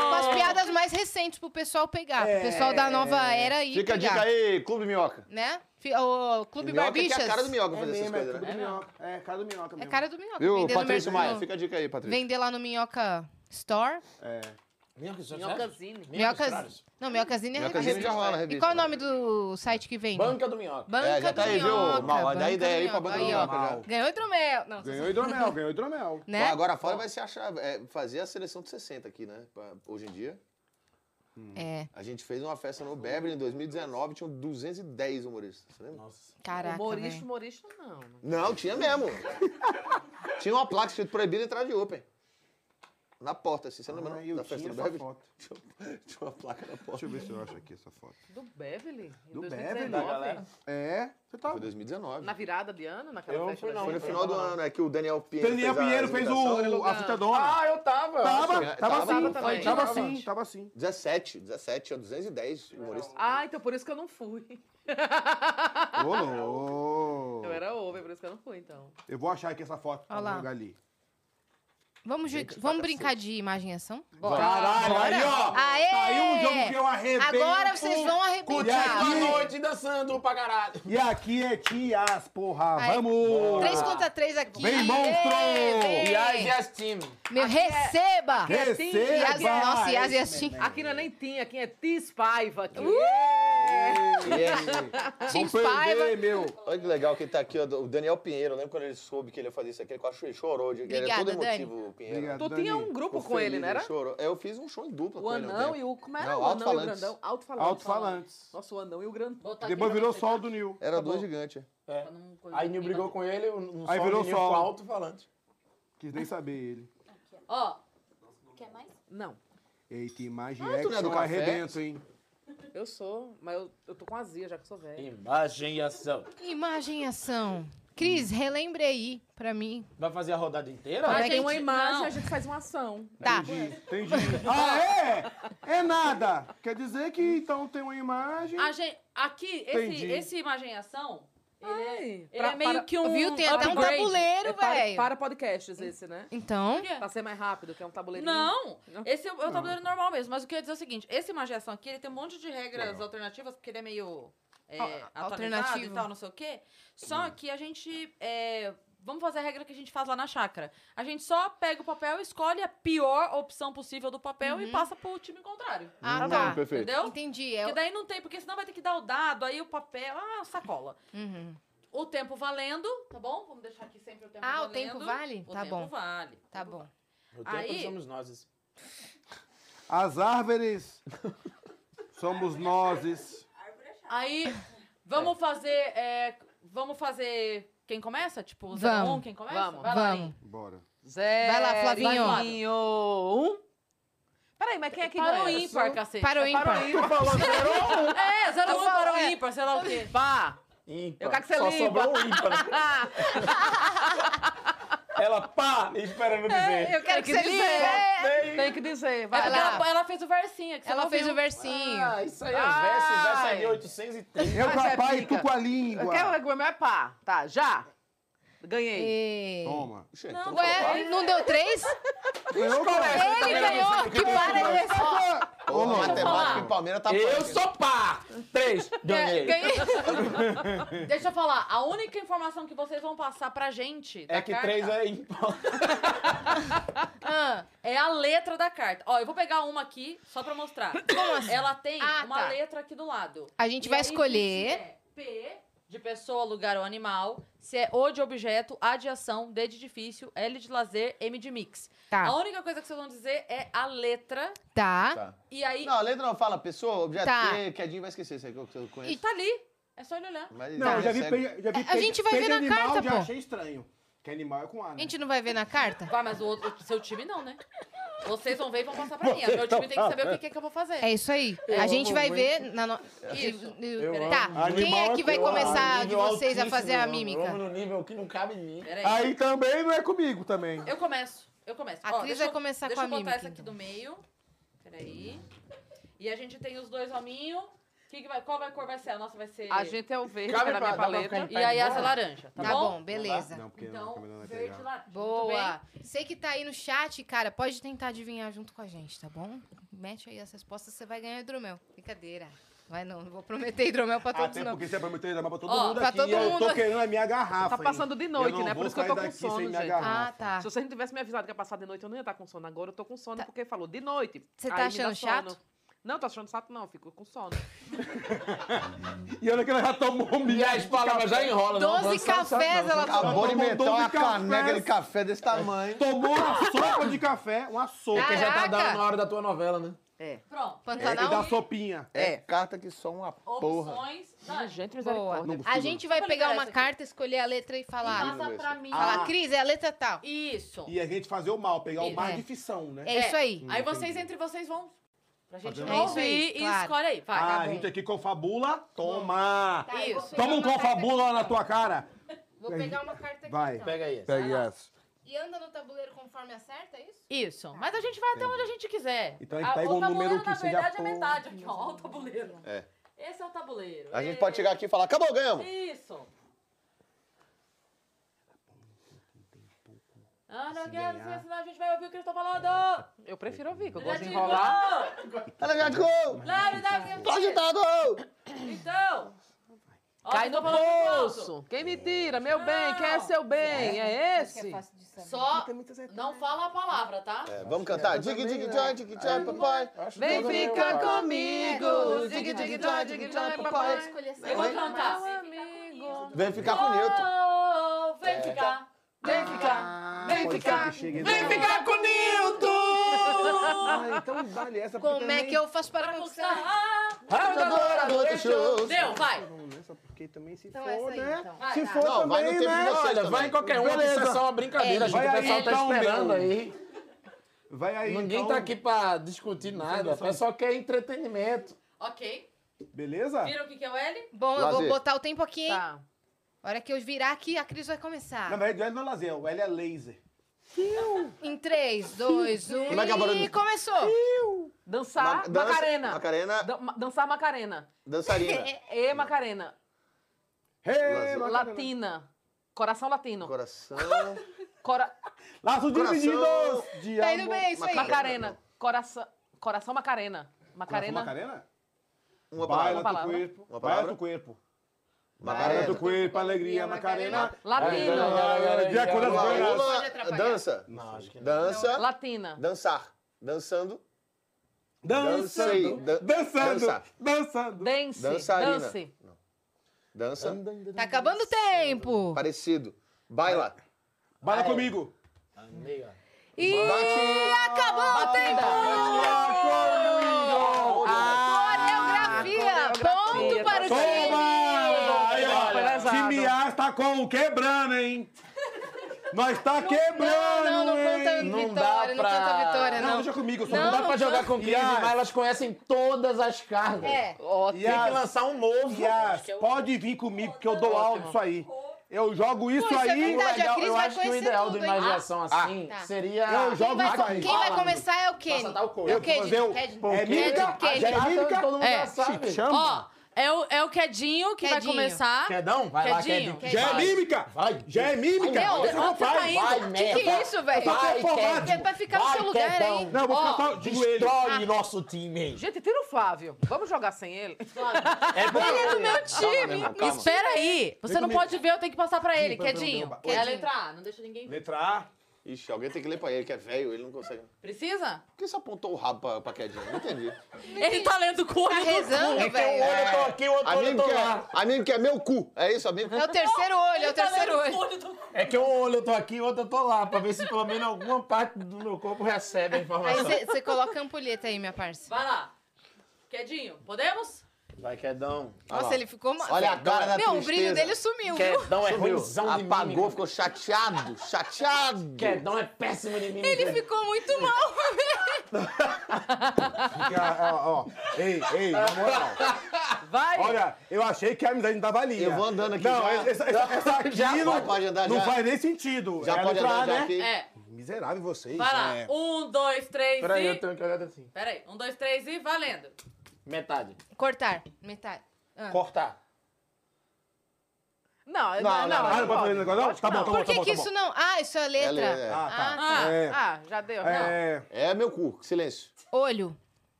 Speaker 2: Com as piadas mais recentes pro pessoal pegar. Pro pessoal da nova era aí.
Speaker 5: Fica a
Speaker 2: pegar,
Speaker 5: dica aí, Clube Minhoca.
Speaker 2: Né? Fi- O Clube
Speaker 5: Minhoca que
Speaker 2: Barbichas.
Speaker 5: é a cara do Minhoca
Speaker 4: É
Speaker 5: fazer essas
Speaker 4: mesmo, é
Speaker 5: coisas,
Speaker 4: tudo
Speaker 5: né?
Speaker 4: minhoca. É, cara do minhoca
Speaker 2: É
Speaker 4: mesmo.
Speaker 2: cara do Minhoca.
Speaker 5: Viu,
Speaker 2: Vender no
Speaker 5: Patrício
Speaker 2: mercado.
Speaker 5: Maia? Fica a dica aí, Patrício.
Speaker 2: Vender lá no Minhoca Store.
Speaker 4: É.
Speaker 6: Minhocazine.
Speaker 2: Minhocas... Não, Minhocazine é
Speaker 5: Minhocazine
Speaker 2: revista.
Speaker 5: já rola a
Speaker 2: E
Speaker 5: revista.
Speaker 2: qual é o nome do site que vende?
Speaker 9: Banca do Minhoca.
Speaker 2: Banca
Speaker 5: É, já tá
Speaker 2: do
Speaker 5: aí, viu,
Speaker 2: Minhoca.
Speaker 5: Mal? Dá
Speaker 2: Banca
Speaker 5: ideia
Speaker 2: do
Speaker 5: aí pra Banca
Speaker 2: Aí,
Speaker 5: do
Speaker 2: ó.
Speaker 5: Minhoca já.
Speaker 2: Ganhou hidromel. Não,
Speaker 4: Ganhou hidromel, ganhou hidromel.
Speaker 2: né?
Speaker 5: Bom, agora fora vai se achar, é, fazer a seleção de 60 aqui, né? Pra- Hoje em dia.
Speaker 2: É,
Speaker 5: A gente fez uma festa no Beverly em 2019, tinham 210 humoristas, você lembra? Nossa.
Speaker 2: caraca,
Speaker 6: Humorista,
Speaker 2: velho.
Speaker 6: humorista, não.
Speaker 5: Não, tinha mesmo. tinha uma placa escrito proibido entrar de Open. Na porta, assim, você não lembra
Speaker 4: Ah,
Speaker 5: não?
Speaker 4: eu
Speaker 5: da
Speaker 4: tinha
Speaker 5: festa do
Speaker 4: essa
Speaker 5: Beverly?
Speaker 4: foto.
Speaker 5: Tinha uma placa na porta.
Speaker 4: Deixa eu ver se eu acho aqui essa foto.
Speaker 6: Do Beverly? em
Speaker 4: Do
Speaker 6: 2019?
Speaker 4: Beverly? É. Você tá.
Speaker 5: Foi 2019.
Speaker 6: Na virada de ano, naquela
Speaker 9: Eu
Speaker 6: festa?
Speaker 9: fui,
Speaker 6: da
Speaker 9: não.
Speaker 5: Foi no
Speaker 6: gente?
Speaker 5: final do ano, é que o Daniel Pinheiro
Speaker 4: Daniel Pinheiro fez o, a fitadona.
Speaker 9: Ah, eu tava.
Speaker 4: Tava, tava
Speaker 5: Tava
Speaker 4: assim,
Speaker 6: também.
Speaker 4: tava
Speaker 6: Tava.
Speaker 4: assim, tava assim.
Speaker 5: 17, 17, tinha 210 humoristas.
Speaker 6: Ah, então por isso que eu não fui.
Speaker 4: Ô,
Speaker 6: Eu era over, por isso que eu não fui, então.
Speaker 4: Eu vou achar aqui essa foto
Speaker 2: Olha
Speaker 4: pra
Speaker 2: lá.
Speaker 4: jogar ali.
Speaker 2: Vamos, ju- vamos brincar de imagem e ação?
Speaker 4: Caralho, aí ó!
Speaker 2: Aê!
Speaker 4: Saiu um jogo que eu arrebento.
Speaker 2: Agora vocês vão
Speaker 9: E
Speaker 2: arrebentar.
Speaker 9: aqui, a noite dançando pra caralho.
Speaker 4: E aqui é Tias, porra!
Speaker 2: Aí.
Speaker 4: Vamos!
Speaker 2: 3 contra 3 aqui.
Speaker 4: Vem,
Speaker 2: Aê,
Speaker 4: monstro!
Speaker 2: vem.
Speaker 9: E aí,
Speaker 5: é
Speaker 9: yes, team.
Speaker 2: Meu, receba!
Speaker 4: Receba!
Speaker 2: Yas, nossa, assim. Yas e Yastin.
Speaker 6: Aqui não é nem Tim, aqui é Tis Paiva. Aqui.
Speaker 2: Tim
Speaker 4: Vamos perder,
Speaker 2: Paiva.
Speaker 4: meu!
Speaker 5: Olha que legal que tá aqui, ó, o Daniel Pinheiro. Eu lembro quando ele soube que ele ia fazer isso aqui, ele quase chorou. De, ele é
Speaker 2: Obrigada,
Speaker 5: todo
Speaker 2: Dani.
Speaker 5: emotivo, o Pinheiro.
Speaker 4: Obrigado.
Speaker 6: Tu
Speaker 4: Dani,
Speaker 6: tinha um grupo
Speaker 5: Ficou
Speaker 6: com
Speaker 5: feliz,
Speaker 6: ele, não era?
Speaker 5: chorou. É, Eu fiz um show em dupla
Speaker 6: O
Speaker 5: com ele.
Speaker 6: anão
Speaker 5: né?
Speaker 6: e o. Como era
Speaker 5: Não,
Speaker 6: o anão e o
Speaker 5: alto-falantes.
Speaker 6: grandão? Alto-falante.
Speaker 4: Alto-falantes.
Speaker 6: Nossa, o anão e o grandão.
Speaker 1: tá
Speaker 4: Depois virou sol do Nil.
Speaker 5: Era dois gigantes.
Speaker 9: Aí Nil brigou com ele, um um
Speaker 4: Aí
Speaker 9: som
Speaker 4: virou
Speaker 9: de Nil
Speaker 4: sol.
Speaker 9: com alto-falante.
Speaker 4: Quis nem saber ele.
Speaker 6: Ó,
Speaker 15: Quer mais?
Speaker 6: não.
Speaker 4: Eita, imagem
Speaker 5: Ah, tu não é do
Speaker 4: action
Speaker 5: café?
Speaker 4: arrebento, hein?
Speaker 6: Eu sou, mas eu, eu tô com azia já que eu sou velha.
Speaker 9: Imagem e ação.
Speaker 2: Imagem e ação. Cris, relembre aí pra mim.
Speaker 9: Vai fazer a rodada inteira?
Speaker 6: Ah,
Speaker 2: Mas
Speaker 6: tem uma
Speaker 2: gente,
Speaker 6: imagem,
Speaker 2: não.
Speaker 6: a gente faz uma ação.
Speaker 2: Tá.
Speaker 4: Entendi. Ah, é? É nada! Quer dizer que então tem uma imagem.
Speaker 14: A gente, aqui, esse,
Speaker 4: Entendi.
Speaker 14: esse imagem e ação,
Speaker 6: Ele,
Speaker 14: ele é meio que um.
Speaker 2: Viu? Tem até um
Speaker 14: upgrade.
Speaker 2: tabuleiro,
Speaker 6: É, para,
Speaker 2: velho.
Speaker 6: para podcasts esse, né?
Speaker 2: Então,
Speaker 6: Pra ser mais rápido, que é um tabuleirinho.
Speaker 14: Não!
Speaker 6: Não.
Speaker 14: Esse é o é o tabuleiro normal mesmo, mas o que eu ia dizer é o seguinte: esse imagem e ação aqui, ele tem um monte de regras alternativas, porque ele é meio. É,
Speaker 2: Al-
Speaker 14: alternativo e
Speaker 2: alternativo.
Speaker 14: tal, não sei o quê. Só que a gente. é, vamos fazer a regra que a gente faz lá na chácara. A gente só pega o papel, escolhe a pior opção possível do papel e passa pro time contrário.
Speaker 2: Ah,
Speaker 14: Pra
Speaker 2: tá.
Speaker 14: ver,
Speaker 5: Perfeito.
Speaker 14: Entendeu?
Speaker 2: entendi. Uhum. É,
Speaker 14: Porque daí não tem, porque senão vai ter que dar o dado, aí o papel, ah, sacola.
Speaker 2: Uhum.
Speaker 14: O tempo valendo, tá bom? Vamos deixar aqui sempre o tempo
Speaker 2: Ah, o
Speaker 14: valendo.
Speaker 2: tempo vale?
Speaker 14: O
Speaker 2: Tá
Speaker 14: tempo
Speaker 2: bom.
Speaker 14: vale. O
Speaker 2: tá
Speaker 14: tempo
Speaker 2: bom.
Speaker 9: O tempo
Speaker 14: Aí-
Speaker 9: somos nós.
Speaker 4: As árvores somos nós.
Speaker 14: Aí, vamos fazer. é, vamos fazer. Quem começa? Tipo, o 01,
Speaker 2: Vamos.
Speaker 1: um,
Speaker 14: quem começa?
Speaker 6: Vamos.
Speaker 14: Vai lá,
Speaker 2: Vamos.
Speaker 14: hein?
Speaker 4: Bora.
Speaker 6: Zero.
Speaker 2: Vai lá, Flavinho.
Speaker 6: Flavinho. Um. Peraí, mas quem é que
Speaker 1: Para o
Speaker 6: ganha?
Speaker 1: ímpar,
Speaker 6: Sou-
Speaker 1: cacete.
Speaker 6: Para o É, ímpar.
Speaker 1: Tu falou zero ou um?
Speaker 6: É, zero
Speaker 1: Tu
Speaker 6: um
Speaker 1: falou
Speaker 6: para o
Speaker 1: é.
Speaker 6: ímpar, sei lá o quê. Pá. Eu quero que você
Speaker 9: Só
Speaker 6: limpa.
Speaker 9: sobrou o ímpar. né? Ela pá, esperando dizer.
Speaker 6: eu quero que você dizer. Tem que dizer.
Speaker 1: É
Speaker 6: Vai
Speaker 1: porque
Speaker 6: lá.
Speaker 1: ela, ela fez o versinho. Que você
Speaker 2: Ela
Speaker 1: não
Speaker 2: fez
Speaker 1: viu.
Speaker 2: o versinho.
Speaker 9: Ah, isso aí é o
Speaker 6: Ai.
Speaker 9: verso, já saiu 830.
Speaker 6: Mas é pica. Eu
Speaker 9: língua.
Speaker 6: quero que o meu é pá. Tá, já. Ganhei.
Speaker 4: Toma.
Speaker 5: Então,
Speaker 6: Não,
Speaker 2: Ué, não deu três?
Speaker 4: Ganhou,
Speaker 2: Ele ganhou! Que para é essa?
Speaker 5: Ô, matemática e Palmeiras tá Eu
Speaker 9: sou pá! Três,
Speaker 1: ganhei. Deixa eu falar, a única informação que vocês vão passar pra gente. da
Speaker 9: É que
Speaker 1: carta-
Speaker 9: três é ímpar.
Speaker 1: Ah, é a letra da carta. Ó, eu vou pegar uma aqui só pra mostrar. Ela tem uma
Speaker 2: assim? tá.
Speaker 1: letra aqui do lado.
Speaker 2: A gente
Speaker 1: E
Speaker 2: vai
Speaker 1: aí,
Speaker 2: escolher.
Speaker 1: se é P de pessoa, lugar ou animal. Se é O de objeto, A de ação, D de difícil, L de lazer, M de mix.
Speaker 2: Tá.
Speaker 1: A única coisa que vocês vão dizer é a letra.
Speaker 2: Tá.
Speaker 1: E aí.
Speaker 5: Não, a letra não fala pessoa, objeto,
Speaker 1: Tá.
Speaker 5: que Quedinho vai esquecer isso aí que eu- que eu
Speaker 1: E
Speaker 5: conheço.
Speaker 1: tá ali. É só ele olhar.
Speaker 5: Mas-
Speaker 4: Não, eu já vi,
Speaker 5: Segue.
Speaker 4: pe- já vi
Speaker 2: Tá. A gente vai ver na
Speaker 4: animal,
Speaker 2: carta,
Speaker 4: já
Speaker 2: pô.
Speaker 4: achei estranho. Que animal é com A,
Speaker 2: A
Speaker 4: né?
Speaker 2: gente não vai ver na carta?
Speaker 1: Vai, mas o outro, o seu time não, né? Vocês vão ver e vão passar pra mim. O meu time tem que saber o que que, é que eu vou fazer.
Speaker 2: É isso aí. a gente vai ver na no...
Speaker 1: Isso.
Speaker 9: Eu
Speaker 2: Tá.
Speaker 9: amo.
Speaker 2: Quem é
Speaker 9: Animal
Speaker 2: que vai
Speaker 9: pior,
Speaker 2: começar
Speaker 5: um
Speaker 2: de
Speaker 9: nível
Speaker 2: vocês a
Speaker 9: altíssimo,
Speaker 2: fazer a
Speaker 9: mano.
Speaker 2: mímica?
Speaker 9: Vamos no nível que não cabe em mim.
Speaker 1: Peraí.
Speaker 4: Aí também não é comigo também.
Speaker 1: Tá. Eu começo, eu começo.
Speaker 2: A
Speaker 1: Ó,
Speaker 2: Cris
Speaker 1: deixa
Speaker 2: vai
Speaker 1: eu-
Speaker 2: começar
Speaker 1: deixa
Speaker 2: com a então.
Speaker 1: eu botar
Speaker 2: mímica,
Speaker 1: essa aqui do meio. Peraí. E a gente tem os dois hominhos. Que que vai, qual vai cor vai ser? A nossa vai ser...
Speaker 6: A gente é o verde
Speaker 1: Cabe pra-
Speaker 6: na minha
Speaker 1: dá pra ficar
Speaker 6: paleta.
Speaker 1: em pé E aí de essa boa? laranja, tá
Speaker 2: Tá
Speaker 1: bom?
Speaker 2: bom, beleza.
Speaker 4: Não, porque
Speaker 1: Então,
Speaker 4: não, não vai
Speaker 1: verde
Speaker 4: pegar.
Speaker 1: lá.
Speaker 2: Boa. Você que tá aí no chat, cara, pode tentar adivinhar junto com a gente, tá bom? Mete aí as respostas, você vai ganhar hidromel. Brincadeira. Vai não, não vou prometer hidromel
Speaker 9: Ah,
Speaker 2: pra todos
Speaker 4: Até
Speaker 2: não.
Speaker 4: Ah, porque você prometeu hidromel pra todo
Speaker 2: Ó,
Speaker 4: mundo
Speaker 2: pra
Speaker 4: aqui.
Speaker 2: todo
Speaker 4: e eu
Speaker 2: mundo.
Speaker 4: tô querendo a minha garrafa.
Speaker 6: Tá passando de
Speaker 4: hein?
Speaker 6: noite,
Speaker 4: não
Speaker 6: né?
Speaker 4: vou
Speaker 6: Por isso que eu tô
Speaker 4: sair
Speaker 6: com
Speaker 4: daqui sem
Speaker 6: sono,
Speaker 4: minha
Speaker 6: gente.
Speaker 4: garrafa.
Speaker 2: tá.
Speaker 6: Se vocês não tivessem me avisado que ia passar de noite, eu não ia estar com sono. Agora eu tô com sono, porque falou de noite.
Speaker 2: Você tá
Speaker 6: Aí me dá
Speaker 2: achando
Speaker 6: sono.
Speaker 2: chato?
Speaker 6: Não, tô achando chato não, fico com sono.
Speaker 4: E olha que ela já tomou um milhão.
Speaker 9: as palavras já enrolam, não?
Speaker 2: 12 cafés ela
Speaker 5: Acabou
Speaker 2: tomou.
Speaker 9: Tá
Speaker 5: de meter uma caneca de café desse tamanho.
Speaker 4: Tomou uma sopa de café, uma sopa.
Speaker 9: Porque já tá
Speaker 2: Caraca.
Speaker 9: dando na hora da tua novela, né?
Speaker 6: É.
Speaker 1: Pronto.
Speaker 4: É, e da
Speaker 2: Pantanal.
Speaker 4: sopinha.
Speaker 5: É, carta que só uma porra.
Speaker 1: Opções. Não,
Speaker 6: Gente,
Speaker 2: Boa.
Speaker 6: misericórdia.
Speaker 2: A gente vai
Speaker 1: Vou
Speaker 2: pegar
Speaker 1: liberar
Speaker 2: uma
Speaker 1: essa aqui.
Speaker 2: carta, escolher a letra e falar.
Speaker 1: passa pra mim.
Speaker 2: Falar, Cris, é a letra tal.
Speaker 1: Isso.
Speaker 4: Ah, E a gente fazer o mal, pegar o mar
Speaker 2: É.
Speaker 4: de ficção, né?
Speaker 2: É isso aí.
Speaker 1: Aí vocês, entre vocês, vão... Pra gente
Speaker 4: Fazendo
Speaker 1: não
Speaker 2: isso aí,
Speaker 1: ouvir e
Speaker 2: claro.
Speaker 1: escolhe aí. Vai.
Speaker 4: Ah,
Speaker 1: Tá
Speaker 4: a
Speaker 1: bom.
Speaker 4: gente aqui confabula, toma!
Speaker 2: Tá.
Speaker 1: Isso.
Speaker 4: Toma um confabula na tua cara!
Speaker 2: Vou pegar uma carta aqui.
Speaker 4: Vai.
Speaker 2: então.
Speaker 9: Pega aí. essa.
Speaker 4: Pegue essa.
Speaker 2: E anda no tabuleiro conforme acerta, é isso?
Speaker 1: Isso.
Speaker 6: Tá.
Speaker 1: Mas a gente vai até onde a gente quiser.
Speaker 4: Então a gente
Speaker 1: Ah,
Speaker 4: pega
Speaker 1: o
Speaker 4: um número
Speaker 1: tabuleiro,
Speaker 4: que
Speaker 1: na
Speaker 4: seja
Speaker 1: verdade, é
Speaker 4: pouco.
Speaker 1: metade. Aqui, ó, ó o tabuleiro.
Speaker 5: É.
Speaker 1: Esse é o tabuleiro.
Speaker 5: A gente
Speaker 1: Ê,
Speaker 5: pode chegar aqui e falar, acabou, ganhamos.
Speaker 1: Isso. Ah, não quero, senão senão a gente vai ouvir o que eu estou falando.
Speaker 6: É, Eu prefiro ouvir, que eu
Speaker 1: Já
Speaker 6: gosto de
Speaker 1: te
Speaker 6: enrolar.
Speaker 1: enrolou.
Speaker 5: Ela já ficou.
Speaker 1: Leve daqui.
Speaker 5: Tô agitado.
Speaker 1: Então. ó,
Speaker 6: Cai
Speaker 1: eu
Speaker 6: no
Speaker 1: tô falando de
Speaker 6: bolso. Quem me tira? Meu bem, quem é seu bem? É esse?
Speaker 1: pronto. Só não
Speaker 6: né?
Speaker 1: fala a palavra, tá?
Speaker 5: É, vamos cantar. Dig,
Speaker 9: né?
Speaker 5: dig, joy, dig, joy, papai.
Speaker 6: Vem ficar comigo. Dig, dig, dó, dig, dó, papai.
Speaker 2: Escolher essa
Speaker 1: Eu vou
Speaker 2: letra.
Speaker 1: cantar.
Speaker 5: Vem ficar com o Newton.
Speaker 1: Oh, vem
Speaker 4: É.
Speaker 1: ficar.
Speaker 6: Tá
Speaker 1: Vem ficar.
Speaker 6: Vem ficar.
Speaker 4: Vem
Speaker 9: Ficar com o Nilton!
Speaker 4: Ah, então vale essa porque
Speaker 2: Como é
Speaker 4: também-
Speaker 2: que eu faço para conquistar?
Speaker 1: Ah,
Speaker 5: Adora do show.
Speaker 1: deu, vai.
Speaker 4: Não, nessa porque também se
Speaker 2: Então
Speaker 4: for,
Speaker 2: essa aí,
Speaker 4: né?
Speaker 2: então.
Speaker 1: Vai,
Speaker 4: Se
Speaker 1: tá.
Speaker 4: for
Speaker 5: Não, vai no
Speaker 4: também,
Speaker 5: tempo de
Speaker 4: né?
Speaker 5: vocês
Speaker 9: Olha, vai
Speaker 5: também.
Speaker 9: em qualquer um,
Speaker 4: Beleza.
Speaker 9: isso é só uma brincadeira,
Speaker 2: É,
Speaker 9: gente. O
Speaker 4: vai aí,
Speaker 6: um
Speaker 9: pessoal tá
Speaker 4: então,
Speaker 9: esperando
Speaker 4: meu.
Speaker 9: aí.
Speaker 4: Vai aí,
Speaker 9: Ninguém
Speaker 4: então.
Speaker 9: tá aqui pra discutir
Speaker 6: Tá.
Speaker 9: nada, o pessoal quer entretenimento.
Speaker 1: Ok.
Speaker 4: Beleza?
Speaker 1: Viram o que que é o L?
Speaker 2: Bom, eu vou
Speaker 5: Lazer.
Speaker 2: botar o tempo aqui, hein?
Speaker 6: Tá.
Speaker 2: A hora que eu virar aqui, a Cris vai começar.
Speaker 4: Na verdade, o L não é lazer, o L é laser.
Speaker 2: Em 3, 2, 1
Speaker 5: Como é que é a barulho?
Speaker 2: e começou!
Speaker 6: Dançar
Speaker 5: Dança-
Speaker 6: Macarena.
Speaker 5: Macarena.
Speaker 6: Dan- ma- dançar Macarena.
Speaker 5: Dançarina.
Speaker 6: E Macarena.
Speaker 4: Hey,
Speaker 6: Latina. Coração latino.
Speaker 5: Coração.
Speaker 6: Cora-
Speaker 4: Laços
Speaker 5: Coração.
Speaker 4: divididos! De
Speaker 2: Tá
Speaker 4: amor.
Speaker 2: indo bem, isso aí.
Speaker 5: Macarena.
Speaker 6: Macarena. Coração. Coração Macarena.
Speaker 4: Coração
Speaker 6: Macarena.
Speaker 4: Macarena?
Speaker 5: Uma
Speaker 4: Baila
Speaker 5: palavra.
Speaker 4: tu
Speaker 6: palavra.
Speaker 4: corpo,
Speaker 5: Uma
Speaker 4: baila
Speaker 5: palavra.
Speaker 4: tu corpo. Baila tu
Speaker 5: Macarena.
Speaker 4: corpo, alegria, Macarena.
Speaker 6: Latino.
Speaker 4: Já quando as bandas-
Speaker 5: Lula. Dança.
Speaker 9: Não, acho que não.
Speaker 6: É,
Speaker 5: Dança.
Speaker 6: Latina.
Speaker 5: Dançar. Dançando.
Speaker 4: Dançando,
Speaker 5: Dan-
Speaker 4: dançando,
Speaker 5: dança.
Speaker 4: dançando.
Speaker 6: Dance.
Speaker 5: Dançarina.
Speaker 6: Dance.
Speaker 5: Dança.
Speaker 2: Tá acabando o tempo!
Speaker 5: Parecido. Baila.
Speaker 4: Bala comigo.
Speaker 9: Amiga.
Speaker 2: E
Speaker 5: Bate.
Speaker 2: acabou o tempo!
Speaker 4: Ah,
Speaker 2: Coreografia! Ponto para o time!
Speaker 4: Toma! Aí, ó.
Speaker 6: Pesado.
Speaker 4: Time A está com o quebrando, hein? Nós tá quebrando!
Speaker 2: não, não conta
Speaker 4: hein?
Speaker 6: Então,
Speaker 2: vitória,
Speaker 6: é
Speaker 2: não conta vitória, não.
Speaker 4: Não, deixa comigo, eu sou
Speaker 16: Não,
Speaker 4: muito
Speaker 16: dá pra
Speaker 4: bom.
Speaker 16: jogar com criança,
Speaker 4: Yes.
Speaker 16: mas elas conhecem todas as cargas.
Speaker 2: É.
Speaker 16: Tem que lançar um novo.
Speaker 4: Yes. Pode vir comigo, que eu dou aula disso aí. Eu jogo isso,
Speaker 16: Pô, isso é
Speaker 4: aí.
Speaker 16: verdade, a Cris vai
Speaker 4: eu acho que o
Speaker 16: conhecer
Speaker 4: ideal
Speaker 16: tudo,
Speaker 4: do
Speaker 16: hein?
Speaker 4: imaginação
Speaker 16: Ah,
Speaker 4: assim
Speaker 16: tá.
Speaker 4: seria.
Speaker 16: Quem
Speaker 4: Eu jogo
Speaker 16: vai-
Speaker 4: isso aí.
Speaker 2: Quem vai começar é o Kenny. É
Speaker 4: Eu
Speaker 2: o Kenny.
Speaker 4: fazer o-
Speaker 2: Kenny.
Speaker 4: É mímica?
Speaker 2: Kenny.
Speaker 4: Já é mímica? Todo mundo já
Speaker 1: É.
Speaker 4: sabe.
Speaker 1: Ó, é o, é o Quedinho que vai
Speaker 2: Quedinho.
Speaker 1: começar.
Speaker 16: Quedão? Vai lá,
Speaker 1: Quedinho.
Speaker 16: Quedinho.
Speaker 4: Já é mímica! Vai! Já é mímica!
Speaker 1: Vai,
Speaker 4: Deixa
Speaker 1: onde
Speaker 4: eu
Speaker 1: você tá
Speaker 4: falar.
Speaker 1: indo?
Speaker 4: Vai,
Speaker 1: Que
Speaker 4: merda.
Speaker 1: que é isso, velho?
Speaker 4: Eu tô
Speaker 1: Vai,
Speaker 4: performático.
Speaker 2: É pra ficar no seu lugar
Speaker 16: Quedão.
Speaker 2: aí.
Speaker 4: Não, eu vou ficar
Speaker 6: Ó,
Speaker 4: só de joelho.
Speaker 16: Destrói nosso time, hein?
Speaker 6: Gente, tira o Flávio. Vamos jogar sem ele?
Speaker 16: É bom.
Speaker 1: Ele é do meu
Speaker 5: Ah,
Speaker 1: time.
Speaker 16: irmão, calma.
Speaker 1: Espera aí. Você
Speaker 4: Vem
Speaker 1: não
Speaker 4: comigo.
Speaker 1: pode ver, eu tenho que passar pra ele.
Speaker 4: Vem, vem,
Speaker 1: Quedinho.
Speaker 4: vem, vem,
Speaker 1: É
Speaker 4: vem.
Speaker 1: a letra A, não deixa ninguém ver.
Speaker 4: Letra A.
Speaker 5: Ixi, alguém tem que ler pra ele, que é velho, ele não consegue.
Speaker 1: Precisa?
Speaker 5: Por que você apontou o rabo pra, pra quedinha? Não entendi.
Speaker 1: Ele tá lendo o cu.
Speaker 2: Tá rezando, velho.
Speaker 16: olho eu tô aqui, o outro
Speaker 5: A
Speaker 16: olho eu
Speaker 5: mímica
Speaker 16: tô lá.
Speaker 5: é, a mímica é meu cu. É isso, a mímica?
Speaker 2: É o terceiro olho,
Speaker 1: tá
Speaker 2: é o terceiro olho.
Speaker 16: É que um olho eu tô aqui, o outro eu tô lá, pra ver se pelo menos alguma parte do meu corpo recebe a
Speaker 2: Aí
Speaker 16: informação.
Speaker 2: você coloca a ampulheta aí, minha parça.
Speaker 1: Vai lá. Quedinho, podemos?
Speaker 16: Vai, Quedão. Olha
Speaker 2: Nossa,
Speaker 16: lá.
Speaker 2: ele ficou... ma-
Speaker 5: Olha a cara da
Speaker 2: Meu, o brilho
Speaker 5: tristeza.
Speaker 2: dele assim. sumiu, viu?
Speaker 16: Quedão é ruimzão de mímica.
Speaker 5: Apagou, ficou chateado, chateado.
Speaker 16: Quedão é péssimo de mímica.
Speaker 2: Ele ficou muito mal.
Speaker 4: Fica, ó, ó. Ei, ei, na moral.
Speaker 6: Vai!
Speaker 4: Olha, eu achei que a amizade não dava linha.
Speaker 5: Eu vou andando aqui
Speaker 4: Não,
Speaker 5: já.
Speaker 4: essa, essa, essa aqui
Speaker 5: Já
Speaker 4: não,
Speaker 5: pode- pode andar,
Speaker 4: não
Speaker 5: já.
Speaker 4: faz nem sentido.
Speaker 5: Já
Speaker 4: é
Speaker 5: pode
Speaker 4: letra A,
Speaker 5: andar já
Speaker 4: né?
Speaker 5: aqui.
Speaker 1: É.
Speaker 4: Miserável vocês.
Speaker 1: Vai lá.
Speaker 4: É.
Speaker 1: Um, dois, três
Speaker 16: Peraí,
Speaker 1: e.
Speaker 16: eu tenho que olhar assim.
Speaker 1: Pera aí. Um, dois, três e valendo.
Speaker 16: Metade.
Speaker 2: Cortar, metade. Ah.
Speaker 16: Cortar.
Speaker 6: Não,
Speaker 4: Não,
Speaker 6: não, não. então-
Speaker 4: não, Ah, não pode fazer negócio, não? Tá bom, tá bom,
Speaker 2: Por
Speaker 4: tá
Speaker 2: que
Speaker 4: bom.
Speaker 2: que
Speaker 4: tá bom.
Speaker 2: isso não... Ah, isso é a
Speaker 5: É,
Speaker 2: letra.
Speaker 5: é,
Speaker 4: Ah, tá.
Speaker 2: Ah,
Speaker 6: Ah,
Speaker 4: É.
Speaker 6: ah, já deu. Não.
Speaker 4: É.
Speaker 5: é meu cu, silêncio.
Speaker 2: olho.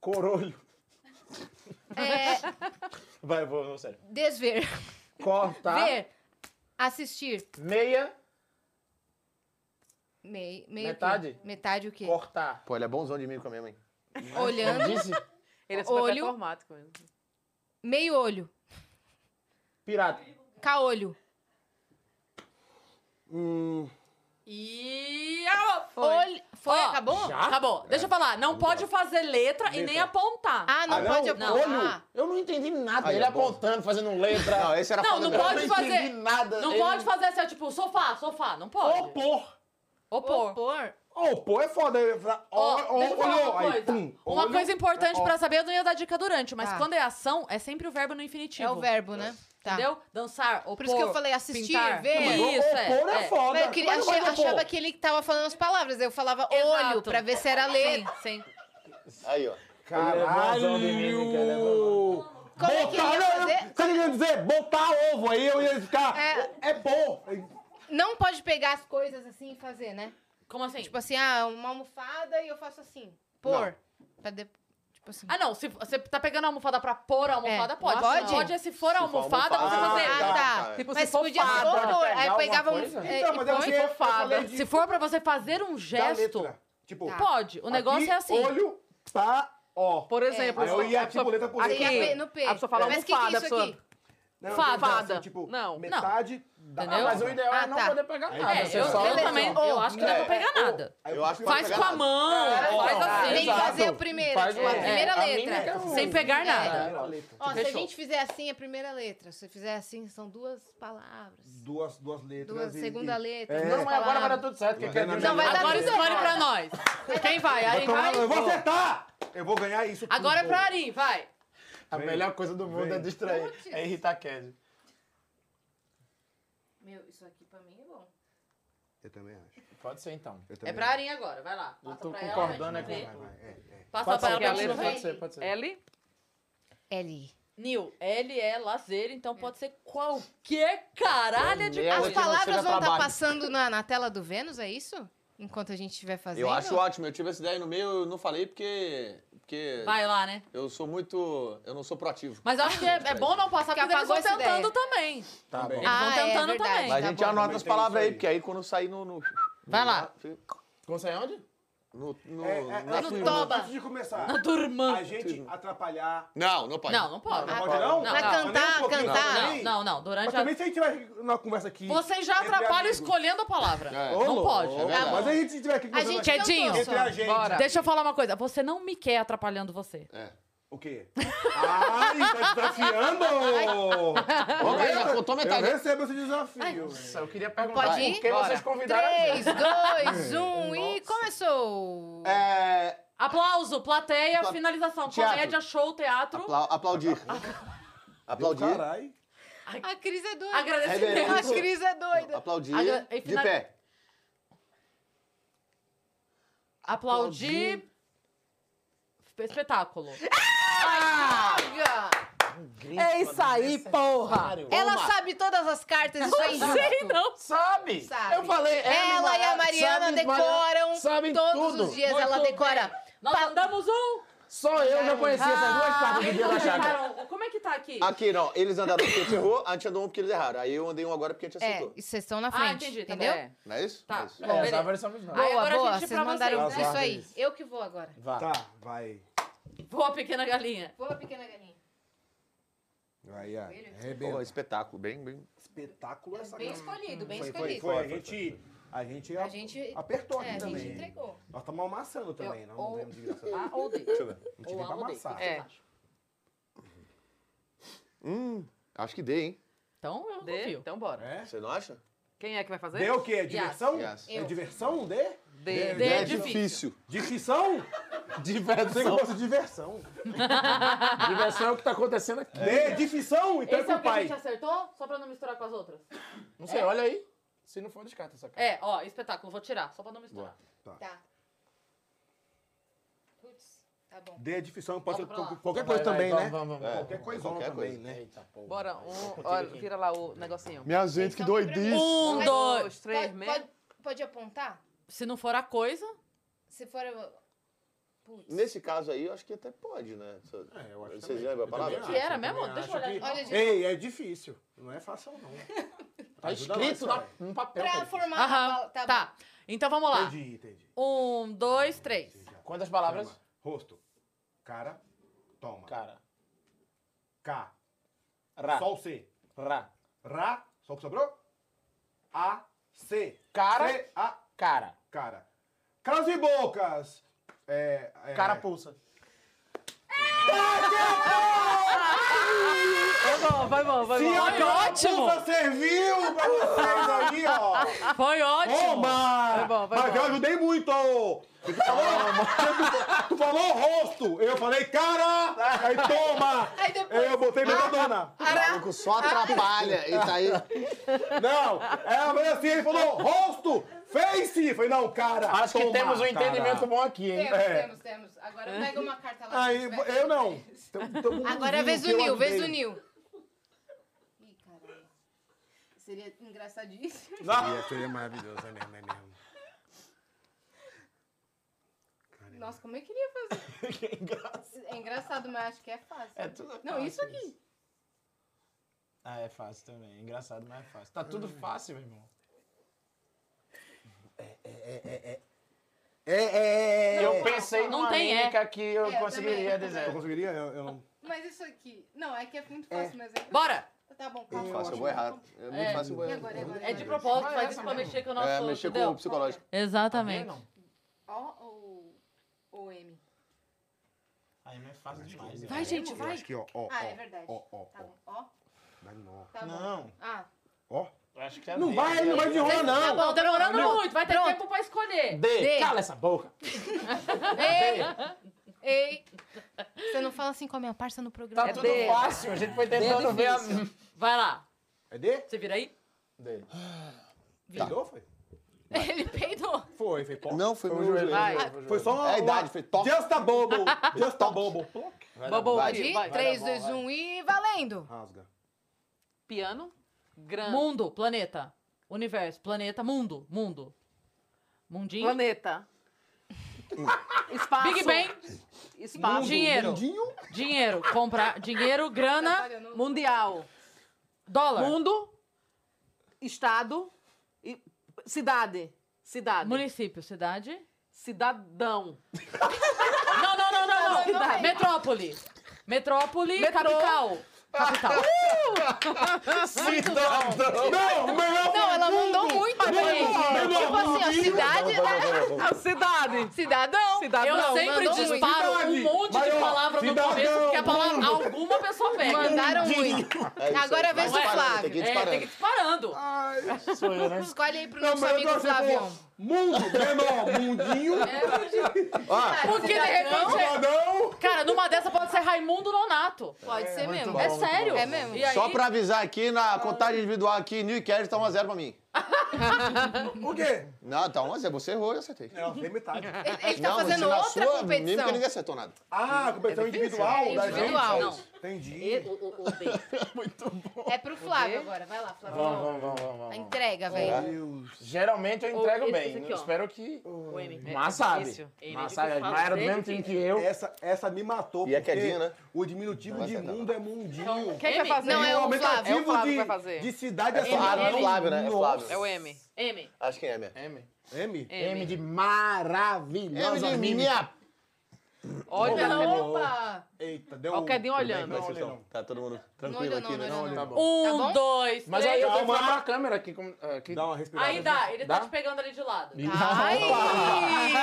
Speaker 4: Corolho.
Speaker 2: É,
Speaker 16: Vai, eu vou, eu vou sério.
Speaker 2: desver.
Speaker 4: Tá.
Speaker 16: Cortar.
Speaker 2: Ver. Assistir.
Speaker 16: Meia.
Speaker 2: Meio, meio
Speaker 16: Metade?
Speaker 2: o quê? Metade o quê?
Speaker 16: Cortar.
Speaker 5: Pô, ele é bonzão de mim com a minha mãe.
Speaker 2: Olhando.
Speaker 16: Disse
Speaker 6: Ele é super
Speaker 2: Olho.
Speaker 6: performático mesmo.
Speaker 2: Meio olho.
Speaker 16: pirata.
Speaker 2: Caolho.
Speaker 1: E. Ah,
Speaker 2: Foi. Olho... Foi,
Speaker 1: Ó,
Speaker 2: acabou?
Speaker 1: Acabou. Deixa eu falar. Não pode fazer letra e nem apontar.
Speaker 2: Ah, não
Speaker 4: Ah, não?
Speaker 2: pode apontar.
Speaker 16: Olho. Eu não entendi nada.
Speaker 5: Aí,
Speaker 16: ele
Speaker 5: é bom.
Speaker 16: apontando, fazendo letra.
Speaker 5: Não, esse era
Speaker 1: Não,
Speaker 5: foda
Speaker 1: não
Speaker 5: mesmo.
Speaker 1: pode
Speaker 16: não
Speaker 1: fazer.
Speaker 16: entendi nada.
Speaker 1: Não
Speaker 16: Eu-
Speaker 1: pode fazer assim, ó, tipo, sofá, sofá. Não pode.
Speaker 4: Opor.
Speaker 1: Opor.
Speaker 2: Opor.
Speaker 4: Ô, pô, é foda. aí, fala,
Speaker 1: Ó,
Speaker 4: Ó,
Speaker 1: deixa eu
Speaker 4: ó,
Speaker 1: falar
Speaker 4: olhou.
Speaker 1: uma
Speaker 4: Aí,
Speaker 1: coisa.
Speaker 4: pum.
Speaker 1: uma
Speaker 4: olho,
Speaker 1: coisa importante
Speaker 4: ó.
Speaker 1: pra saber, eu não ia dar dica durante, mas
Speaker 2: Tá.
Speaker 1: quando é ação, é sempre o verbo no infinitivo.
Speaker 2: É o verbo, né? Tá.
Speaker 1: Tipo, Entendeu? Dançar, opor,
Speaker 2: Por isso que eu falei assistir,
Speaker 1: pintar.
Speaker 2: ver.
Speaker 1: Isso, é.
Speaker 4: Opor é
Speaker 1: é.
Speaker 4: foda.
Speaker 2: Mas eu queria,
Speaker 4: Mas não
Speaker 2: achei-
Speaker 4: vai opor.
Speaker 2: achava que ele tava falando as palavras. Aí Eu falava
Speaker 1: Exato.
Speaker 2: olho pra ver se era letra.
Speaker 1: Sim, sim.
Speaker 5: Aí, ó.
Speaker 16: bonzão de mímica, ele é bonzão.
Speaker 2: Como é
Speaker 4: Caralho!
Speaker 2: que ele ia
Speaker 4: Botar, não,
Speaker 2: fazer?
Speaker 4: você queria dizer botar ovo, aí eu ia ficar.
Speaker 2: É.
Speaker 4: É, bom.
Speaker 2: Não pode pegar as coisas assim e fazer, né?
Speaker 1: Como assim?
Speaker 2: Tipo assim, ah, uma almofada e eu faço assim. Pôr. Pra de- Tipo assim.
Speaker 1: Ah, não. Se você tá pegando a almofada pra pôr a almofada,
Speaker 2: É.
Speaker 1: pode.
Speaker 2: Pode?
Speaker 1: Pode é se for a almofada, você fazer.
Speaker 2: Ah, tá.
Speaker 5: tá.
Speaker 6: Tipo,
Speaker 2: Mas
Speaker 6: se for
Speaker 2: podia ser
Speaker 6: fada,
Speaker 2: horror. Aí
Speaker 16: pegar
Speaker 2: pegava um.
Speaker 16: alguma coisa?
Speaker 2: é,
Speaker 4: Então,
Speaker 2: e
Speaker 4: mas eu
Speaker 2: põe-
Speaker 4: achei. eu falei de-
Speaker 1: Se for pra você fazer um
Speaker 4: da
Speaker 1: gesto,
Speaker 4: letra. Tipo,
Speaker 2: Tá.
Speaker 1: pode. O negócio
Speaker 4: aqui,
Speaker 1: é assim.
Speaker 4: Olho, pá, ó.
Speaker 6: Por exemplo,
Speaker 4: Aí eu
Speaker 6: se-
Speaker 4: ia
Speaker 6: a pessoa-
Speaker 4: tipo letra por
Speaker 6: aqui,
Speaker 4: letra.
Speaker 2: Tem a P É. no P.
Speaker 6: assim, A pessoa fala
Speaker 2: Mas que que é
Speaker 6: almofada, a
Speaker 2: isso
Speaker 6: pessoa-
Speaker 2: aqui?
Speaker 4: Não, eu
Speaker 1: Fada.
Speaker 4: pensava assim, tipo,
Speaker 6: Não.
Speaker 4: metade da
Speaker 1: Entendeu?
Speaker 16: Mas o ideal
Speaker 2: Ah,
Speaker 16: é não
Speaker 2: tá.
Speaker 16: poder pegar nada.
Speaker 1: É,
Speaker 16: você
Speaker 1: eu,
Speaker 16: só
Speaker 1: eu também. Eu acho que não vou pegar nada.
Speaker 4: Aí
Speaker 5: Eu acho que
Speaker 1: Faz
Speaker 5: vai
Speaker 1: com
Speaker 5: pegar
Speaker 1: a mão, faz
Speaker 16: não,
Speaker 1: assim.
Speaker 2: É, Tem que
Speaker 16: Exato.
Speaker 2: fazer o primeiro.
Speaker 16: Faz
Speaker 2: tipo, a
Speaker 16: o-
Speaker 2: primeira
Speaker 16: a mímica é
Speaker 2: letra.
Speaker 16: o-
Speaker 1: Sem pegar nada.
Speaker 4: Primeira letra.
Speaker 2: Ó, se a
Speaker 1: Fechou.
Speaker 2: gente fizer assim, é a primeira letra. Se fizer assim, são duas palavras.
Speaker 4: Duas, duas letras.
Speaker 2: Duas,
Speaker 4: e-
Speaker 2: segunda
Speaker 4: e-
Speaker 2: letra.
Speaker 4: É.
Speaker 2: duas
Speaker 16: Não, mas agora vai
Speaker 2: palavras.
Speaker 16: dar tudo certo. Que
Speaker 4: Não,
Speaker 16: quer
Speaker 4: não,
Speaker 16: dizer-
Speaker 2: não, vai dar
Speaker 1: Agora
Speaker 2: tudo
Speaker 1: escolhe
Speaker 2: certo.
Speaker 1: pra nós. Quem vai? Arim vai?
Speaker 4: Eu vou acertar! Eu vou ganhar isso tudo.
Speaker 1: Agora é pra Arim, vai.
Speaker 16: A
Speaker 4: Vem.
Speaker 16: melhor coisa do mundo
Speaker 4: Vem.
Speaker 16: é distrair. É irritar Ked.
Speaker 2: Meu, isso aqui pra mim é bom.
Speaker 4: Eu também acho. eu
Speaker 16: Pode ser então.
Speaker 4: também
Speaker 1: É pra Arim agora, vai lá.
Speaker 16: Eu
Speaker 1: Passa
Speaker 16: tô
Speaker 1: pra ela, pra
Speaker 16: concordando é
Speaker 1: gente
Speaker 16: com
Speaker 1: ver.
Speaker 16: ela.
Speaker 4: acho. É, é.
Speaker 1: Passa
Speaker 16: Pode
Speaker 1: pra
Speaker 16: ser
Speaker 1: ela
Speaker 16: que a
Speaker 1: pra gente
Speaker 16: letra
Speaker 1: ver.
Speaker 16: pode ser, pode ser.
Speaker 6: L?
Speaker 2: L.
Speaker 1: Nil, L é lazer, então pode ser qualquer caralho de
Speaker 2: As
Speaker 5: Merda que não seja
Speaker 2: palavras vão estar
Speaker 5: trabalho.
Speaker 2: passando na, na tela do Vênus, é isso? Enquanto a gente estiver fazendo?
Speaker 5: Eu acho ótimo. Eu tive essa ideia no meio, eu não falei porque... Porque
Speaker 1: Vai lá, né?
Speaker 5: eu sou muito... Eu não sou proativo.
Speaker 1: Mas eu acho que é, é bom não passar
Speaker 2: Que
Speaker 1: porque eles vão
Speaker 2: apagou essa
Speaker 1: tentando também.
Speaker 16: Tá bom.
Speaker 1: Eles vão
Speaker 2: Ah, é
Speaker 1: tentando
Speaker 2: verdade.
Speaker 1: também.
Speaker 5: Mas
Speaker 2: tá
Speaker 5: a gente
Speaker 2: bom.
Speaker 5: anota
Speaker 4: Também
Speaker 5: as
Speaker 4: tem
Speaker 5: palavras
Speaker 4: isso
Speaker 5: aí.
Speaker 4: aí.
Speaker 5: porque aí quando sair no... no
Speaker 1: Vai lá.
Speaker 16: Consegue onde?
Speaker 5: no, no-
Speaker 4: É,
Speaker 5: na
Speaker 4: é,
Speaker 2: no
Speaker 5: firma.
Speaker 2: toba.
Speaker 4: Antes de começar,
Speaker 1: Na turma.
Speaker 4: a gente atrapalhar.
Speaker 5: Não, não pode.
Speaker 1: Não, Ah, não pode.
Speaker 4: Não pode, Ah, não?
Speaker 1: Pra
Speaker 2: cantar,
Speaker 4: Nem um pouquinho,
Speaker 2: cantar.
Speaker 4: nem?
Speaker 1: Não, não, não.
Speaker 4: Mas
Speaker 1: Durante a...
Speaker 4: também se a gente vai numa conversa aqui.
Speaker 1: Vocês já
Speaker 4: entre
Speaker 1: atrapalham
Speaker 4: amigos.
Speaker 1: escolhendo a palavra.
Speaker 5: É.
Speaker 4: Ô,
Speaker 1: Não
Speaker 4: louco,
Speaker 1: pode.
Speaker 4: ô,
Speaker 2: Tá bom.
Speaker 4: Mas a né? gente tiver aqui
Speaker 2: A
Speaker 4: conversando
Speaker 2: gente é
Speaker 4: aqui,
Speaker 1: Quedinho.
Speaker 2: cantou.
Speaker 4: entre a gente.
Speaker 6: Bora.
Speaker 1: Deixa eu falar uma coisa. Você não me quer atrapalhando você.
Speaker 5: É.
Speaker 4: O quê? Ai, tá desafiando!
Speaker 9: Ô, galera,
Speaker 4: Eu-
Speaker 9: contou metade.
Speaker 4: Eu recebo esse desafio.
Speaker 9: Nossa, eu queria perguntar
Speaker 2: Pode ir?
Speaker 9: por que
Speaker 2: Bora.
Speaker 9: vocês convidaram a
Speaker 2: Três,
Speaker 9: gente.
Speaker 2: dois, um e começou!
Speaker 5: É...
Speaker 1: Aplauso, plateia,
Speaker 5: Pla-
Speaker 1: finalização.
Speaker 5: Teatro.
Speaker 1: Comédia, show, teatro.
Speaker 5: Apla- aplaudir. Aplaudir.
Speaker 4: Carai.
Speaker 2: A Cris é doida.
Speaker 5: Agradecimento.
Speaker 2: A Cris é doida.
Speaker 5: Aplaudir.
Speaker 1: Aga- e
Speaker 5: De
Speaker 1: final-
Speaker 5: pé.
Speaker 1: Aplaudir. Espetáculo.
Speaker 6: É isso aí, porra!
Speaker 2: Ela sabe todas as cartas, isso é
Speaker 6: Não sei,
Speaker 2: injusto.
Speaker 6: não.
Speaker 9: Sabe?
Speaker 2: Sabe.
Speaker 9: Eu falei, ela e
Speaker 2: Ela e
Speaker 9: Mariana
Speaker 2: a Mariana
Speaker 9: sabem,
Speaker 2: decoram
Speaker 9: Mariana, sabem
Speaker 2: todos
Speaker 9: tudo.
Speaker 2: os dias.
Speaker 9: Muito
Speaker 2: ela decora.
Speaker 1: Nós andamos um.
Speaker 9: Só eu já conhecia essas
Speaker 2: Ah.
Speaker 9: duas partes do
Speaker 1: Eles
Speaker 9: dia da chácara.
Speaker 1: andaram- Como é que tá aqui?
Speaker 5: Aqui, não. Eles andaram porque a gente errou, a gente andou um porque eles erraram. Aí eu andei um agora porque a gente
Speaker 2: É,
Speaker 5: acertou.
Speaker 2: e vocês estão na
Speaker 1: Ah,
Speaker 2: frente,
Speaker 1: entendi, tá bom.
Speaker 2: entendeu?
Speaker 1: É.
Speaker 5: Não é isso?
Speaker 1: Tá.
Speaker 5: É isso.
Speaker 1: Bom, É, beleza.
Speaker 9: agora somos nós.
Speaker 2: Boa,
Speaker 1: Aí agora,
Speaker 2: boa.
Speaker 1: gente,
Speaker 2: vocês
Speaker 1: pra
Speaker 2: mandaram
Speaker 1: vocês, né?
Speaker 2: isso aí. Eu que vou agora.
Speaker 9: Vá.
Speaker 4: Tá, vai.
Speaker 1: Boa, pequena galinha.
Speaker 2: Boa, pequena galinha.
Speaker 4: Vai, ó.
Speaker 5: Pô,
Speaker 4: Arrebenta.
Speaker 5: espetáculo. Bem, bem.
Speaker 4: Espetáculo essa
Speaker 2: Bem
Speaker 4: cara.
Speaker 2: escolhido, bem
Speaker 4: Hum, Foi, foi,
Speaker 2: escolhido.
Speaker 4: foi. A gente, a gente,
Speaker 2: A gente-
Speaker 4: apertou aqui
Speaker 2: É, a gente
Speaker 4: também.
Speaker 2: entregou.
Speaker 4: Nós estamos amassando também,
Speaker 1: Eu-
Speaker 4: nós não
Speaker 1: ou-
Speaker 4: temos de graça.
Speaker 1: Ah, ou dei.
Speaker 5: Deixa eu ver.
Speaker 4: A gente
Speaker 1: Ou
Speaker 4: vem
Speaker 1: a
Speaker 4: pra
Speaker 1: ou dei. O que
Speaker 4: amassar.
Speaker 9: É.
Speaker 1: vocês
Speaker 6: É.
Speaker 1: acham?
Speaker 5: Hum, acho que dei, hein?
Speaker 1: Então eu confio.
Speaker 6: Então bora.
Speaker 4: É?
Speaker 5: Você não acha?
Speaker 6: Quem é que vai fazer?
Speaker 4: Dê o quê? Diversão?
Speaker 5: Yes.
Speaker 4: É diversão? Dê?
Speaker 6: Dê.
Speaker 1: Dê.
Speaker 5: É
Speaker 1: difícil.
Speaker 5: difícil.
Speaker 4: De ficção? Você
Speaker 9: Diversão.
Speaker 4: gosta de diversão.
Speaker 9: Diversão é o que tá acontecendo aqui.
Speaker 4: Dê de ficção? Então é
Speaker 1: Esse é
Speaker 4: com
Speaker 1: o
Speaker 4: o
Speaker 1: que a
Speaker 4: pai.
Speaker 1: gente acertou? Só pra não misturar com as outras.
Speaker 9: Não sei, olha aí. Se não for, descarta essa cara.
Speaker 1: É, ó, espetáculo. Vou tirar, só pra não misturar.
Speaker 2: Tá. Putz, tá bom.
Speaker 4: Dê de ficção, pode ser
Speaker 1: Volta pra lá.
Speaker 4: qual- qualquer coisa também, né?
Speaker 9: Vamos, vamos, vamos.
Speaker 4: Qualquer coisona
Speaker 5: Qualquer
Speaker 4: também,
Speaker 5: coisa.
Speaker 4: né?
Speaker 9: Eita, porra.
Speaker 6: Bora, um, olha, vira lá o negocinho.
Speaker 5: Minha gente, que doidice.
Speaker 1: Um,
Speaker 2: Mas-
Speaker 1: dois,
Speaker 6: Dois, três,
Speaker 2: pode,
Speaker 6: meia.
Speaker 2: pode, pode apontar?
Speaker 1: Se não for a coisa,
Speaker 2: Se for. eu- Putz.
Speaker 5: Nesse caso aí, eu acho que até pode, né? É, eu acho Vocês lembram a palavra?
Speaker 1: que era mesmo?
Speaker 4: Ah, também
Speaker 1: Deixa eu olhar
Speaker 4: acho
Speaker 1: de
Speaker 4: que-
Speaker 1: novo.
Speaker 2: Olha, gente.
Speaker 4: Ei, é difícil. Não é fácil, não.
Speaker 9: Tá
Speaker 4: Ajuda
Speaker 9: escrito
Speaker 4: nós,
Speaker 9: na,
Speaker 4: cara.
Speaker 9: num papel.
Speaker 2: Pra
Speaker 9: cara.
Speaker 2: formar uma
Speaker 1: Aham,
Speaker 2: bala-
Speaker 1: tá.
Speaker 2: Tá bom.
Speaker 1: Então vamos lá.
Speaker 4: Entendi, entendi.
Speaker 1: Um, dois, três.
Speaker 9: Quantas palavras?
Speaker 4: Toma. Rosto. Cara. Toma.
Speaker 9: Cara.
Speaker 4: K.
Speaker 9: Ra.
Speaker 4: Sol C.
Speaker 9: Ra.
Speaker 4: Ra. Só o que sobrou? A. C.
Speaker 9: Cara.
Speaker 4: C, A.
Speaker 9: Cara.
Speaker 4: Cara. Caras e bocas. É, é,
Speaker 9: Cara pulsa.
Speaker 6: Vai bom, vai bom, vai
Speaker 4: Se
Speaker 6: bom.
Speaker 4: a cara
Speaker 1: ótimo!
Speaker 4: pulsa serviu pra vocês aí, ó.
Speaker 1: Ah, Foi ótimo.
Speaker 4: Toma!
Speaker 6: Foi bom, foi
Speaker 4: Mas
Speaker 6: bom.
Speaker 4: eu ajudei muito! Você falou, tu, tu falou rosto! Eu falei, cara! Aí toma!
Speaker 2: Aí depois-
Speaker 4: Eu botei metadona!
Speaker 5: O maluco só atrapalha e tá aí.
Speaker 4: Não! Ela veio assim, ele falou, rosto! Face! Eu falei, não, cara!
Speaker 9: Acho que
Speaker 4: toma,
Speaker 9: temos um
Speaker 4: cara.
Speaker 9: entendimento bom aqui, hein?
Speaker 2: Temos,
Speaker 4: É.
Speaker 2: temos, temos. Agora pega uma carta lá.
Speaker 4: Aí,
Speaker 2: gente, vai.
Speaker 4: eu não. Tem- tem um
Speaker 2: Agora é a vez
Speaker 4: que
Speaker 2: do
Speaker 4: eu
Speaker 2: Nil,
Speaker 4: ajudei.
Speaker 2: vez do Nil. Ih, caralho. Seria engraçadíssimo.
Speaker 4: Não. Seria maravilhoso,
Speaker 5: né,
Speaker 4: é mesmo, é mesmo.
Speaker 2: Nossa, como eu queria fazer. É engraçado, mas acho que é fácil.
Speaker 9: É tudo
Speaker 2: Não,
Speaker 9: fácil
Speaker 2: isso aqui.
Speaker 9: Ah, é fácil também. Engraçado, mas é fácil. Tá tudo fácil, meu irmão.
Speaker 4: É, é, é, é.
Speaker 9: Eu pensei
Speaker 1: não
Speaker 9: numa
Speaker 1: tem, é.
Speaker 9: mímica que eu
Speaker 2: É, eu
Speaker 9: conseguiria
Speaker 2: também.
Speaker 4: Eu
Speaker 9: desenhar.
Speaker 4: conseguiria? Eu, eu não.
Speaker 2: Mas isso aqui. Não, é que é muito fácil, mas é.
Speaker 1: Bora.
Speaker 2: Tá bom,
Speaker 5: Muito
Speaker 2: calma.
Speaker 5: fácil, eu vou errar. É muito fácil, eu vou
Speaker 2: E
Speaker 5: errar.
Speaker 2: agora, um e agora?
Speaker 1: É de propósito,
Speaker 9: Ah, é
Speaker 1: faz
Speaker 9: essa
Speaker 1: isso pra
Speaker 9: mesmo.
Speaker 1: mexer com o nosso...
Speaker 5: É, mexer com
Speaker 1: entendeu?
Speaker 5: o psicológico.
Speaker 1: Exatamente.
Speaker 9: Não.
Speaker 2: Ó ou ou M?
Speaker 9: Aí não é fácil demais. né?
Speaker 1: Vai, gente,
Speaker 4: Eu
Speaker 1: vai.
Speaker 4: acho que, ó, ó,
Speaker 2: Ah,
Speaker 4: ó,
Speaker 2: é verdade.
Speaker 4: Ó, ó,
Speaker 2: Tá
Speaker 4: ó.
Speaker 2: bom. Ó,
Speaker 4: Dá nó.
Speaker 2: tá bom.
Speaker 9: Não.
Speaker 2: Ah,
Speaker 4: Ó.
Speaker 9: Eu Acho que é
Speaker 4: Não
Speaker 9: D.
Speaker 4: vai, ele não vai de rua,
Speaker 1: Tá
Speaker 4: não.
Speaker 1: bom, demorando muito. Vai ter tempo pra escolher.
Speaker 9: D.
Speaker 2: D.
Speaker 9: Cala essa boca.
Speaker 1: É.
Speaker 2: ei. Tá Você não fala assim com a minha parça no
Speaker 9: Tá
Speaker 2: programa.
Speaker 1: É
Speaker 9: tudo
Speaker 6: D.
Speaker 9: fácil. A gente foi tentando ver a...
Speaker 1: Vai lá.
Speaker 4: É D?
Speaker 1: Você vira aí?
Speaker 4: Virou, foi?
Speaker 2: Ele peidou.
Speaker 4: Foi, foi pó.
Speaker 5: Não, foi meu joelho.
Speaker 4: Foi só uma.
Speaker 5: É a idade, foi toque.
Speaker 4: Just a bobo. Just a bobo.
Speaker 6: Bobo,
Speaker 5: Vai.
Speaker 2: Pode ir?
Speaker 6: vai.
Speaker 2: 3, 2, 1 e valendo!
Speaker 4: Rasga.
Speaker 6: Piano, grande.
Speaker 1: Mundo, planeta, universo, planeta, mundo, mundo. Mundinho.
Speaker 6: Planeta. Espaço.
Speaker 1: Big Bang,
Speaker 2: Tá
Speaker 6: Espaço.
Speaker 1: dinheiro,
Speaker 4: Mundinho?
Speaker 1: dinheiro, comprar, dinheiro, grana,
Speaker 6: Mundial.
Speaker 1: dólar,
Speaker 6: Mundo. Estado. E cidade. Cidade.
Speaker 1: município, cidade.
Speaker 6: Cidadão.
Speaker 1: Não, não, não, não, não.
Speaker 6: Cidade.
Speaker 1: Metrópole. Metrópole,
Speaker 6: Metrô.
Speaker 1: capital. Capital.
Speaker 5: Cidadão!
Speaker 4: tá Não, melhor
Speaker 2: Não, ela mandou muito.
Speaker 9: Tá
Speaker 2: Tipo assim, ó, cidade.
Speaker 5: É
Speaker 6: Cidade.
Speaker 2: Cidadão.
Speaker 6: Cidadão.
Speaker 1: Eu sempre
Speaker 2: mandou muito.
Speaker 1: disparo um monte de palavra no começo, porque a palavra alguma pessoa pega.
Speaker 2: Mandaram
Speaker 9: Tá
Speaker 2: muito. Agora é vez do Flávio.
Speaker 1: É, tem que ir disparando.
Speaker 2: sou eu, né? Escolhe aí pro
Speaker 1: Não,
Speaker 2: nosso
Speaker 1: mas eu
Speaker 2: amigo
Speaker 1: gosto de
Speaker 2: Flávio.
Speaker 1: falar
Speaker 4: assim, Mundo, meu irmão, mundinho.
Speaker 2: É.
Speaker 1: Porque de repente. é- Cara, numa dessa pode ser Raimundo Nonato.
Speaker 2: Pode ser
Speaker 5: Muito
Speaker 2: mesmo.
Speaker 5: bom,
Speaker 2: é
Speaker 5: muito
Speaker 2: sério.
Speaker 5: bom.
Speaker 2: É mesmo.
Speaker 5: Só pra avisar aqui, na contagem individual aqui, New e Kerry tá 1x0 pra mim.
Speaker 4: o quê?
Speaker 5: Não, tá 1x0. Você errou, eu acertei.
Speaker 4: Não, tem metade.
Speaker 2: Ele, ele tá fazendo
Speaker 5: na
Speaker 2: outra
Speaker 5: sua, Mesmo
Speaker 2: competição.
Speaker 5: que ninguém acertou nada.
Speaker 4: Ah, competição individual
Speaker 2: É
Speaker 4: da
Speaker 2: individual.
Speaker 4: gente?
Speaker 2: Não.
Speaker 4: Entendi.
Speaker 2: É pro Flávio agora. Vai lá, Flávio.
Speaker 9: Vamos, vamos, vamos, vamos.
Speaker 2: A entrega, velho.
Speaker 9: Geralmente eu
Speaker 2: Ô,
Speaker 9: entrego
Speaker 2: esse-
Speaker 9: bem.
Speaker 2: esse aqui,
Speaker 9: eu
Speaker 2: ó.
Speaker 9: espero que.
Speaker 2: É,
Speaker 9: Mas
Speaker 2: é
Speaker 9: sabe.
Speaker 2: difícil. Ele
Speaker 9: Mas
Speaker 2: que
Speaker 9: sabe.
Speaker 2: fala,
Speaker 9: Mas era do
Speaker 2: ele
Speaker 9: mesmo
Speaker 2: que-
Speaker 9: time que eu.
Speaker 4: Essa, essa me matou.
Speaker 9: E a
Speaker 4: porque
Speaker 9: quedinha, né?
Speaker 4: O diminutivo de mundo é mundinho.
Speaker 6: Quem que vai fazer? Não, é
Speaker 4: E
Speaker 6: o Flávio.
Speaker 4: aumentativo
Speaker 6: É o Flávio
Speaker 4: de,
Speaker 6: que vai fazer.
Speaker 4: de cidade
Speaker 6: É Flávio,
Speaker 4: cidade.
Speaker 6: é Flávio, né? É
Speaker 4: Nossa.
Speaker 6: Flávio. É o M. M.
Speaker 5: Acho que é M.
Speaker 9: M.
Speaker 4: M?
Speaker 9: M de maravilhosa.
Speaker 4: M de
Speaker 9: mímica.
Speaker 6: Olha,
Speaker 9: Opa.
Speaker 2: Opa!
Speaker 4: Eita, deu um
Speaker 6: Ó, o Cadinho
Speaker 5: Tudo bem,
Speaker 6: olhando.
Speaker 5: como é que vocês estão? Tá todo mundo tranquilo aqui, né?
Speaker 9: Tá bom.
Speaker 1: Um, dois,
Speaker 9: Mas aí
Speaker 1: três.
Speaker 9: eu tenho que falar pra câmera aqui. como- é, aqui. Dá
Speaker 4: uma
Speaker 1: Aí dá, ele tá te pegando ali de lado.
Speaker 9: Ai!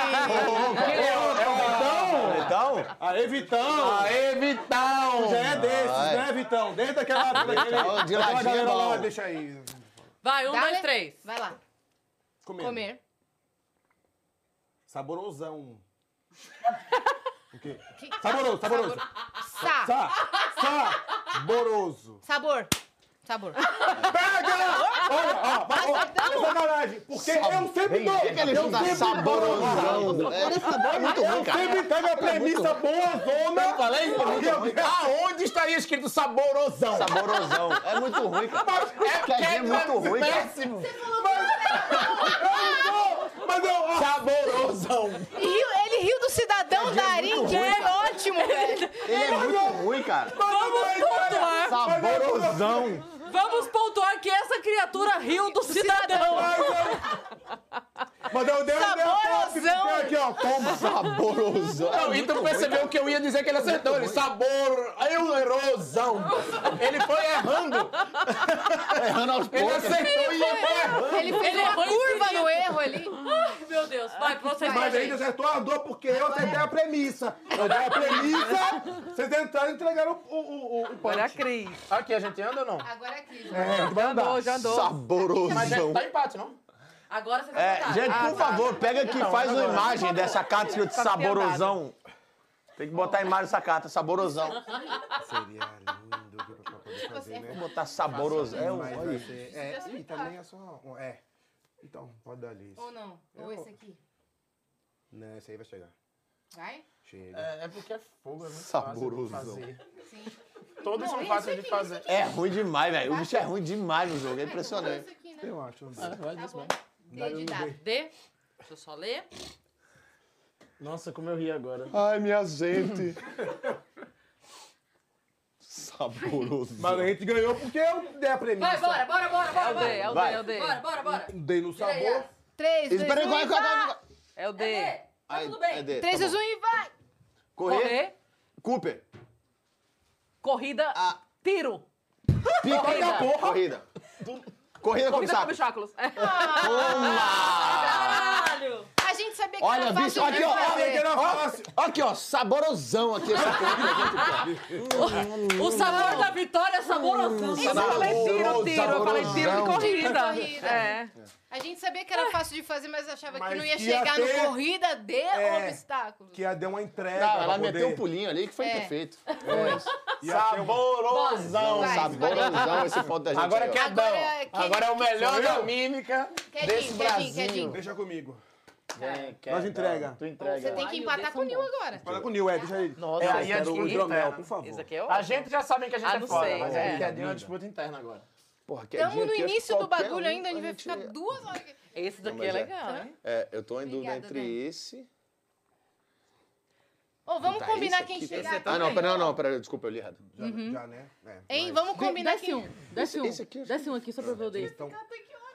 Speaker 4: É Vitão? Vitão? Aê, Vitão!
Speaker 9: Aê, Vitão!
Speaker 4: Já é desses,
Speaker 5: Ai.
Speaker 4: né, Vitão? Desde aquela...
Speaker 5: Vitão,
Speaker 4: daquele-
Speaker 5: de
Speaker 4: aquela
Speaker 5: ladinho
Speaker 4: galera
Speaker 5: é
Speaker 4: lá,
Speaker 5: bom.
Speaker 4: deixa aí.
Speaker 1: Vai, um,
Speaker 2: Dá-lhe.
Speaker 1: dois, três.
Speaker 2: Vai lá.
Speaker 4: Comer.
Speaker 2: Comer.
Speaker 4: Saborosão. O quê? Saboroso, saboroso.
Speaker 2: Sa.
Speaker 4: Sa, saboroso.
Speaker 2: Sabor. Sabor.
Speaker 4: Olha, ó, vai, ó, sacanagem. Porque eu sempre dou.
Speaker 5: que ele
Speaker 4: eu
Speaker 5: chuta
Speaker 4: sempre
Speaker 5: saborosão?
Speaker 4: dou.
Speaker 5: É, esse sabor é muito ruim,
Speaker 4: Eu
Speaker 5: cara. é
Speaker 4: sempre pego a premissa boazona.
Speaker 9: Eu falei? Aonde estaria escrito saborosão?
Speaker 5: Saborosão. É muito ruim, cara.
Speaker 9: É,
Speaker 5: Quer dizer, é muito ruim, cara.
Speaker 9: Péssimo.
Speaker 4: Mas eu...
Speaker 9: Saborosão.
Speaker 2: Riu- ele riu do cidadão da Arim, um que é ótimo, velho.
Speaker 5: Ele é muito ruim, cara.
Speaker 1: Vamos pontuar.
Speaker 5: Saborosão.
Speaker 1: Vamos pontuar que essa criatura riu do cidadão.
Speaker 4: Mas eu dei
Speaker 9: um
Speaker 4: o meu top. porque Aqui, ó, toma.
Speaker 5: Saborosão. É
Speaker 9: Não, e tu percebeu que eu ia dizer que ele acertou. Ele sabor, eu erosão. Ele foi errando.
Speaker 5: Errando aos
Speaker 9: Ele
Speaker 5: poucos.
Speaker 9: acertou e ele foi errando.
Speaker 2: Ele é fez
Speaker 1: Ele
Speaker 2: uma
Speaker 1: errou
Speaker 2: curva
Speaker 1: infinito.
Speaker 2: no erro ali.
Speaker 1: Ai, meu Deus. Vai, vocês
Speaker 4: Mas ainda acertou a dor porque eu acertei a premissa. Eu dei a premissa, vocês entraram e entregaram o, o, o, o
Speaker 6: Olha a
Speaker 4: punch.
Speaker 6: Cris.
Speaker 9: Aqui, a gente anda ou não?
Speaker 2: Agora é Cris. né?
Speaker 4: É, vai andar.
Speaker 6: Já andou.
Speaker 5: Tá
Speaker 9: Mas é,
Speaker 5: Saborosão.
Speaker 9: tá empate, não?
Speaker 1: Agora vocês
Speaker 5: É,
Speaker 1: votaram.
Speaker 5: gente, por favor, pega aqui e faz uma imagem dessa carta escrito
Speaker 6: Tá piadada.
Speaker 5: saborosão. Tem que botar a imagem dessa carta, saborosão.
Speaker 4: Seria lindo que eu pra poder
Speaker 2: é
Speaker 4: fazer, né?
Speaker 5: Vou botar saborosão. É,
Speaker 4: Mas
Speaker 5: olha
Speaker 4: vai
Speaker 5: isso.
Speaker 4: ser. É, e também é só. um- É. Então, pode dar ali.
Speaker 2: Ou não. Ou esse aqui.
Speaker 4: Não, esse aí vai chegar.
Speaker 2: Vai?
Speaker 4: Chega.
Speaker 9: É, é porque é fogo, é muito
Speaker 5: Saborosão.
Speaker 9: fácil de fazer. Todos são fáceis de fazer.
Speaker 5: É ruim demais, velho. O bicho é ruim demais no jogo, é impressionante.
Speaker 2: aqui, né?
Speaker 4: Eu acho.
Speaker 9: Ah, vai
Speaker 2: Tá
Speaker 9: disso
Speaker 2: bom.
Speaker 9: mesmo.
Speaker 2: D de dado.
Speaker 1: D. Deixa eu só ler.
Speaker 9: Nossa, como eu ri agora.
Speaker 5: Ai, minha gente. Saborosão.
Speaker 4: Mas a gente ganhou porque eu dei a
Speaker 1: Vai,
Speaker 4: premissa.
Speaker 1: bora, bora, bora,
Speaker 6: É
Speaker 1: bora.
Speaker 6: o D, é
Speaker 1: bora.
Speaker 6: o D,
Speaker 5: Vai.
Speaker 6: é o D.
Speaker 1: Bora, bora, bora.
Speaker 4: Dei no sabor.
Speaker 2: 3, 2, 1
Speaker 5: Espera aí, qual é,
Speaker 2: e
Speaker 5: qual é, qual é,
Speaker 2: vai!
Speaker 5: qual é?
Speaker 6: É o
Speaker 1: É
Speaker 6: D.
Speaker 1: D. Tá tudo bem.
Speaker 5: É D, tá
Speaker 2: 3,
Speaker 5: bom.
Speaker 2: 2, 1 e vai!
Speaker 5: um Correr.
Speaker 6: Correr,
Speaker 5: Cooper.
Speaker 6: corrida,
Speaker 5: Ah.
Speaker 6: tiro.
Speaker 5: Pica.
Speaker 6: Corrida.
Speaker 5: Corrida. né? Corrida com
Speaker 6: Corrida com
Speaker 5: saco.
Speaker 6: obstáculos. É.
Speaker 1: Caralho.
Speaker 2: A gente sabia que
Speaker 5: Olha,
Speaker 2: era fácil
Speaker 5: bicho, aqui,
Speaker 2: de
Speaker 5: ó.
Speaker 2: fazer.
Speaker 5: Olha ó, aqui, ó. Saborosão aqui.
Speaker 9: É.
Speaker 5: Essa
Speaker 1: O sabor da vitória é saborosão.
Speaker 6: Eu não falei tiro, tiro. Eu falei tiro de
Speaker 5: Saborosão.
Speaker 6: corrida.
Speaker 2: Corrida.
Speaker 6: É.
Speaker 2: A gente sabia que era fácil de fazer, mas achava que
Speaker 4: Mas
Speaker 2: não ia
Speaker 4: que ia
Speaker 2: chegar
Speaker 4: ter-
Speaker 2: no corrida de
Speaker 4: É.
Speaker 2: obstáculos.
Speaker 4: Que ia dar uma entrega.
Speaker 5: Não,
Speaker 4: pra
Speaker 5: ela
Speaker 4: poder.
Speaker 5: meteu um pulinho ali que foi
Speaker 2: É.
Speaker 5: perfeito.
Speaker 4: um
Speaker 9: Saborosão.
Speaker 2: Vai,
Speaker 5: Saborosão esse ponto da gente.
Speaker 9: Agora
Speaker 5: aí, ó.
Speaker 9: quer
Speaker 2: Agora
Speaker 9: dar.
Speaker 2: é quem-
Speaker 9: Agora é o melhor
Speaker 4: Sou
Speaker 9: da
Speaker 4: eu?
Speaker 9: mímica
Speaker 2: Quer
Speaker 9: desse
Speaker 2: Jim, quer Jim, quer
Speaker 9: Brasil.
Speaker 4: Deixa comigo.
Speaker 9: Vem,
Speaker 6: É,
Speaker 9: quer
Speaker 4: Nós
Speaker 6: tá.
Speaker 9: dar.
Speaker 4: entrega.
Speaker 9: Tu entrega.
Speaker 2: Você tem que empatar com o Nil agora.
Speaker 4: Fala com o Nil, é, deixa ele.
Speaker 9: Nossa,
Speaker 4: é,
Speaker 9: aí
Speaker 4: eu
Speaker 9: é
Speaker 4: quero o
Speaker 9: disputa
Speaker 4: hidromel,
Speaker 9: interna.
Speaker 4: por favor.
Speaker 6: Esse aqui é o
Speaker 9: A gente já sabe que a gente
Speaker 6: Ah,
Speaker 9: é
Speaker 6: não
Speaker 9: foda,
Speaker 6: sei,
Speaker 9: mas
Speaker 6: é.
Speaker 9: aí quer dar uma disputa interna agora.
Speaker 5: Porra, que
Speaker 2: Estamos
Speaker 5: dia
Speaker 2: no
Speaker 5: aqui, acho que
Speaker 2: início do
Speaker 5: qualquer
Speaker 2: bagulho
Speaker 5: um
Speaker 2: ainda, a gente vai
Speaker 5: gente-
Speaker 2: ficar duas horas aqui.
Speaker 6: Esse daqui
Speaker 5: mas
Speaker 6: é
Speaker 5: é.
Speaker 6: legal, hein?
Speaker 5: É, eu tô em dúvida
Speaker 2: Obrigada, né?
Speaker 5: entre
Speaker 2: Dan.
Speaker 5: esse.
Speaker 2: Ô, vamos
Speaker 5: Tá,
Speaker 2: combinar
Speaker 5: esse
Speaker 2: quem
Speaker 5: aqui,
Speaker 2: chegar
Speaker 5: esse-
Speaker 2: aqui.
Speaker 5: Ah, não, pera, não, não, pera, desculpa, eu li errado.
Speaker 4: Já, já, né? É,
Speaker 2: Uhum. Hein,
Speaker 4: mas-
Speaker 2: vamos combinar
Speaker 1: Desce
Speaker 2: quem...
Speaker 1: um, desce um.
Speaker 5: Esse aqui,
Speaker 1: Desce um aqui só pra eu ver o D.
Speaker 4: Então,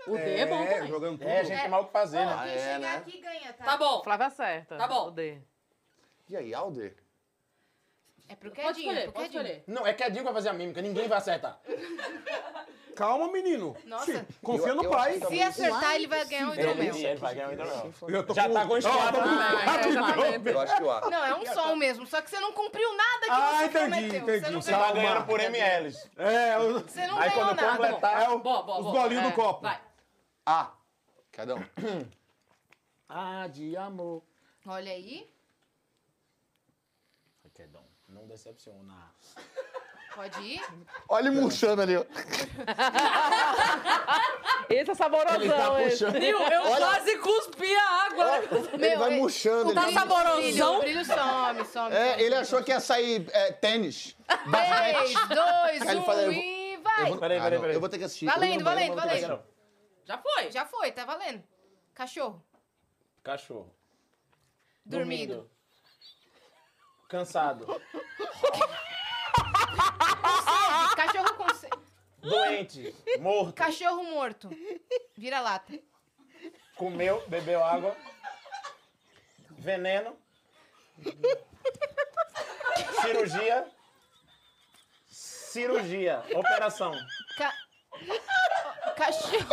Speaker 1: O D é bom também.
Speaker 4: jogando tudo.
Speaker 9: É, a gente tem mal o que fazer,
Speaker 2: Ó,
Speaker 9: né?
Speaker 2: quem
Speaker 5: é,
Speaker 2: chegar
Speaker 5: né?
Speaker 2: aqui ganha, tá?
Speaker 1: Tá bom.
Speaker 6: Flávia acerta.
Speaker 1: Tá bom.
Speaker 6: O D.
Speaker 5: E aí, Alder?
Speaker 2: É pro
Speaker 1: Pode
Speaker 2: quedinho, é
Speaker 1: escolher,
Speaker 2: pro
Speaker 1: pode
Speaker 2: quedinho.
Speaker 1: escolher.
Speaker 9: Não, é quedinho que vai fazer a mímica, ninguém vai acertar.
Speaker 4: Calma, menino.
Speaker 2: Nossa.
Speaker 4: Sim, confia
Speaker 9: Eu-
Speaker 4: no
Speaker 9: eu
Speaker 4: pai.
Speaker 5: tá
Speaker 2: Se acertar, ele vai ganhar um hidromel.
Speaker 5: é.
Speaker 9: Ele vai ganhar o hidromel.
Speaker 4: Eu tô
Speaker 9: Já tá com estrada.
Speaker 5: Eu acho que o ar.
Speaker 2: Não, é um som mesmo, só que você não cumpriu nada que
Speaker 4: Ah,
Speaker 2: você
Speaker 4: entendi,
Speaker 2: prometeu. Você não
Speaker 4: entendi.
Speaker 2: ganhou.
Speaker 9: Tá ganhando por ML.
Speaker 4: É, eu...
Speaker 2: Você não Aí ganhou quando eu nada. completar,
Speaker 4: é o- os golinhos do copo.
Speaker 5: Ah, cada um.
Speaker 9: Ah, de amor.
Speaker 2: Olha aí,
Speaker 9: Quedão, não decepciona.
Speaker 2: pode ir.
Speaker 5: Olha ele murchando ali, ó.
Speaker 6: Esse é saborosão,
Speaker 9: Ele tá
Speaker 6: esse.
Speaker 9: puxando.
Speaker 1: Viu? Eu
Speaker 9: Olha.
Speaker 1: quase cuspi a água.
Speaker 5: ele vai murchando.
Speaker 2: Tá
Speaker 5: Ele...
Speaker 2: saborosão? O brilho some, some.
Speaker 5: É, ele achou que ia sair é, tênis.
Speaker 2: 3, 2,
Speaker 5: Aí ele
Speaker 2: 1
Speaker 5: fala, eu vou-
Speaker 2: e
Speaker 5: Eu
Speaker 2: vai.
Speaker 5: vou...
Speaker 9: Peraí,
Speaker 5: Ah,
Speaker 9: peraí,
Speaker 5: não,
Speaker 9: peraí.
Speaker 5: Eu vou ter que assistir.
Speaker 2: Valendo, valendo, valendo.
Speaker 9: Quero.
Speaker 1: Já foi.
Speaker 2: Já foi, tá valendo. Cachorro,
Speaker 9: Cachorro.
Speaker 2: dormindo.
Speaker 9: Cansado.
Speaker 2: Cachorro com... se-
Speaker 9: Doente. Morto.
Speaker 2: Cachorro morto. Vira lata.
Speaker 9: Comeu, bebeu água. Veneno. Cirurgia. Cirurgia. Operação.
Speaker 2: Ca... Cachorro...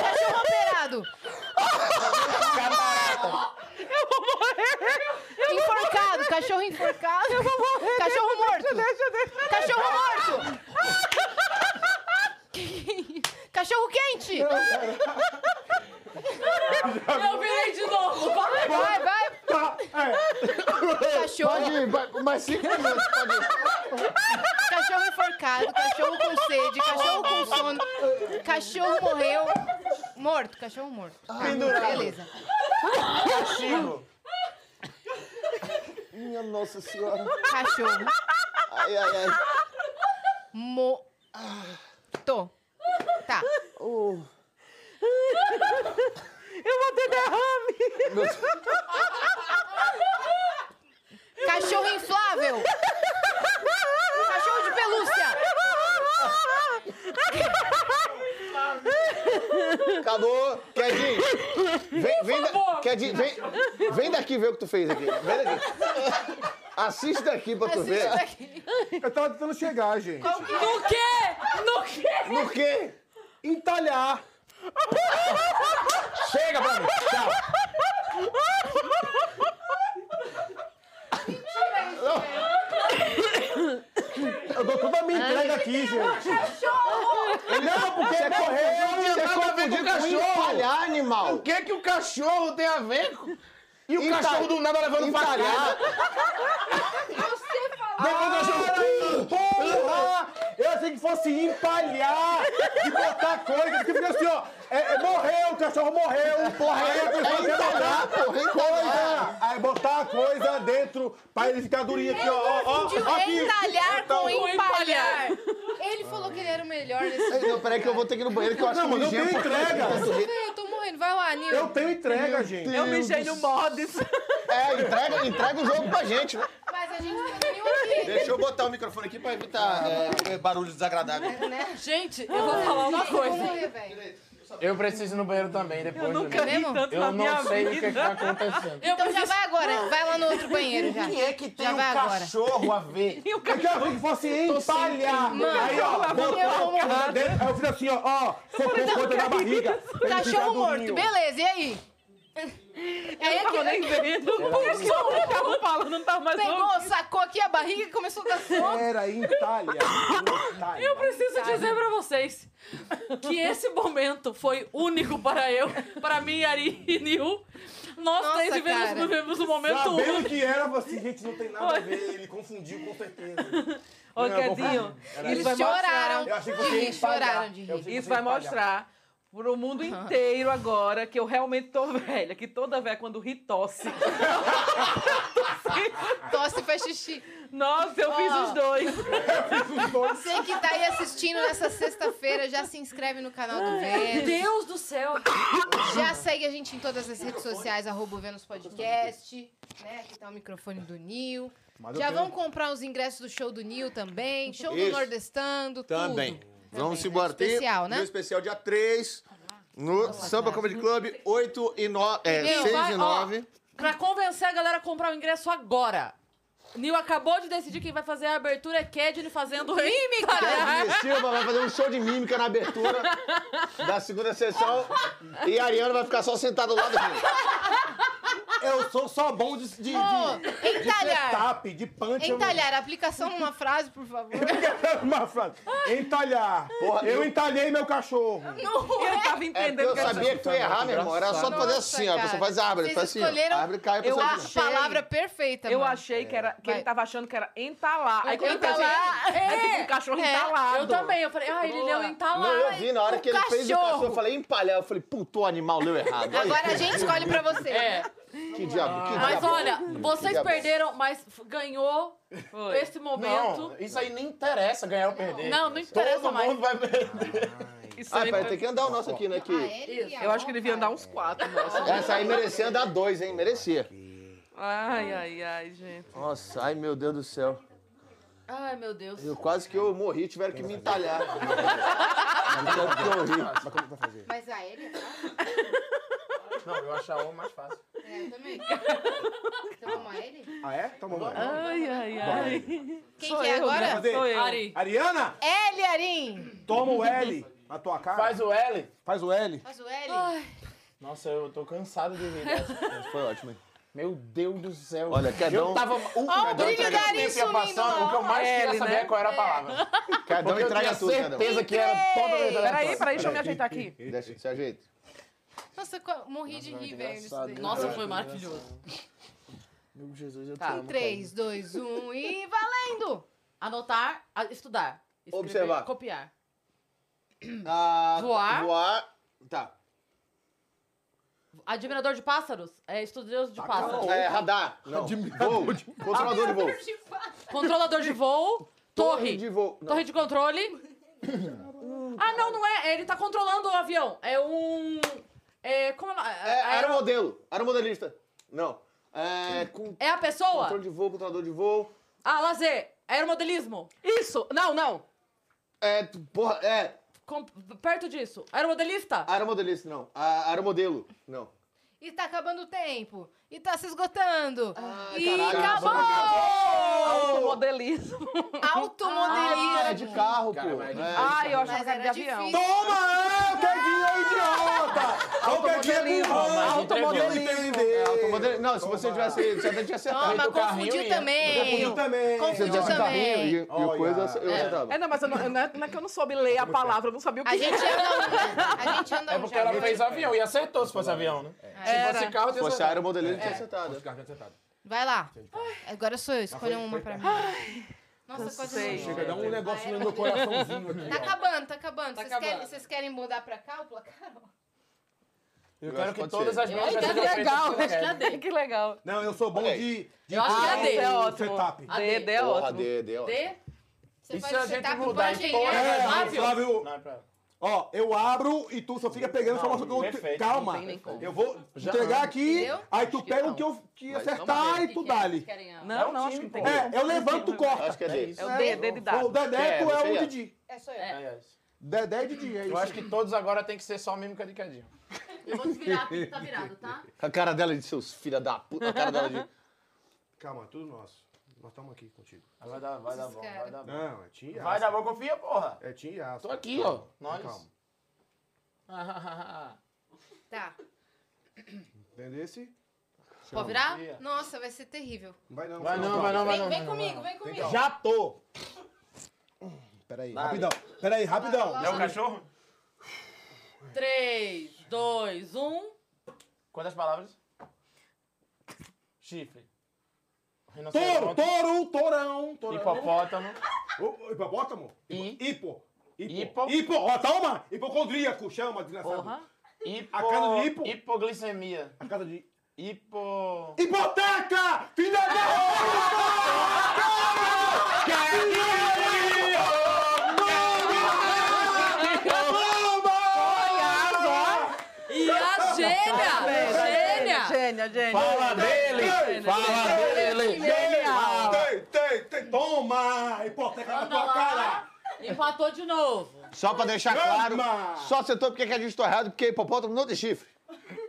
Speaker 2: Cachorro operado. Enforcado, cachorro enforcado. Eu vou morrer. Cachorro morto. Cachorro morto. Ah! Cachorro quente.
Speaker 1: Eu virei de novo. Vai.
Speaker 2: Vai, vai.
Speaker 4: Tá, é.
Speaker 2: Cachorro,
Speaker 5: Pode ir, vai- mais cinco minutos. Pode ir.
Speaker 2: cachorro enforcado, cachorro com sede, cachorro com sono, cachorro morreu, morto, cachorro morto. Tá, beleza.
Speaker 9: Castigo.
Speaker 5: Minha nossa senhora.
Speaker 2: Cachorro
Speaker 5: Ai, ai, ai.
Speaker 2: mo... ah, Tô. Tá.
Speaker 6: Eu vou ter derrame.
Speaker 2: Cachorro inflável. Cachorro de pelúcia.
Speaker 5: Acabou. Quedinho. Vem, vem, da... Quedinho, vem, vem daqui ver o que tu fez aqui. Vem daqui. Assiste daqui pra tu ver.
Speaker 2: Assista aqui.
Speaker 4: Eu tava tentando chegar, gente.
Speaker 1: No quê? No quê?
Speaker 5: Por quê?
Speaker 4: Entalhar.
Speaker 9: Chega pra mim. Tchau.
Speaker 4: Eu dou toda a minha entrega aqui, gente. Não, porque
Speaker 5: Você
Speaker 4: é correr.
Speaker 5: confundiu, você confundiu com empalhar, animal.
Speaker 9: O que é que o cachorro tem a ver com... E o
Speaker 5: Empa-
Speaker 9: cachorro do nada levando
Speaker 5: então,
Speaker 9: pra casa.
Speaker 5: Empalhar.
Speaker 4: Porra! Ah, Eu achei que fosse empalhar e botar coisa. Porque fica assim, ó. É, é, morreu, o cachorro morreu. Porra, aí a pessoa quer botar
Speaker 5: porra,
Speaker 4: coisa. Aí botar a coisa dentro pra ele ficar durinho aqui, ó. ó, ó,
Speaker 2: De
Speaker 4: aqui. Tá um
Speaker 2: entalhar com
Speaker 1: Com
Speaker 2: empalhar. Ele falou que ele era o melhor
Speaker 4: É.
Speaker 2: nesse
Speaker 5: Não, peraí que eu vou ter que ir no banheiro que eu acho
Speaker 4: Não,
Speaker 5: que
Speaker 4: mas eu tenho entrega.
Speaker 2: Véi, Eu tô morrendo. Vai lá, Nil.
Speaker 4: Eu tenho entrega, gente.
Speaker 6: Eu mijei no mods.
Speaker 5: É, entrega, entrega o jogo pra gente. né?
Speaker 2: Mas a gente não tem nenhum aqui.
Speaker 5: Deixa eu botar o microfone aqui pra evitar é, barulho desagradável.
Speaker 1: Gente, eu vou falar uma
Speaker 2: Eu vou
Speaker 1: coisa.
Speaker 2: né? morrer, velho. É
Speaker 9: Eu preciso ir no banheiro também depois.
Speaker 6: Eu nunca
Speaker 9: né?
Speaker 6: ri
Speaker 2: mesmo?
Speaker 6: tanto na
Speaker 9: Eu
Speaker 6: minha
Speaker 9: não sei o que, que tá
Speaker 6: vida.
Speaker 9: acontecendo.
Speaker 1: Eu
Speaker 2: Então já
Speaker 1: preciso...
Speaker 2: vai agora. Vai lá no outro banheiro já.
Speaker 9: Quem é que tem
Speaker 2: Já
Speaker 9: um
Speaker 2: vai agora.
Speaker 9: cachorro a ver?
Speaker 6: E o
Speaker 4: Eu
Speaker 6: cachorro
Speaker 4: quero É que fosse empalhar.
Speaker 2: Mano,
Speaker 4: aí, ó, botou
Speaker 2: eu vou morrer.
Speaker 4: lá dentro. Aí eu fiz assim, ó, ó, socou conta na barriga. pra ele ficar
Speaker 2: Cachorro morto,
Speaker 4: durinho.
Speaker 2: beleza, e aí? aí
Speaker 6: não tava nem
Speaker 2: aquele
Speaker 6: vendo. O cachorro falando, não tava mais
Speaker 2: pegou, sacou aqui a barriga e começou a dar soco.
Speaker 4: Era entalhar.
Speaker 1: Eu preciso dizer pra vocês que esse momento foi único para eu, para mim, Ari e Nil. Nós
Speaker 2: Nossa,
Speaker 1: três vivemos,
Speaker 2: cara.
Speaker 1: vivemos um momento
Speaker 4: Sabendo
Speaker 1: único.
Speaker 4: que era, eu falei assim, gente, não tem nada a ver. Ele confundiu com certeza.
Speaker 6: Ô,
Speaker 4: Não, eu vou
Speaker 6: Cadinho,
Speaker 4: falar.
Speaker 2: Eles
Speaker 6: isso vai
Speaker 2: choraram
Speaker 4: assim, Eu achei
Speaker 6: mostrar.
Speaker 4: que
Speaker 2: de
Speaker 4: você ia
Speaker 2: rir,
Speaker 4: empalhar.
Speaker 2: choraram de
Speaker 4: Eu
Speaker 2: rir.
Speaker 4: achei que
Speaker 6: Isso
Speaker 4: você
Speaker 6: vai
Speaker 4: ia empalhar.
Speaker 6: mostrar pro mundo inteiro agora que eu realmente tô velha. Que toda velha, quando ri, tosse.
Speaker 2: Tosse e faz xixi.
Speaker 6: Nossa, eu fiz
Speaker 2: Ó.
Speaker 6: os dois.
Speaker 2: Você que tá aí assistindo nessa sexta-feira, já se inscreve no canal do
Speaker 1: Meu
Speaker 2: Vênus.
Speaker 1: Deus do céu.
Speaker 2: Já segue a gente em todas as redes sociais, arroba o Vênus Podcast, né? Aqui tá o microfone do Nil.
Speaker 4: Mas eu
Speaker 2: Já
Speaker 4: tenho-
Speaker 9: um-
Speaker 2: vão comprar os ingressos do show do Nil também, show do
Speaker 5: Isso.
Speaker 2: Nordestando, tudo.
Speaker 5: Também. Vamos
Speaker 2: Também,
Speaker 5: embora.
Speaker 2: né? Especial,
Speaker 5: Tem
Speaker 2: né?
Speaker 5: Meu especial dia 3 no Samba Comedy Club, 8 e 9. É,
Speaker 1: Meu,
Speaker 5: 6
Speaker 1: vai,
Speaker 5: e
Speaker 1: ó.
Speaker 5: 9.
Speaker 1: Pra convencer a galera a comprar o ingresso agora. Nil acabou de decidir quem vai fazer a abertura é Kedney fazendo mímica.
Speaker 5: Wesley Silva vai fazer um show de mímica na abertura da segunda sessão e a Ariana vai ficar só sentada ao lado dele.
Speaker 3: Eu sou só bom de, de,
Speaker 2: Ô,
Speaker 3: de, de
Speaker 2: entalhar.
Speaker 3: setup, de punch. eu não-
Speaker 2: Entalhar, aplicação numa frase, por favor.
Speaker 3: Uma frase. Entalhar.
Speaker 5: Porra,
Speaker 3: eu
Speaker 5: eu-
Speaker 3: entalhei meu cachorro.
Speaker 2: Não
Speaker 6: Eu tava entendendo.
Speaker 5: eu
Speaker 6: que era
Speaker 5: sabia que tu ia errar, meu irmão. Era só tu fazer assim, ó. A pessoa faz a árvore.
Speaker 2: Vocês
Speaker 5: Faz assim, ó.
Speaker 2: escolheram
Speaker 5: A árvore cai, a
Speaker 6: eu
Speaker 5: pessoa faz assim.
Speaker 6: achei-
Speaker 2: palavra perfeita,
Speaker 6: Eu
Speaker 2: mano.
Speaker 6: achei que, era, que
Speaker 2: Vai.
Speaker 6: ele tava achando que era entalar. Aí quando eu pensei,
Speaker 2: Entalar,
Speaker 6: é tipo um cachorro entalado.
Speaker 1: Eu também, eu falei, ah, ele leu entalado.
Speaker 5: Não, eu vi na hora que ele fez o cachorro, eu falei, empalhar. Eu falei, puto, o animal leu errado. Olha
Speaker 2: Agora
Speaker 5: que
Speaker 2: a gente escolhe pra você.
Speaker 1: É.
Speaker 5: diabo, Que diabo, que
Speaker 1: Mas
Speaker 5: diabo.
Speaker 1: olha, vocês
Speaker 5: Que diabo.
Speaker 1: perderam, mas f- ganhou esse momento.
Speaker 9: Não, isso aí nem interessa ganhar ou perder.
Speaker 1: Não, não interessa
Speaker 9: Todo
Speaker 1: mais.
Speaker 9: mundo vai perder.
Speaker 6: Isso
Speaker 5: Ah,
Speaker 6: aí
Speaker 5: vai
Speaker 6: foi-
Speaker 5: ter que andar o nosso aqui, né? Que...
Speaker 6: Eu acho que ele devia andar uns quatro, nossa.
Speaker 5: Essa aí merecia andar dois, hein? Merecia.
Speaker 6: Ai, ai, ai, gente.
Speaker 5: Nossa, ai meu Deus do céu.
Speaker 1: Ai, meu Deus.
Speaker 5: Eu quase que eu morri, tiveram que me entalhar. Tiveram que eu rir.
Speaker 4: Mas como que vai fazer?
Speaker 2: Mas a ele é fácil.
Speaker 9: Não, eu acho a O mais fácil.
Speaker 2: É, eu também. Então vamos a ele?
Speaker 4: Ah, é? Toma uma.
Speaker 6: Ai, ai, ai.
Speaker 2: Quem
Speaker 6: Sou
Speaker 2: que é
Speaker 6: eu, né?
Speaker 2: agora?
Speaker 4: Vai fazer?
Speaker 6: Sou eu.
Speaker 1: Ari.
Speaker 4: Ariana,
Speaker 2: L, Arim!
Speaker 4: toma o L na tua cara.
Speaker 9: Faz o L.
Speaker 4: Faz o L.
Speaker 2: Faz o L.
Speaker 9: Nossa, eu tô cansado de rir dessa.
Speaker 5: Foi ótimo, hein?
Speaker 9: Meu Deus do céu.
Speaker 5: Olha, cada
Speaker 9: Eu
Speaker 5: um-
Speaker 9: tava... O
Speaker 2: Ó, o
Speaker 9: cada um
Speaker 2: brilho
Speaker 9: entrega
Speaker 2: da
Speaker 9: tempo ia
Speaker 2: Ariana
Speaker 9: passando,
Speaker 2: sumindo,
Speaker 9: O que eu mais
Speaker 6: ó.
Speaker 9: queria
Speaker 6: L,
Speaker 9: saber
Speaker 6: né?
Speaker 9: é qual era a palavra.
Speaker 5: Cada um
Speaker 9: Porque eu
Speaker 5: entrega
Speaker 9: tinha
Speaker 5: tudo, cada um.
Speaker 9: certeza que era toda a verdade.
Speaker 6: Peraí, peraí, deixa eu me ajeitar aqui.
Speaker 5: Deixa, se ajeita.
Speaker 2: Nossa, eu morri de rir, velho. nisso daí.
Speaker 1: Nossa, foi maravilhoso.
Speaker 9: Meu Jesus, eu
Speaker 1: Tá.
Speaker 9: tô...
Speaker 2: 3, 2, 1 e valendo!
Speaker 1: Anotar, a- estudar. escrever,
Speaker 5: Observar.
Speaker 1: Copiar.
Speaker 5: Ah,
Speaker 1: Voar.
Speaker 5: Voar. Tá.
Speaker 1: Admirador de pássaros? É estudioso de pássaros.
Speaker 5: É, radar. Não. Voo. Controlador de voo.
Speaker 1: Controlador de voo? Torre.
Speaker 5: de voo. Não.
Speaker 1: Torre de controle? ah, não, não é. Ele tá controlando o avião. É um... É, como é, o nome?
Speaker 5: É,
Speaker 1: É-
Speaker 5: era modelo. Era modelista. Não. É, com
Speaker 1: é a pessoa?
Speaker 5: controle de voo, controlador de voo.
Speaker 1: Ah, lazer. Aeromodelismo.
Speaker 6: Isso! Não, não!
Speaker 5: É, tu- porra, é.
Speaker 1: Com, perto disso. Aeromodelista?
Speaker 5: Ah, Aeromodelista, não. A- Aeromodelo. Não.
Speaker 2: E tá acabando o tempo. E tá se esgotando. e
Speaker 5: caralho,
Speaker 2: acabou!
Speaker 6: Modelismo.
Speaker 2: Automodelismo.
Speaker 5: É de carro, pô.
Speaker 9: Cara, mas é de-
Speaker 5: É.
Speaker 6: Ai, eu achava
Speaker 2: Mas
Speaker 6: que era de
Speaker 2: era
Speaker 6: avião.
Speaker 2: difícil.
Speaker 3: Toma,
Speaker 4: é,
Speaker 3: ô, Keguinho, ô, idiota! Ô, Keguinho, é burrão,
Speaker 9: mas É,
Speaker 3: automodelismo.
Speaker 5: Automodelista- Não, se você tivesse. Você até tinha acertado.
Speaker 2: Toma,
Speaker 9: do carrinho
Speaker 2: confundiu
Speaker 9: e-
Speaker 2: também.
Speaker 3: Eu também.
Speaker 5: Você
Speaker 2: Confundiu
Speaker 5: tivesse carrinho e,
Speaker 2: também.
Speaker 5: e o coisa, eu acertava.
Speaker 6: É, não, mas eu não, eu não é não é que eu não soube ler a palavra, eu não sabia o
Speaker 2: A
Speaker 6: que
Speaker 2: gente anda um, né? A gente anda um.
Speaker 9: É porque
Speaker 2: já.
Speaker 9: ela fez avião e acertou se fosse avião, né? Se fosse carro,
Speaker 5: Se
Speaker 9: tinha
Speaker 5: fosse
Speaker 9: acertado.
Speaker 5: aeromodelista, eu tinha acertado.
Speaker 4: É
Speaker 2: Vai lá. Agora sou eu. Escolha uma pra mim. Nossa, coisa
Speaker 6: sei.
Speaker 2: horrorosa.
Speaker 4: Dá
Speaker 5: É.
Speaker 4: um negócio no meu coraçãozinho
Speaker 2: Tá
Speaker 4: aqui.
Speaker 2: acabando, tá acabando. Vocês,
Speaker 1: acabando.
Speaker 2: Querem, vocês querem mudar pra cá o placar?
Speaker 9: Eu
Speaker 5: acho
Speaker 9: quero
Speaker 5: que
Speaker 9: que
Speaker 5: pode
Speaker 9: todas
Speaker 5: ser.
Speaker 9: as minhas
Speaker 1: que é legal, acho que é
Speaker 9: feitas.
Speaker 1: D.
Speaker 6: Que legal.
Speaker 4: Não, tá- eu sou bom
Speaker 5: Olha aí.
Speaker 4: de. de
Speaker 1: Eu acho que é D.
Speaker 6: Isso é ótimo.
Speaker 4: Setup.
Speaker 6: D, D é
Speaker 5: Porra,
Speaker 6: ótimo.
Speaker 5: D, D, ó.
Speaker 1: D?
Speaker 2: Você
Speaker 9: E
Speaker 2: pode
Speaker 9: se a gente
Speaker 2: chutar com
Speaker 9: mudar em
Speaker 2: punch
Speaker 9: todas
Speaker 2: aí,
Speaker 9: as
Speaker 2: né?
Speaker 4: É,
Speaker 9: Flávio.
Speaker 4: Flávio,
Speaker 9: Não, é pra...
Speaker 4: ó, eu abro e tu só fica pegando só
Speaker 9: Não,
Speaker 4: mostra que eu-
Speaker 9: perfeito,
Speaker 4: Calma,
Speaker 9: não tem nem como.
Speaker 4: eu vou
Speaker 9: Já-
Speaker 4: entregar aqui,
Speaker 2: Entendeu?
Speaker 4: aí tu pega o
Speaker 6: não.
Speaker 4: que eu que
Speaker 5: Mas vamos
Speaker 4: acertar
Speaker 5: ver.
Speaker 4: e tu dá-lhe.
Speaker 9: É
Speaker 6: Não,
Speaker 9: um
Speaker 6: não, acho que
Speaker 9: time,
Speaker 6: não tem
Speaker 9: pô.
Speaker 6: como.
Speaker 4: É, eu levanto tu
Speaker 5: Acho
Speaker 4: corta.
Speaker 5: que é D.
Speaker 6: É o D, D de
Speaker 4: O
Speaker 6: dado.
Speaker 4: Dedé,
Speaker 5: É,
Speaker 4: tu
Speaker 5: você
Speaker 4: é o
Speaker 5: é.
Speaker 4: Didi.
Speaker 2: É só
Speaker 9: É
Speaker 2: eu.
Speaker 9: isso.
Speaker 4: Dedé e Didi, é
Speaker 9: Eu acho
Speaker 4: isso.
Speaker 9: que todos agora tem que ser só mímica de cadinho.
Speaker 1: Eu vou desvirar aqui, tá virado, tá?
Speaker 5: A cara dela de seus filha da puta. A cara dela de.
Speaker 4: Calma, tudo nosso. Nós estamos aqui contigo.
Speaker 9: Ah, Vai dar, vai dar bom,
Speaker 2: caras.
Speaker 9: vai dar Tá bom.
Speaker 4: Não, é Tim e
Speaker 9: Vai dar bom, confia, porra.
Speaker 4: É Tim e Aspa.
Speaker 9: Tô aqui, ó. Nós.
Speaker 4: Calma.
Speaker 2: Tá.
Speaker 4: Entendesse?
Speaker 2: Pode virar?
Speaker 9: Confia.
Speaker 2: Nossa, vai ser terrível.
Speaker 4: Não vai não.
Speaker 9: Vai não, vai não, vai
Speaker 2: Vem,
Speaker 9: não.
Speaker 2: vem comigo, vem comigo.
Speaker 9: Já tô.
Speaker 4: Peraí, rapidão. Peraí, rapidão.
Speaker 9: É o cachorro?
Speaker 1: 3, 2, 1.
Speaker 9: Quantas palavras? Chifre.
Speaker 4: Touro,
Speaker 9: Rinoceronte.
Speaker 4: touro, torão, torão.
Speaker 9: Hipopótamo.
Speaker 4: Ô, ô, Hipopótamo?
Speaker 9: I.
Speaker 4: Hipo. Hipo.
Speaker 9: Hipo.
Speaker 4: Hipo. Ó, toma! Hipocondríaco, chama, desgraçado.
Speaker 6: Porra.
Speaker 9: Hipo...
Speaker 4: A cara do hipo.
Speaker 9: Hipoglicemia.
Speaker 4: A casa de...
Speaker 9: Hipo...
Speaker 4: Hipoteca! Filha da... Caralho!
Speaker 1: E a gênia! Gênia!
Speaker 6: Gênia, gênia.
Speaker 9: Fala dele! Fala dele!
Speaker 4: Tem, tem, tem. Toma! Hipoteca na tua cara!
Speaker 1: Empatou de novo.
Speaker 5: Só pra deixar claro,
Speaker 4: Gama!
Speaker 5: só acertou porque que a gente tá errado, porque hipopótamo não tem chifre.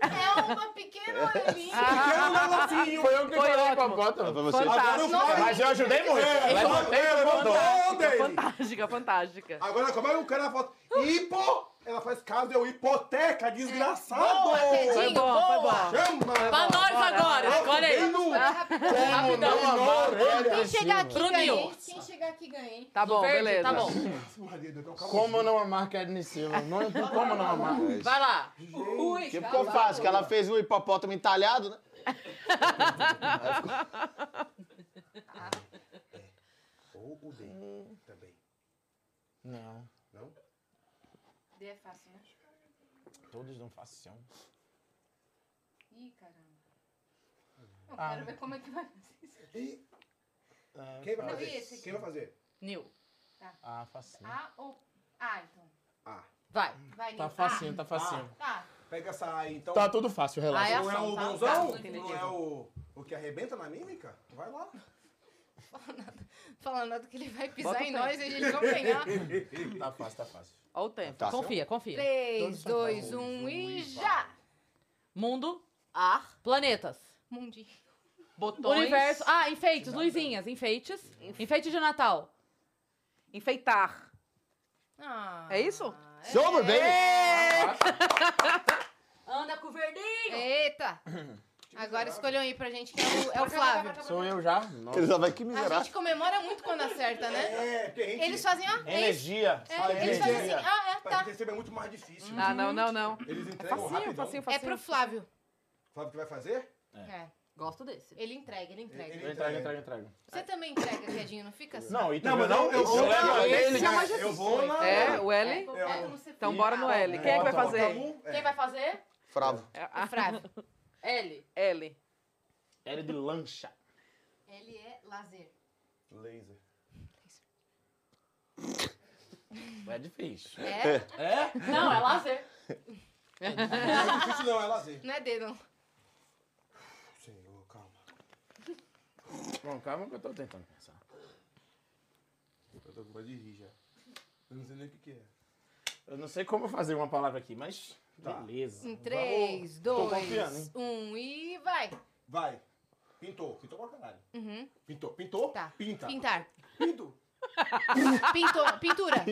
Speaker 2: É uma pequena orelhinha.
Speaker 4: é um
Speaker 9: Pequeno negocinho. Foi eu que
Speaker 2: Foi
Speaker 6: É
Speaker 9: falei com a bota.
Speaker 5: Foi
Speaker 6: você. Fantástico.
Speaker 9: Ah, Mas eu ajudei muito.
Speaker 6: É,
Speaker 9: Levantei
Speaker 6: é,
Speaker 9: e mandou.
Speaker 6: fantástica, fantástica, fantástica.
Speaker 4: Agora, como é que o cara fala? Hipo! Ela faz caso, eu hipoteca, desgraçado!
Speaker 6: Boa, Tedinho, Foi boa, foi boa. boa.
Speaker 4: Chama!
Speaker 6: Pra nós agora, escolhe aí.
Speaker 4: Como não amar
Speaker 2: Quem chegar aqui
Speaker 4: Bruninho.
Speaker 2: ganha. hein? Quem chegar aqui ganha. hein?
Speaker 6: Tá bom, beleza.
Speaker 4: então, É,
Speaker 9: Como não amar Carne Silva? Não, como não amar?
Speaker 6: Vai lá.
Speaker 9: Ui,
Speaker 5: que ficou fácil, que ela fez um hipopótamo entalhado, né?
Speaker 4: Ou o D também.
Speaker 9: Não.
Speaker 4: Não?
Speaker 2: D é fácil, né?
Speaker 9: Todos não façam.
Speaker 2: Ih, caramba. Eu
Speaker 9: Ah.
Speaker 2: quero ver como é que vai fazer isso.
Speaker 4: Quem vai
Speaker 2: Não,
Speaker 4: fazer?
Speaker 2: e esse aqui?
Speaker 4: Quem vai fazer?
Speaker 1: Nil.
Speaker 2: Tá.
Speaker 9: Ah, facinho.
Speaker 2: A ou... A, então.
Speaker 4: Ah.
Speaker 1: Vai.
Speaker 2: Vai, Nil.
Speaker 9: Tá
Speaker 2: A.
Speaker 9: facinho, tá facinho.
Speaker 2: Tá.
Speaker 4: Pega essa A aí, então.
Speaker 9: Tá tudo fácil, relaxa. Ah, é
Speaker 4: não é
Speaker 9: ação,
Speaker 4: o
Speaker 9: tá?
Speaker 4: bonzão?
Speaker 9: Tá, entendi.
Speaker 4: não é o, o que arrebenta na mímica? Vai lá.
Speaker 2: Fala nada que ele vai pisar
Speaker 4: Bota o
Speaker 2: em
Speaker 4: pé.
Speaker 2: nós e a gente vai ganhar.
Speaker 9: Tá fácil, tá fácil.
Speaker 1: Olha o tempo.
Speaker 9: Tá.
Speaker 1: Confia, confia.
Speaker 2: 3, 2, 1 e já!
Speaker 1: Mundo. Ar.
Speaker 6: Tá.
Speaker 1: Planetas.
Speaker 2: Mundinho.
Speaker 1: Botões. Universo. Ah, enfeites, luzinhas, enfeites. Enfeite de Natal.
Speaker 6: Enfeitar.
Speaker 2: Ah.
Speaker 6: É isso?
Speaker 5: Sobre, baby!
Speaker 2: Anda com o verdinho! Eita! Agora escolham aí pra gente, que é o, é o Flávio.
Speaker 9: Sou eu já? Nossa.
Speaker 5: Ele já vai que
Speaker 2: A
Speaker 5: miserar.
Speaker 2: gente comemora muito quando acerta, né?
Speaker 4: É, porque a gente-
Speaker 2: Eles fazem, ó. é isso.
Speaker 9: Energia.
Speaker 2: É, eles fazem assim, ah, é,
Speaker 4: Pra
Speaker 2: tá.
Speaker 4: gente receber é muito mais difícil.
Speaker 1: Hum.
Speaker 6: Ah, não, não, não.
Speaker 4: Eles entregam rapidão.
Speaker 2: É pro Flávio.
Speaker 4: Sabe o que vai fazer?
Speaker 2: É.
Speaker 1: Gosto desse.
Speaker 2: Ele entrega, ele entrega.
Speaker 4: Ele entrega, entrega,
Speaker 9: entrega.
Speaker 2: Você também entrega, Quedinho, não fica assim?
Speaker 9: Não, e tu
Speaker 4: Não, mas
Speaker 9: viu,
Speaker 4: não, eu
Speaker 9: isso
Speaker 4: vou
Speaker 9: leva
Speaker 4: na-
Speaker 9: a
Speaker 4: esse
Speaker 9: ele,
Speaker 4: já
Speaker 9: né?
Speaker 4: mais difícil. Eu vou na-
Speaker 6: É, o L?
Speaker 4: É, é como se
Speaker 6: Então
Speaker 4: fosse-
Speaker 6: bora no L. Quem é que vai
Speaker 4: Bota-
Speaker 6: fazer?
Speaker 4: bota
Speaker 1: Quem vai fazer?
Speaker 5: Fravo.
Speaker 6: A
Speaker 2: Frávio.
Speaker 1: L.
Speaker 6: L.
Speaker 9: Era de lancha.
Speaker 2: Ele é lazer.
Speaker 4: Laser.
Speaker 9: É difícil.
Speaker 2: É?
Speaker 9: É?
Speaker 1: Não, é lazer.
Speaker 4: Não é difícil não, é lazer.
Speaker 2: Não é dedo, não.
Speaker 4: Senhor, calma.
Speaker 9: Bom, calma que eu tô tentando pensar.
Speaker 4: Eu tô com vontade de rir já. Eu não sei nem o que, que é.
Speaker 9: Eu não sei como fazer uma palavra aqui, mas beleza.
Speaker 2: Em 3,
Speaker 9: Tô confiando, hein?
Speaker 2: 2, 1 e vai.
Speaker 4: Vai. Pintou. Pintou pra caralho.
Speaker 2: Uhum.
Speaker 4: Pintou. Pintou? Tá. Pinta.
Speaker 2: Pintar.
Speaker 4: Pinto.
Speaker 2: Pintor, pintura.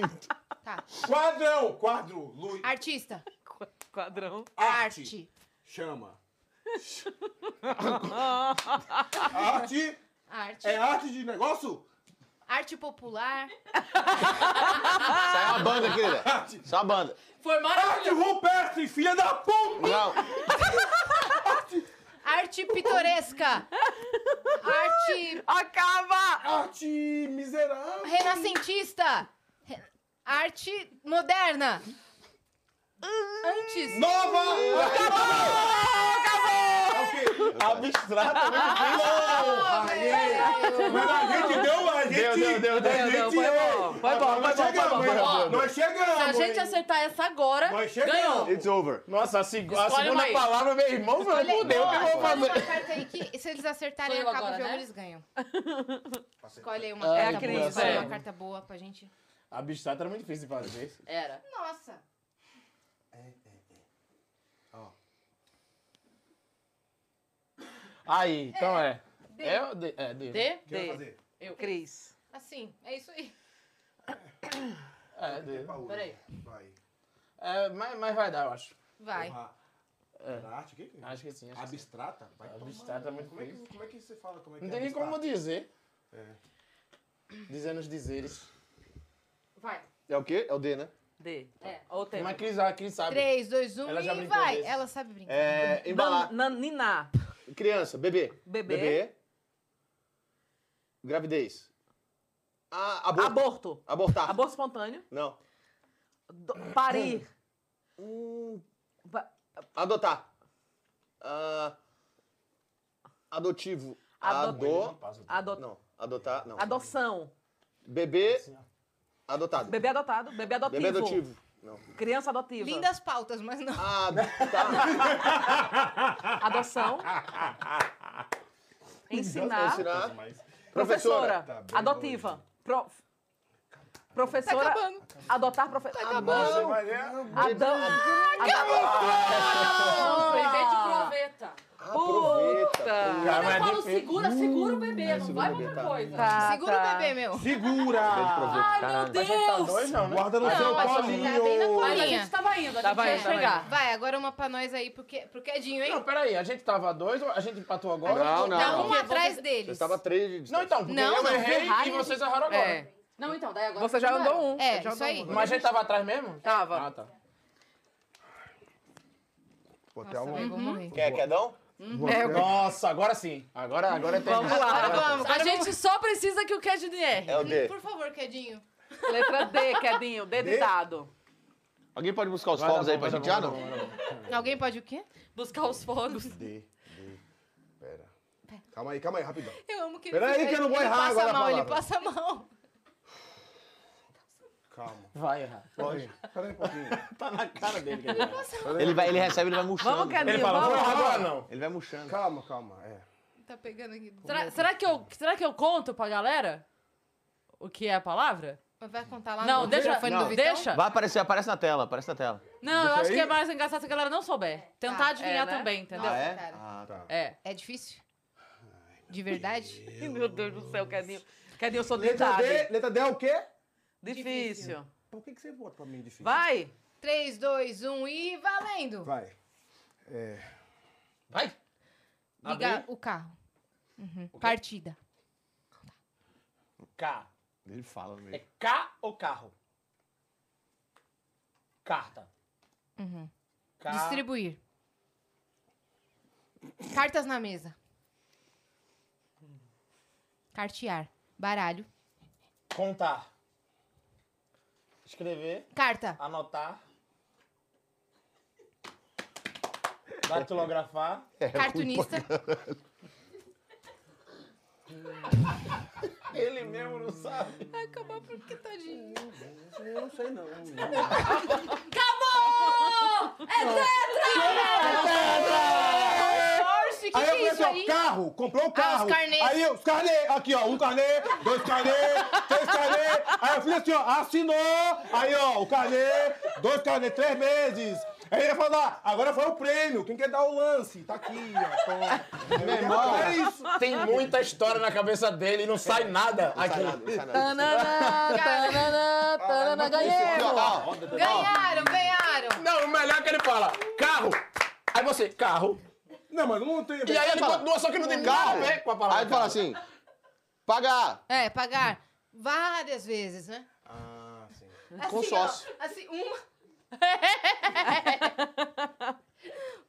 Speaker 2: Tá.
Speaker 4: Quadrão. Quadro. Luz.
Speaker 2: Artista.
Speaker 6: Quadrão.
Speaker 4: Arte. Chama. arte.
Speaker 2: Arte.
Speaker 4: É arte de negócio?
Speaker 2: Arte popular.
Speaker 5: Sai uma banda, querida. Sai uma banda.
Speaker 1: Formar
Speaker 4: arte rupestre, filha da puta!
Speaker 5: Não.
Speaker 2: Arte pitoresca. Arte.
Speaker 6: Acaba!
Speaker 4: Arte miserável.
Speaker 2: Renascentista. Re- Arte moderna. Antes.
Speaker 4: Nova!
Speaker 9: Abstrata,
Speaker 4: Não, aí. Mas a gente deu, a gente...
Speaker 9: Deu, deu, deu, deu,
Speaker 4: a
Speaker 9: deu,
Speaker 4: gente-
Speaker 9: foi bom, foi bom,
Speaker 4: Nós
Speaker 9: foi bom, foi bom,
Speaker 4: chegamos,
Speaker 9: foi bom.
Speaker 4: hein? Nós chegamos,
Speaker 6: Tá
Speaker 1: Se a gente
Speaker 4: hein?
Speaker 1: acertar essa agora, ganhou.
Speaker 5: It's over.
Speaker 9: Nossa, a, seg- a
Speaker 1: Escolhe uma
Speaker 9: segunda
Speaker 1: aí.
Speaker 9: palavra, meu irmão, falou,
Speaker 2: Olha,
Speaker 9: fudeu, o que eu vou
Speaker 2: escolhe uma
Speaker 9: fazer?
Speaker 2: carta aí que se eles acertarem
Speaker 1: Sou eu
Speaker 2: acaba o
Speaker 1: agora,
Speaker 2: jogo,
Speaker 1: né?
Speaker 2: eles ganham. Escolhe aí uma
Speaker 9: Ah,
Speaker 2: carta
Speaker 9: que
Speaker 2: boa. Escolhe
Speaker 9: engraçado.
Speaker 2: uma carta boa pra gente.
Speaker 9: Abstrata era muito difícil de fazer.
Speaker 1: Era.
Speaker 2: Nossa.
Speaker 9: Aí, então é.
Speaker 2: D.
Speaker 9: É o D? É, D.
Speaker 1: D?
Speaker 9: Quem vai fazer?
Speaker 1: Eu.
Speaker 6: Cris.
Speaker 2: Assim, é isso aí.
Speaker 9: É, D.
Speaker 1: Peraí.
Speaker 4: Vai.
Speaker 9: É, mas, mas vai dar, eu acho.
Speaker 2: Vai.
Speaker 4: Porra,
Speaker 9: É.
Speaker 4: Era arte, o que que é?
Speaker 9: Acho que sim. Acho que sim.
Speaker 4: Abstrata? Vai tomar.
Speaker 9: Abstrata é muito
Speaker 4: como é, que,
Speaker 9: difícil.
Speaker 4: como é que você fala? Como é que
Speaker 9: Não
Speaker 4: é
Speaker 9: tem nem como
Speaker 4: abstrata?
Speaker 9: dizer.
Speaker 4: É.
Speaker 9: Dizendo os dizeres.
Speaker 2: Vai.
Speaker 5: É o quê? É o D, né?
Speaker 6: D.
Speaker 2: É.
Speaker 6: Olha o tempo.
Speaker 9: Mas Cris, ah, Cris sabe.
Speaker 2: 3, 2, 1
Speaker 9: Ela já
Speaker 2: e
Speaker 9: brincou
Speaker 2: vai.
Speaker 9: desse.
Speaker 2: Ela sabe brincar.
Speaker 5: É, embalar.
Speaker 6: Nan- Nanina.
Speaker 5: Criança, bebê.
Speaker 6: Bebê.
Speaker 5: Gravidez. Ah, aborto.
Speaker 6: Aborto.
Speaker 9: Ah.
Speaker 5: Abortar.
Speaker 6: Aborto espontâneo.
Speaker 5: Não.
Speaker 6: Do- Parir.
Speaker 9: Hum.
Speaker 6: Ba-
Speaker 5: Adotar. Ah, adotivo.
Speaker 6: Adot-
Speaker 5: Ado...
Speaker 6: Adot-
Speaker 5: Não. Adotar, não.
Speaker 6: Adoção.
Speaker 5: Bebê adotado.
Speaker 6: Bebê adotado. Bebê adotivo.
Speaker 5: Bebê adotivo. Não.
Speaker 6: Criança adotiva.
Speaker 2: Lindas pautas, mas não.
Speaker 5: Ah, tá.
Speaker 6: Adoção. Ensinar.
Speaker 5: Ensinar.
Speaker 6: Professora.
Speaker 4: Tá bem
Speaker 6: adotiva. Pro- Professora.
Speaker 2: Tá acabando.
Speaker 6: Adotar professora.
Speaker 17: acabando.
Speaker 6: Adão.
Speaker 14: Não, bebê de proveta.
Speaker 6: Puta!
Speaker 14: Quando eu falo segura, Hum, segura o bebê, tá. não vai pra outra coisa.
Speaker 6: Tá.
Speaker 1: Ah, tá.
Speaker 2: Segura o bebê, meu.
Speaker 4: Segura!
Speaker 14: Ai, meu Deus!
Speaker 4: Guarda no
Speaker 2: Não,
Speaker 4: seu
Speaker 2: mas você tá bem na
Speaker 4: colinho.
Speaker 2: colinha.
Speaker 14: Mas a gente tava indo, a
Speaker 6: Tá
Speaker 14: gente
Speaker 2: Tava
Speaker 14: ia
Speaker 2: indo,
Speaker 14: chegar.
Speaker 2: tava indo. Vai, agora uma pra nós aí pro, que, pro Quedinho, hein?
Speaker 9: Não, peraí, a gente tava dois, a gente empatou agora?
Speaker 5: Não, não,
Speaker 2: Tá
Speaker 5: não.
Speaker 2: um atrás
Speaker 5: Você
Speaker 2: deles.
Speaker 5: tava três de
Speaker 9: Não, então, porque eu errei e vocês erraram agora.
Speaker 14: Não, então, daí agora.
Speaker 9: Você já
Speaker 14: mudaram.
Speaker 9: andou um.
Speaker 2: É,
Speaker 9: Já
Speaker 2: isso
Speaker 9: andou
Speaker 2: aí.
Speaker 9: um. Mas a gente tava atrás mesmo? Tava. Ah, tá.
Speaker 4: Hotel.
Speaker 2: vai, vou morrer.
Speaker 9: Quer, quer
Speaker 5: um?
Speaker 9: dão?
Speaker 4: É, eu-
Speaker 9: Nossa, Então, agora sim. Agora, agora é
Speaker 6: Vamos
Speaker 9: terminar.
Speaker 6: lá.
Speaker 9: Agora
Speaker 6: Vamos.
Speaker 1: A gente só precisa que o Cad erre.
Speaker 5: É o D.
Speaker 2: Por favor, Quedinho.
Speaker 6: Letra D, Quedinho. D de dado.
Speaker 5: Alguém pode buscar os fogos aí pra gente já, não?
Speaker 2: Alguém pode o quê?
Speaker 1: Buscar os fogos.
Speaker 4: D, D. Pera. Calma aí, calma aí, rapidão.
Speaker 2: Eu amo que
Speaker 4: Peraí
Speaker 2: ele
Speaker 4: que eu não vou
Speaker 2: ele
Speaker 4: errar
Speaker 2: passa
Speaker 4: agora a
Speaker 2: mal, ele
Speaker 4: palavra.
Speaker 2: passa mal.
Speaker 4: Calma.
Speaker 9: Vai errar.
Speaker 4: Pode. Pera aí um pouquinho.
Speaker 9: Tá na cara dele. que ele erra.
Speaker 5: Ele, vai, ele recebe, ele vai murchando.
Speaker 6: Vamos, Kelinho,
Speaker 9: Ele fala, vou
Speaker 6: vamos.
Speaker 9: errar agora não.
Speaker 5: Ele vai murchando.
Speaker 4: Calma, calma. É.
Speaker 2: Tá pegando aqui.
Speaker 1: Será, será que eu, será que eu conto pra galera o que é a palavra?
Speaker 2: Mas Vai contar lá
Speaker 1: Não,
Speaker 2: no
Speaker 1: deixa-
Speaker 2: telefone
Speaker 1: não,
Speaker 2: do Vitão?
Speaker 1: deixa.
Speaker 5: Vai aparecer, aparece na tela, aparece na tela.
Speaker 1: Não, eu
Speaker 4: Deixa
Speaker 1: acho
Speaker 4: aí.
Speaker 1: que é mais engraçado se a galera não souber. Tentar
Speaker 2: Tá,
Speaker 1: adivinhar
Speaker 6: é, né?
Speaker 1: também, entendeu?
Speaker 2: Nossa,
Speaker 5: Ah, é?
Speaker 2: cara.
Speaker 5: Ah, tá.
Speaker 1: É.
Speaker 2: É difícil? De verdade?
Speaker 6: Meu Deus do céu, Quedinho. Quedinho, eu sou de
Speaker 4: Letra
Speaker 6: dado.
Speaker 4: D, letra D é o quê?
Speaker 6: Difícil.
Speaker 4: Por que, que você bota pra mim difícil?
Speaker 6: Vai.
Speaker 2: 3, 2, 1 e valendo!
Speaker 4: Vai. É.
Speaker 9: Vai.
Speaker 2: Ligar o carro. Uhum. Partida.
Speaker 9: K.
Speaker 5: Ele fala
Speaker 9: É
Speaker 5: mesmo.
Speaker 9: K ou carro? Carta.
Speaker 2: Uhum.
Speaker 9: K.
Speaker 2: Distribuir. Cartas na mesa. Cartear. Baralho.
Speaker 9: Contar. Escrever.
Speaker 2: Carta.
Speaker 9: Anotar. Datilografar.
Speaker 2: Cartunista.
Speaker 9: Ele mesmo não sabe.
Speaker 2: Acabou porque tadinho.
Speaker 4: Eu não sei, não.
Speaker 1: É
Speaker 2: Porsche, que, que
Speaker 4: aí eu
Speaker 2: é isso
Speaker 4: comecei, ó,
Speaker 2: aí? Ah,
Speaker 4: carro, comprou o carro.
Speaker 2: os carnês.
Speaker 4: Aí eu, os carnês, aqui ó, um carnê, dois carnês, três carnês. Aí eu fiz assim, ó, assinou. Aí ó, o carnê, dois carnês, três meses. Aí ele ia falar, agora foi o prêmio, quem quer dar o lance? Tá aqui, ó. toma. Aí eu, É isso.
Speaker 9: Tem muita história na cabeça dele e não sai nada. Aqui.
Speaker 1: Tanana, tanana,
Speaker 4: Ah,
Speaker 1: tanana,
Speaker 9: É.
Speaker 1: ganhei!
Speaker 2: Ganharam, ganharam!
Speaker 9: Não, o melhor é que ele fala carro. Aí você, carro.
Speaker 4: Não, mas não tem.
Speaker 9: E aí ele continua, só que não tem carro. Nada a ver com a palavra.
Speaker 5: Aí ele fala
Speaker 9: carro.
Speaker 5: assim, pagar.
Speaker 2: É, pagar várias vezes, né?
Speaker 4: Ah, sim.
Speaker 5: Com
Speaker 2: ó,
Speaker 5: sócio.
Speaker 2: assim, uma.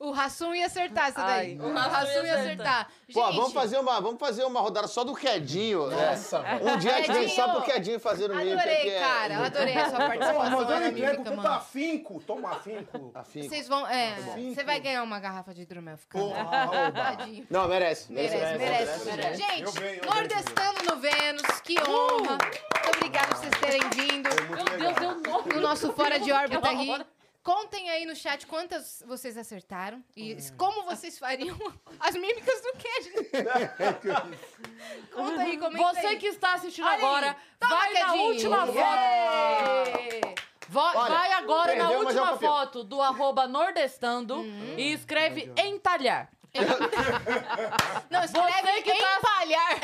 Speaker 2: o Rassum ia acertar essa daí.
Speaker 6: Ai,
Speaker 2: o Rassum ia acertar. Gente,
Speaker 5: Pô, vamos fazer, uma, vamos fazer uma rodada só do Quedinho. né?
Speaker 4: É.
Speaker 9: Nossa,
Speaker 2: É.
Speaker 9: velho.
Speaker 5: Um dia a gente vem só pro
Speaker 2: Quedinho.
Speaker 5: Quedinho fazer no é mínimo.
Speaker 2: Adorei, cara. Adorei a sua
Speaker 4: Porra,
Speaker 2: participação
Speaker 4: mas eu entrei com
Speaker 2: anímica,
Speaker 4: tanto
Speaker 2: mano.
Speaker 4: afinco. Toma afinco.
Speaker 2: Vocês vão. É,
Speaker 4: bom.
Speaker 2: você vai ganhar uma garrafa de hidromel ficando.
Speaker 4: Porra, oba.
Speaker 2: Tadinho.
Speaker 5: Não, merece. merece.
Speaker 2: Merece, merece,
Speaker 6: merece.
Speaker 4: Eu
Speaker 2: Gente,
Speaker 4: venho, eu
Speaker 2: Nordestando no Vênus, que honra. Muito obrigada por vocês terem vindo.
Speaker 4: Muito
Speaker 1: Meu Deus,
Speaker 4: legal.
Speaker 1: deu nome.
Speaker 2: no nosso Fora de Órbita
Speaker 1: Que
Speaker 2: aí.
Speaker 1: horror.
Speaker 2: Contem aí no chat quantas vocês acertaram
Speaker 5: Hum.
Speaker 2: e como vocês fariam as mímicas do queijo. Conta aí, comenta
Speaker 1: Você
Speaker 2: aí.
Speaker 1: que está assistindo
Speaker 2: Olha aí.
Speaker 1: agora,
Speaker 2: Toma,
Speaker 1: vai na
Speaker 2: Cadinho.
Speaker 1: última
Speaker 2: Yeah.
Speaker 1: foto. Vo- vai agora na
Speaker 5: perdeu, mas é um
Speaker 1: última
Speaker 5: campeão.
Speaker 1: foto do arroba nordestando
Speaker 2: Uhum.
Speaker 1: e escreve entalhar.
Speaker 2: Não, escreve
Speaker 1: Você que tá-
Speaker 2: empalhar.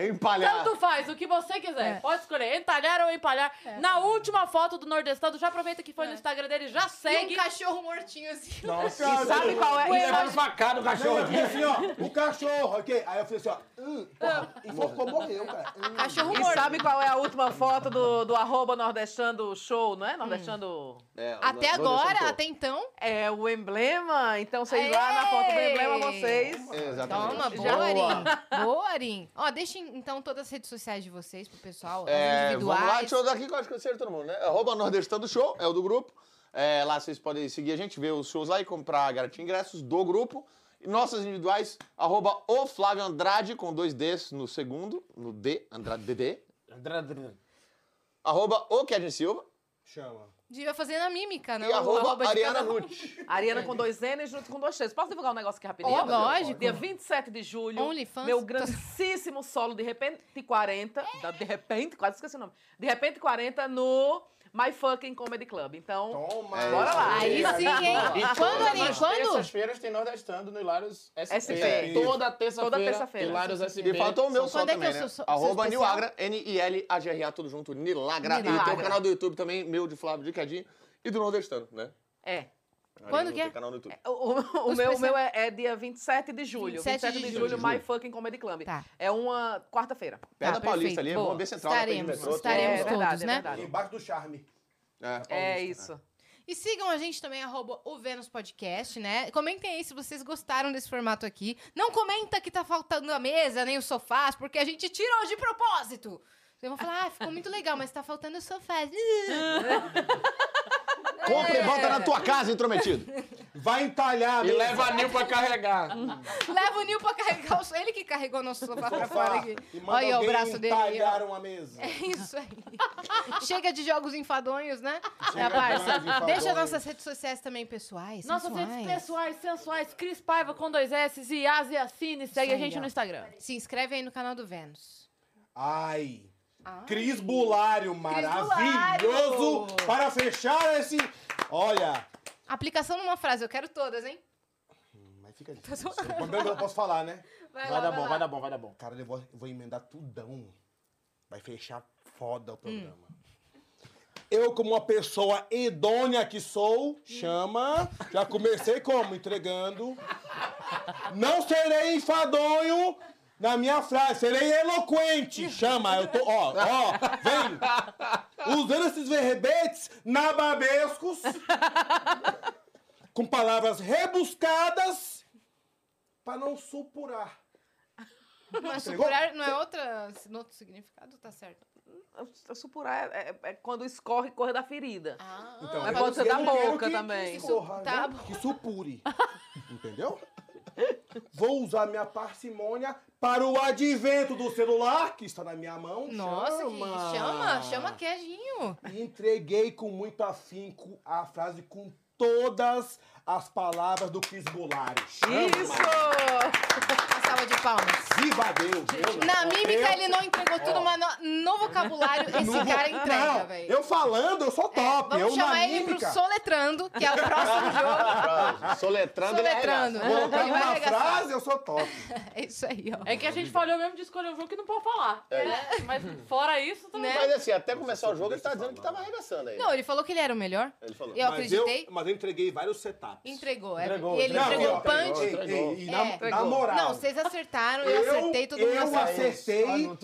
Speaker 5: Empalhar.
Speaker 1: Tanto faz, o que você quiser.
Speaker 2: É.
Speaker 1: Pode escolher entalhar ou empalhar. Na última foto do nordestando, já aproveita que foi
Speaker 2: É.
Speaker 1: no Instagram dele, já
Speaker 2: E
Speaker 1: segue.
Speaker 2: um cachorro mortinho assim.
Speaker 9: E sabe qual é? E levando facada o cachorro.
Speaker 4: Eu fiz assim, ó, o cachorro, ok? Aí eu fiz assim, ó, hum, porra, enforcou, morreu, cara. Hum.
Speaker 2: Cachorro
Speaker 6: E
Speaker 2: morto.
Speaker 6: sabe qual é a última foto do, do arroba nordestando show, não é? Nordestando...
Speaker 5: É,
Speaker 2: Até
Speaker 5: vou deixar um
Speaker 2: agora,
Speaker 5: pouco.
Speaker 2: até então.
Speaker 6: É o emblema. Então vocês
Speaker 2: Aê!
Speaker 6: lá na foto do emblema, vocês...
Speaker 5: Exatamente.
Speaker 2: Toma, boa, Arim. Boa, Arim. Ó, deixem então todas as redes sociais de vocês pro pessoal, as
Speaker 5: É, vamos lá,
Speaker 2: individuais.
Speaker 5: deixa eu dar aqui que eu acho que eu acertei todo mundo, né? Arroba Nordestando Show, é o do grupo. É, lá vocês podem seguir a gente, ver os shows lá e comprar garantir ingressos do grupo. E nossas individuais, arroba o Flávio Andrade, com dois Ds no segundo, no D, Andrade DD. Arroba o Kedin Silva.
Speaker 4: Chama.
Speaker 2: Devia fazer na mímica, né? não?
Speaker 6: E arroba Ariana
Speaker 2: um.
Speaker 5: Ruth.
Speaker 6: Ariana com dois N's junto com dois T's. Posso divulgar um negócio aqui rapidinho?
Speaker 2: Ó, Oh, lógico.
Speaker 6: Dia 27 de julho,
Speaker 2: OnlyFans.
Speaker 6: meu grandíssimo solo de repente 40, da- de repente, quase esqueci o nome, de repente 40 no My Fucking Comedy Club. Então, bora lá.
Speaker 9: E
Speaker 6: Quando,
Speaker 9: todas
Speaker 6: Aninha?
Speaker 9: as
Speaker 6: Quando?
Speaker 9: terças-feiras tem Nordestando no Hilários
Speaker 4: É,
Speaker 9: SP.
Speaker 6: É,
Speaker 5: SP.
Speaker 9: Toda
Speaker 6: Toda
Speaker 9: terça-feira.
Speaker 6: terça-feira.
Speaker 9: Hilários SP.
Speaker 5: E faltou o meu só
Speaker 9: Quando é que
Speaker 5: também,
Speaker 9: eu
Speaker 5: né?
Speaker 9: sou- sou- sou
Speaker 5: Arroba
Speaker 9: especial?
Speaker 5: Nilagra, N-I-L-A-G-R-A, tudo junto, Nilagra. E tem
Speaker 6: Nilagra.
Speaker 5: o canal do YouTube também, meu, de Flávio de Cadinho, e do Nordestano, né?
Speaker 6: É.
Speaker 5: Aí
Speaker 6: Quando
Speaker 5: eu
Speaker 6: que é?
Speaker 5: tenho canal no YouTube.
Speaker 6: O, o- o
Speaker 5: Os
Speaker 6: meu, o
Speaker 5: perce-
Speaker 6: meu é, é dia 27 de julho.
Speaker 5: 27
Speaker 6: 27,
Speaker 5: de
Speaker 6: de,
Speaker 5: julho.
Speaker 6: julho, My Fucking Comedy Club.
Speaker 2: Tá.
Speaker 6: É uma quarta-feira.
Speaker 5: Perto da Paulista ali, é bom, bem central, né? Perto do metrô,
Speaker 6: é, verdade, é
Speaker 2: né?
Speaker 6: verdade.
Speaker 4: Embaixo do charme.
Speaker 6: É isso.
Speaker 2: E sigam a gente também, arroba o Vênus Podcast, né? Comentem aí se vocês gostaram desse formato aqui. Não comenta que tá faltando a mesa, nem os sofás, porque a gente tirou de propósito. Vocês vão falar, ah, ficou muito legal, mas tá faltando os sofás.
Speaker 5: Compra e volta na tua casa, intrometido.
Speaker 4: Vai entalhar,
Speaker 9: E leva a Nil pra carregar.
Speaker 2: Leva o Nil pra carregar o so- Ele que carregou nosso sofá pra fora aqui.
Speaker 4: E manda
Speaker 2: Olha aí, ó, o
Speaker 4: alguém
Speaker 2: braço dele. aí, ó.
Speaker 4: entalhar uma mesa.
Speaker 2: É isso aí. Chega de jogos enfadonhos, né?
Speaker 4: Chega
Speaker 2: É, parça.
Speaker 4: de jogos enfadonhos.
Speaker 2: Deixa nossas redes sociais também pessoais.
Speaker 1: Nossas
Speaker 2: sensuais.
Speaker 1: redes pessoais, sensuais, Cris Paiva com dois S e Asia Cine. Segue a
Speaker 2: Isso aí,
Speaker 1: gente
Speaker 2: ó.
Speaker 1: no Instagram.
Speaker 2: Se inscreve aí no canal do Vênus.
Speaker 4: Ai. Cris Bulário, maravilhoso!
Speaker 2: Bulário.
Speaker 4: Para fechar esse. Olha,
Speaker 2: Aplicação numa frase, eu quero todas, hein?
Speaker 4: mas fica difícil. O problema é que eu não posso falar, né?
Speaker 2: Vai lá, vai lá.
Speaker 9: bom, vai dar bom.
Speaker 4: Cara, eu vou, eu vou emendar tudão. Vai fechar foda o programa. Eu, como uma pessoa idônea que sou, chama. Já comecei como? Entregando. Não serei enfadonho na minha frase, serei eloquente. Chama, eu tô. Ó, ó, vem! Usando esses verbetes nababescos, com palavras rebuscadas, para não supurar.
Speaker 2: Mas
Speaker 4: Entregou?
Speaker 2: supurar não é outra, no outro significado? Tá certo.
Speaker 6: Eu Supurar é, é- é quando escorre, corre da ferida.
Speaker 4: Então,
Speaker 2: É
Speaker 6: Mas
Speaker 4: eu
Speaker 6: pode ser
Speaker 4: quero-
Speaker 6: da
Speaker 4: eu quero
Speaker 6: boca
Speaker 4: que-
Speaker 6: também.
Speaker 4: Que, corra,
Speaker 6: Tá
Speaker 4: né? que supure. Entendeu? Vou usar minha parcimônia para o advento do celular que está na minha mão.
Speaker 2: Nossa, que
Speaker 4: chama.
Speaker 2: chama, chama queijinho.
Speaker 4: E entreguei com muito afinco a frase com todas as palavras do Cris Goulart. Chama.
Speaker 2: Isso! Uma salva de palmas.
Speaker 4: Viva Deus! meu
Speaker 2: Na
Speaker 4: Deus.
Speaker 2: mímica ele não entregou tudo,
Speaker 4: Ó.
Speaker 2: mas no, no vocabulário esse
Speaker 4: Não,
Speaker 2: cara entrega,
Speaker 4: não,
Speaker 2: velho.
Speaker 4: Eu falando, eu sou top.
Speaker 2: Vamos
Speaker 4: eu na
Speaker 2: chamar ele
Speaker 4: mímica.
Speaker 2: pro Soletrando, que é o próximo jogo.
Speaker 5: Soletrando, ele
Speaker 2: Soletrando.
Speaker 5: arregaça.
Speaker 4: Colocar
Speaker 2: Ele vai
Speaker 4: uma
Speaker 2: arregaçar.
Speaker 4: frase, eu sou top.
Speaker 2: É isso aí, ó.
Speaker 1: É que a gente falhou mesmo de escolher um jogo que não pode falar.
Speaker 5: É.
Speaker 1: né? Mas fora isso, tá
Speaker 2: Né?
Speaker 1: também.
Speaker 5: Mas assim, até começar o jogo, ele tá dizendo que tava arregaçando aí.
Speaker 2: Não, ele falou que ele era o melhor.
Speaker 5: Ele falou.
Speaker 2: Eu acreditei.
Speaker 4: Mas eu, mas eu entreguei vários setups.
Speaker 2: Entregou, é.
Speaker 4: Entregou,
Speaker 2: E ele
Speaker 4: entregou.
Speaker 2: entregou o
Speaker 4: Entregou,
Speaker 2: punch.
Speaker 4: entregou, entregou. E na-
Speaker 2: É.
Speaker 4: Entregou. na moral.
Speaker 2: Não, vocês acertaram, eu,
Speaker 4: Eu-
Speaker 2: acertei, todo mundo
Speaker 4: Eu
Speaker 2: acertou.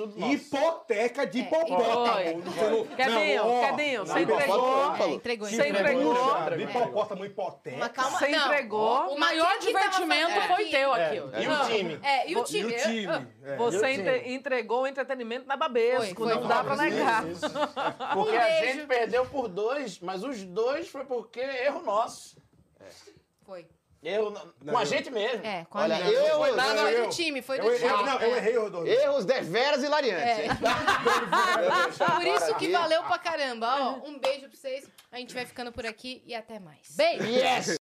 Speaker 4: acertei hipoteca de hipopótamo.
Speaker 2: Foi.
Speaker 4: Você não-
Speaker 2: Cadê
Speaker 4: não,
Speaker 2: eu?
Speaker 4: ó,
Speaker 2: Cadê eu?
Speaker 4: na
Speaker 2: Você entregou?
Speaker 4: hipopótamo.
Speaker 2: É, entregou,
Speaker 4: Que
Speaker 2: entregou.
Speaker 4: bruxa,
Speaker 2: Entregou.
Speaker 4: Hipopótamo, hipoteca.
Speaker 2: Mas calma,
Speaker 6: Você
Speaker 2: não.
Speaker 6: entregou.
Speaker 2: mas
Speaker 6: O maior
Speaker 2: quem que tava
Speaker 6: divertimento
Speaker 2: fazendo?
Speaker 6: foi teu aqui,
Speaker 2: É.
Speaker 6: ó.
Speaker 2: Não. É, e o
Speaker 6: Vo-
Speaker 2: time.
Speaker 6: e o
Speaker 2: Eu-
Speaker 6: time,
Speaker 2: eu-
Speaker 4: é.
Speaker 6: Você
Speaker 2: E o
Speaker 6: entre-
Speaker 2: time.
Speaker 6: entregou o entretenimento na babesco,
Speaker 9: Foi, foi,
Speaker 6: não
Speaker 9: foi.
Speaker 6: dá pra negar.
Speaker 9: Isso, Porque
Speaker 6: Um
Speaker 9: a
Speaker 6: beijo.
Speaker 9: gente perdeu por dois, mas os dois foi porque erro nosso.
Speaker 2: Foi.
Speaker 9: Erro no- com
Speaker 5: Não,
Speaker 9: a
Speaker 5: eu-
Speaker 9: gente mesmo.
Speaker 2: É, com
Speaker 5: Olha, eu...
Speaker 2: Foi
Speaker 5: nada-
Speaker 2: do
Speaker 5: eu-
Speaker 2: time, foi do
Speaker 5: eu errei-
Speaker 2: time.
Speaker 4: Ah,
Speaker 5: não, eu errei,
Speaker 4: Rodolfo.
Speaker 5: Erros deveras hilariantes.
Speaker 2: É.
Speaker 5: hein?
Speaker 2: Por isso que
Speaker 5: Aqui.
Speaker 2: valeu pra caramba. Ó, um beijo pra vocês. A gente vai ficando por aqui e até mais. Beijo!
Speaker 5: Yes!